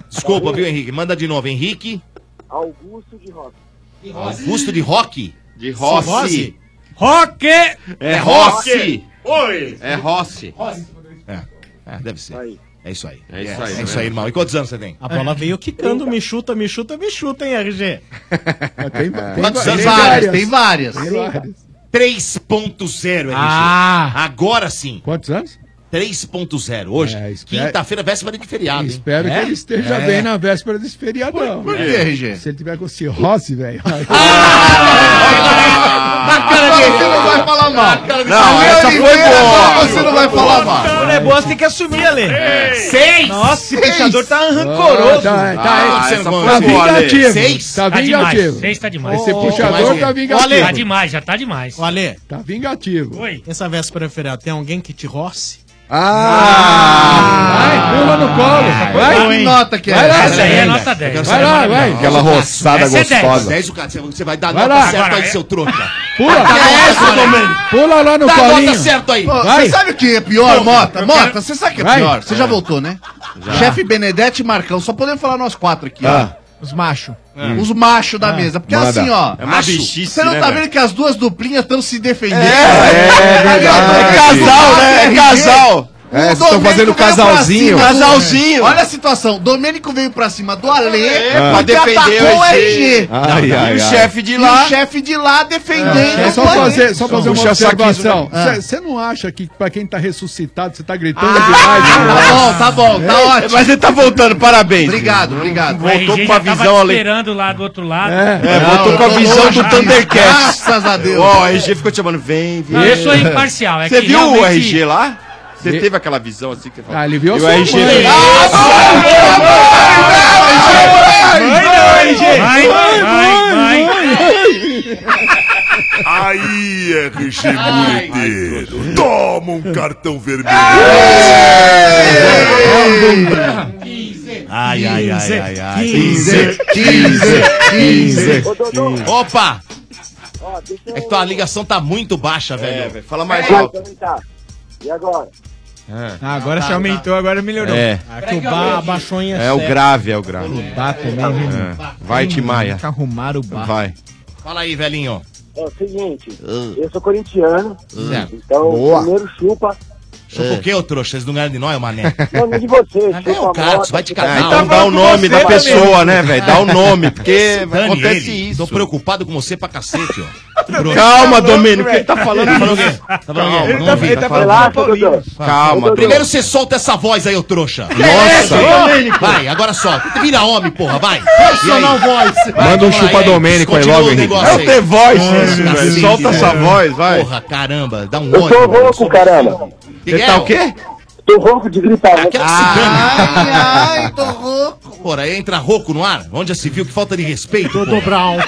Speaker 1: Desculpa, viu, Henrique? Manda de novo. Henrique
Speaker 23: Augusto de Rocha.
Speaker 1: Augusto de Rock.
Speaker 3: De
Speaker 1: Rossi.
Speaker 3: Rossi.
Speaker 7: Rock!
Speaker 1: É
Speaker 3: Rossi.
Speaker 1: Rossi.
Speaker 3: Oi. É Rossi.
Speaker 1: É, deve ser. É isso aí.
Speaker 3: É isso aí,
Speaker 1: É
Speaker 3: né?
Speaker 1: isso aí, irmão. E quantos anos você tem?
Speaker 7: A
Speaker 8: É.
Speaker 7: bola veio quicando, me chuta, me chuta, me chuta, hein, RG?
Speaker 1: Tem,
Speaker 7: Quantos anos? várias, tem várias.
Speaker 1: 3.0, RG.
Speaker 7: Ah!
Speaker 1: Agora sim.
Speaker 11: Quantos anos? É,
Speaker 1: 3.0 hoje. Quinta-feira, véspera de feriado. hein?
Speaker 11: Espero que
Speaker 1: É?
Speaker 11: ele esteja
Speaker 1: É.
Speaker 11: bem na véspera desse feriadão.
Speaker 1: Por- por
Speaker 11: É.
Speaker 1: quê, RG?
Speaker 11: Se ele tiver com cirrose, velho.
Speaker 3: Ah,
Speaker 20: Na cara dele. Você não vai falar mal.
Speaker 11: Não, essa foi boa.
Speaker 20: Você não vai falar mal.
Speaker 13: Cara, o negócio tem que assumir, Ale.
Speaker 3: É.
Speaker 1: Seis!
Speaker 13: Nossa, o fechador tá rancoroso.
Speaker 20: tá, tá,
Speaker 13: Ah,
Speaker 20: essa
Speaker 13: essa
Speaker 20: foi
Speaker 13: foi
Speaker 20: boa, Ale.
Speaker 13: vingativo.
Speaker 20: Seis.
Speaker 13: Tá
Speaker 8: Tá demais.
Speaker 13: vingativo.
Speaker 8: Seis tá demais.
Speaker 13: Esse
Speaker 8: Ô, ô,
Speaker 13: puxador
Speaker 8: ô, ô,
Speaker 13: tá
Speaker 8: ô,
Speaker 13: vingativo.
Speaker 8: Ale, Tá demais, já tá demais.
Speaker 7: O Ale.
Speaker 11: Tá vingativo.
Speaker 8: Oi.
Speaker 7: Essa véspera de feriado, tem alguém que te roce?
Speaker 20: Ah!
Speaker 11: Pula no colo.
Speaker 3: Tá
Speaker 1: Vai.
Speaker 7: nota
Speaker 1: que é Vai lá, essa?
Speaker 7: Essa aí é nota
Speaker 1: Eu
Speaker 7: 10.
Speaker 1: quero saber mais nada.
Speaker 9: Aquela roçada
Speaker 1: Essa é dez.
Speaker 9: gostosa.
Speaker 1: Dez, o cara, você- Você vai dar
Speaker 9: Vai
Speaker 1: nota
Speaker 9: lá.
Speaker 1: certa
Speaker 9: Agora
Speaker 1: aí,
Speaker 9: é-
Speaker 1: seu trouxa.
Speaker 11: Pula.
Speaker 1: Dá
Speaker 11: É
Speaker 1: Tá essa,
Speaker 11: essa,
Speaker 1: Domênico.
Speaker 11: Pula lá no
Speaker 1: Dá
Speaker 11: colinho.
Speaker 1: nota certa aí.
Speaker 4: Pô,
Speaker 11: Vai.
Speaker 4: Você sabe o que é pior,
Speaker 11: Pô,
Speaker 4: Mota?
Speaker 11: eu
Speaker 4: Mota,
Speaker 11: quero-
Speaker 4: você sabe o que é
Speaker 11: Vai.
Speaker 4: pior? Você
Speaker 11: É.
Speaker 4: já voltou, né?
Speaker 11: Já.
Speaker 4: Chefe Benedetti e Marcão, só podemos falar nós quatro aqui,
Speaker 13: Ah.
Speaker 4: ó. Os machos.
Speaker 13: É.
Speaker 3: Hum.
Speaker 4: Os machos da
Speaker 13: Ah.
Speaker 4: mesa. Porque
Speaker 13: Manda.
Speaker 4: assim, ó.
Speaker 13: É uma
Speaker 4: macho,
Speaker 13: bichice,
Speaker 4: Você não
Speaker 13: né,
Speaker 4: tá
Speaker 13: velho?
Speaker 4: vendo que as duas duplinhas estão se defendendo.
Speaker 9: É verdade.
Speaker 4: RG.
Speaker 9: É, vocês
Speaker 4: né? O
Speaker 9: estão fazendo
Speaker 4: Domênico veio pra
Speaker 9: casalzinho.
Speaker 4: cima do- Olha a situação. Domênico veio pra cima do Ale
Speaker 9: É,
Speaker 4: porque
Speaker 9: pra defender
Speaker 4: atacou
Speaker 9: o
Speaker 4: o
Speaker 9: RG.
Speaker 4: RG.
Speaker 9: Ai,
Speaker 4: E
Speaker 9: ai, ai.
Speaker 4: o chefe de lá. E o chefe de lá defendendo.
Speaker 11: É, só
Speaker 4: o Ale.
Speaker 11: fazer, só fazer uma
Speaker 4: Puxa saquismo.
Speaker 11: observação.
Speaker 4: Ah.
Speaker 11: Você não acha que pra quem tá ressuscitado, você tá gritando demais? né? É.
Speaker 4: tá bom, tá bom, tá ótimo.
Speaker 20: Mas
Speaker 3: é
Speaker 20: ele tá voltando, parabéns.
Speaker 4: Obrigado, obrigado.
Speaker 20: Voltou
Speaker 8: O RG
Speaker 20: com a
Speaker 8: já tava
Speaker 20: visão
Speaker 8: te
Speaker 20: além.
Speaker 8: esperando lá do outro lado.
Speaker 20: É, voltou com a visão do Thundercats.
Speaker 4: Graças a Deus.
Speaker 20: Ó, o RG ficou te chamando, vem, vem.
Speaker 8: Não, eu sou imparcial, é
Speaker 20: Você
Speaker 8: que
Speaker 20: viu o
Speaker 8: realmente-
Speaker 20: RG lá? Você teve aquela visão assim que ele falou?
Speaker 11: Ah, ele viu
Speaker 20: E
Speaker 11: a
Speaker 20: o
Speaker 11: sua
Speaker 3: é
Speaker 20: RG
Speaker 11: mãe.
Speaker 20: veio.
Speaker 5: Vai, vai, vai,
Speaker 2: Aí, é RG Mureteiro, toma um cartão vermelho.
Speaker 1: Ai, ai, ai, ai, ai.
Speaker 2: 15,
Speaker 1: 15,
Speaker 2: 15,
Speaker 1: 15. Opa! É que tua ligação tá muito baixa, velho.
Speaker 20: É, velho, fala
Speaker 1: mais
Speaker 20: alto.
Speaker 23: E agora?
Speaker 13: Ah, agora
Speaker 1: Tá,
Speaker 13: se aumentou, agora melhorou.
Speaker 20: É.
Speaker 13: Ah, que o bar abaixou em
Speaker 20: É o
Speaker 13: excesso.
Speaker 20: grave, é o grave.
Speaker 13: O bar também, né?
Speaker 20: É. Vai, Tim Maia.
Speaker 13: Tem que Arrumar o bar.
Speaker 20: Vai.
Speaker 1: Fala aí, velhinho.
Speaker 23: É o seguinte,
Speaker 9: Ah.
Speaker 23: eu sou corintiano, então
Speaker 1: Boa.
Speaker 23: primeiro chupa.
Speaker 20: É.
Speaker 1: Chupa o quê, ô trouxa? Vocês não ganham de nós, ô mané?
Speaker 23: Não, não de você, chupa
Speaker 1: É o Carlos,
Speaker 23: moto,
Speaker 1: vai te
Speaker 23: chupa-
Speaker 1: catar.
Speaker 20: então dá o nome da pessoa, né, velho? Dá o nome, porque
Speaker 1: Dane
Speaker 20: acontece
Speaker 1: ele.
Speaker 20: isso.
Speaker 1: Tô preocupado com você pra cacete, ó.
Speaker 20: Calma, Domênico, ele tá falando
Speaker 1: Tá falando o
Speaker 20: isso.
Speaker 1: quê? Tá falando o quê?
Speaker 20: Ele
Speaker 1: Não
Speaker 20: tá-
Speaker 1: ouvi.
Speaker 20: ele tá falando Paulino. Calma,
Speaker 1: Calma,
Speaker 20: Dodô.
Speaker 1: Primeiro você solta essa voz aí, ô trouxa.
Speaker 20: Nossa.
Speaker 1: Domênico. Vai, agora solta. Vira homem, porra, vai.
Speaker 20: Personal
Speaker 1: voice.
Speaker 20: Manda um chupa Domênico aí logo, Henrique. É o The Voice isso, velho. Solta essa voz, vai.
Speaker 1: Porra, caramba, dá um
Speaker 23: Eu tô
Speaker 1: ódio.
Speaker 23: rouco, caramba.
Speaker 1: Você tá o quê?
Speaker 23: Tô rouco de gritar. né?
Speaker 1: Quero que se
Speaker 9: Ah.
Speaker 1: dane. Ai, tô rouco. Porra, aí entra rouco no ar? Onde já se viu? Que falta de respeito. Todo
Speaker 13: Brown.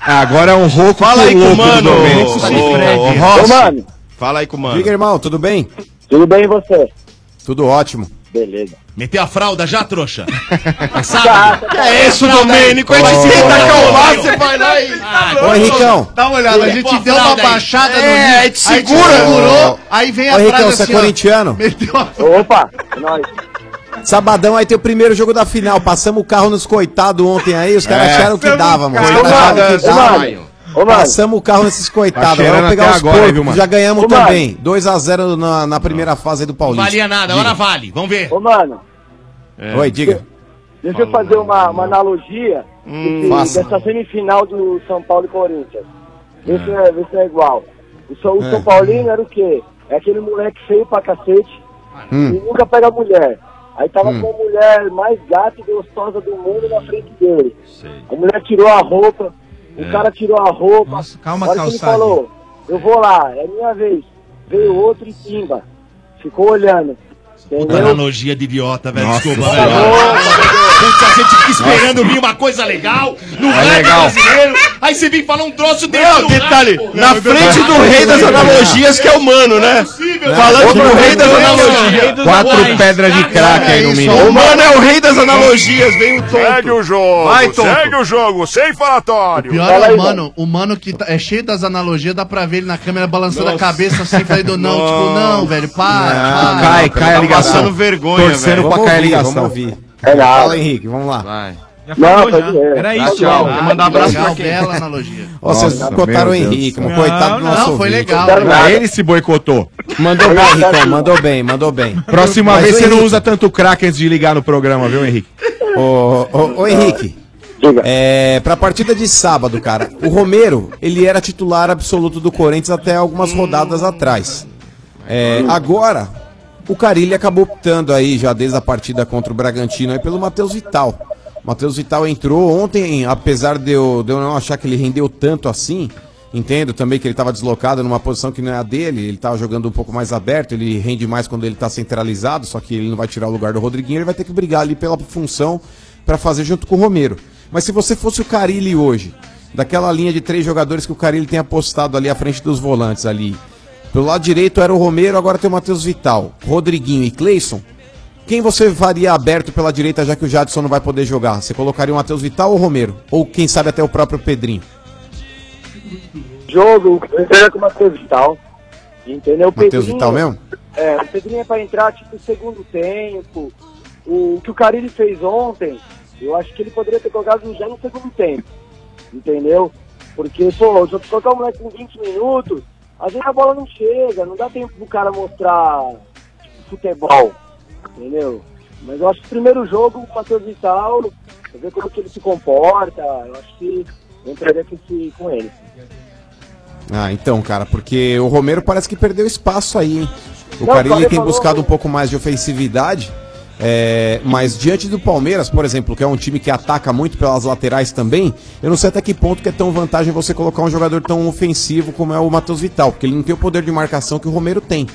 Speaker 9: Agora é um rouco
Speaker 20: Fala aí com o mano,
Speaker 1: é
Speaker 9: Domênico.
Speaker 1: tá
Speaker 20: ô, ô, ô, Rossi. Fala aí com o mano.
Speaker 9: Diga, irmão, tudo bem?
Speaker 23: Tudo bem e você?
Speaker 9: Tudo ótimo.
Speaker 23: Beleza.
Speaker 1: Meteu a fralda já, trouxa? É
Speaker 23: Tá,
Speaker 1: sábado?
Speaker 23: tá. Que é isso, Domênico?
Speaker 1: Vai
Speaker 9: Ele
Speaker 1: se
Speaker 9: tenta
Speaker 1: foder,
Speaker 9: acalmar,
Speaker 1: ô,
Speaker 20: você vai lá e-
Speaker 1: ô,
Speaker 9: Ô, Henricão.
Speaker 4: Dá uma olhada, a
Speaker 1: Pô,
Speaker 4: gente
Speaker 1: a
Speaker 4: deu uma
Speaker 1: fralda aí.
Speaker 4: baixada no
Speaker 1: É,
Speaker 4: nível,
Speaker 1: aí te
Speaker 4: aí te
Speaker 1: segura.
Speaker 4: segurou, aí vem
Speaker 9: Ô,
Speaker 4: a
Speaker 9: Henricão,
Speaker 4: frase
Speaker 9: você é
Speaker 4: assim, ó.
Speaker 9: corintiano?
Speaker 23: Opa, é nós.
Speaker 9: Sabadão aí tem o primeiro jogo da final. Passamos o carro nos coitados ontem aí, os caras
Speaker 20: É.
Speaker 9: acharam que dava, mano. Os caras
Speaker 20: Coitado,
Speaker 9: acharam que
Speaker 20: ô,
Speaker 9: dava.
Speaker 20: mano.
Speaker 9: Passamos o carro nesses
Speaker 20: Tá
Speaker 9: coitados.
Speaker 20: cheirando
Speaker 9: Vamos pegar
Speaker 20: até
Speaker 9: os
Speaker 20: agora,
Speaker 9: porcos,
Speaker 20: viu, mano?
Speaker 9: já ganhamos
Speaker 20: Ô,
Speaker 9: também. 2x0 na, na primeira fase aí do
Speaker 1: Não
Speaker 9: Paulista.
Speaker 1: valia nada, agora vale. Vamos ver.
Speaker 23: Ô, mano,
Speaker 9: Oi, diga.
Speaker 23: deixa eu fazer uma, uma analogia desse-
Speaker 9: Hum, faça.
Speaker 23: dessa semifinal do São Paulo e Corinthians. Vê se é, vê se é igual. O, São- o
Speaker 9: É.
Speaker 23: São Paulino era o quê? É aquele moleque feio pra cacete e
Speaker 9: Hum.
Speaker 23: nunca pega mulher. Aí tava
Speaker 9: Hum.
Speaker 23: com a mulher mais gata e gostosa do mundo na frente dele. A mulher tirou a roupa,
Speaker 22: É.
Speaker 23: o cara tirou a roupa. Nossa,
Speaker 22: calma,
Speaker 23: ele
Speaker 22: calçada.
Speaker 23: falou, eu vou lá, é minha vez. Veio
Speaker 9: É.
Speaker 23: outro e timba. Ficou olhando.
Speaker 1: Puta
Speaker 23: Entendeu?
Speaker 1: analogia Tá de idiota, velho. Desculpa,
Speaker 3: Tá
Speaker 23: senhora.
Speaker 1: velho. Putz, a gente fica esperando vir uma coisa legal no
Speaker 3: Tá
Speaker 1: rap
Speaker 20: É legal.
Speaker 1: brasileiro. Aí você vem falar um troço desse.
Speaker 20: Não,
Speaker 1: do
Speaker 20: detalhe,
Speaker 1: nada, pô.
Speaker 20: na frente do rei das analogias, que é o mano, né? Falando
Speaker 1: Outro
Speaker 20: do rei
Speaker 1: rei
Speaker 20: das
Speaker 1: do rei,
Speaker 20: analogias.
Speaker 1: Quatro
Speaker 20: pedras de crack
Speaker 2: aí no mínimo.
Speaker 20: O mano é o rei das analogias, vem o tonto.
Speaker 2: Segue o jogo,
Speaker 20: Vai, tonto.
Speaker 2: segue o jogo, sem falatório.
Speaker 4: Pior é o mano, o mano que tá- é cheio das analogias, dá pra ver ele na câmera balançando a cabeça assim, falando não, tipo, não, velho, para, para.
Speaker 9: cai, cai a ligação.
Speaker 4: Tá passando vergonha,
Speaker 9: Torcendo
Speaker 4: velho.
Speaker 9: pra
Speaker 4: Vamos
Speaker 9: cair a
Speaker 4: ouvir,
Speaker 9: ligação.
Speaker 4: vamos
Speaker 9: É nada. Fala, Henrique, vamos lá.
Speaker 4: falou, Não, já. pode ir.
Speaker 9: Era
Speaker 4: Tá,
Speaker 9: isso,
Speaker 4: tchau.
Speaker 9: ó.
Speaker 4: Vou mandar abraço pra quem? Bela analogia.
Speaker 9: Ó, vocês
Speaker 4: Nossa,
Speaker 9: botaram o
Speaker 4: meu Deus
Speaker 9: Henrique,
Speaker 4: do
Speaker 9: mano.
Speaker 4: céu.
Speaker 9: Coitado do
Speaker 4: Não,
Speaker 9: nosso
Speaker 4: não,
Speaker 9: ouvinte.
Speaker 4: foi legal. Nada.
Speaker 9: Ele se boicotou. Mandou bem, Henricão, mandou bem, mandou bem.
Speaker 6: Próxima
Speaker 9: Mas,
Speaker 6: vez
Speaker 9: ô,
Speaker 6: você não
Speaker 9: Henrique,
Speaker 6: usa tanto crack antes de ligar no programa, viu, Henrique?
Speaker 9: Ô, ô, ô, Henrique. É, pra partida de sábado, cara, o Romero, ele era titular absoluto do Corinthians até algumas rodadas atrás. É, agora, O Carilli acabou optando aí, já desde a partida contra o Bragantino, aí pelo Matheus Vital. O Matheus Vital entrou ontem, apesar de eu, de eu não achar que ele rendeu tanto assim. Entendo também que ele estava deslocado numa posição que não é a dele, ele estava jogando um pouco mais aberto, ele rende mais quando ele está centralizado, só que ele não vai tirar o lugar do Rodriguinho, ele vai ter que brigar ali pela função para fazer junto com o Romero. Mas se você fosse o Carilli hoje, daquela linha de três jogadores que o Carilli tem apostado ali à frente dos volantes ali, pelo lado direito era o Romero, agora tem o Matheus Vital, Rodriguinho e Cleison. Quem você faria aberto pela direita, já que o Jadson não vai poder jogar? Você colocaria o Matheus Vital ou o Romero? Ou quem sabe até o próprio Pedrinho?
Speaker 23: Jogo, entra com o Matheus Vital. Entendeu? O
Speaker 9: Matheus Vital mesmo?
Speaker 23: É, o Pedrinho é pra entrar, tipo, no segundo tempo. O, que o Carilli fez ontem, eu acho que ele poderia ter colocado já no segundo tempo. Entendeu? Porque, pô, se eu colocar o moleque com 20 minutos, às vezes a bola não chega, não dá tempo pro cara mostrar tipo, futebol. Entendeu? Mas eu acho que o primeiro jogo, o Matheus Vital, pra ver como que ele se comporta, eu acho que eu entraria com, esse- com ele.
Speaker 9: Ah, então, cara, porque o Romero parece que perdeu espaço aí, hein? O
Speaker 23: Não,
Speaker 9: Carilli
Speaker 23: falei,
Speaker 9: tem
Speaker 23: falou.
Speaker 9: buscado um pouco mais de ofensividade, é, mas diante do Palmeiras, por exemplo, que é um time que ataca muito pelas laterais também, eu não sei até que ponto que é tão vantagem você colocar um jogador tão ofensivo como é o Matheus Vital, porque ele não tem o poder de marcação que o Romero tem.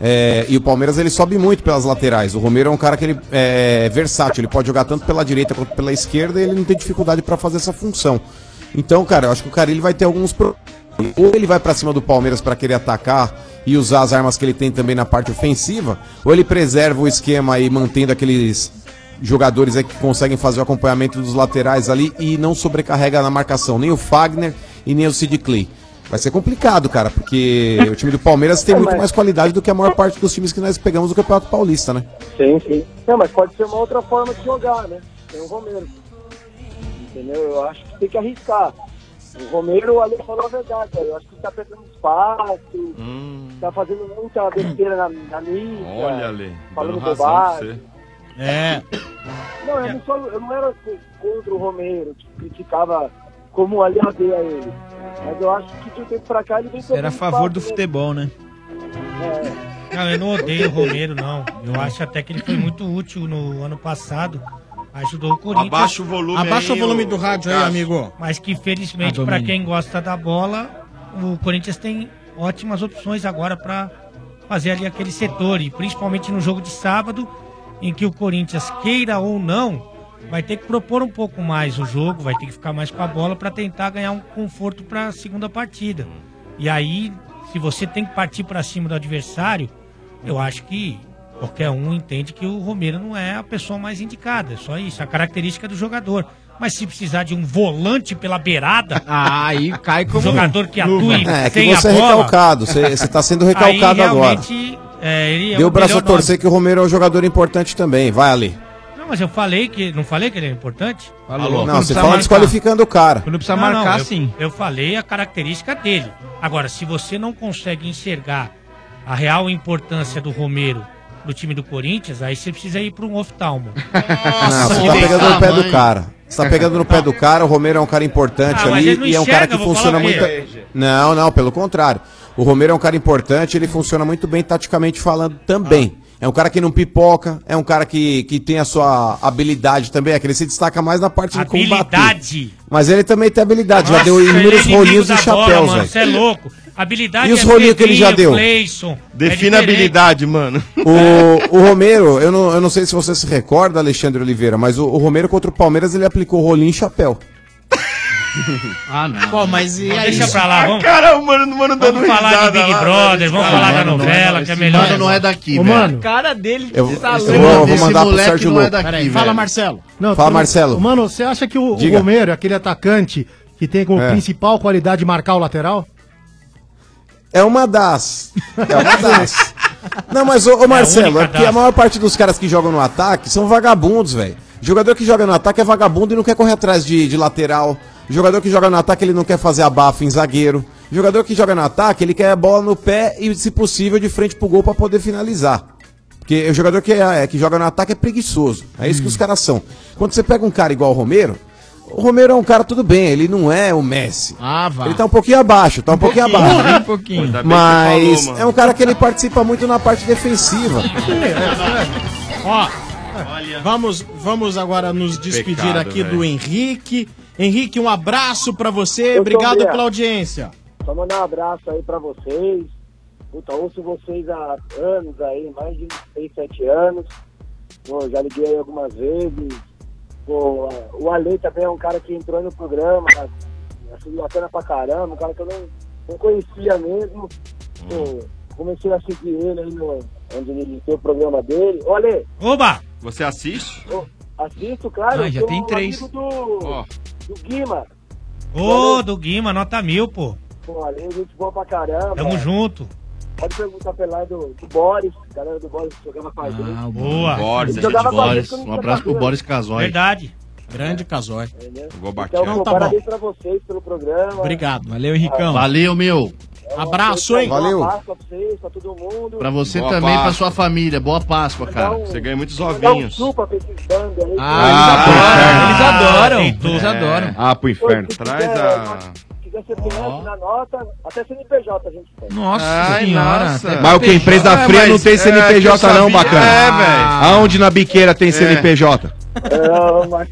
Speaker 9: É, e o Palmeiras ele sobe muito pelas laterais. O Romero é um cara que ele é versátil, ele pode jogar tanto pela direita quanto pela esquerda e ele não tem dificuldade pra fazer essa função. Então, cara, eu acho que o Carilli vai ter alguns problemas. Ou ele vai pra cima do Palmeiras pra querer atacar e usar as armas que ele tem também na parte ofensiva, ou ele preserva o esquema aí mantendo aqueles jogadores aí que conseguem fazer o acompanhamento dos laterais ali e não sobrecarrega na marcação nem o Fagner e nem o Sid Clay. Vai ser complicado, cara, porque o time do Palmeiras tem muito mais qualidade do que a maior parte dos times que nós pegamos do Campeonato Paulista, né?
Speaker 23: Sim, sim. Não, mas pode ser uma outra forma de jogar, né? Tem o Romero. Entendeu? Eu acho que tem que arriscar. O Romero ali falou a verdade, cara. eu acho que tá perdendo espaço,
Speaker 13: Hum.
Speaker 23: tá fazendo muita besteira na, na mídia.
Speaker 3: Olha, Ale, dando
Speaker 23: falando
Speaker 3: razão
Speaker 23: bobagem.
Speaker 3: pra
Speaker 23: É. Não,
Speaker 13: é.
Speaker 23: eu não, sou, eu não era co- contra o Romero, que criticava como aliado a ele. Mas eu acho que de um tempo pra cá ele vem
Speaker 13: Era a favor do futebol, né?
Speaker 23: É.
Speaker 8: Não, eu não odeio o Romero, não. Eu acho até que ele foi muito útil no ano passado. Ajudou o Corinthians.
Speaker 3: Abaixa o volume Abaixa aí, o volume ô, do rádio aí, Cássio. amigo.
Speaker 8: Mas que
Speaker 3: Ah,
Speaker 8: felizmente, pra
Speaker 3: Domini.
Speaker 8: quem gosta da bola, o Corinthians tem ótimas opções agora pra fazer ali aquele setor. E principalmente no jogo de sábado, em que o Corinthians, queira ou não, vai ter que propor um pouco mais o jogo, vai ter que ficar mais com a bola pra tentar ganhar um conforto pra segunda partida. E aí, se você tem que partir pra cima do adversário, eu acho que qualquer um entende que o Romero não é a pessoa mais indicada. É só isso, a característica do jogador. Mas se precisar de um volante pela beirada,
Speaker 13: Ah,
Speaker 8: um
Speaker 13: aí cai como
Speaker 8: jogador que
Speaker 13: luva.
Speaker 8: atua e
Speaker 9: É, que
Speaker 8: tem
Speaker 9: você é
Speaker 8: a bola.
Speaker 9: recalcado, você você tá sendo recalcado
Speaker 8: aí,
Speaker 9: agora.
Speaker 8: realmente, É, ele é
Speaker 9: Deu
Speaker 8: o
Speaker 9: o braço a
Speaker 8: melhor
Speaker 9: torcer que o Romero é um jogador importante também, vai ali.
Speaker 8: nome. Não, mas eu falei que não falei que ele é importante.
Speaker 9: Não, você fala desqualificando o cara.
Speaker 13: Quando precisa
Speaker 8: Não, não,
Speaker 13: marcar,
Speaker 8: eu-
Speaker 13: sim.
Speaker 8: Eu falei a característica dele. Agora, se você não consegue enxergar a real importância do Romero no time do Corinthians, aí você precisa ir para um oftalmo.
Speaker 9: Não, você tá pegando no pé do cara. Você tá pegando no pé do cara, o Romero é um cara importante
Speaker 8: Ah, mas
Speaker 9: ali
Speaker 8: ele não
Speaker 9: e é um
Speaker 8: enxerga,
Speaker 9: cara que
Speaker 8: vou
Speaker 9: funciona
Speaker 8: falar
Speaker 9: muito.
Speaker 8: pra ele.
Speaker 9: Não, não, pelo contrário. O Romero é um cara importante, ele funciona muito bem taticamente falando também. É um cara que não pipoca, é um cara que, que tem a sua habilidade também, é que ele se destaca mais na parte de combate.
Speaker 8: Habilidade.
Speaker 9: Mas ele também tem habilidade, já deu
Speaker 8: Nossa, ele é
Speaker 9: inúmeros
Speaker 8: inimigo
Speaker 9: rolinhos
Speaker 8: da
Speaker 9: e
Speaker 8: bola,
Speaker 9: chapéus,
Speaker 8: mano, Você é
Speaker 9: velho.
Speaker 8: louco. Habilidade
Speaker 9: E os
Speaker 8: é
Speaker 9: rolinhos que ele já
Speaker 8: Pedrinho,
Speaker 9: deu?
Speaker 8: Cleison, é
Speaker 9: Defina
Speaker 8: diferente.
Speaker 9: habilidade,
Speaker 3: mano.
Speaker 9: O, o Romero, eu não, eu não sei se você se recorda, Alexandre Oliveira, mas o, o Romero contra o Palmeiras ele aplicou rolinho e chapéu.
Speaker 4: Ah, não.
Speaker 7: Pô, mas e aí?
Speaker 8: Deixa pra lá, vamos.
Speaker 3: Cara, o mano, o mano
Speaker 8: Vamos falar de Big Brother, vamos falar da novela, que é melhor.
Speaker 4: Mano, não é daqui,
Speaker 8: Ô,
Speaker 4: velho.
Speaker 8: mano.
Speaker 4: cara dele
Speaker 9: Eu- eu
Speaker 4: tá louco.
Speaker 9: vou- vou
Speaker 4: Esse
Speaker 9: mandar pro
Speaker 4: moleque
Speaker 9: Sérgio
Speaker 4: não é
Speaker 9: Louco.
Speaker 4: daqui,
Speaker 9: Peraí,
Speaker 4: velho.
Speaker 9: fala,
Speaker 4: Marcelo.
Speaker 12: Não,
Speaker 9: Fala,
Speaker 12: tudo-
Speaker 9: Marcelo.
Speaker 12: Mano, você acha que o, o
Speaker 9: Diga.
Speaker 12: Romero é aquele atacante que tem como
Speaker 9: É.
Speaker 12: principal qualidade marcar o lateral?
Speaker 9: É uma das. É uma das. Não, mas, ô, ô, Marcelo, é, porque a maior parte dos caras que jogam no ataque são vagabundos, velho. Jogador que joga no ataque é vagabundo e não quer correr atrás de, de lateral. Jogador que joga no ataque, ele não quer fazer abafo em zagueiro. Jogador que joga no ataque, ele quer a bola no pé e, se possível, de frente pro gol pra poder finalizar. Porque o Hum. jogador que, é, que joga no ataque é preguiçoso. É isso que os caras são. Quando você pega um cara igual o Romero, O Romero é um cara, tudo bem, ele não é o Messi.
Speaker 7: Ah, vai.
Speaker 9: Ele tá um pouquinho abaixo, tá um pouquinho, abaixo.
Speaker 13: pouquinho.
Speaker 9: Mas é um cara que ele participa muito na parte defensiva.
Speaker 7: É, Ó, vamos, vamos agora nos despedir
Speaker 9: Pecado,
Speaker 7: aqui
Speaker 9: velho.
Speaker 7: do Henrique. Henrique, um abraço pra você.
Speaker 23: Eu
Speaker 7: Obrigado
Speaker 23: também,
Speaker 7: pela
Speaker 23: ó.
Speaker 7: audiência.
Speaker 23: Só mandar um abraço aí pra vocês. Puta, ouço vocês há anos aí, mais de 6, 7 anos. Pô, já liguei aí algumas vezes. Pô, a- o Ale também é um cara que entrou aí no programa, assim, bacana pra caramba, um cara que eu não, não conhecia mesmo. Pô, comecei a seguir ele aí no, onde ele tem o programa dele. Ô Ale,
Speaker 8: Oba!
Speaker 3: Você assiste?
Speaker 23: ô, assisto, claro.
Speaker 3: Ah, já
Speaker 23: sou um
Speaker 3: tem três.
Speaker 23: Amigo do, do Guima.
Speaker 8: Ô, do Guima, nota mil, pô.
Speaker 23: Pô, Ale, gente boa pra caramba.
Speaker 8: Tamo junto.
Speaker 23: Pode perguntar pra lá do, do Boris, a galera do Boris que jogava com a gente.
Speaker 4: Ah,
Speaker 8: Boa.
Speaker 4: Boris,
Speaker 23: Ele
Speaker 4: gente,
Speaker 23: jogava com a gente
Speaker 4: Boris.
Speaker 23: quando
Speaker 4: Um
Speaker 23: a gente
Speaker 4: abraço pro
Speaker 23: sabia.
Speaker 4: Boris Casoy.
Speaker 8: Verdade.
Speaker 7: Grande Casoy.
Speaker 23: Entendeu?
Speaker 4: Vou
Speaker 23: Então,
Speaker 4: Então,
Speaker 23: pô,
Speaker 4: tá bom.
Speaker 23: parabéns pra vocês pelo programa.
Speaker 7: Obrigado. Valeu, Henricão.
Speaker 4: Valeu, meu.
Speaker 23: É,
Speaker 4: Abraço,
Speaker 23: vocês,
Speaker 4: hein?
Speaker 23: boa
Speaker 4: Valeu.
Speaker 23: Páscoa pra vocês, pra todo mundo.
Speaker 4: Pra você
Speaker 3: Boa
Speaker 4: também, pra
Speaker 3: Páscoa.
Speaker 4: sua família. Boa Páscoa, cara.
Speaker 3: Você ganha muitos
Speaker 23: Dá um
Speaker 3: ovinhos.
Speaker 23: chupa pra esses bandos aí.
Speaker 3: Eles adoram.
Speaker 6: Ah, pro inferno.
Speaker 3: Traz a.
Speaker 23: Se quiser ser freelance na nota, até CNPJ a gente tem.
Speaker 6: Nossa
Speaker 3: senhora.
Speaker 6: Mas o que?
Speaker 3: Ah,
Speaker 6: Empresa fria não tem CNPJ, não, bacana.
Speaker 3: É, velho.
Speaker 6: Aonde na biqueira tem
Speaker 3: É.
Speaker 6: CNPJ?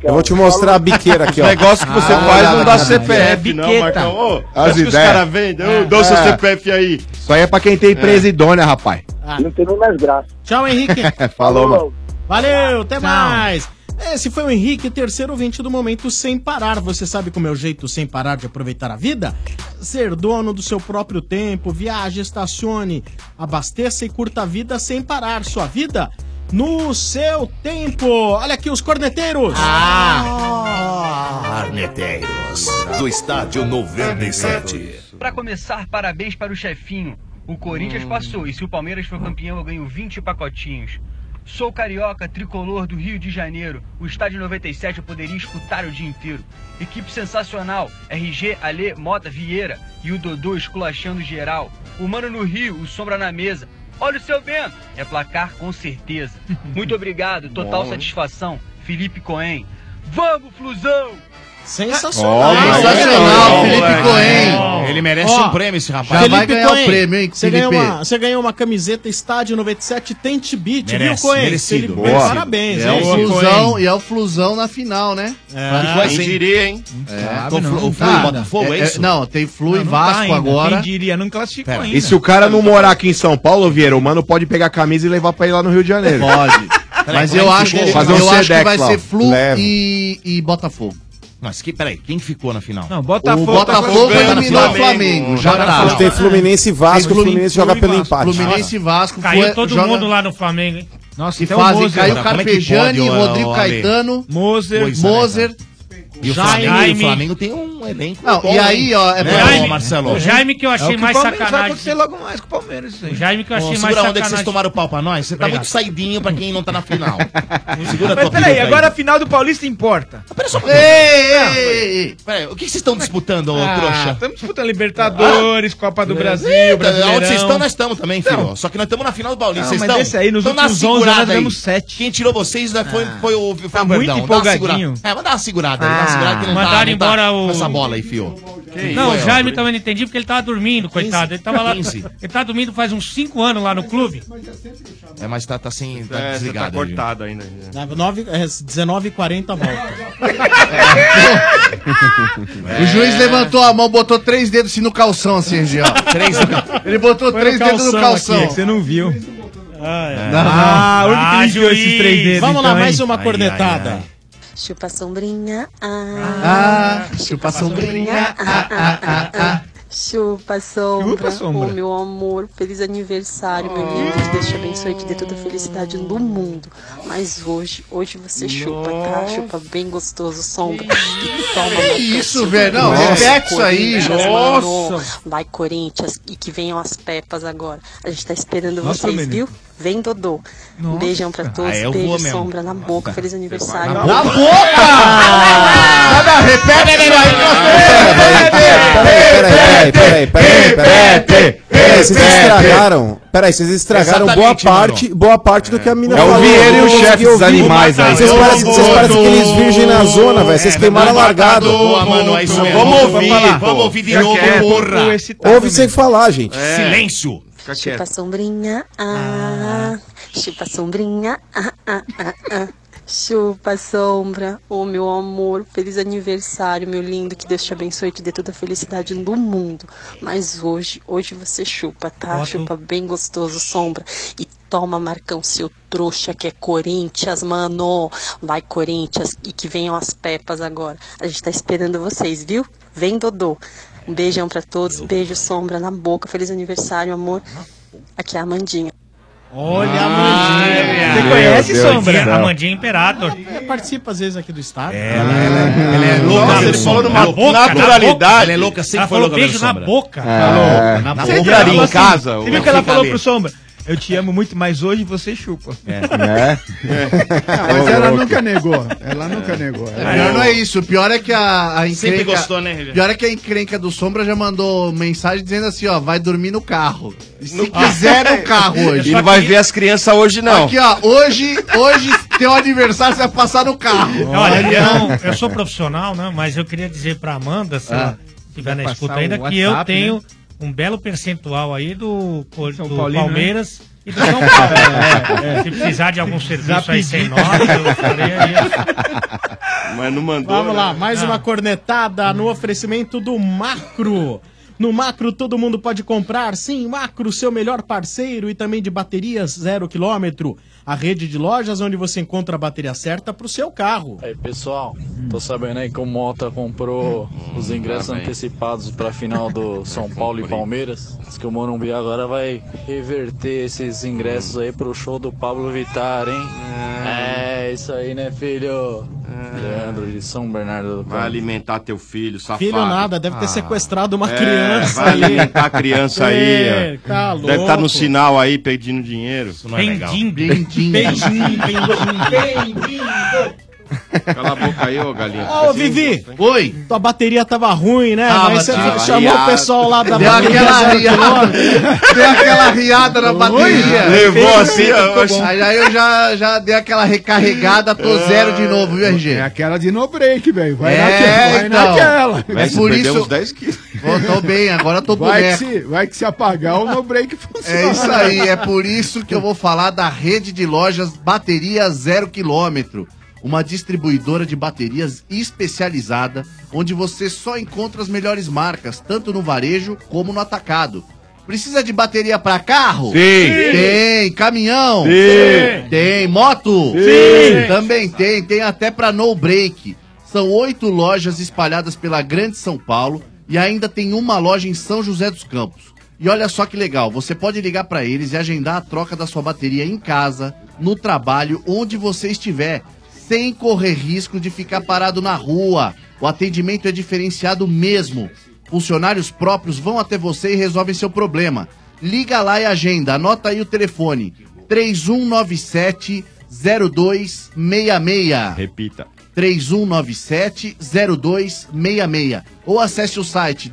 Speaker 9: Eu vou te mostrar a biqueira aqui, ó. Ah,
Speaker 3: Os negócios que você faz não dá CPF,
Speaker 9: É
Speaker 3: não,
Speaker 9: biqueta.
Speaker 3: Marcão. Ô,
Speaker 9: As
Speaker 3: acho que os
Speaker 9: ideias.
Speaker 3: caras vendem. Eu
Speaker 9: É.
Speaker 3: dou seu
Speaker 9: É.
Speaker 3: CPF aí.
Speaker 6: Isso aí é pra quem tem empresa idônea, rapaz.
Speaker 23: Ah, Não tem nem mais graça.
Speaker 7: Tchau, Henrique.
Speaker 6: Falou, mano.
Speaker 7: Valeu, até mais. Esse foi o Henrique, terceiro ouvinte do Momento Sem Parar. Você sabe como é o jeito sem parar de aproveitar a vida? Ser dono do seu próprio tempo, viaje, estacione, abasteça e curta a vida sem parar. Sua vida no seu tempo. Olha aqui os corneteiros. Ah.
Speaker 24: Arneteiros, do estádio 97.
Speaker 22: Pra começar, parabéns para o chefinho. O Corinthians passou e se o Palmeiras for campeão, eu ganho 20 pacotinhos. Sou carioca, tricolor do Rio de Janeiro. O estádio 97 eu poderia escutar o dia inteiro. Equipe sensacional. RG, Alê, Mota, Vieira e o Dodô esculachando geral. O Mano no Rio, o Sombra na mesa. Olha o seu vento. É placar com certeza. Muito obrigado, total
Speaker 3: Bom, hein?
Speaker 22: satisfação. Felipe Coen. Vamos, Flusão!
Speaker 1: Sensacional.
Speaker 22: Sensacional,
Speaker 1: Felipe
Speaker 7: Cohen.
Speaker 1: É. Ele merece
Speaker 7: Ó,
Speaker 1: um prêmio, esse rapaz.
Speaker 7: Felipe Cohen, Você ganhou, uma, você ganhou uma camiseta Estádio 97 Tente Beat,
Speaker 1: Merece,
Speaker 7: viu, Cohen?
Speaker 1: merecido.
Speaker 7: Felipe,
Speaker 1: Boa.
Speaker 7: Parabéns,
Speaker 4: E é, o
Speaker 7: hein?
Speaker 4: flusão, e é o flusão na final, né?
Speaker 7: Ah, quem diria, hein?
Speaker 4: É.
Speaker 7: Tô flu-
Speaker 4: Não
Speaker 7: flu-
Speaker 4: tá.
Speaker 7: Botafogo, é isso?
Speaker 4: Não, tem Flu e
Speaker 7: Não, não tá
Speaker 4: Vasco
Speaker 7: ainda.
Speaker 4: agora.
Speaker 7: Quem
Speaker 22: diria, não classificou
Speaker 6: E se o cara não morar aqui em São Paulo, Vieira, o mano pode pegar a camisa e levar pra ir lá no Rio de Janeiro.
Speaker 4: Pode. Mas eu acho, que-
Speaker 6: Fazer um
Speaker 4: eu acho que
Speaker 6: Sedex
Speaker 4: vai
Speaker 6: lá, ó.
Speaker 4: ser Flu
Speaker 6: Leva.
Speaker 4: e, e Botafogo.
Speaker 1: Mas que, peraí, quem ficou na final?
Speaker 22: Não,
Speaker 4: Botafogo O tá Botafogo classificando. eliminou o Flamengo, já tá.
Speaker 9: Hoje tem Fluminense e Vasco, o Fluminense joga pelo empate.
Speaker 4: Fluminense e Vasco
Speaker 8: Caiu
Speaker 4: foi-
Speaker 8: todo
Speaker 4: joga-
Speaker 8: mundo lá no Flamengo, hein? é
Speaker 4: Nossa, e fazem, caiu Carpejani, Rodrigo Caetano,
Speaker 8: Moser,
Speaker 4: Moser.
Speaker 1: E o
Speaker 4: Jaime.
Speaker 1: Flamengo, e o Flamengo tem um elenco.
Speaker 4: Não, e aí, ó, é
Speaker 1: é né,
Speaker 4: pra-
Speaker 1: ô, Marcelo.
Speaker 4: O Jaime que eu achei
Speaker 1: É o
Speaker 4: mais
Speaker 1: o Palmeiras
Speaker 4: sacanagem.
Speaker 1: vai acontecer
Speaker 22: logo mais com o Palmeiras, isso aí.
Speaker 8: Jaime que eu
Speaker 1: Ô,
Speaker 8: achei mais
Speaker 1: segura a onda que vocês
Speaker 8: sacanagem.
Speaker 1: tomaram pau pra nós. Você tá muito saidinho pra quem não tá na final. segura a
Speaker 22: Mas
Speaker 1: tua
Speaker 22: peraí,
Speaker 1: piruca aí.
Speaker 22: agora a final do Paulista importa.
Speaker 1: Pera só um
Speaker 22: Ei,
Speaker 3: Ah,
Speaker 1: pouquinho.
Speaker 22: ei, ei,
Speaker 1: Peraí, o que que vocês estão disputando, ô
Speaker 22: Ah,
Speaker 1: trouxa? Ah.
Speaker 22: Estamos disputando Libertadores, Copa do Brasil, Brasileirão.
Speaker 1: Onde vocês estão, nós estamos também, filho. Só que nós estamos na final do Paulista.
Speaker 22: Não,
Speaker 1: Vocês
Speaker 22: mas
Speaker 1: estão?
Speaker 22: esse aí, nos
Speaker 1: Então dá
Speaker 22: últimos
Speaker 1: uma
Speaker 22: 11
Speaker 1: segurada
Speaker 22: nós
Speaker 1: aí.
Speaker 22: demos sete.
Speaker 1: Quem tirou vocês né, foi, foi o foi
Speaker 3: Tá
Speaker 1: o
Speaker 22: muito
Speaker 1: Verdão. Dá uma
Speaker 22: empolgadinho.
Speaker 1: segurada. É, mas dá uma segurada. aí, Dá uma
Speaker 22: Ah,
Speaker 1: segurada que não tá,
Speaker 8: mandaram
Speaker 1: não tá
Speaker 8: embora
Speaker 1: com
Speaker 8: o-
Speaker 1: essa bola aí, fio.
Speaker 8: não, o Jaime também não entendi porque ele tava dormindo, coitado. Ele tava lá.
Speaker 1: 15.
Speaker 8: Ele tava dormindo faz uns 5 anos lá no clube.
Speaker 1: É, mas tá, tá sem. Tá
Speaker 3: É, você
Speaker 1: desligado.
Speaker 3: tá cortado ainda. né?
Speaker 7: é, 19h40 volta. É.
Speaker 4: O juiz levantou a mão, botou três dedos assim no calção, assim, Gê, ó.
Speaker 1: Três-
Speaker 4: Ele botou
Speaker 13: Foi
Speaker 4: três
Speaker 13: no
Speaker 4: dedos no
Speaker 13: calção
Speaker 4: calção.
Speaker 13: aqui, é que você
Speaker 4: não viu.
Speaker 3: é.
Speaker 13: Não, não. Ah, onde que ele viu
Speaker 4: juiz.
Speaker 13: esses três dedos,
Speaker 7: Vamos lá,
Speaker 13: então, hein?
Speaker 7: mais uma
Speaker 13: Ai,
Speaker 7: cornetada.
Speaker 13: ai, ai.
Speaker 25: Chupa sombrinha, ah.
Speaker 4: Ah, chupa
Speaker 7: um
Speaker 4: sombrinha,
Speaker 25: ah, ah, ah, ah. Chupa sombra,
Speaker 4: sombra. Oh.
Speaker 25: oh meu amor, feliz aniversário, meu lindo. Deus te abençoe, te dê toda a felicidade do mundo. Mas hoje, hoje você chupa, tá? Chupa bem gostoso, sombra. E toma
Speaker 4: Que
Speaker 25: Marcão,
Speaker 4: isso,
Speaker 25: chupa
Speaker 4: velho? Não,
Speaker 25: bem.
Speaker 4: repete isso aí,
Speaker 25: Corinthians,
Speaker 4: nossa.
Speaker 25: mano. Vai, Corinthians, e que venham as pepas agora. A gente tá esperando
Speaker 4: Nossa,
Speaker 25: vocês,
Speaker 4: menino.
Speaker 25: viu? Vem, Dodô.
Speaker 4: Nossa.
Speaker 25: Beijão pra todos,
Speaker 4: Ah, eu
Speaker 25: beijo,
Speaker 4: vou mesmo.
Speaker 25: sombra na boca, feliz aniversário.
Speaker 4: Na boca! Nada, repete isso aí que nós
Speaker 9: Peraí, peraí, peraí, peraí, peraí, peraí, peraí. Peraí, vocês estragaram. Peraí, vocês estragaram boa
Speaker 6: Exatamente,
Speaker 9: parte, boa parte do que a mina
Speaker 6: É o Vieira e o
Speaker 9: Eu
Speaker 6: chefe
Speaker 9: consegui
Speaker 6: dos
Speaker 9: ouvir.
Speaker 6: animais aí.
Speaker 9: Vocês
Speaker 6: Eu
Speaker 9: parecem
Speaker 6: vou
Speaker 9: vocês parecem
Speaker 6: do-
Speaker 9: aqueles virgem na zona, velho. Vocês queimaram a largada.
Speaker 1: Boa, mano, é isso mesmo.
Speaker 9: Vamos ouvir,
Speaker 1: falar.
Speaker 9: pô.
Speaker 1: vamos ouvir de
Speaker 9: Fica
Speaker 1: novo,
Speaker 9: quieto,
Speaker 1: porra.
Speaker 9: pô, esse tá Ouve sem falar, gente.
Speaker 1: É. Silêncio. Fica
Speaker 25: Chupa sombrinha, ah, chupa sombrinha, ah, ah, ah, ah. Chupa sombra, oh meu amor, feliz aniversário, meu lindo, que Deus te abençoe e te dê toda a felicidade do mundo. Mas hoje, hoje você chupa, tá?
Speaker 16: Ótimo.
Speaker 25: Chupa bem gostoso, sombra. E toma, Marcão, seu trouxa que é Corinthians, mano. Vai, Corinthians, e que venham as pepas agora. A gente tá esperando vocês, viu? Vem, Dodô. Um beijão pra todos, beijo, sombra na boca, feliz aniversário, amor. Aqui é a Amandinha.
Speaker 7: Olha
Speaker 25: a Mandinha.
Speaker 7: Você
Speaker 8: Meu
Speaker 7: conhece,
Speaker 8: Deus
Speaker 7: Sombra?
Speaker 8: do céu. Amandinha Imperator.
Speaker 7: Ela participa às vezes aqui do estado.
Speaker 1: Ela, ela, ela é louca.
Speaker 7: Nossa, ele
Speaker 1: meu
Speaker 7: falou
Speaker 1: sombra.
Speaker 7: numa
Speaker 1: Na boca,
Speaker 7: naturalidade.
Speaker 1: Ela é louca, sempre
Speaker 7: Ela
Speaker 1: foi
Speaker 7: falou
Speaker 1: louca, meu
Speaker 7: beijo na
Speaker 1: sombra.
Speaker 7: boca.
Speaker 1: É,
Speaker 13: Na
Speaker 1: na
Speaker 13: boca.
Speaker 1: boca.
Speaker 13: Ela falou
Speaker 1: em
Speaker 13: assim,
Speaker 1: casa.
Speaker 13: Você viu que ela falou pro Sombra? Eu te amo muito, mas hoje você chupa.
Speaker 11: Ah, mas ela nunca negou. Ela nunca negou.
Speaker 4: É, pior não é isso. O pior é que a, a
Speaker 11: Sempre
Speaker 4: encrenca...
Speaker 11: gostou, né, Rivera?
Speaker 4: Pior é que a encrenca do Sombra já mandou mensagem dizendo assim, ó, vai dormir no carro. E Se
Speaker 10: No carro.
Speaker 4: quiser no carro hoje.
Speaker 10: E não vai ver as crianças hoje, não.
Speaker 4: Aqui, ó, hoje, hoje, teu aniversário, você vai passar no carro.
Speaker 8: Olha, então, eu sou profissional, né? Mas eu queria dizer pra Amanda, se
Speaker 4: Ah.
Speaker 8: ela estiver na
Speaker 4: Vai
Speaker 8: escuta
Speaker 4: passar
Speaker 8: ainda,
Speaker 4: o
Speaker 8: que eu
Speaker 4: WhatsApp,
Speaker 8: tenho
Speaker 4: né?
Speaker 8: um belo percentual aí do, Cor- do
Speaker 4: Paulino, né?
Speaker 8: Palmeiras e
Speaker 13: É,
Speaker 8: do São Paulo.
Speaker 3: É, é.
Speaker 8: Se precisar de algum serviço
Speaker 3: Já
Speaker 8: aí
Speaker 3: pedi.
Speaker 8: sem nós, eu falei aí.
Speaker 3: Mas não mandou.
Speaker 7: Vamos lá,
Speaker 3: né?
Speaker 7: mais uma cornetada
Speaker 4: Hum.
Speaker 7: no oferecimento do Macro. No Macro todo mundo pode comprar, sim, Macro, seu melhor parceiro e também de baterias zero quilômetro. A rede de lojas onde você encontra a bateria certa para o seu carro.
Speaker 18: Aí pessoal, tô sabendo aí que o Mota comprou os ingressos
Speaker 7: Hum, lá vem.
Speaker 18: antecipados pra final do São Paulo e Palmeiras. Diz que o Morumbi agora vai reverter esses
Speaker 7: Hum.
Speaker 18: ingressos aí pro show do Pablo Vittar, hein? É isso aí, né, filho?
Speaker 7: É.
Speaker 18: Leandro de São Bernardo do
Speaker 3: Vai alimentar teu filho, safado.
Speaker 7: Filho nada, deve
Speaker 4: Ah.
Speaker 13: Ah,
Speaker 7: ter sequestrado uma
Speaker 3: É,
Speaker 7: criança
Speaker 3: Vai
Speaker 7: ali.
Speaker 3: alimentar a criança aí.
Speaker 7: É, tá
Speaker 3: ó.
Speaker 7: louco.
Speaker 3: Deve estar no sinal aí pedindo dinheiro. Isso
Speaker 1: não é legal.
Speaker 7: Bendim, bendim, bendim.
Speaker 3: Cala a boca aí, ô galinha.
Speaker 7: Ô, Vivi!
Speaker 4: Oi!
Speaker 7: Tua bateria tava ruim, né?
Speaker 4: Tava,
Speaker 7: Mas você
Speaker 4: tava.
Speaker 7: chamou o pessoal lá da
Speaker 4: Deu
Speaker 7: bateria
Speaker 4: aquela
Speaker 7: zero
Speaker 4: riada.
Speaker 7: quilômetro.
Speaker 4: Deu aquela riada na
Speaker 7: Oi,
Speaker 4: bateria.
Speaker 7: levou assim,
Speaker 4: Ficou
Speaker 7: eu
Speaker 4: bom.
Speaker 7: acho-
Speaker 4: Aí aí eu já, já dei aquela recarregada, tô zero de novo, viu, RG? É
Speaker 11: Ah, aquela de no break, velho. Vai,
Speaker 4: É,
Speaker 11: naque- vai
Speaker 4: então.
Speaker 11: naquela.
Speaker 4: Mas É por perdeu isso- uns 10
Speaker 11: quilos.
Speaker 4: tô bem, agora tô
Speaker 11: vai que,
Speaker 4: boneco.
Speaker 11: se, vai que se apagar o no break funciona.
Speaker 4: É isso aí, é por isso que eu vou falar da rede de lojas Bateria Zero Quilômetro. Uma distribuidora de baterias especializada, onde você só encontra as melhores marcas, tanto no varejo como no atacado. Precisa de bateria para carro?
Speaker 3: Sim.
Speaker 4: Tem. Caminhão?
Speaker 3: Sim.
Speaker 4: Tem. Moto?
Speaker 3: Sim.
Speaker 4: Também tem. Tem até para no break. São oito lojas espalhadas pela Grande São Paulo e ainda tem uma loja em São José dos Campos. E olha só que legal, você pode ligar para eles e agendar a troca da sua bateria em casa, no trabalho, onde você estiver, sem correr risco de ficar parado na rua. O atendimento é diferenciado mesmo. Funcionários próprios vão até você e resolvem seu problema. Liga lá e agenda, anota aí o telefone: 3197 0266.
Speaker 3: Repita.
Speaker 4: 3197-0266 ou acesse o site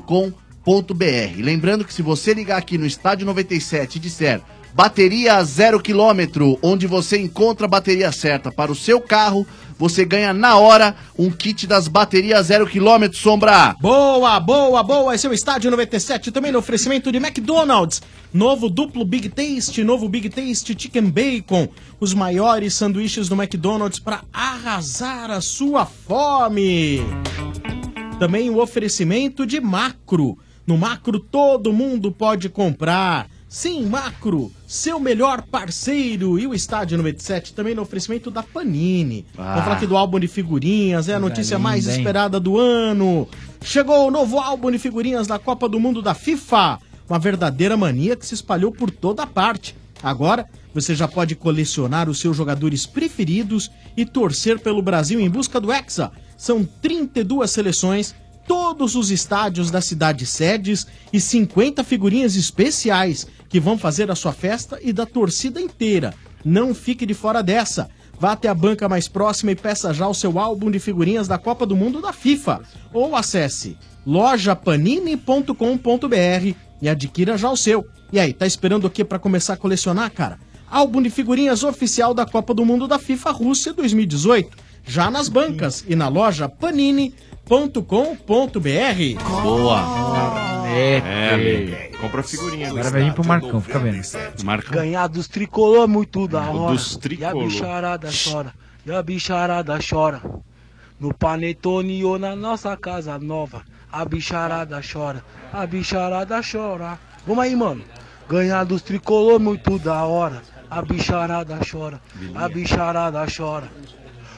Speaker 4: www.baterias0km.com.br. Lembrando que se você ligar aqui no Estádio 97 e disser Bateria 0 km, onde você encontra a bateria certa para o seu carro, você ganha na hora um kit das baterias 0 km Sombra.
Speaker 7: Boa, boa, boa. Esse é o Estádio 97, também no oferecimento de McDonald's. Novo duplo Big Taste, novo Big Taste Chicken Bacon. Os maiores sanduíches do McDonald's para arrasar a sua fome. Também o oferecimento de Macro. No Macro todo mundo pode comprar. Sim, Macro, seu melhor parceiro. E o Estádio 97 também no oferecimento da Panini. Vamos falar aqui do álbum de figurinhas, é a notícia
Speaker 20: linda,
Speaker 7: mais
Speaker 20: hein?
Speaker 7: esperada do ano. Chegou o novo álbum de figurinhas da Copa do Mundo da FIFA. Uma verdadeira mania que se espalhou por toda parte. Agora, você já pode colecionar os seus jogadores preferidos e torcer pelo Brasil em busca do Hexa. São 32 seleções, todos os estádios da cidade sedes e 50 figurinhas especiais que vão fazer a sua festa e da torcida inteira. Não fique de fora dessa. Vá até a banca mais próxima e peça já o seu álbum de figurinhas da Copa do Mundo da FIFA. Ou acesse lojapanini.com.br e adquira já o seu. E aí, tá esperando o que para começar a colecionar, cara? Álbum de figurinhas oficial da Copa do Mundo da FIFA Rússia 2018, já nas bancas e na loja panini.com.br.
Speaker 4: Boa!
Speaker 3: É, amigo. Compra figurinha.
Speaker 13: Agora vai vir pro Marcão, fica vendo.
Speaker 3: Marcão.
Speaker 16: Ganhar dos tricolor é muito da hora.
Speaker 3: Dos tricolor.
Speaker 16: E a bicharada chora. E a bicharada chora. No panetone ou na nossa casa nova. A bicharada chora. A bicharada chora. Vamos aí, mano. Ganhar dos tricolor muito da hora. A bicharada chora. A bicharada chora.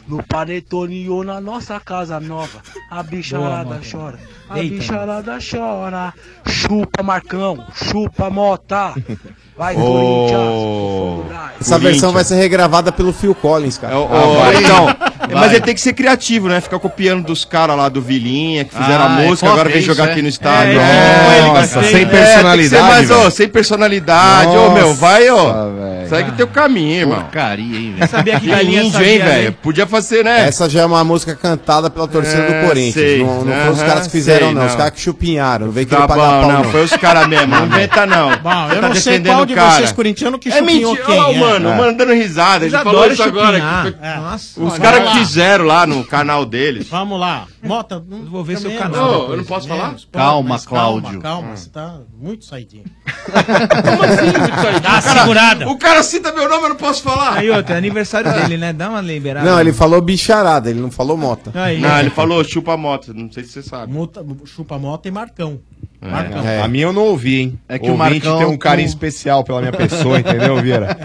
Speaker 16: No panetone ou na nossa casa nova. A bicharada Boa, chora. A Eita, bicharada chora. Chupa, Marcão. Chupa, Mota. Vai,
Speaker 9: Ô, Essa versão vai ser regravada pelo Phil Collins, cara. Ah,
Speaker 3: Ô,
Speaker 9: vai.
Speaker 3: então, mas
Speaker 9: Vai.
Speaker 3: ele tem que ser criativo, né? Ficar copiando dos caras lá do Vilinha, que fizeram a
Speaker 9: Ah, é
Speaker 3: música, agora vem
Speaker 9: cópia,
Speaker 3: jogar
Speaker 9: isso,
Speaker 3: aqui no
Speaker 9: é.
Speaker 3: estádio.
Speaker 9: É,
Speaker 3: Ó,
Speaker 9: nossa,
Speaker 3: tem- é, tem
Speaker 9: sem
Speaker 3: que ser
Speaker 9: personalidade,
Speaker 3: mais, ó,
Speaker 9: velho.
Speaker 3: sem personalidade. Ô, meu,
Speaker 9: Nossa,
Speaker 3: vai, ó.
Speaker 9: velho.
Speaker 3: Segue teu caminho, mano.
Speaker 4: Porcaria, hein,
Speaker 3: velho. Sabia que galinha índio,
Speaker 9: sabia,
Speaker 3: hein,
Speaker 9: né?
Speaker 3: velho? Podia fazer, né?
Speaker 9: Essa já é uma música cantada pela torcida
Speaker 3: É,
Speaker 9: do Corinthians.
Speaker 3: sei.
Speaker 9: não não foram os
Speaker 3: Aham,
Speaker 9: caras que fizeram,
Speaker 3: sei,
Speaker 9: não. Os
Speaker 3: não.
Speaker 9: caras que chupinharam. Não veio que
Speaker 3: Tá
Speaker 9: pagar
Speaker 3: bom,
Speaker 9: pau,
Speaker 3: não, foi os caras mesmo, não inventa não.
Speaker 7: Bom,
Speaker 3: Você
Speaker 7: eu
Speaker 3: tá
Speaker 7: não sei
Speaker 3: defendendo
Speaker 7: qual
Speaker 3: o
Speaker 7: de
Speaker 3: cara.
Speaker 7: vocês corintiano que
Speaker 3: É
Speaker 7: chupinhou
Speaker 3: mentira,
Speaker 7: quem.
Speaker 3: ó, mano, o mano dando risada, ele
Speaker 7: Eles
Speaker 3: falou
Speaker 7: adoram
Speaker 3: isso agora
Speaker 7: chupinhar.
Speaker 3: aqui. Ah.
Speaker 7: É. Nossa,
Speaker 3: Os
Speaker 7: vamos
Speaker 3: caras
Speaker 7: lá.
Speaker 3: que fizeram lá no canal deles.
Speaker 7: Vamos lá. Mota, vou ver
Speaker 3: seu canal Não, depois. eu não posso falar? Calma, Cláudio.
Speaker 7: Calma, assim, você tá muito saidinho.
Speaker 3: Dá uma segurada. O cara cita meu nome, eu não posso falar.
Speaker 13: Aí outra, é aniversário dele, né? Dá uma liberada.
Speaker 9: Não, ele falou bicharada, ele não falou mota.
Speaker 13: Aí.
Speaker 3: Não, ele falou chupa moto, não sei se você sabe.
Speaker 7: é.
Speaker 3: É.
Speaker 7: Muta, chupa mota e Marcão.
Speaker 9: Marcão.
Speaker 6: A minha eu não ouvi, hein?
Speaker 9: É que
Speaker 6: o
Speaker 9: o
Speaker 6: Ouvinte
Speaker 9: Marcão-
Speaker 6: tem um carinho especial pela minha pessoa, entendeu, Vieira?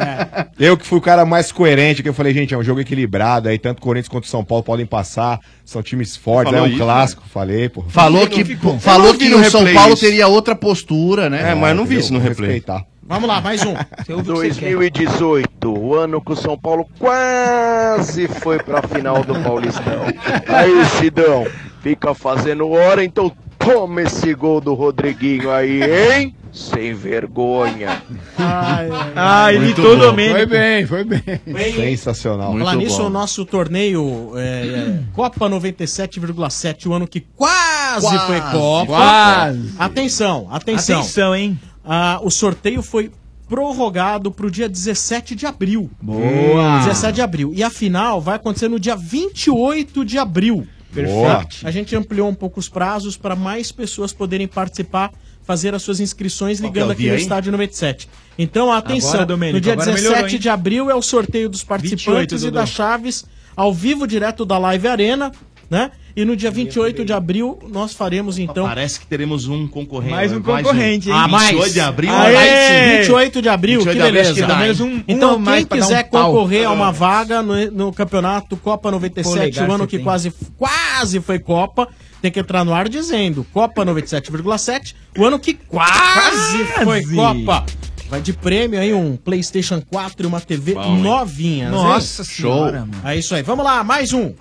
Speaker 6: Eu que fui o cara mais coerente, que eu falei, gente, é um jogo equilibrado, aí tanto Corinthians quanto São Paulo podem passar, são times fortes,
Speaker 4: Falou
Speaker 6: é um
Speaker 4: isso,
Speaker 6: clássico,
Speaker 9: né?
Speaker 6: falei, pô.
Speaker 4: Falou que, falou que o São Paulo teria outra postura, né?
Speaker 6: É, mas eu não vi isso no replay.
Speaker 7: Vamos lá, mais um.
Speaker 17: 2018, o ano que o São Paulo quase foi pra final do Paulistão. Aí, Sidão, fica fazendo hora, então toma esse gol do Rodriguinho aí, hein? Sem vergonha.
Speaker 11: Ah,
Speaker 17: ele
Speaker 11: Muito
Speaker 17: todo
Speaker 11: bom.
Speaker 17: Domênico.
Speaker 11: Foi bem, foi bem.
Speaker 9: Sensacional.
Speaker 7: Falar nisso, o nosso torneio é, é, Copa 97,7, o ano que quase,
Speaker 13: Quase,
Speaker 7: foi Copa.
Speaker 13: quase.
Speaker 7: Atenção, atenção.
Speaker 13: Atenção,
Speaker 7: hein? o sorteio foi prorrogado para o dia 17 de abril.
Speaker 13: Boa.
Speaker 7: 17 de abril. E a final vai acontecer no dia 28 de abril.
Speaker 13: Boa.
Speaker 7: A gente ampliou um pouco os prazos para mais pessoas poderem participar, fazer as suas inscrições
Speaker 13: que é
Speaker 7: ligando
Speaker 13: o
Speaker 7: aqui
Speaker 13: dia,
Speaker 7: no
Speaker 13: hein?
Speaker 7: Estádio 97. Então, atenção,
Speaker 13: Agora, Domênico,
Speaker 7: no dia
Speaker 13: agora
Speaker 7: 17
Speaker 13: melhorou, hein?
Speaker 7: de abril é o sorteio dos participantes
Speaker 13: 28,
Speaker 7: e
Speaker 13: Dudu.
Speaker 7: das chaves ao vivo direto da Live Arena, né? E no dia 28 de abril nós faremos então
Speaker 1: Parece que teremos um concorrente.
Speaker 7: Mais um concorrente, hein?
Speaker 1: Ah,
Speaker 7: Ah, mais?
Speaker 1: 28 de abril.
Speaker 7: Aê!
Speaker 1: mais sim.
Speaker 7: 28 de abril, que beleza.
Speaker 1: acho dá,
Speaker 7: Pelo
Speaker 1: hein?
Speaker 7: menos um- Então,
Speaker 13: a
Speaker 7: quem
Speaker 13: mais pra dar um
Speaker 7: quiser
Speaker 13: pau.
Speaker 7: concorrer a uma vaga no, no campeonato Copa 97,
Speaker 13: Polegar
Speaker 7: o ano
Speaker 13: você
Speaker 7: que
Speaker 13: tem.
Speaker 7: quase, quase foi Copa, tem que entrar no ar dizendo Copa 97,7, o ano que quase, foi Copa. Vai de prêmio aí um PlayStation 4 e uma TV
Speaker 21: Bom, hein?
Speaker 7: novinha.
Speaker 21: Nossa senhora,
Speaker 7: mano. É isso aí. Vamos lá, mais um.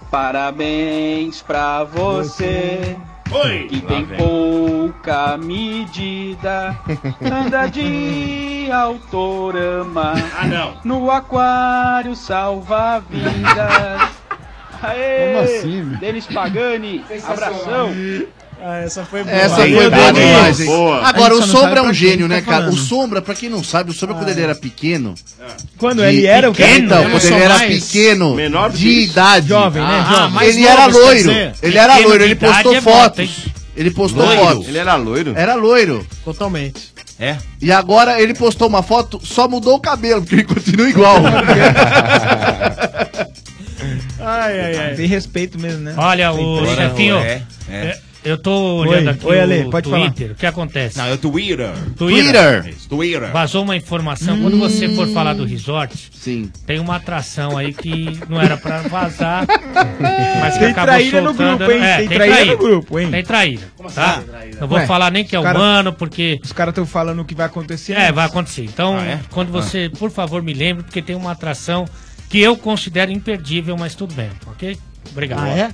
Speaker 21: Parabéns pra você.
Speaker 1: Oi!
Speaker 21: Que
Speaker 7: Lá
Speaker 21: tem
Speaker 7: vem.
Speaker 21: pouca medida. Anda de autorama. Ah, não. No aquário salva vidas. Aê!
Speaker 11: Como assim, meu?
Speaker 21: Denis Pagani, abração.
Speaker 7: Ah, essa foi
Speaker 4: Essa foi boa demais, hein? Agora, o Sombra é um gênio,
Speaker 13: tá
Speaker 4: né, cara? O
Speaker 21: Sombra.
Speaker 4: Sombra, pra quem não sabe, o Sombra, quando ele era pequeno.
Speaker 13: Quando ele era o quê?
Speaker 4: pequeno? Então,
Speaker 13: Ele
Speaker 4: quando
Speaker 13: era
Speaker 4: ele
Speaker 13: só
Speaker 4: era
Speaker 13: mais-
Speaker 4: pequeno,
Speaker 13: menor do que
Speaker 4: de
Speaker 13: isso.
Speaker 4: idade.
Speaker 13: Jovem, né?
Speaker 4: Ah,
Speaker 13: Jovem.
Speaker 4: mais ele
Speaker 13: novo,
Speaker 4: era
Speaker 13: você
Speaker 4: loiro.
Speaker 13: quer dizer.
Speaker 4: Ele era
Speaker 13: Pequeno
Speaker 4: loiro,
Speaker 13: de
Speaker 4: ele
Speaker 13: idade
Speaker 4: postou
Speaker 13: é bom,
Speaker 4: fotos.
Speaker 13: hein?
Speaker 4: Ele postou
Speaker 13: Loiro.
Speaker 4: fotos.
Speaker 3: Ele era loiro?
Speaker 4: Era loiro.
Speaker 7: Totalmente.
Speaker 1: É?
Speaker 4: E agora ele postou uma foto, só mudou o cabelo, porque ele continua igual.
Speaker 7: Ai, ai,
Speaker 13: ai. Tem respeito mesmo, né?
Speaker 8: Olha,
Speaker 13: Tem
Speaker 8: o
Speaker 13: três.
Speaker 8: chefinho.
Speaker 13: É, é.
Speaker 8: é, Eu tô olhando
Speaker 13: Oi,
Speaker 8: aqui
Speaker 13: oi,
Speaker 8: o
Speaker 13: Ale, pode falar.
Speaker 8: Twitter. O que acontece?
Speaker 1: Não, é o Twitter.
Speaker 8: Twitter.
Speaker 1: Isso, Twitter.
Speaker 8: Vazou uma informação.
Speaker 1: Hum.
Speaker 8: Quando você for falar do resort,
Speaker 4: Sim.
Speaker 8: tem uma atração aí que não era pra vazar, mas que
Speaker 13: Tem
Speaker 8: acabou
Speaker 13: traíra no
Speaker 8: soltando.
Speaker 13: grupo, hein?
Speaker 8: É,
Speaker 13: Tem traíra no grupo, hein?
Speaker 8: Tem traíra. Tá? Não vou
Speaker 13: Ué,
Speaker 8: falar nem que é
Speaker 13: os cara-
Speaker 8: humano, porque.
Speaker 13: Os caras estão falando o que vai acontecer.
Speaker 8: É, vai acontecer. Então,
Speaker 13: Ah, é?
Speaker 8: quando você, por favor, me lembre, porque tem uma atração que eu considero imperdível, mas tudo bem, ok? Obrigado.
Speaker 7: Ah, é?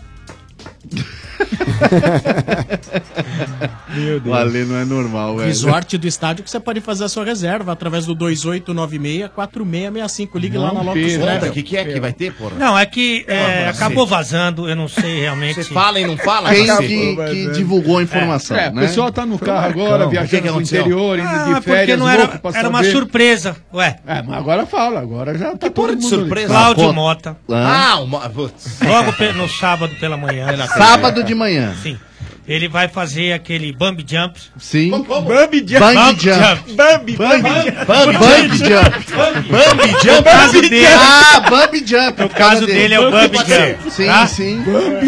Speaker 18: É.
Speaker 7: Meu
Speaker 4: O Ale não é normal, velho.
Speaker 7: Resort do estádio que você pode fazer a sua reserva através do 2896-4665. Ligue lá na Lotus
Speaker 8: né?
Speaker 1: Conta,
Speaker 7: Travel.
Speaker 1: o que, que é que vai ter, porra?
Speaker 8: Não, é que é,
Speaker 1: Ah,
Speaker 8: acabou
Speaker 1: cacete.
Speaker 8: vazando, eu não sei realmente.
Speaker 1: Você fala e não fala?
Speaker 8: Quem
Speaker 1: cacete?
Speaker 8: que- que divulgou a informação,
Speaker 1: É,
Speaker 8: né?
Speaker 1: o pessoal tá no
Speaker 8: Foi
Speaker 1: carro
Speaker 8: Marcão.
Speaker 1: agora,
Speaker 8: O que que
Speaker 1: viajando no
Speaker 8: aconteceu?
Speaker 1: interior, indo
Speaker 8: Ah,
Speaker 1: de
Speaker 8: porque
Speaker 1: férias,
Speaker 8: não era-
Speaker 1: louco pra
Speaker 8: era uma
Speaker 1: saber.
Speaker 8: surpresa, ué.
Speaker 11: É, mas agora fala, agora já tá
Speaker 1: porra de surpresa?
Speaker 8: Cláudio
Speaker 1: Conta.
Speaker 8: Mota.
Speaker 1: Ah, o Mo- putz. é.
Speaker 8: Logo pe- no sábado pela manhã.
Speaker 4: Sábado de manhã.
Speaker 8: Sim. Ele vai fazer aquele bump jump.
Speaker 4: Sim.
Speaker 8: Bambi
Speaker 4: jump. Bungee jump.
Speaker 8: Bambi
Speaker 4: Bambi jump.
Speaker 8: Bambi jump.
Speaker 4: Bambi jump. Ah, Bambi jump.
Speaker 8: O caso dele é o Bambi Jump.
Speaker 4: Sim,
Speaker 8: tá?
Speaker 4: sim.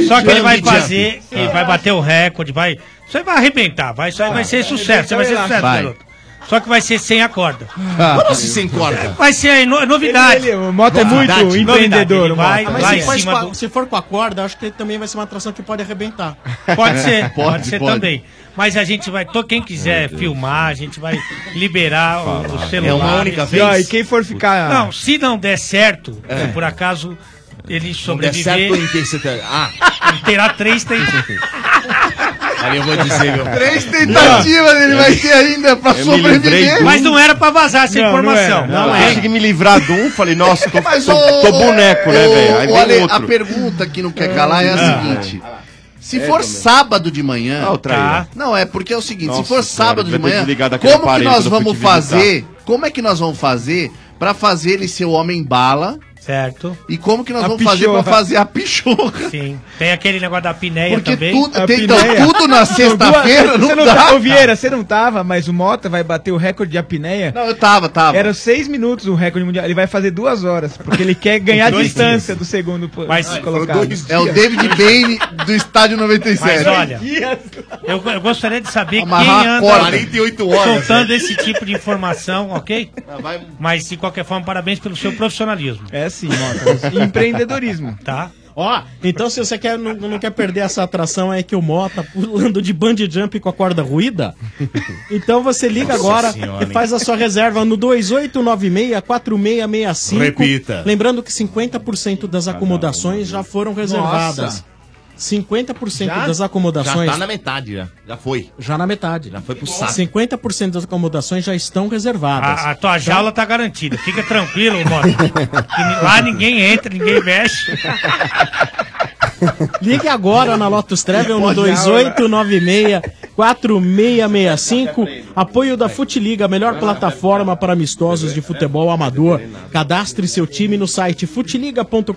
Speaker 8: Só que ele vai
Speaker 4: Bambi jump. Ah.
Speaker 8: fazer, ele vai bater o recorde, vai. Isso aí vai arrebentar, vai, isso aí vai ser sucesso, isso aí vai ser
Speaker 4: Vai.
Speaker 8: sucesso,
Speaker 4: Vai.
Speaker 8: garoto. Só que vai ser sem a corda.
Speaker 4: Ah,
Speaker 1: Como assim sem corda?
Speaker 8: Vai ser aí, no- novidade.
Speaker 1: Ele- ele- o
Speaker 7: Mota é muito
Speaker 8: Novidade,
Speaker 7: empreendedor,
Speaker 8: novidade.
Speaker 7: Ah,
Speaker 8: Ele Vai,
Speaker 7: mas
Speaker 8: vai
Speaker 7: se,
Speaker 8: em
Speaker 7: for
Speaker 8: cima
Speaker 7: com a-
Speaker 8: do,
Speaker 7: se for com a corda, acho que ele também vai ser uma atração que pode arrebentar.
Speaker 8: Pode ser, pode, ser
Speaker 7: pode.
Speaker 8: também. Mas a gente vai, to- quem quiser filmar, a gente vai liberar o- o, celular.
Speaker 1: É uma única
Speaker 8: E-
Speaker 1: vez?
Speaker 8: ó, e
Speaker 1: quem for ficar-
Speaker 8: Não, se não der certo,
Speaker 1: Ah. É.
Speaker 8: se por acaso ele
Speaker 1: Não der
Speaker 8: sobreviver,
Speaker 1: certo em que você tá... Ah,
Speaker 8: ele terá três tentativas.
Speaker 1: ali eu vou dizer, meu.
Speaker 4: Três tentativas ele vai ter ainda pra
Speaker 1: Eu me livrei
Speaker 4: sobreviver.
Speaker 1: de um. Mas
Speaker 8: não era pra vazar essa informação.
Speaker 10: Não,
Speaker 4: Não
Speaker 10: eu
Speaker 4: era.
Speaker 10: consegui me livrar de um, falei, nossa, tô,
Speaker 4: É, Mas
Speaker 10: tô-
Speaker 4: o-
Speaker 10: tô boneco, né,
Speaker 4: o-
Speaker 10: velho? Aí
Speaker 4: o Ale,
Speaker 10: vem
Speaker 4: A
Speaker 10: outro.
Speaker 4: pergunta que não quer calar é a
Speaker 10: Ah,
Speaker 4: seguinte. Se
Speaker 10: É,
Speaker 4: for
Speaker 10: também.
Speaker 4: sábado de manhã.
Speaker 10: Ah, o traíra. Tá.
Speaker 4: Não, é porque é o seguinte: se
Speaker 10: Nossa
Speaker 4: for
Speaker 10: senhora,
Speaker 4: sábado de
Speaker 10: devia ter
Speaker 4: manhã,
Speaker 10: desligado aquele
Speaker 4: como que
Speaker 10: aparelho
Speaker 4: nós
Speaker 10: quando
Speaker 4: vamos
Speaker 10: eu fui te visitar.
Speaker 4: fazer? Como é que nós vamos fazer pra fazer ele ser o homem bala?
Speaker 8: Certo.
Speaker 4: E como que nós
Speaker 8: A
Speaker 4: vamos fazer pra
Speaker 8: pichorra.
Speaker 4: fazer a pichorra?
Speaker 8: Sim. Tem aquele negócio da apneia
Speaker 4: Porque
Speaker 8: também.
Speaker 4: tudo-
Speaker 8: A
Speaker 4: tem- então,
Speaker 8: apneia.
Speaker 4: tudo na sexta-feira não
Speaker 13: Você
Speaker 4: dá,
Speaker 13: tá-
Speaker 4: cara.
Speaker 13: Ô, Vieira, você não tava, mas o Mota vai bater o recorde de apneia.
Speaker 4: Não, eu tava, tava.
Speaker 13: Era seis minutos o recorde mundial. Ele vai fazer duas horas, porque ele quer ganhar
Speaker 4: Dois
Speaker 13: distância do segundo po- colocado.
Speaker 4: É o David Bain do estádio 97.
Speaker 8: Mas olha, eu, eu gostaria de saber
Speaker 4: Amarrar
Speaker 8: quem
Speaker 4: a
Speaker 8: anda
Speaker 4: corda. 48 horas,
Speaker 8: soltando
Speaker 1: né?
Speaker 8: esse tipo de informação, ok? Mas, de qualquer forma, parabéns pelo seu profissionalismo.
Speaker 13: É sim, Mota. Empreendedorismo.
Speaker 8: Tá.
Speaker 7: Ó, então se você quer, não, não quer perder essa atração aí que o Mota pulando de bungee jump com a corda ruída, então você liga
Speaker 1: Nossa
Speaker 7: agora
Speaker 1: senhora,
Speaker 7: e faz a sua reserva no 2896-4665.
Speaker 1: Repita. um,
Speaker 7: Lembrando que 50% das acomodações já foram reservadas. 50% das acomodações.
Speaker 1: Já tá na metade, já. Já foi.
Speaker 7: Já na metade.
Speaker 1: Já foi pro saco.
Speaker 7: 50% das acomodações já estão reservadas.
Speaker 8: A, a tua
Speaker 7: Então-
Speaker 8: jaula tá garantida. Fica tranquilo, Mota. Que ni- lá ninguém entra, ninguém mexe.
Speaker 7: Ligue agora na Lotus Travel no 2896-4665. Apoio da Futiliga, a melhor plataforma para amistosos de futebol amador. Cadastre seu time no site futiliga.com.br.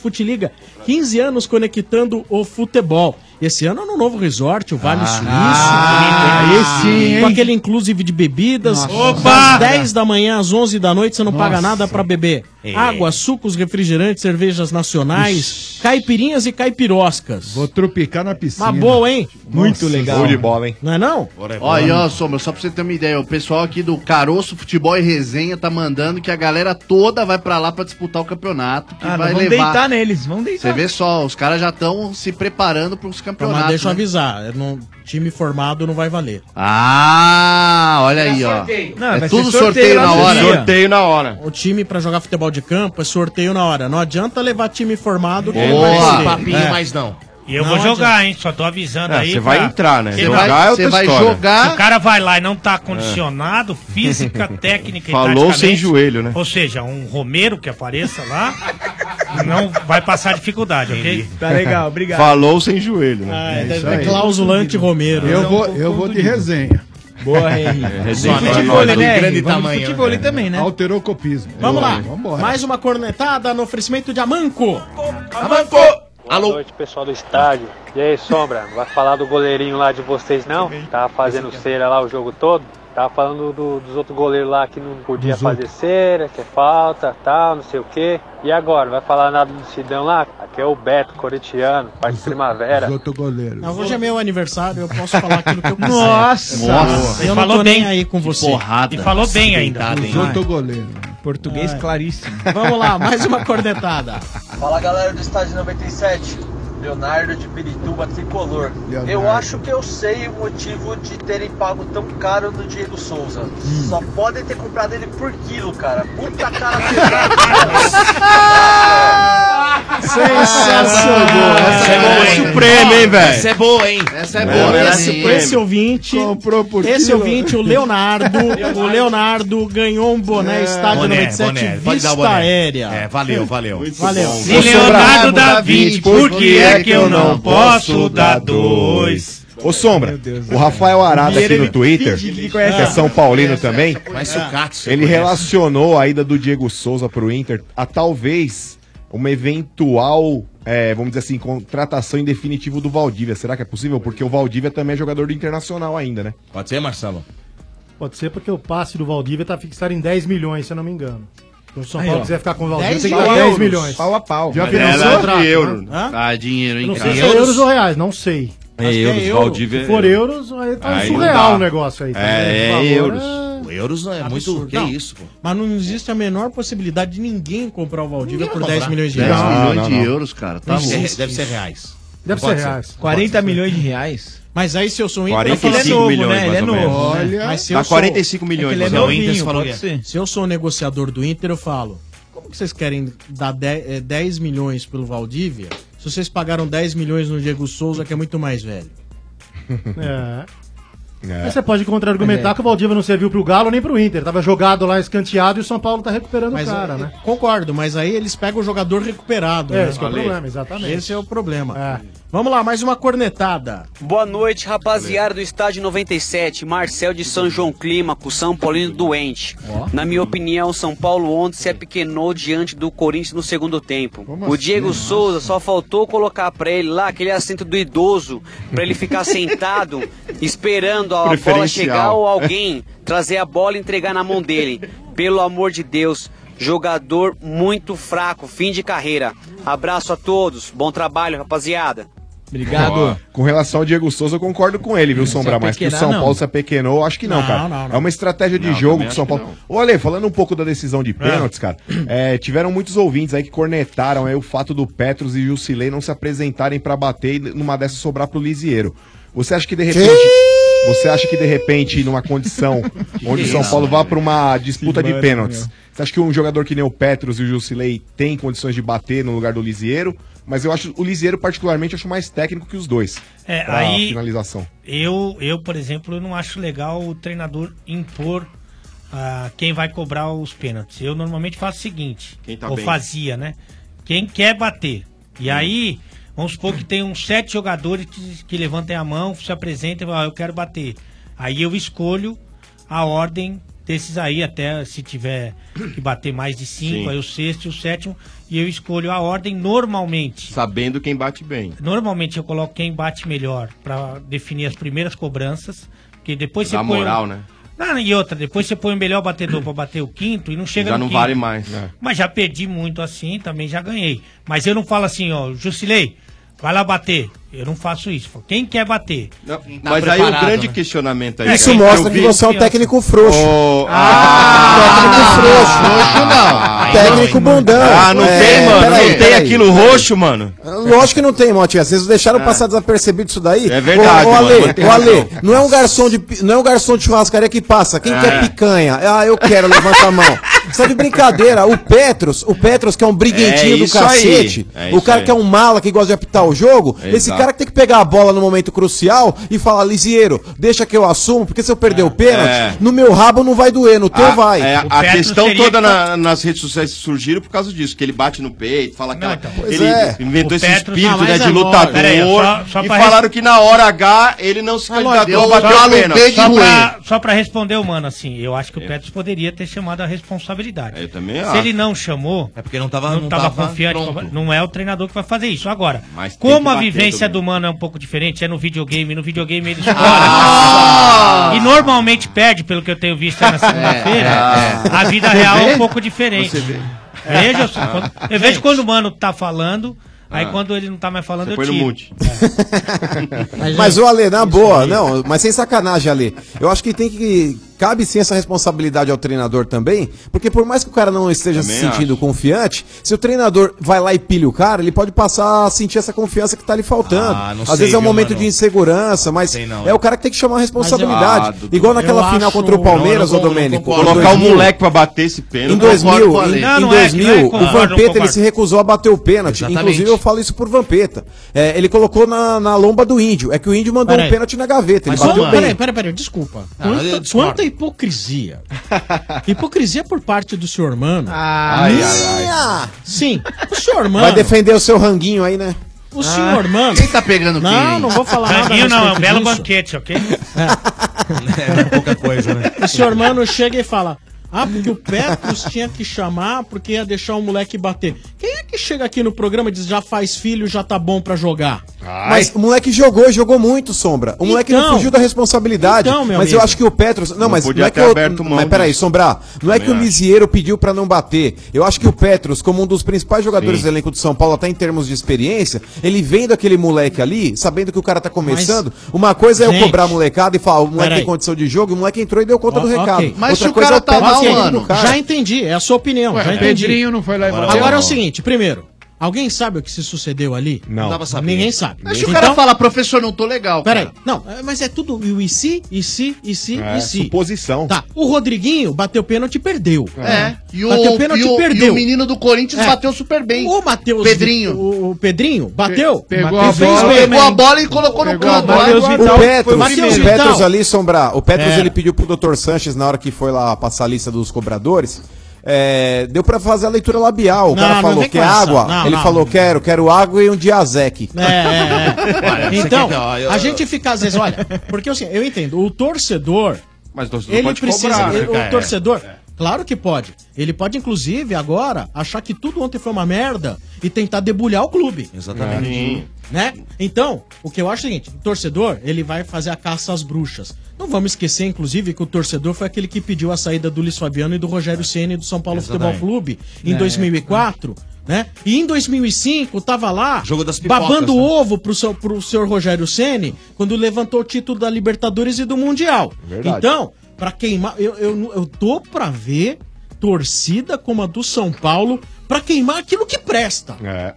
Speaker 7: Futiliga, 15 anos conectando o futebol. Esse ano é no novo resort, o Vale Suíço.
Speaker 13: Ah, esse, hein?
Speaker 7: Com aquele inclusive de bebidas.
Speaker 13: Nossa.
Speaker 7: Das 10 da manhã às 11 da noite, você não paga
Speaker 13: Nossa.
Speaker 7: nada para beber.
Speaker 13: É.
Speaker 7: Água, sucos, refrigerantes, cervejas nacionais, caipirinhas e caipiroscas. Vou
Speaker 11: trupicar na piscina.
Speaker 7: Uma boa, hein?
Speaker 4: Muito legal.
Speaker 11: Gol de
Speaker 4: bola, hein?
Speaker 7: Não é não?
Speaker 4: Olha, e ó, Sombra, só pra você ter uma ideia, o pessoal aqui do Caroço Futebol e Resenha tá mandando que a galera toda vai pra lá pra disputar o campeonato, que
Speaker 13: Ah,
Speaker 4: vai
Speaker 13: vamos
Speaker 4: levar.
Speaker 7: né?
Speaker 13: deitar neles, vamos deitar.
Speaker 4: Você vê só, os caras já estão se preparando pros campeonatos.
Speaker 7: Mas deixa eu
Speaker 4: né?
Speaker 7: avisar, é não- time formado não vai valer.
Speaker 4: Ah, olha aí, ó. é tudo sorteio, na hora.
Speaker 7: na hora. O time pra jogar futebol de campo é sorteio na hora. Não adianta levar time formado. que
Speaker 1: Boa.
Speaker 7: vai É.
Speaker 1: Esse
Speaker 7: valer.
Speaker 1: papinho mais não.
Speaker 8: É. E eu
Speaker 7: Ah, Não
Speaker 8: vou
Speaker 7: adianta.
Speaker 8: jogar, hein? Só tô avisando
Speaker 7: É,
Speaker 8: aí.
Speaker 7: você vai entrar, né?
Speaker 8: Porque
Speaker 7: Você
Speaker 8: não-
Speaker 7: vai-
Speaker 10: Jogar é outra
Speaker 8: você vai
Speaker 10: história.
Speaker 8: jogar- Se o cara vai lá e não tá condicionado,
Speaker 3: É.
Speaker 8: física, técnica e
Speaker 10: Falou sem
Speaker 8: taticamente,
Speaker 10: joelho, né?
Speaker 8: Ou seja, um Romero que apareça lá não vai passar dificuldade, ok?
Speaker 10: Tá legal, obrigado. Falou sem joelho, né?
Speaker 7: Ah, é,
Speaker 10: É isso
Speaker 7: é
Speaker 10: aí.
Speaker 7: clausulante Romero.
Speaker 11: Eu vou, eu vou de resenha.
Speaker 7: Boa, Henrique.
Speaker 10: É, resenha pra nós, né? Grande tamanho, né?
Speaker 11: Alterou copismo.
Speaker 7: Vamos lá.
Speaker 11: Vambora.
Speaker 7: Mais uma cornetada no oferecimento de Amanco. Amanco!
Speaker 2: Boa noite, pessoal do estádio. E aí, Sombra, não vai falar do goleirinho lá de vocês, não? Tava fazendo
Speaker 13: é.
Speaker 2: cera lá o jogo todo? Tava falando do- dos outros goleiros lá que não podia
Speaker 5: Dos
Speaker 2: fazer cera, que é falta, tal, não sei o quê. E agora, vai falar nada do Sidão lá? Aqui é o Beto, corintiano, parte de primavera.
Speaker 11: Outro goleiro.
Speaker 7: Não, hoje é meu aniversário, eu posso falar aquilo que eu quiser.
Speaker 2: Nossa!
Speaker 7: Nossa.
Speaker 2: E
Speaker 7: Eu não
Speaker 2: falou
Speaker 7: tô
Speaker 2: bem.
Speaker 7: nem aí com
Speaker 2: Que
Speaker 7: você.
Speaker 2: porrada. E falou bem ainda.
Speaker 7: Ai.
Speaker 2: Os outros
Speaker 11: goleiro.
Speaker 13: Português
Speaker 7: Ai.
Speaker 13: claríssimo.
Speaker 7: Ah, é. Vamos lá, mais uma cornetada.
Speaker 2: Fala galera do estádio 97, Leonardo de Pirituba Tricolor.
Speaker 7: Leonardo.
Speaker 2: Eu acho que eu sei o motivo de terem pago tão caro no Diego Souza. Só podem ter comprado ele por quilo, cara. Puta cara pesada.
Speaker 7: Sensacional.
Speaker 1: Essa é boa, hein?
Speaker 7: Supremo, hein, velho?
Speaker 1: Essa é boa, hein?
Speaker 4: Essa
Speaker 7: É, esse, esse ouvinte, esse
Speaker 1: quilo.
Speaker 7: ouvinte, o Leonardo, o Leonardo ganhou um
Speaker 1: É.
Speaker 7: boné estádio
Speaker 1: Boné,
Speaker 7: 97
Speaker 1: boné, pode dar
Speaker 7: Vista
Speaker 1: o boné.
Speaker 7: aérea.
Speaker 1: É, valeu, valeu.
Speaker 7: Muito valeu.
Speaker 1: bom.
Speaker 7: Ô,
Speaker 1: Se Leonardo
Speaker 6: um
Speaker 7: Sombra,
Speaker 1: dá 20, por que é que eu não posso dar
Speaker 6: dois? Ô Sombra, o Rafael Arada aqui
Speaker 1: é
Speaker 6: no Twitter, que
Speaker 1: conhece.
Speaker 6: é São Paulino também,
Speaker 1: Mas sucato, você
Speaker 6: ele
Speaker 1: conhece.
Speaker 6: relacionou a ida do Diego Souza pro Inter a talvez uma eventual, é, vamos dizer assim, contratação em definitivo do Valdívia. Será que é possível? Porque o Valdívia também é jogador do Internacional ainda, né?
Speaker 1: Pode ser, Marcelo?
Speaker 12: Pode ser porque o passe do Valdívia tá fixado em 10 milhões, se eu não me engano. Então, se o São
Speaker 4: Aí,
Speaker 12: Paulo
Speaker 4: ó.
Speaker 12: quiser ficar com o Valdívia,
Speaker 4: 10
Speaker 12: tem que dar 10
Speaker 4: euros.
Speaker 12: milhões.
Speaker 4: Pau a pau.
Speaker 12: Já
Speaker 4: Mas
Speaker 12: financiou?
Speaker 4: ela é
Speaker 12: o contrato,
Speaker 4: de euro.
Speaker 12: né? Hã?
Speaker 4: Ah, dinheiro, hein,
Speaker 12: Eu Não
Speaker 4: cara.
Speaker 12: sei se é euros ou reais, não sei.
Speaker 1: É
Speaker 12: Acho que
Speaker 1: euros, Valdívia
Speaker 12: Se
Speaker 1: é
Speaker 12: for
Speaker 1: euro.
Speaker 12: euros, aí tá
Speaker 1: Aí não
Speaker 12: surreal
Speaker 1: dá.
Speaker 12: o negócio aí. tá
Speaker 1: É,
Speaker 12: vendo? O
Speaker 1: é
Speaker 12: valor
Speaker 1: euros. O euros é muito. Que
Speaker 7: Ah, Não,
Speaker 1: isso, pô.
Speaker 7: Mas não existe a menor possibilidade de ninguém comprar o Valdívia por 10 milhões de
Speaker 4: 10
Speaker 7: reais.
Speaker 4: milhões de euros, cara. Tá
Speaker 7: Deve ser-
Speaker 4: louco.
Speaker 7: deve ser
Speaker 1: reais.
Speaker 7: Deve ser reais.
Speaker 26: 40 milhões de reais?
Speaker 7: Mas aí se eu é sou Inter,
Speaker 26: 45
Speaker 7: eu falo-
Speaker 26: milhões, mais ou menos. Olha,
Speaker 7: Mas se
Speaker 26: dá
Speaker 7: eu sou-
Speaker 26: 45 milhões,
Speaker 7: É que ele
Speaker 26: mais ou
Speaker 7: é
Speaker 26: menos.
Speaker 7: novinho,
Speaker 26: O Inter falou
Speaker 7: pode
Speaker 26: que
Speaker 7: ser. Se eu sou o negociador do Inter, eu falo, como que vocês querem dar 10, eh, 10 milhões pelo Valdívia, se vocês pagaram 10 milhões no Diego Souza, que é muito mais velho?
Speaker 12: É. Mas você
Speaker 4: É.
Speaker 12: pode contra-argumentar que o Valdívia não serviu pro Galo nem pro Inter. Tava jogado lá escanteado e o São Paulo tá recuperando
Speaker 7: Mas,
Speaker 12: o cara,
Speaker 7: eh,
Speaker 12: né?
Speaker 7: Concordo, mas aí eles pegam o jogador recuperado.
Speaker 12: É,
Speaker 7: né?
Speaker 12: esse que é o problema, exatamente.
Speaker 7: Esse é o problema. Vamos lá, mais uma cornetada.
Speaker 19: Boa noite, rapaziada do Estádio 97, Marcel de São João Clímaco, São Paulino doente. Na minha opinião, São Paulo ontem se apequenou diante do Corinthians no segundo tempo. O Diego Souza só faltou colocar pra ele lá aquele assento do idoso, pra ele ficar sentado, esperando a bola
Speaker 27: Preferencial.
Speaker 19: chegar ou alguém trazer a bola e entregar na mão dele. Pelo amor de Deus, jogador muito fraco, fim de carreira. Abraço a todos, bom trabalho, rapaziada.
Speaker 6: Ó, Com relação ao Diego Souza, eu concordo com ele, viu, Sombra? Mas que o
Speaker 19: apequenar,
Speaker 6: São
Speaker 19: não.
Speaker 6: Paulo se apequenou, acho que não,
Speaker 19: Não,
Speaker 6: cara.
Speaker 19: não, não.
Speaker 6: É uma estratégia de
Speaker 19: Não,
Speaker 6: jogo
Speaker 19: também
Speaker 6: que o São
Speaker 19: acho que
Speaker 6: Paulo. Ô, Ale, falando um pouco da decisão de pênaltis, cara, é, tiveram muitos ouvintes aí que cornetaram aí o fato do Petros e Jusilei não se apresentarem pra bater e numa dessa sobrar pro Lisieiro. Você acha que de repente. Você acha que de repente, numa condição onde o São
Speaker 19: isso,
Speaker 6: Paulo vá pra uma disputa
Speaker 19: Que
Speaker 6: de
Speaker 19: mano,
Speaker 6: pênaltis,
Speaker 19: meu.
Speaker 6: você acha que um jogador que nem o Petros e o Jusilei tem condições de bater no lugar do Lisieiro? Mas eu acho o Lisieiro particularmente acho mais técnico que os dois.
Speaker 8: É,
Speaker 6: pra
Speaker 8: aí-
Speaker 6: finalização.
Speaker 8: Eu, eu, por exemplo, eu não acho legal o treinador impor ah, quem vai cobrar os pênaltis. Eu normalmente faço o seguinte,
Speaker 3: tá
Speaker 8: ou
Speaker 3: bem.
Speaker 8: fazia, né? Quem quer bater. E aí, vamos supor que tem uns sete jogadores que, que levantem a mão, se apresentem e falam, "Ah, eu quero bater. Aí eu escolho a ordem desses aí, até se tiver que bater mais de cinco,
Speaker 3: Sim.
Speaker 8: aí o sexto e o sétimo, e eu escolho a ordem normalmente.
Speaker 3: Sabendo quem bate bem.
Speaker 8: Normalmente eu coloco quem bate melhor pra definir as primeiras cobranças, porque depois
Speaker 3: Dá
Speaker 8: você põe
Speaker 3: moral,
Speaker 8: o-
Speaker 3: né?
Speaker 8: Não, e outra, depois você põe o melhor batedor pra bater o quinto e não chega
Speaker 3: Já
Speaker 8: no
Speaker 3: não
Speaker 8: quinto.
Speaker 3: vale mais. né?
Speaker 8: Mas já perdi muito assim, também já ganhei. Mas eu não falo assim, ó, Jusilei, vai lá bater. Eu não faço isso. Falo, Quem quer bater? Tá né?
Speaker 3: Não, Mas aí o grande questionamento aí.
Speaker 9: Isso
Speaker 3: cara,
Speaker 9: mostra
Speaker 3: eu
Speaker 9: que
Speaker 3: vi-
Speaker 9: você é um técnico frouxo. técnico frouxo.
Speaker 3: Ah,
Speaker 9: técnico bundão.
Speaker 5: Ah, não
Speaker 9: É,
Speaker 5: tem, mano.
Speaker 9: peraí,
Speaker 5: não tem
Speaker 9: peraí.
Speaker 5: aquilo roxo, mano. Ah.
Speaker 9: Lógico que não tem, Motti. Às vezes deixaram passar desapercebido isso daí.
Speaker 5: É verdade,
Speaker 9: Ô, ô,
Speaker 5: mano,
Speaker 9: Ale,
Speaker 5: você tem
Speaker 9: ô, Ale,
Speaker 5: razão.
Speaker 9: não é um garçom de pi- não é um garçom de churrascaria que passa. Quem
Speaker 5: É.
Speaker 9: quer picanha? Ah, eu quero, levanta a mão. Isso é de brincadeira. O Petros, o Petros que é um briguentinho
Speaker 5: É
Speaker 9: do
Speaker 5: isso aí.
Speaker 9: cacete,
Speaker 5: É
Speaker 9: o
Speaker 5: isso
Speaker 9: cara
Speaker 5: aí. É
Speaker 9: que é um mala que gosta de apitar o jogo,
Speaker 5: Exato.
Speaker 9: esse cara que tem que pegar a bola no momento crucial e falar, Lisieiro, deixa que eu assumo, porque se eu perder o pênalti,
Speaker 3: É.
Speaker 9: no meu rabo não vai doer, no teu
Speaker 3: A-
Speaker 9: então vai.
Speaker 3: é, a questão toda na- nas redes sociais surgiram por causa disso, que ele bate no peito, fala aquela. Ele
Speaker 9: é.
Speaker 3: inventou
Speaker 9: O
Speaker 3: esse
Speaker 9: Petros-
Speaker 3: espírito
Speaker 9: Ah, mas
Speaker 3: né, de
Speaker 9: é
Speaker 3: lutador.
Speaker 9: lógico. Peraí, só- só
Speaker 3: e
Speaker 8: pra
Speaker 3: falaram
Speaker 8: res- um
Speaker 3: que na hora H ele não se candidatou a bater o pênalti.
Speaker 8: Só pra, só pra responder o mano, assim, eu acho que o Petros poderia ter chamado a responsabilidade.
Speaker 3: Eu também
Speaker 8: Se
Speaker 3: acho.
Speaker 8: ele não chamou,
Speaker 1: É porque não tava,
Speaker 8: não estava confiante, não é o treinador que vai fazer isso. Agora, como a
Speaker 3: bater
Speaker 8: vivência do mano é um pouco diferente, é no videogame, no videogame ele escolhe. E normalmente perde, pelo que eu tenho visto aí na segunda-feira.
Speaker 19: É, é.
Speaker 8: A vida
Speaker 19: Você
Speaker 8: real
Speaker 19: vê?
Speaker 8: é um pouco diferente.
Speaker 19: Você vê.
Speaker 8: Veja, eu, sou-
Speaker 19: Ah.
Speaker 8: quando- eu vejo quando o mano tá falando, aí
Speaker 9: Ah.
Speaker 8: quando ele não tá mais falando,
Speaker 9: Você
Speaker 8: eu
Speaker 9: põe no
Speaker 8: tiro.
Speaker 9: mute.
Speaker 8: É.
Speaker 9: Mas, o Ale, na boa, não, mas sem sacanagem, Ale. Eu acho que tem que Cabe sim essa responsabilidade ao treinador também, porque por mais que o cara não esteja se
Speaker 3: Também
Speaker 9: sentindo confiante, se o treinador vai lá e pilha o cara, ele pode passar a sentir essa confiança que tá lhe faltando.
Speaker 1: Ah, não
Speaker 9: Às
Speaker 1: sei,
Speaker 9: vezes é um
Speaker 1: viu,
Speaker 9: momento
Speaker 1: Manu?
Speaker 9: de insegurança, mas
Speaker 1: não,
Speaker 9: é o cara que tem que chamar a
Speaker 1: Ah,
Speaker 9: responsabilidade.
Speaker 1: Dudu,
Speaker 9: Igual naquela
Speaker 1: eu
Speaker 9: final
Speaker 1: acho-
Speaker 9: contra o Palmeiras,
Speaker 3: Não, um-
Speaker 9: ô
Speaker 3: eu não concordo,
Speaker 9: Domênico.
Speaker 3: não concordo.
Speaker 9: em
Speaker 3: Colocar o
Speaker 9: 2000.
Speaker 3: moleque pra bater esse pênalti.
Speaker 9: Em
Speaker 3: Eu concordo
Speaker 9: 2000,
Speaker 3: com a lei.
Speaker 9: em,
Speaker 3: Não, não é,
Speaker 9: em
Speaker 3: não
Speaker 9: 2000
Speaker 3: é,
Speaker 9: o
Speaker 3: concordo,
Speaker 9: Vampeta ele
Speaker 3: concordo.
Speaker 9: se recusou a bater o pênalti.
Speaker 3: Exatamente.
Speaker 9: Inclusive, eu falo isso por Vampeta. É, ele colocou na, na lomba do índio. É que o índio mandou
Speaker 7: Peraí.
Speaker 9: um pênalti na gaveta. Ele
Speaker 7: Mas
Speaker 9: bateu
Speaker 7: como-
Speaker 9: bem.
Speaker 7: peraí, peraí, peraí, desculpa.
Speaker 9: Não, eu
Speaker 7: Quanta,
Speaker 9: discordo.
Speaker 7: quanta hipocrisia. hipocrisia por parte do senhor Mano.
Speaker 9: Ai, ai,
Speaker 7: Minha! Sim, o senhor Mano.
Speaker 9: Vai defender o seu ranguinho aí, né?
Speaker 7: O senhor Mano. Quem
Speaker 4: tá pegando
Speaker 7: Não,
Speaker 9: quem, hein?
Speaker 7: não vou falar nada.
Speaker 8: Ranguinho
Speaker 7: a
Speaker 8: não, é um
Speaker 7: respeito
Speaker 8: belo
Speaker 7: disso.
Speaker 8: banquete, ok?
Speaker 9: É,
Speaker 1: pouca coisa, né?
Speaker 7: O senhor Mano chega e fala. Ah, porque o Petros tinha que chamar porque ia deixar o moleque bater. Quem é que chega aqui no programa e diz já faz filho, já tá bom pra jogar?
Speaker 9: Mas o moleque jogou, jogou muito, Sombra. O moleque não
Speaker 7: Então.
Speaker 9: fugiu da responsabilidade.
Speaker 7: Então, meu
Speaker 9: mas eu
Speaker 7: amigo.
Speaker 9: acho que o Petros. Não,
Speaker 7: Não
Speaker 9: mas
Speaker 7: podia
Speaker 9: não é que
Speaker 7: ter
Speaker 9: eu-
Speaker 7: aberto mão
Speaker 9: Mas peraí,
Speaker 7: disso.
Speaker 9: Sombra. Não é
Speaker 7: Também
Speaker 9: que o
Speaker 7: acho.
Speaker 9: Lisieiro pediu pra não bater. Eu acho que o Petros, como um dos principais jogadores
Speaker 7: Sim.
Speaker 9: do elenco de São Paulo, até em termos de experiência, ele vendo aquele moleque ali, sabendo que o cara tá começando. uma coisa é eu
Speaker 7: Gente.
Speaker 9: cobrar a molecada e falar, o moleque
Speaker 7: Peraí.
Speaker 9: tem condição de jogo, e o moleque entrou e deu conta do
Speaker 7: Ó,
Speaker 9: recado.
Speaker 7: ok.
Speaker 9: Outra coisa é o Petros
Speaker 7: Ok,
Speaker 9: olhando pro cara.
Speaker 7: tá Já entendi, é a sua opinião.
Speaker 9: Ué,
Speaker 7: já
Speaker 9: o
Speaker 7: entendi.
Speaker 9: Pedrinho não foi lá e
Speaker 7: Agora,
Speaker 9: bateu.
Speaker 7: é o seguinte, primeiro, alguém sabe o que se sucedeu ali?
Speaker 9: Não dá
Speaker 7: dá
Speaker 9: pra
Speaker 7: pra
Speaker 9: saber.
Speaker 7: Ninguém sabe. Então,
Speaker 4: Mas se o cara fala, professor, não tô legal.
Speaker 7: Peraí, não, é, mas é tudo e o e se, e se, e se,
Speaker 4: É,
Speaker 7: e se.
Speaker 6: Suposição.
Speaker 7: Tá, o Rodriguinho bateu pênalti e perdeu.
Speaker 4: É. E o,
Speaker 7: bateu pênalti
Speaker 4: e
Speaker 7: e
Speaker 4: o,
Speaker 7: perdeu.
Speaker 4: e o menino do Corinthians
Speaker 7: É.
Speaker 4: bateu super bem.
Speaker 7: O Matheus.
Speaker 4: Pedrinho.
Speaker 7: O, o Pedrinho bateu.
Speaker 4: Pe- pegou
Speaker 7: Bateu,
Speaker 4: a
Speaker 7: fez
Speaker 4: bola.
Speaker 7: bem.
Speaker 4: Pegou a bola e colocou no
Speaker 7: Pegou a
Speaker 4: canto.
Speaker 7: bola.
Speaker 4: Olha,
Speaker 7: Matheus
Speaker 9: O
Speaker 7: Vital
Speaker 9: Petros,
Speaker 7: foi
Speaker 9: o
Speaker 7: Matheus
Speaker 9: Petros
Speaker 7: Vital. É.
Speaker 9: ali, Sombra, o Petros
Speaker 7: Pera.
Speaker 9: ele pediu pro Dr. Sanches, na hora que foi lá passar a lista dos cobradores, é, deu pra fazer a leitura labial. O
Speaker 7: Não,
Speaker 9: cara
Speaker 7: não
Speaker 9: falou,
Speaker 7: vem com
Speaker 9: quer
Speaker 7: essa.
Speaker 9: água?
Speaker 7: Não,
Speaker 9: ele
Speaker 7: não.
Speaker 9: falou, quero, quero água e um diazec.
Speaker 7: É, é, é. então,
Speaker 9: Olha, eu-
Speaker 7: a gente fica às vezes, olha, porque assim, eu entendo, o torcedor,
Speaker 3: Mas o torcedor
Speaker 7: ele
Speaker 3: pode
Speaker 7: precisa,
Speaker 3: cobrar, né,
Speaker 7: ele-
Speaker 3: cara?
Speaker 7: o torcedor, claro que pode. Ele pode, inclusive, agora, achar que tudo ontem foi uma merda e tentar debulhar o clube.
Speaker 1: Exatamente. Sim.
Speaker 7: Né? Então, o que eu acho é o seguinte, o torcedor, ele vai fazer a caça às bruxas. Não vamos esquecer, inclusive, que o torcedor foi aquele que pediu a saída do Luiz Fabiano e do Rogério Ceni do São Paulo
Speaker 1: Exatamente.
Speaker 7: Futebol Clube em
Speaker 1: É.
Speaker 7: 2004, né? E em 2005 tava lá
Speaker 1: Jogo das pipocas,
Speaker 7: babando
Speaker 1: né?
Speaker 7: ovo pro, seu, pro senhor Rogério Ceni quando levantou o título da Libertadores e do Mundial.
Speaker 1: É Verdade.
Speaker 7: Então, pra queimar, eu, eu, eu tô pra ver torcida como a do São Paulo pra queimar aquilo que presta.
Speaker 6: É.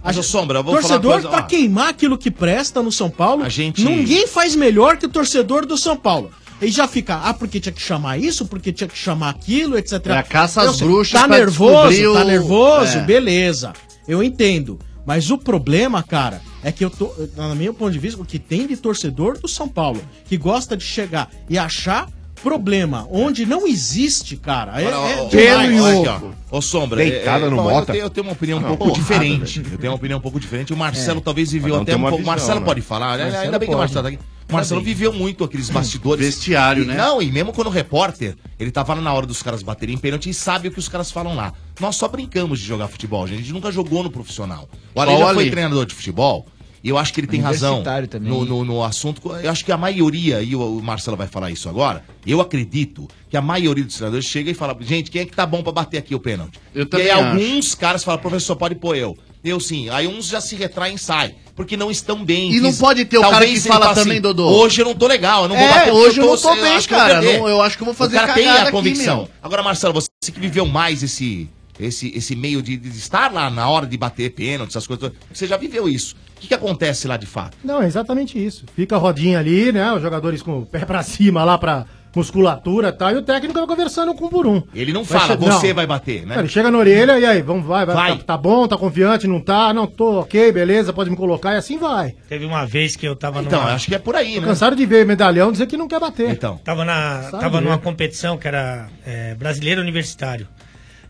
Speaker 1: Mas, ô, Sombra, eu vou falar
Speaker 7: torcedor
Speaker 1: uma coisa,
Speaker 7: pra
Speaker 1: ó.
Speaker 7: queimar aquilo que presta no São Paulo.
Speaker 1: A gente-
Speaker 7: Ninguém faz melhor que o torcedor do São Paulo. E já fica, ah, porque tinha que chamar isso, porque tinha que chamar aquilo, etc.
Speaker 4: É a caça
Speaker 7: Eu
Speaker 4: às
Speaker 7: sei,
Speaker 4: bruxas
Speaker 7: Tá
Speaker 4: pra descobrir
Speaker 7: nervoso,
Speaker 4: o-
Speaker 7: tá nervoso,
Speaker 4: É.
Speaker 7: beleza. Eu entendo. Mas o problema, cara, é que eu tô, na- no meu ponto de vista, o que tem de torcedor do São Paulo, que gosta de chegar e achar problema, onde não existe, cara. É, é demais.
Speaker 1: Olha aqui, ó. Ô, Sombra,
Speaker 7: Deitada no
Speaker 1: bom,
Speaker 7: Mota.
Speaker 1: Eu tenho, eu tenho uma opinião um
Speaker 7: Não,
Speaker 1: pouco
Speaker 7: porrada,
Speaker 1: diferente. Eu tenho uma opinião um pouco diferente. O Marcelo
Speaker 7: É.
Speaker 1: talvez viveu
Speaker 7: Cada um
Speaker 1: até
Speaker 7: tem
Speaker 1: um
Speaker 7: uma
Speaker 1: pouco.
Speaker 7: visão,
Speaker 1: Marcelo
Speaker 7: né?
Speaker 1: pode falar, né?
Speaker 7: Marcelo
Speaker 1: Ainda bem que o
Speaker 7: pode.
Speaker 1: Marcelo tá aqui. O Marcelo
Speaker 7: bem.
Speaker 1: viveu muito aqueles bastidores. Vestiário,
Speaker 4: né?
Speaker 1: Não, e mesmo quando repórter, ele tava lá na hora dos caras baterem pênalti e sabe o que os caras falam lá. Nós só brincamos de jogar futebol, gente. A gente nunca jogou no profissional. O Ale
Speaker 24: Só
Speaker 1: já
Speaker 24: o
Speaker 1: foi
Speaker 24: Ale.
Speaker 1: treinador de futebol. E eu acho que ele tem razão
Speaker 24: Universitário também.
Speaker 1: no, no, no assunto. Eu acho que a maioria, e o o Marcelo vai falar isso agora, eu acredito que a maioria dos treinadores chega e fala, gente, quem é que tá bom pra bater aqui o pênalti?
Speaker 4: Eu
Speaker 1: e aí
Speaker 4: também acho.
Speaker 1: alguns caras falam, professor, pode pôr eu. Eu sim. Aí uns já se retraem e saem, porque não estão bem.
Speaker 4: E não pode ter o cara que
Speaker 1: ele
Speaker 4: fala
Speaker 1: assim,
Speaker 4: também, Dodô.
Speaker 1: Hoje eu não tô legal, eu não vou
Speaker 4: É,
Speaker 1: bater
Speaker 4: hoje eu não
Speaker 1: tô-
Speaker 4: tô bem,
Speaker 1: acho que eu vou
Speaker 4: cara.
Speaker 1: perder."
Speaker 4: Não, eu acho que eu vou fazer
Speaker 1: O cara tem
Speaker 4: cagada
Speaker 1: a
Speaker 4: aqui,
Speaker 1: convicção.
Speaker 4: meu.
Speaker 1: agora, Marcelo, você que viveu mais esse, esse, esse meio de, de estar lá na hora de bater pênalti, essas coisas, todas, você já viveu isso. O que, que acontece lá de fato?
Speaker 5: Não, é exatamente isso. Fica a rodinha ali, né? Os jogadores com o pé pra cima lá pra musculatura e tal. E o técnico vai conversando com o por um.
Speaker 1: Ele não
Speaker 5: Vai
Speaker 1: fala,
Speaker 5: che-
Speaker 1: você
Speaker 5: não.
Speaker 1: vai bater, né?
Speaker 5: Ele chega na orelha e aí, vamos, vai, vai.
Speaker 8: Vai.
Speaker 5: Tá, tá bom, tá confiante, não tá, não tô, ok, beleza, pode me colocar e assim vai.
Speaker 8: Teve uma vez que eu tava
Speaker 5: Então,
Speaker 8: numa...
Speaker 5: acho
Speaker 1: que é por aí,
Speaker 5: Tô
Speaker 12: né?
Speaker 5: cansado de ver medalhão dizer que não quer bater.
Speaker 1: Então.
Speaker 8: Tava, na,
Speaker 5: Sabe,
Speaker 8: tava
Speaker 5: né?
Speaker 8: numa competição que era é, brasileiro universitário.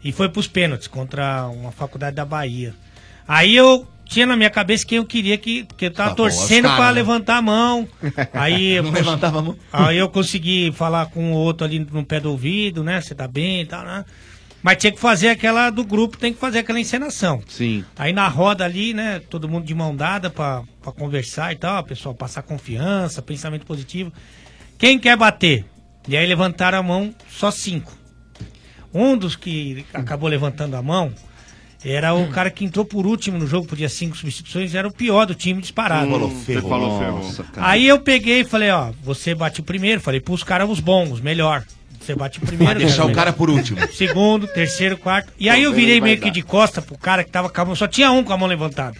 Speaker 8: E foi pros pênaltis contra uma faculdade da Bahia. Aí eu tinha na minha cabeça quem eu queria que. Porque eu tava
Speaker 24: Tá bom,
Speaker 8: torcendo
Speaker 24: os caras,
Speaker 8: pra
Speaker 24: né?
Speaker 8: levantar a mão. Aí eu
Speaker 24: Não
Speaker 8: cons-
Speaker 24: levantava a mão.
Speaker 8: Aí eu consegui falar com o outro ali no pé do ouvido, né? Você tá bem e tal, né? Mas tinha que fazer aquela do grupo, tem que fazer aquela encenação.
Speaker 4: Sim.
Speaker 8: Aí na roda ali, né, todo mundo de mão dada pra, pra conversar e tal, pessoal passar confiança, pensamento positivo. Quem quer bater? E aí levantaram a mão só cinco. Um dos que acabou levantando a mão, Era o cara que entrou por último no jogo, podia cinco substituições, era o pior do time disparado.
Speaker 3: Falou ferro. Hum, Você falou ferro. Nossa, cara.
Speaker 8: Aí eu peguei e falei, ó, você bate o primeiro, falei pros caras os bons, os melhor. Você bate o primeiro.
Speaker 1: Pra deixar
Speaker 8: né?
Speaker 1: o cara por último.
Speaker 8: Segundo, terceiro, quarto. E aí eu
Speaker 1: Talvez
Speaker 8: virei
Speaker 1: vai
Speaker 8: meio que
Speaker 1: dar.
Speaker 8: de costa pro cara que tava com a mão. Só tinha um com a mão levantada.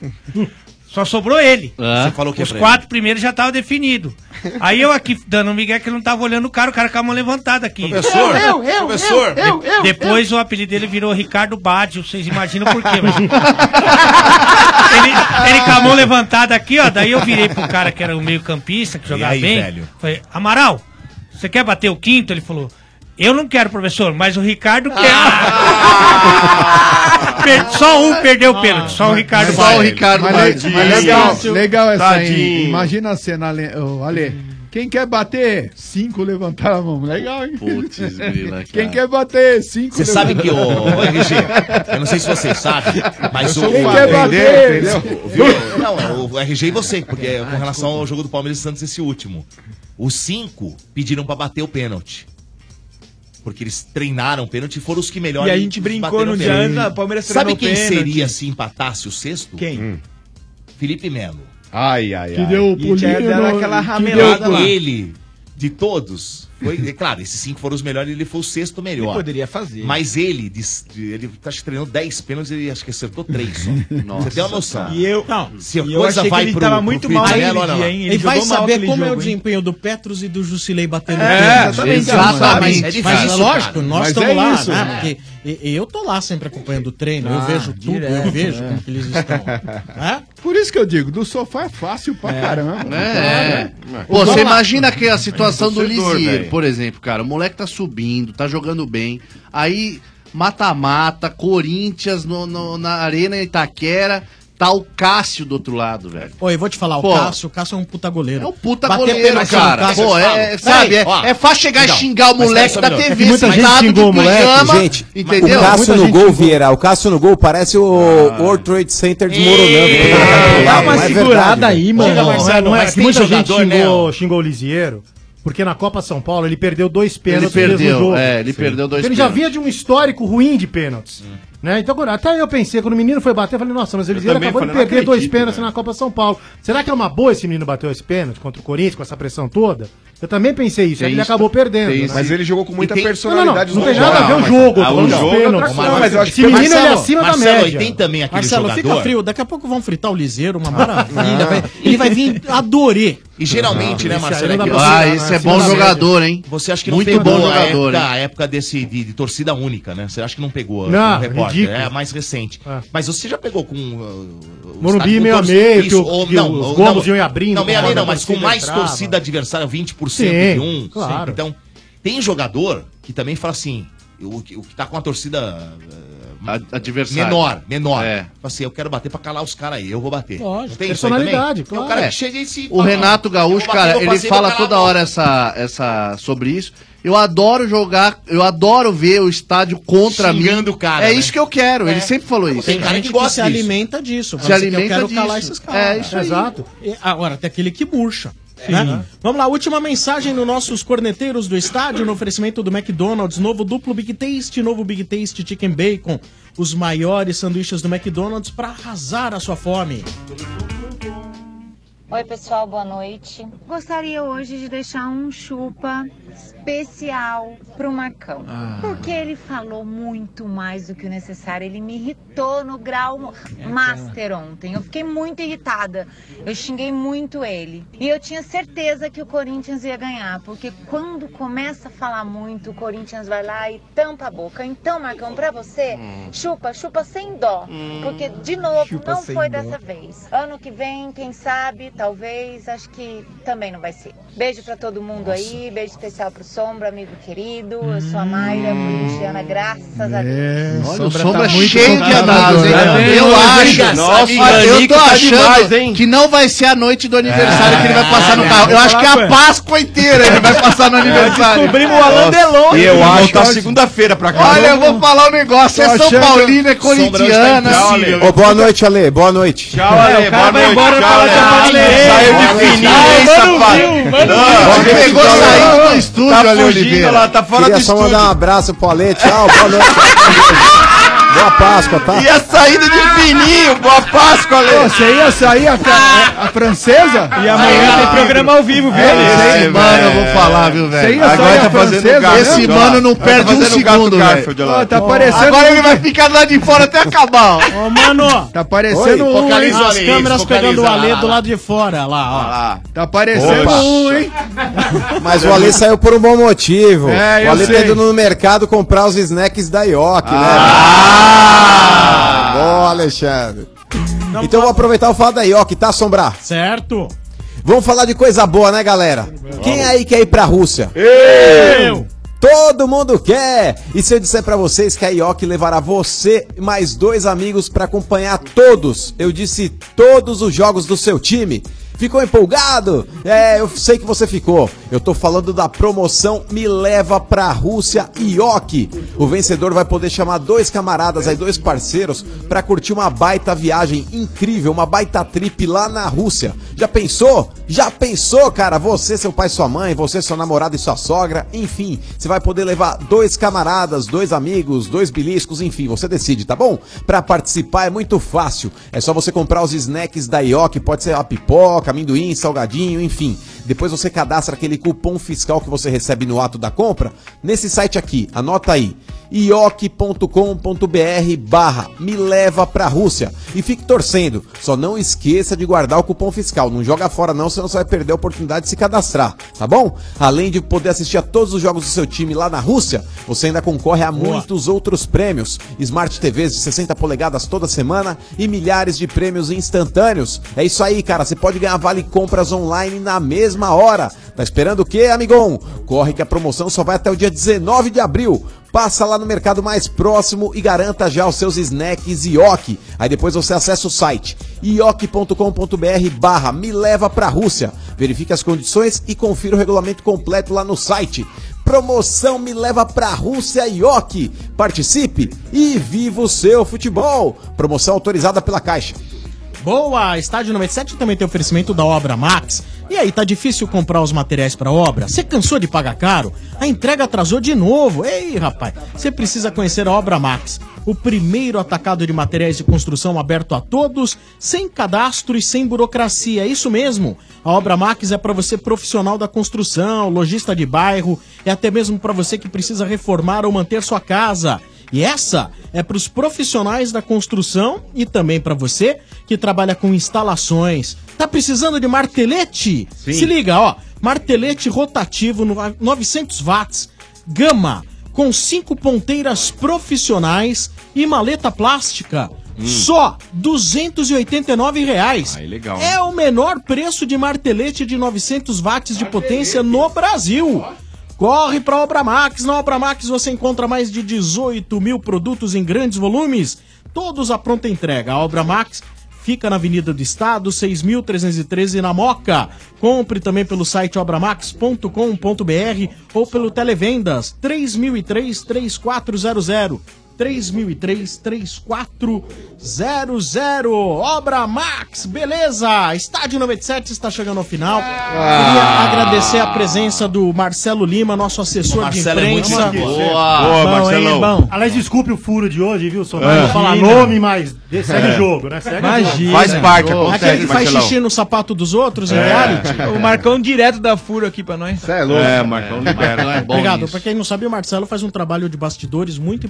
Speaker 8: Só sobrou ele.
Speaker 1: Ah. Você falou o que
Speaker 8: Os
Speaker 1: pra ele?
Speaker 8: quatro primeiros já tava definido. Aí eu aqui dando um migué que eu não tava olhando o cara, o cara com a mão levantada aqui.
Speaker 1: Professor, Eu, eu, eu, professor. eu, eu,
Speaker 8: De-
Speaker 1: eu,
Speaker 8: depois o apelido dele virou Ricardo Badio, vocês imaginam por quê, mas... ele, ele com a mão levantada aqui, ó. Daí eu virei pro cara que era o meio campista, que jogava
Speaker 1: aí,
Speaker 8: bem.
Speaker 1: velho?
Speaker 8: Falei, Amaral, você quer bater o quinto? Ele falou, eu não quero, professor, mas o Ricardo quer. Per- Só um perdeu o pênalti, só o Ricardo
Speaker 11: Só o
Speaker 8: Badio.
Speaker 11: Ricardo é, Mas,
Speaker 8: Badio.
Speaker 11: mas legal, legal essa aí.
Speaker 8: Tadinho.
Speaker 11: Imagina a cena, Ale. ô, Ale, Quem quer bater? Cinco levantar a mão. Legal, hein?
Speaker 1: Putz, grila,
Speaker 11: Quem
Speaker 1: cara.
Speaker 11: quer bater? Cinco
Speaker 1: Você sabe que o
Speaker 11: levantar a mão.
Speaker 1: RG, eu não sei se vocês sabem, mas
Speaker 11: Eu
Speaker 1: o
Speaker 11: sou um
Speaker 5: é
Speaker 11: Quem quer bater?
Speaker 1: o- viu? Não, é o RG e você, porque é
Speaker 13: Ah,
Speaker 1: com relação ao jogo do Palmeiras e Santos esse último. Os cinco pediram pra bater o pênalti. Porque eles treinaram o pênalti e foram os que melhor
Speaker 13: E a gente brincou
Speaker 1: bateram
Speaker 13: no
Speaker 1: o
Speaker 13: dia
Speaker 1: pênalti.
Speaker 13: antes, ah, o Palmeiras
Speaker 1: Sabe
Speaker 13: treinou
Speaker 1: quem
Speaker 13: o pênalti.
Speaker 1: seria se empatasse o sexto? Hum.
Speaker 13: Quem?
Speaker 1: Felipe Melo.
Speaker 6: Ai, ai,
Speaker 1: Que deu o
Speaker 13: E pulinho já deram no- aquela que ramelada
Speaker 1: ramelada
Speaker 13: deu- lá.
Speaker 1: Ele, de todos, foi, é claro, esses cinco foram os melhores, ele foi o sexto melhor.
Speaker 13: Ele poderia fazer.
Speaker 1: Mas ele, dis- ele tá treinando 10 pênaltis, ele acho que acertou 3 só. Você tem uma noção.
Speaker 13: E eu,
Speaker 1: Se a
Speaker 13: e eu
Speaker 1: coisa
Speaker 13: achei
Speaker 1: vai
Speaker 13: que ele
Speaker 1: pro-
Speaker 13: tava
Speaker 1: pro
Speaker 13: muito
Speaker 1: Felipe
Speaker 13: mal aquele
Speaker 1: Melo, olha
Speaker 13: dia,
Speaker 1: lá.
Speaker 13: hein?
Speaker 7: Ele, vai saber como é o desempenho do Petros e do Jusilei batendo
Speaker 13: É,
Speaker 7: pênalti.
Speaker 13: exatamente,
Speaker 7: Ah, mas,
Speaker 13: exatamente.
Speaker 7: mas
Speaker 13: É difícil,
Speaker 7: é lógico,
Speaker 13: cara.
Speaker 7: nós
Speaker 13: Mas
Speaker 7: estamos
Speaker 13: é
Speaker 7: lá,
Speaker 13: isso,
Speaker 7: né?
Speaker 13: né?
Speaker 7: Porque e- eu tô lá sempre acompanhando o treino, eu
Speaker 11: Ah,
Speaker 7: vejo tudo, eu
Speaker 11: direto,
Speaker 7: vejo
Speaker 11: é.
Speaker 7: como que eles estão.
Speaker 11: Por isso que eu digo, do sofá é fácil pra
Speaker 4: É.
Speaker 11: caramba.
Speaker 4: É.
Speaker 11: Claro, né?
Speaker 4: Pô,
Speaker 11: Vamos
Speaker 4: você
Speaker 11: lá.
Speaker 4: imagina que a situação do
Speaker 11: Torcedor,
Speaker 4: Lisieiro,
Speaker 11: velho.
Speaker 4: por exemplo, cara. O moleque tá subindo, tá jogando bem. Aí, mata-mata, Corinthians no- no- na Arena Itaquera. Tá o Cássio do outro lado, velho.
Speaker 7: Pô, eu vou te falar,
Speaker 4: Pô.
Speaker 7: o Cássio, o Cássio é um puta goleiro. É um
Speaker 4: puta goleiro, cara. Pô, é- é- sabe, é- é fácil chegar e
Speaker 7: Então,
Speaker 4: xingar o moleque da TV,
Speaker 7: Muita gente
Speaker 4: sentado de
Speaker 7: xingou o moleque.
Speaker 4: pijama.
Speaker 9: Gente,
Speaker 4: entendeu?
Speaker 9: o Cássio
Speaker 4: Muita
Speaker 9: no
Speaker 4: gente
Speaker 9: gol, Vieira, o Cássio no gol parece o
Speaker 7: Ah.
Speaker 9: World Trade Center
Speaker 4: Tá
Speaker 7: É,
Speaker 9: desmoronando. é
Speaker 5: Dá uma
Speaker 4: é
Speaker 9: segurada
Speaker 5: aí, mano. Não, é, não é, que muita gente xingou,
Speaker 9: né?
Speaker 5: xingou o Lisieiro, porque na Copa São Paulo ele perdeu dois pênaltis
Speaker 4: Ele
Speaker 5: no
Speaker 4: perdeu,
Speaker 5: mesmo jogo.
Speaker 4: é, ele perdeu dois
Speaker 5: Então Ele já
Speaker 4: pênaltis.
Speaker 5: vinha de um histórico ruim de pênaltis. Né? Então, quando- até eu pensei, quando o menino foi bater, eu falei, nossa, mas o Lisieiro
Speaker 10: também
Speaker 5: acabou de
Speaker 10: falei, não
Speaker 5: perder dois
Speaker 10: acredito,
Speaker 5: pênaltis na Copa São Paulo. Será que é uma boa esse menino bater esse pênalti contra o Corinthians, com essa pressão toda? Eu também pensei isso,
Speaker 6: Tem
Speaker 5: aí ele
Speaker 6: isso,
Speaker 5: acabou perdendo.
Speaker 6: tem
Speaker 5: né?
Speaker 6: isso. Mas ele jogou com muita
Speaker 5: E
Speaker 6: personalidade
Speaker 5: Não, não, não,
Speaker 6: no
Speaker 5: tem nada a ver
Speaker 6: jogo.
Speaker 5: o jogo,
Speaker 6: Ah,
Speaker 5: tô
Speaker 6: o
Speaker 5: falando dos
Speaker 6: jogo é outra
Speaker 5: pênaltis.
Speaker 6: coisa, mas eu acho
Speaker 5: Esse
Speaker 6: que-
Speaker 5: menino ele é
Speaker 6: Marcelo,
Speaker 5: acima da
Speaker 6: Marcelo,
Speaker 5: média.
Speaker 1: e tem também aquele
Speaker 7: Marcelo, fica
Speaker 1: jogador-
Speaker 7: frio, daqui a pouco vão fritar o Liseiro, uma maravilha. vai- Ele vai vir, Ah, adorei.
Speaker 1: E
Speaker 5: Ah,
Speaker 1: geralmente, né, Marcelo? é que
Speaker 7: assim,
Speaker 1: você-
Speaker 7: ah,
Speaker 1: Você acha que não
Speaker 7: Muito
Speaker 1: pegou
Speaker 7: bom é
Speaker 1: a
Speaker 7: um jogador,
Speaker 1: época,
Speaker 7: hein?
Speaker 1: a é, época desse, de, de torcida única, né? Você acha que não pegou
Speaker 5: Não,
Speaker 1: o repórter?
Speaker 5: ridículo. Ah.
Speaker 1: É a mais recente. Mas você já pegou com... Uh, o estádio
Speaker 5: Morumbi
Speaker 1: com
Speaker 5: meio a
Speaker 1: torci-
Speaker 5: meio, que
Speaker 1: Isso,
Speaker 5: o-
Speaker 1: ou,
Speaker 5: que
Speaker 1: não,
Speaker 5: os
Speaker 1: ou-
Speaker 5: gols
Speaker 1: não,
Speaker 5: iam abrindo,
Speaker 1: Não, meio a meio não,
Speaker 5: a
Speaker 1: mas com
Speaker 5: torcida
Speaker 1: mais
Speaker 5: entrava.
Speaker 1: torcida adversária, 20% de
Speaker 5: Sim,
Speaker 1: um.
Speaker 5: claro.
Speaker 1: Então, tem jogador que também fala assim, o, que- o que tá com a torcida... uh,
Speaker 4: Adversário.
Speaker 1: Menor, menor.
Speaker 4: É.
Speaker 1: Fala assim, eu quero bater pra calar os caras aí, eu vou bater.
Speaker 4: Lógico,
Speaker 1: Não tem isso aí também?
Speaker 4: personalidade,
Speaker 1: Tem
Speaker 4: claro.
Speaker 1: O cara
Speaker 4: É.
Speaker 1: que chega e se...
Speaker 4: O Renato Gaúcho,
Speaker 1: Eu bati,
Speaker 4: cara,
Speaker 1: eu
Speaker 4: ele
Speaker 1: passei,
Speaker 4: fala
Speaker 1: vou calar
Speaker 4: toda
Speaker 1: a boca.
Speaker 4: hora essa, essa, sobre isso. Eu adoro jogar, eu adoro ver o estádio contra
Speaker 1: Xingando
Speaker 4: mim.
Speaker 1: o cara,
Speaker 4: é
Speaker 1: né?
Speaker 4: isso que eu quero, ele sempre falou isso.
Speaker 7: Tem cara que, se alimenta disso.
Speaker 4: Se
Speaker 7: Fala assim,
Speaker 4: alimenta
Speaker 7: eu quero calar
Speaker 4: disso.
Speaker 7: esses caras.
Speaker 4: É, isso aí.
Speaker 7: Exato. E agora, tem aquele que murcha. né? Vamos lá, última mensagem dos nossos corneteiros do estádio no oferecimento do McDonald's. Novo duplo Big Taste, novo Big Taste Chicken Bacon. Os maiores sanduíches do McDonald's para arrasar a sua fome.
Speaker 24: Oi, pessoal, boa noite. Gostaria hoje de deixar um chupa especial pro Marcão.
Speaker 19: Ah.
Speaker 24: Porque ele falou muito mais do que o necessário. Ele me irritou no grau master ontem. Eu fiquei muito irritada. Eu xinguei muito ele. E eu tinha certeza que o Corinthians ia ganhar. Porque quando começa a falar muito, o Corinthians vai lá e tampa a boca. Então, Marcão, pra você, chupa, chupa sem dó. Porque, de novo,
Speaker 19: Chupa
Speaker 24: não
Speaker 19: sem
Speaker 24: foi
Speaker 19: dó.
Speaker 24: dessa vez. Ano que vem, quem sabe, talvez, acho que também não vai ser. Beijo pra todo mundo aí, beijo especial pro Sombra, amigo querido. Eu sou a Mayra, corintiana, graças a Deus.
Speaker 4: Olha, o
Speaker 5: Tá
Speaker 4: Sombra É, cheio de análise, hein?
Speaker 5: né?
Speaker 4: Eu acho.
Speaker 24: Nossa,
Speaker 4: olha, eu
Speaker 24: Danico
Speaker 4: tô
Speaker 24: tá
Speaker 4: achando
Speaker 24: demais,
Speaker 4: que não vai ser a noite do aniversário que ele vai passar no
Speaker 24: né?
Speaker 4: carro. Eu
Speaker 24: Vou
Speaker 4: acho que é
Speaker 24: falar
Speaker 4: a Páscoa inteira ele vai passar no
Speaker 3: É,
Speaker 4: aniversário.
Speaker 3: descobrimos o Alan Nossa, Delon. né? e eu Vamos acho voltar que- tá segunda-feira pra cá.
Speaker 4: Olha, eu vou falar um negócio. É
Speaker 3: Tô
Speaker 4: São
Speaker 3: achando-
Speaker 4: Paulino, é
Speaker 7: tá
Speaker 4: corintiana.
Speaker 3: assim.
Speaker 9: Ô, boa noite, Ale. Boa noite. Tchau,
Speaker 3: É,
Speaker 9: Ale. Boa noite. Tchau, Ale.
Speaker 3: Tá,
Speaker 9: Saiu de fininho, hein,
Speaker 3: um
Speaker 9: safado. Não,
Speaker 4: Você pegou saindo do estúdio,
Speaker 9: tá
Speaker 4: Ale
Speaker 9: fugindo
Speaker 4: Oliveira.
Speaker 9: lá, tá fora Queria do só mandar um abraço pro Ale. Tchau, boa noite. Boa Páscoa, tá?
Speaker 3: E a saída de fininho, boa Páscoa, Lê.
Speaker 10: Você ia sair a, fra- a francesa? E
Speaker 4: amanhã tem programa
Speaker 10: ao vivo,
Speaker 4: viu, Lê?
Speaker 10: Esse
Speaker 4: É,
Speaker 10: mano,
Speaker 4: velho,
Speaker 10: eu vou falar, viu, velho?
Speaker 4: Você ia sair
Speaker 3: tá
Speaker 4: a francesa? Esse mano não perde um segundo, velho.
Speaker 10: Ó, tá
Speaker 4: Ó,
Speaker 10: parecendo
Speaker 4: Agora
Speaker 10: um
Speaker 4: ele
Speaker 10: que-
Speaker 4: vai ficar lá de fora até acabar, ó. Ô, mano.
Speaker 11: Tá
Speaker 4: parecendo
Speaker 11: Oi, um, focaliza hein? o
Speaker 7: As
Speaker 11: Ale,
Speaker 7: câmeras
Speaker 11: focaliza,
Speaker 7: pegando o
Speaker 11: lá,
Speaker 7: Alê
Speaker 11: lá,
Speaker 7: do
Speaker 11: lá.
Speaker 7: lado de fora, lá, ó.
Speaker 11: Tá
Speaker 7: é
Speaker 11: parecendo
Speaker 9: Opa.
Speaker 11: um, hein?
Speaker 9: né? Mas o Ale saiu por um bom motivo.
Speaker 11: É,
Speaker 9: o
Speaker 11: eu
Speaker 9: Ale tá
Speaker 11: sei.
Speaker 9: indo no mercado comprar os snacks da Ioki, né? Boa, Alexandre. então vou aproveitar o fato da Ioki, tá, Sombrar?
Speaker 7: Certo.
Speaker 9: Vamos falar de coisa boa, né, galera? Quem aí quer ir pra Rússia?
Speaker 7: Eu!
Speaker 9: Todo mundo quer! E se eu disser pra vocês que a Ioki levará você e mais dois amigos pra acompanhar todos, eu disse todos os jogos do seu time. Ficou empolgado? É, eu sei que você ficou. Eu tô falando da promoção Me Leva pra Rússia Ioki. O vencedor vai poder chamar dois camaradas aí, dois parceiros, pra curtir uma baita viagem incrível, uma baita trip lá na Rússia. Já pensou? Já pensou, cara? Você, seu pai, sua mãe, você, seu namorado e sua sogra, enfim, você vai poder levar dois camaradas, dois amigos, dois beliscos, enfim, você decide, tá bom? Pra participar é muito fácil. É só você comprar os snacks da IOC, pode ser a pipoca, amendoim, salgadinho, enfim. Depois você cadastra aquele cupom fiscal que você recebe no ato da compra nesse site aqui, anota aí ioc.com.br barra me leva pra Rússia e fique torcendo, só não esqueça de guardar o cupom fiscal, não joga fora não senão você vai perder a oportunidade de se cadastrar tá bom? Além de poder assistir a todos os jogos do seu time lá na Rússia você ainda concorre a
Speaker 7: Boa.
Speaker 9: muitos outros prêmios, Smart TVs de 60 polegadas toda semana e milhares de prêmios instantâneos, é isso aí cara, você pode ganhar vale compras online na mesma hora, tá esperando o que amigão? Corre que a promoção só vai até o dia 19 de abril Passa lá no mercado mais próximo e garanta já os seus snacks Ioki. Aí depois você acessa o site ioki.com.br barra me leva pra Rússia. Verifique as condições e confira o regulamento completo lá no site. Promoção Me Leva pra Rússia Ioki. Participe e viva o seu futebol. Promoção autorizada pela Caixa.
Speaker 7: Boa! Estádio 97 também tem oferecimento da Obra Max. E aí, tá difícil comprar os materiais pra obra? Você cansou de pagar caro? A entrega atrasou de novo. Ei, rapaz, você precisa conhecer a Obra Max, o primeiro atacado de materiais de construção aberto a todos, sem cadastro e sem burocracia. É isso mesmo. A Obra Max é pra você profissional da construção, lojista de bairro, é até mesmo pra você que precisa reformar ou manter sua casa. E essa é para os profissionais da construção e também para você que trabalha com instalações. Tá precisando de martelete? Se liga, ó. Martelete rotativo no 900 watts, gama, com cinco ponteiras profissionais e maleta plástica. Só R$ 289 reais.
Speaker 3: legal.
Speaker 7: É o menor preço de martelete de 900 watts de potência no Brasil. Corre para Obra Max. Na Obra Max você encontra mais de 18 mil produtos em grandes volumes, todos à pronta entrega. A Obra Max fica na Avenida do Estado, 6.313 na Moca. Compre também pelo site obramax.com.br ou pelo Televendas 3003-3400. 3003-3400 Obra Max, beleza? Estádio 97 está chegando ao final. Queria agradecer a presença do Marcelo Lima, nosso assessor
Speaker 5: Marcelo
Speaker 7: de
Speaker 5: é
Speaker 7: imprensa.
Speaker 5: muito maneiro.
Speaker 7: Boa,
Speaker 5: Boa,
Speaker 7: Marcelão.
Speaker 5: Marcelão. Aliás, desculpe o furo de hoje, viu? Só não
Speaker 7: É.
Speaker 5: vou falar
Speaker 7: Imagina.
Speaker 5: nome, mas de- segue
Speaker 7: É.
Speaker 5: o jogo, né? Segue o
Speaker 13: Imagina.
Speaker 5: jogo.
Speaker 13: Faz parte,
Speaker 5: Jogo.
Speaker 13: acontece,
Speaker 7: Aquele que faz
Speaker 13: Marcelão.
Speaker 7: xixi no sapato dos outros, em
Speaker 13: É.
Speaker 7: reality.
Speaker 13: O Marcão direto da furo aqui pra nós.
Speaker 7: Você
Speaker 13: É, Marcão libera.
Speaker 7: Obrigado. Pra quem não sabe, o Marcelo faz um trabalho de bastidores muito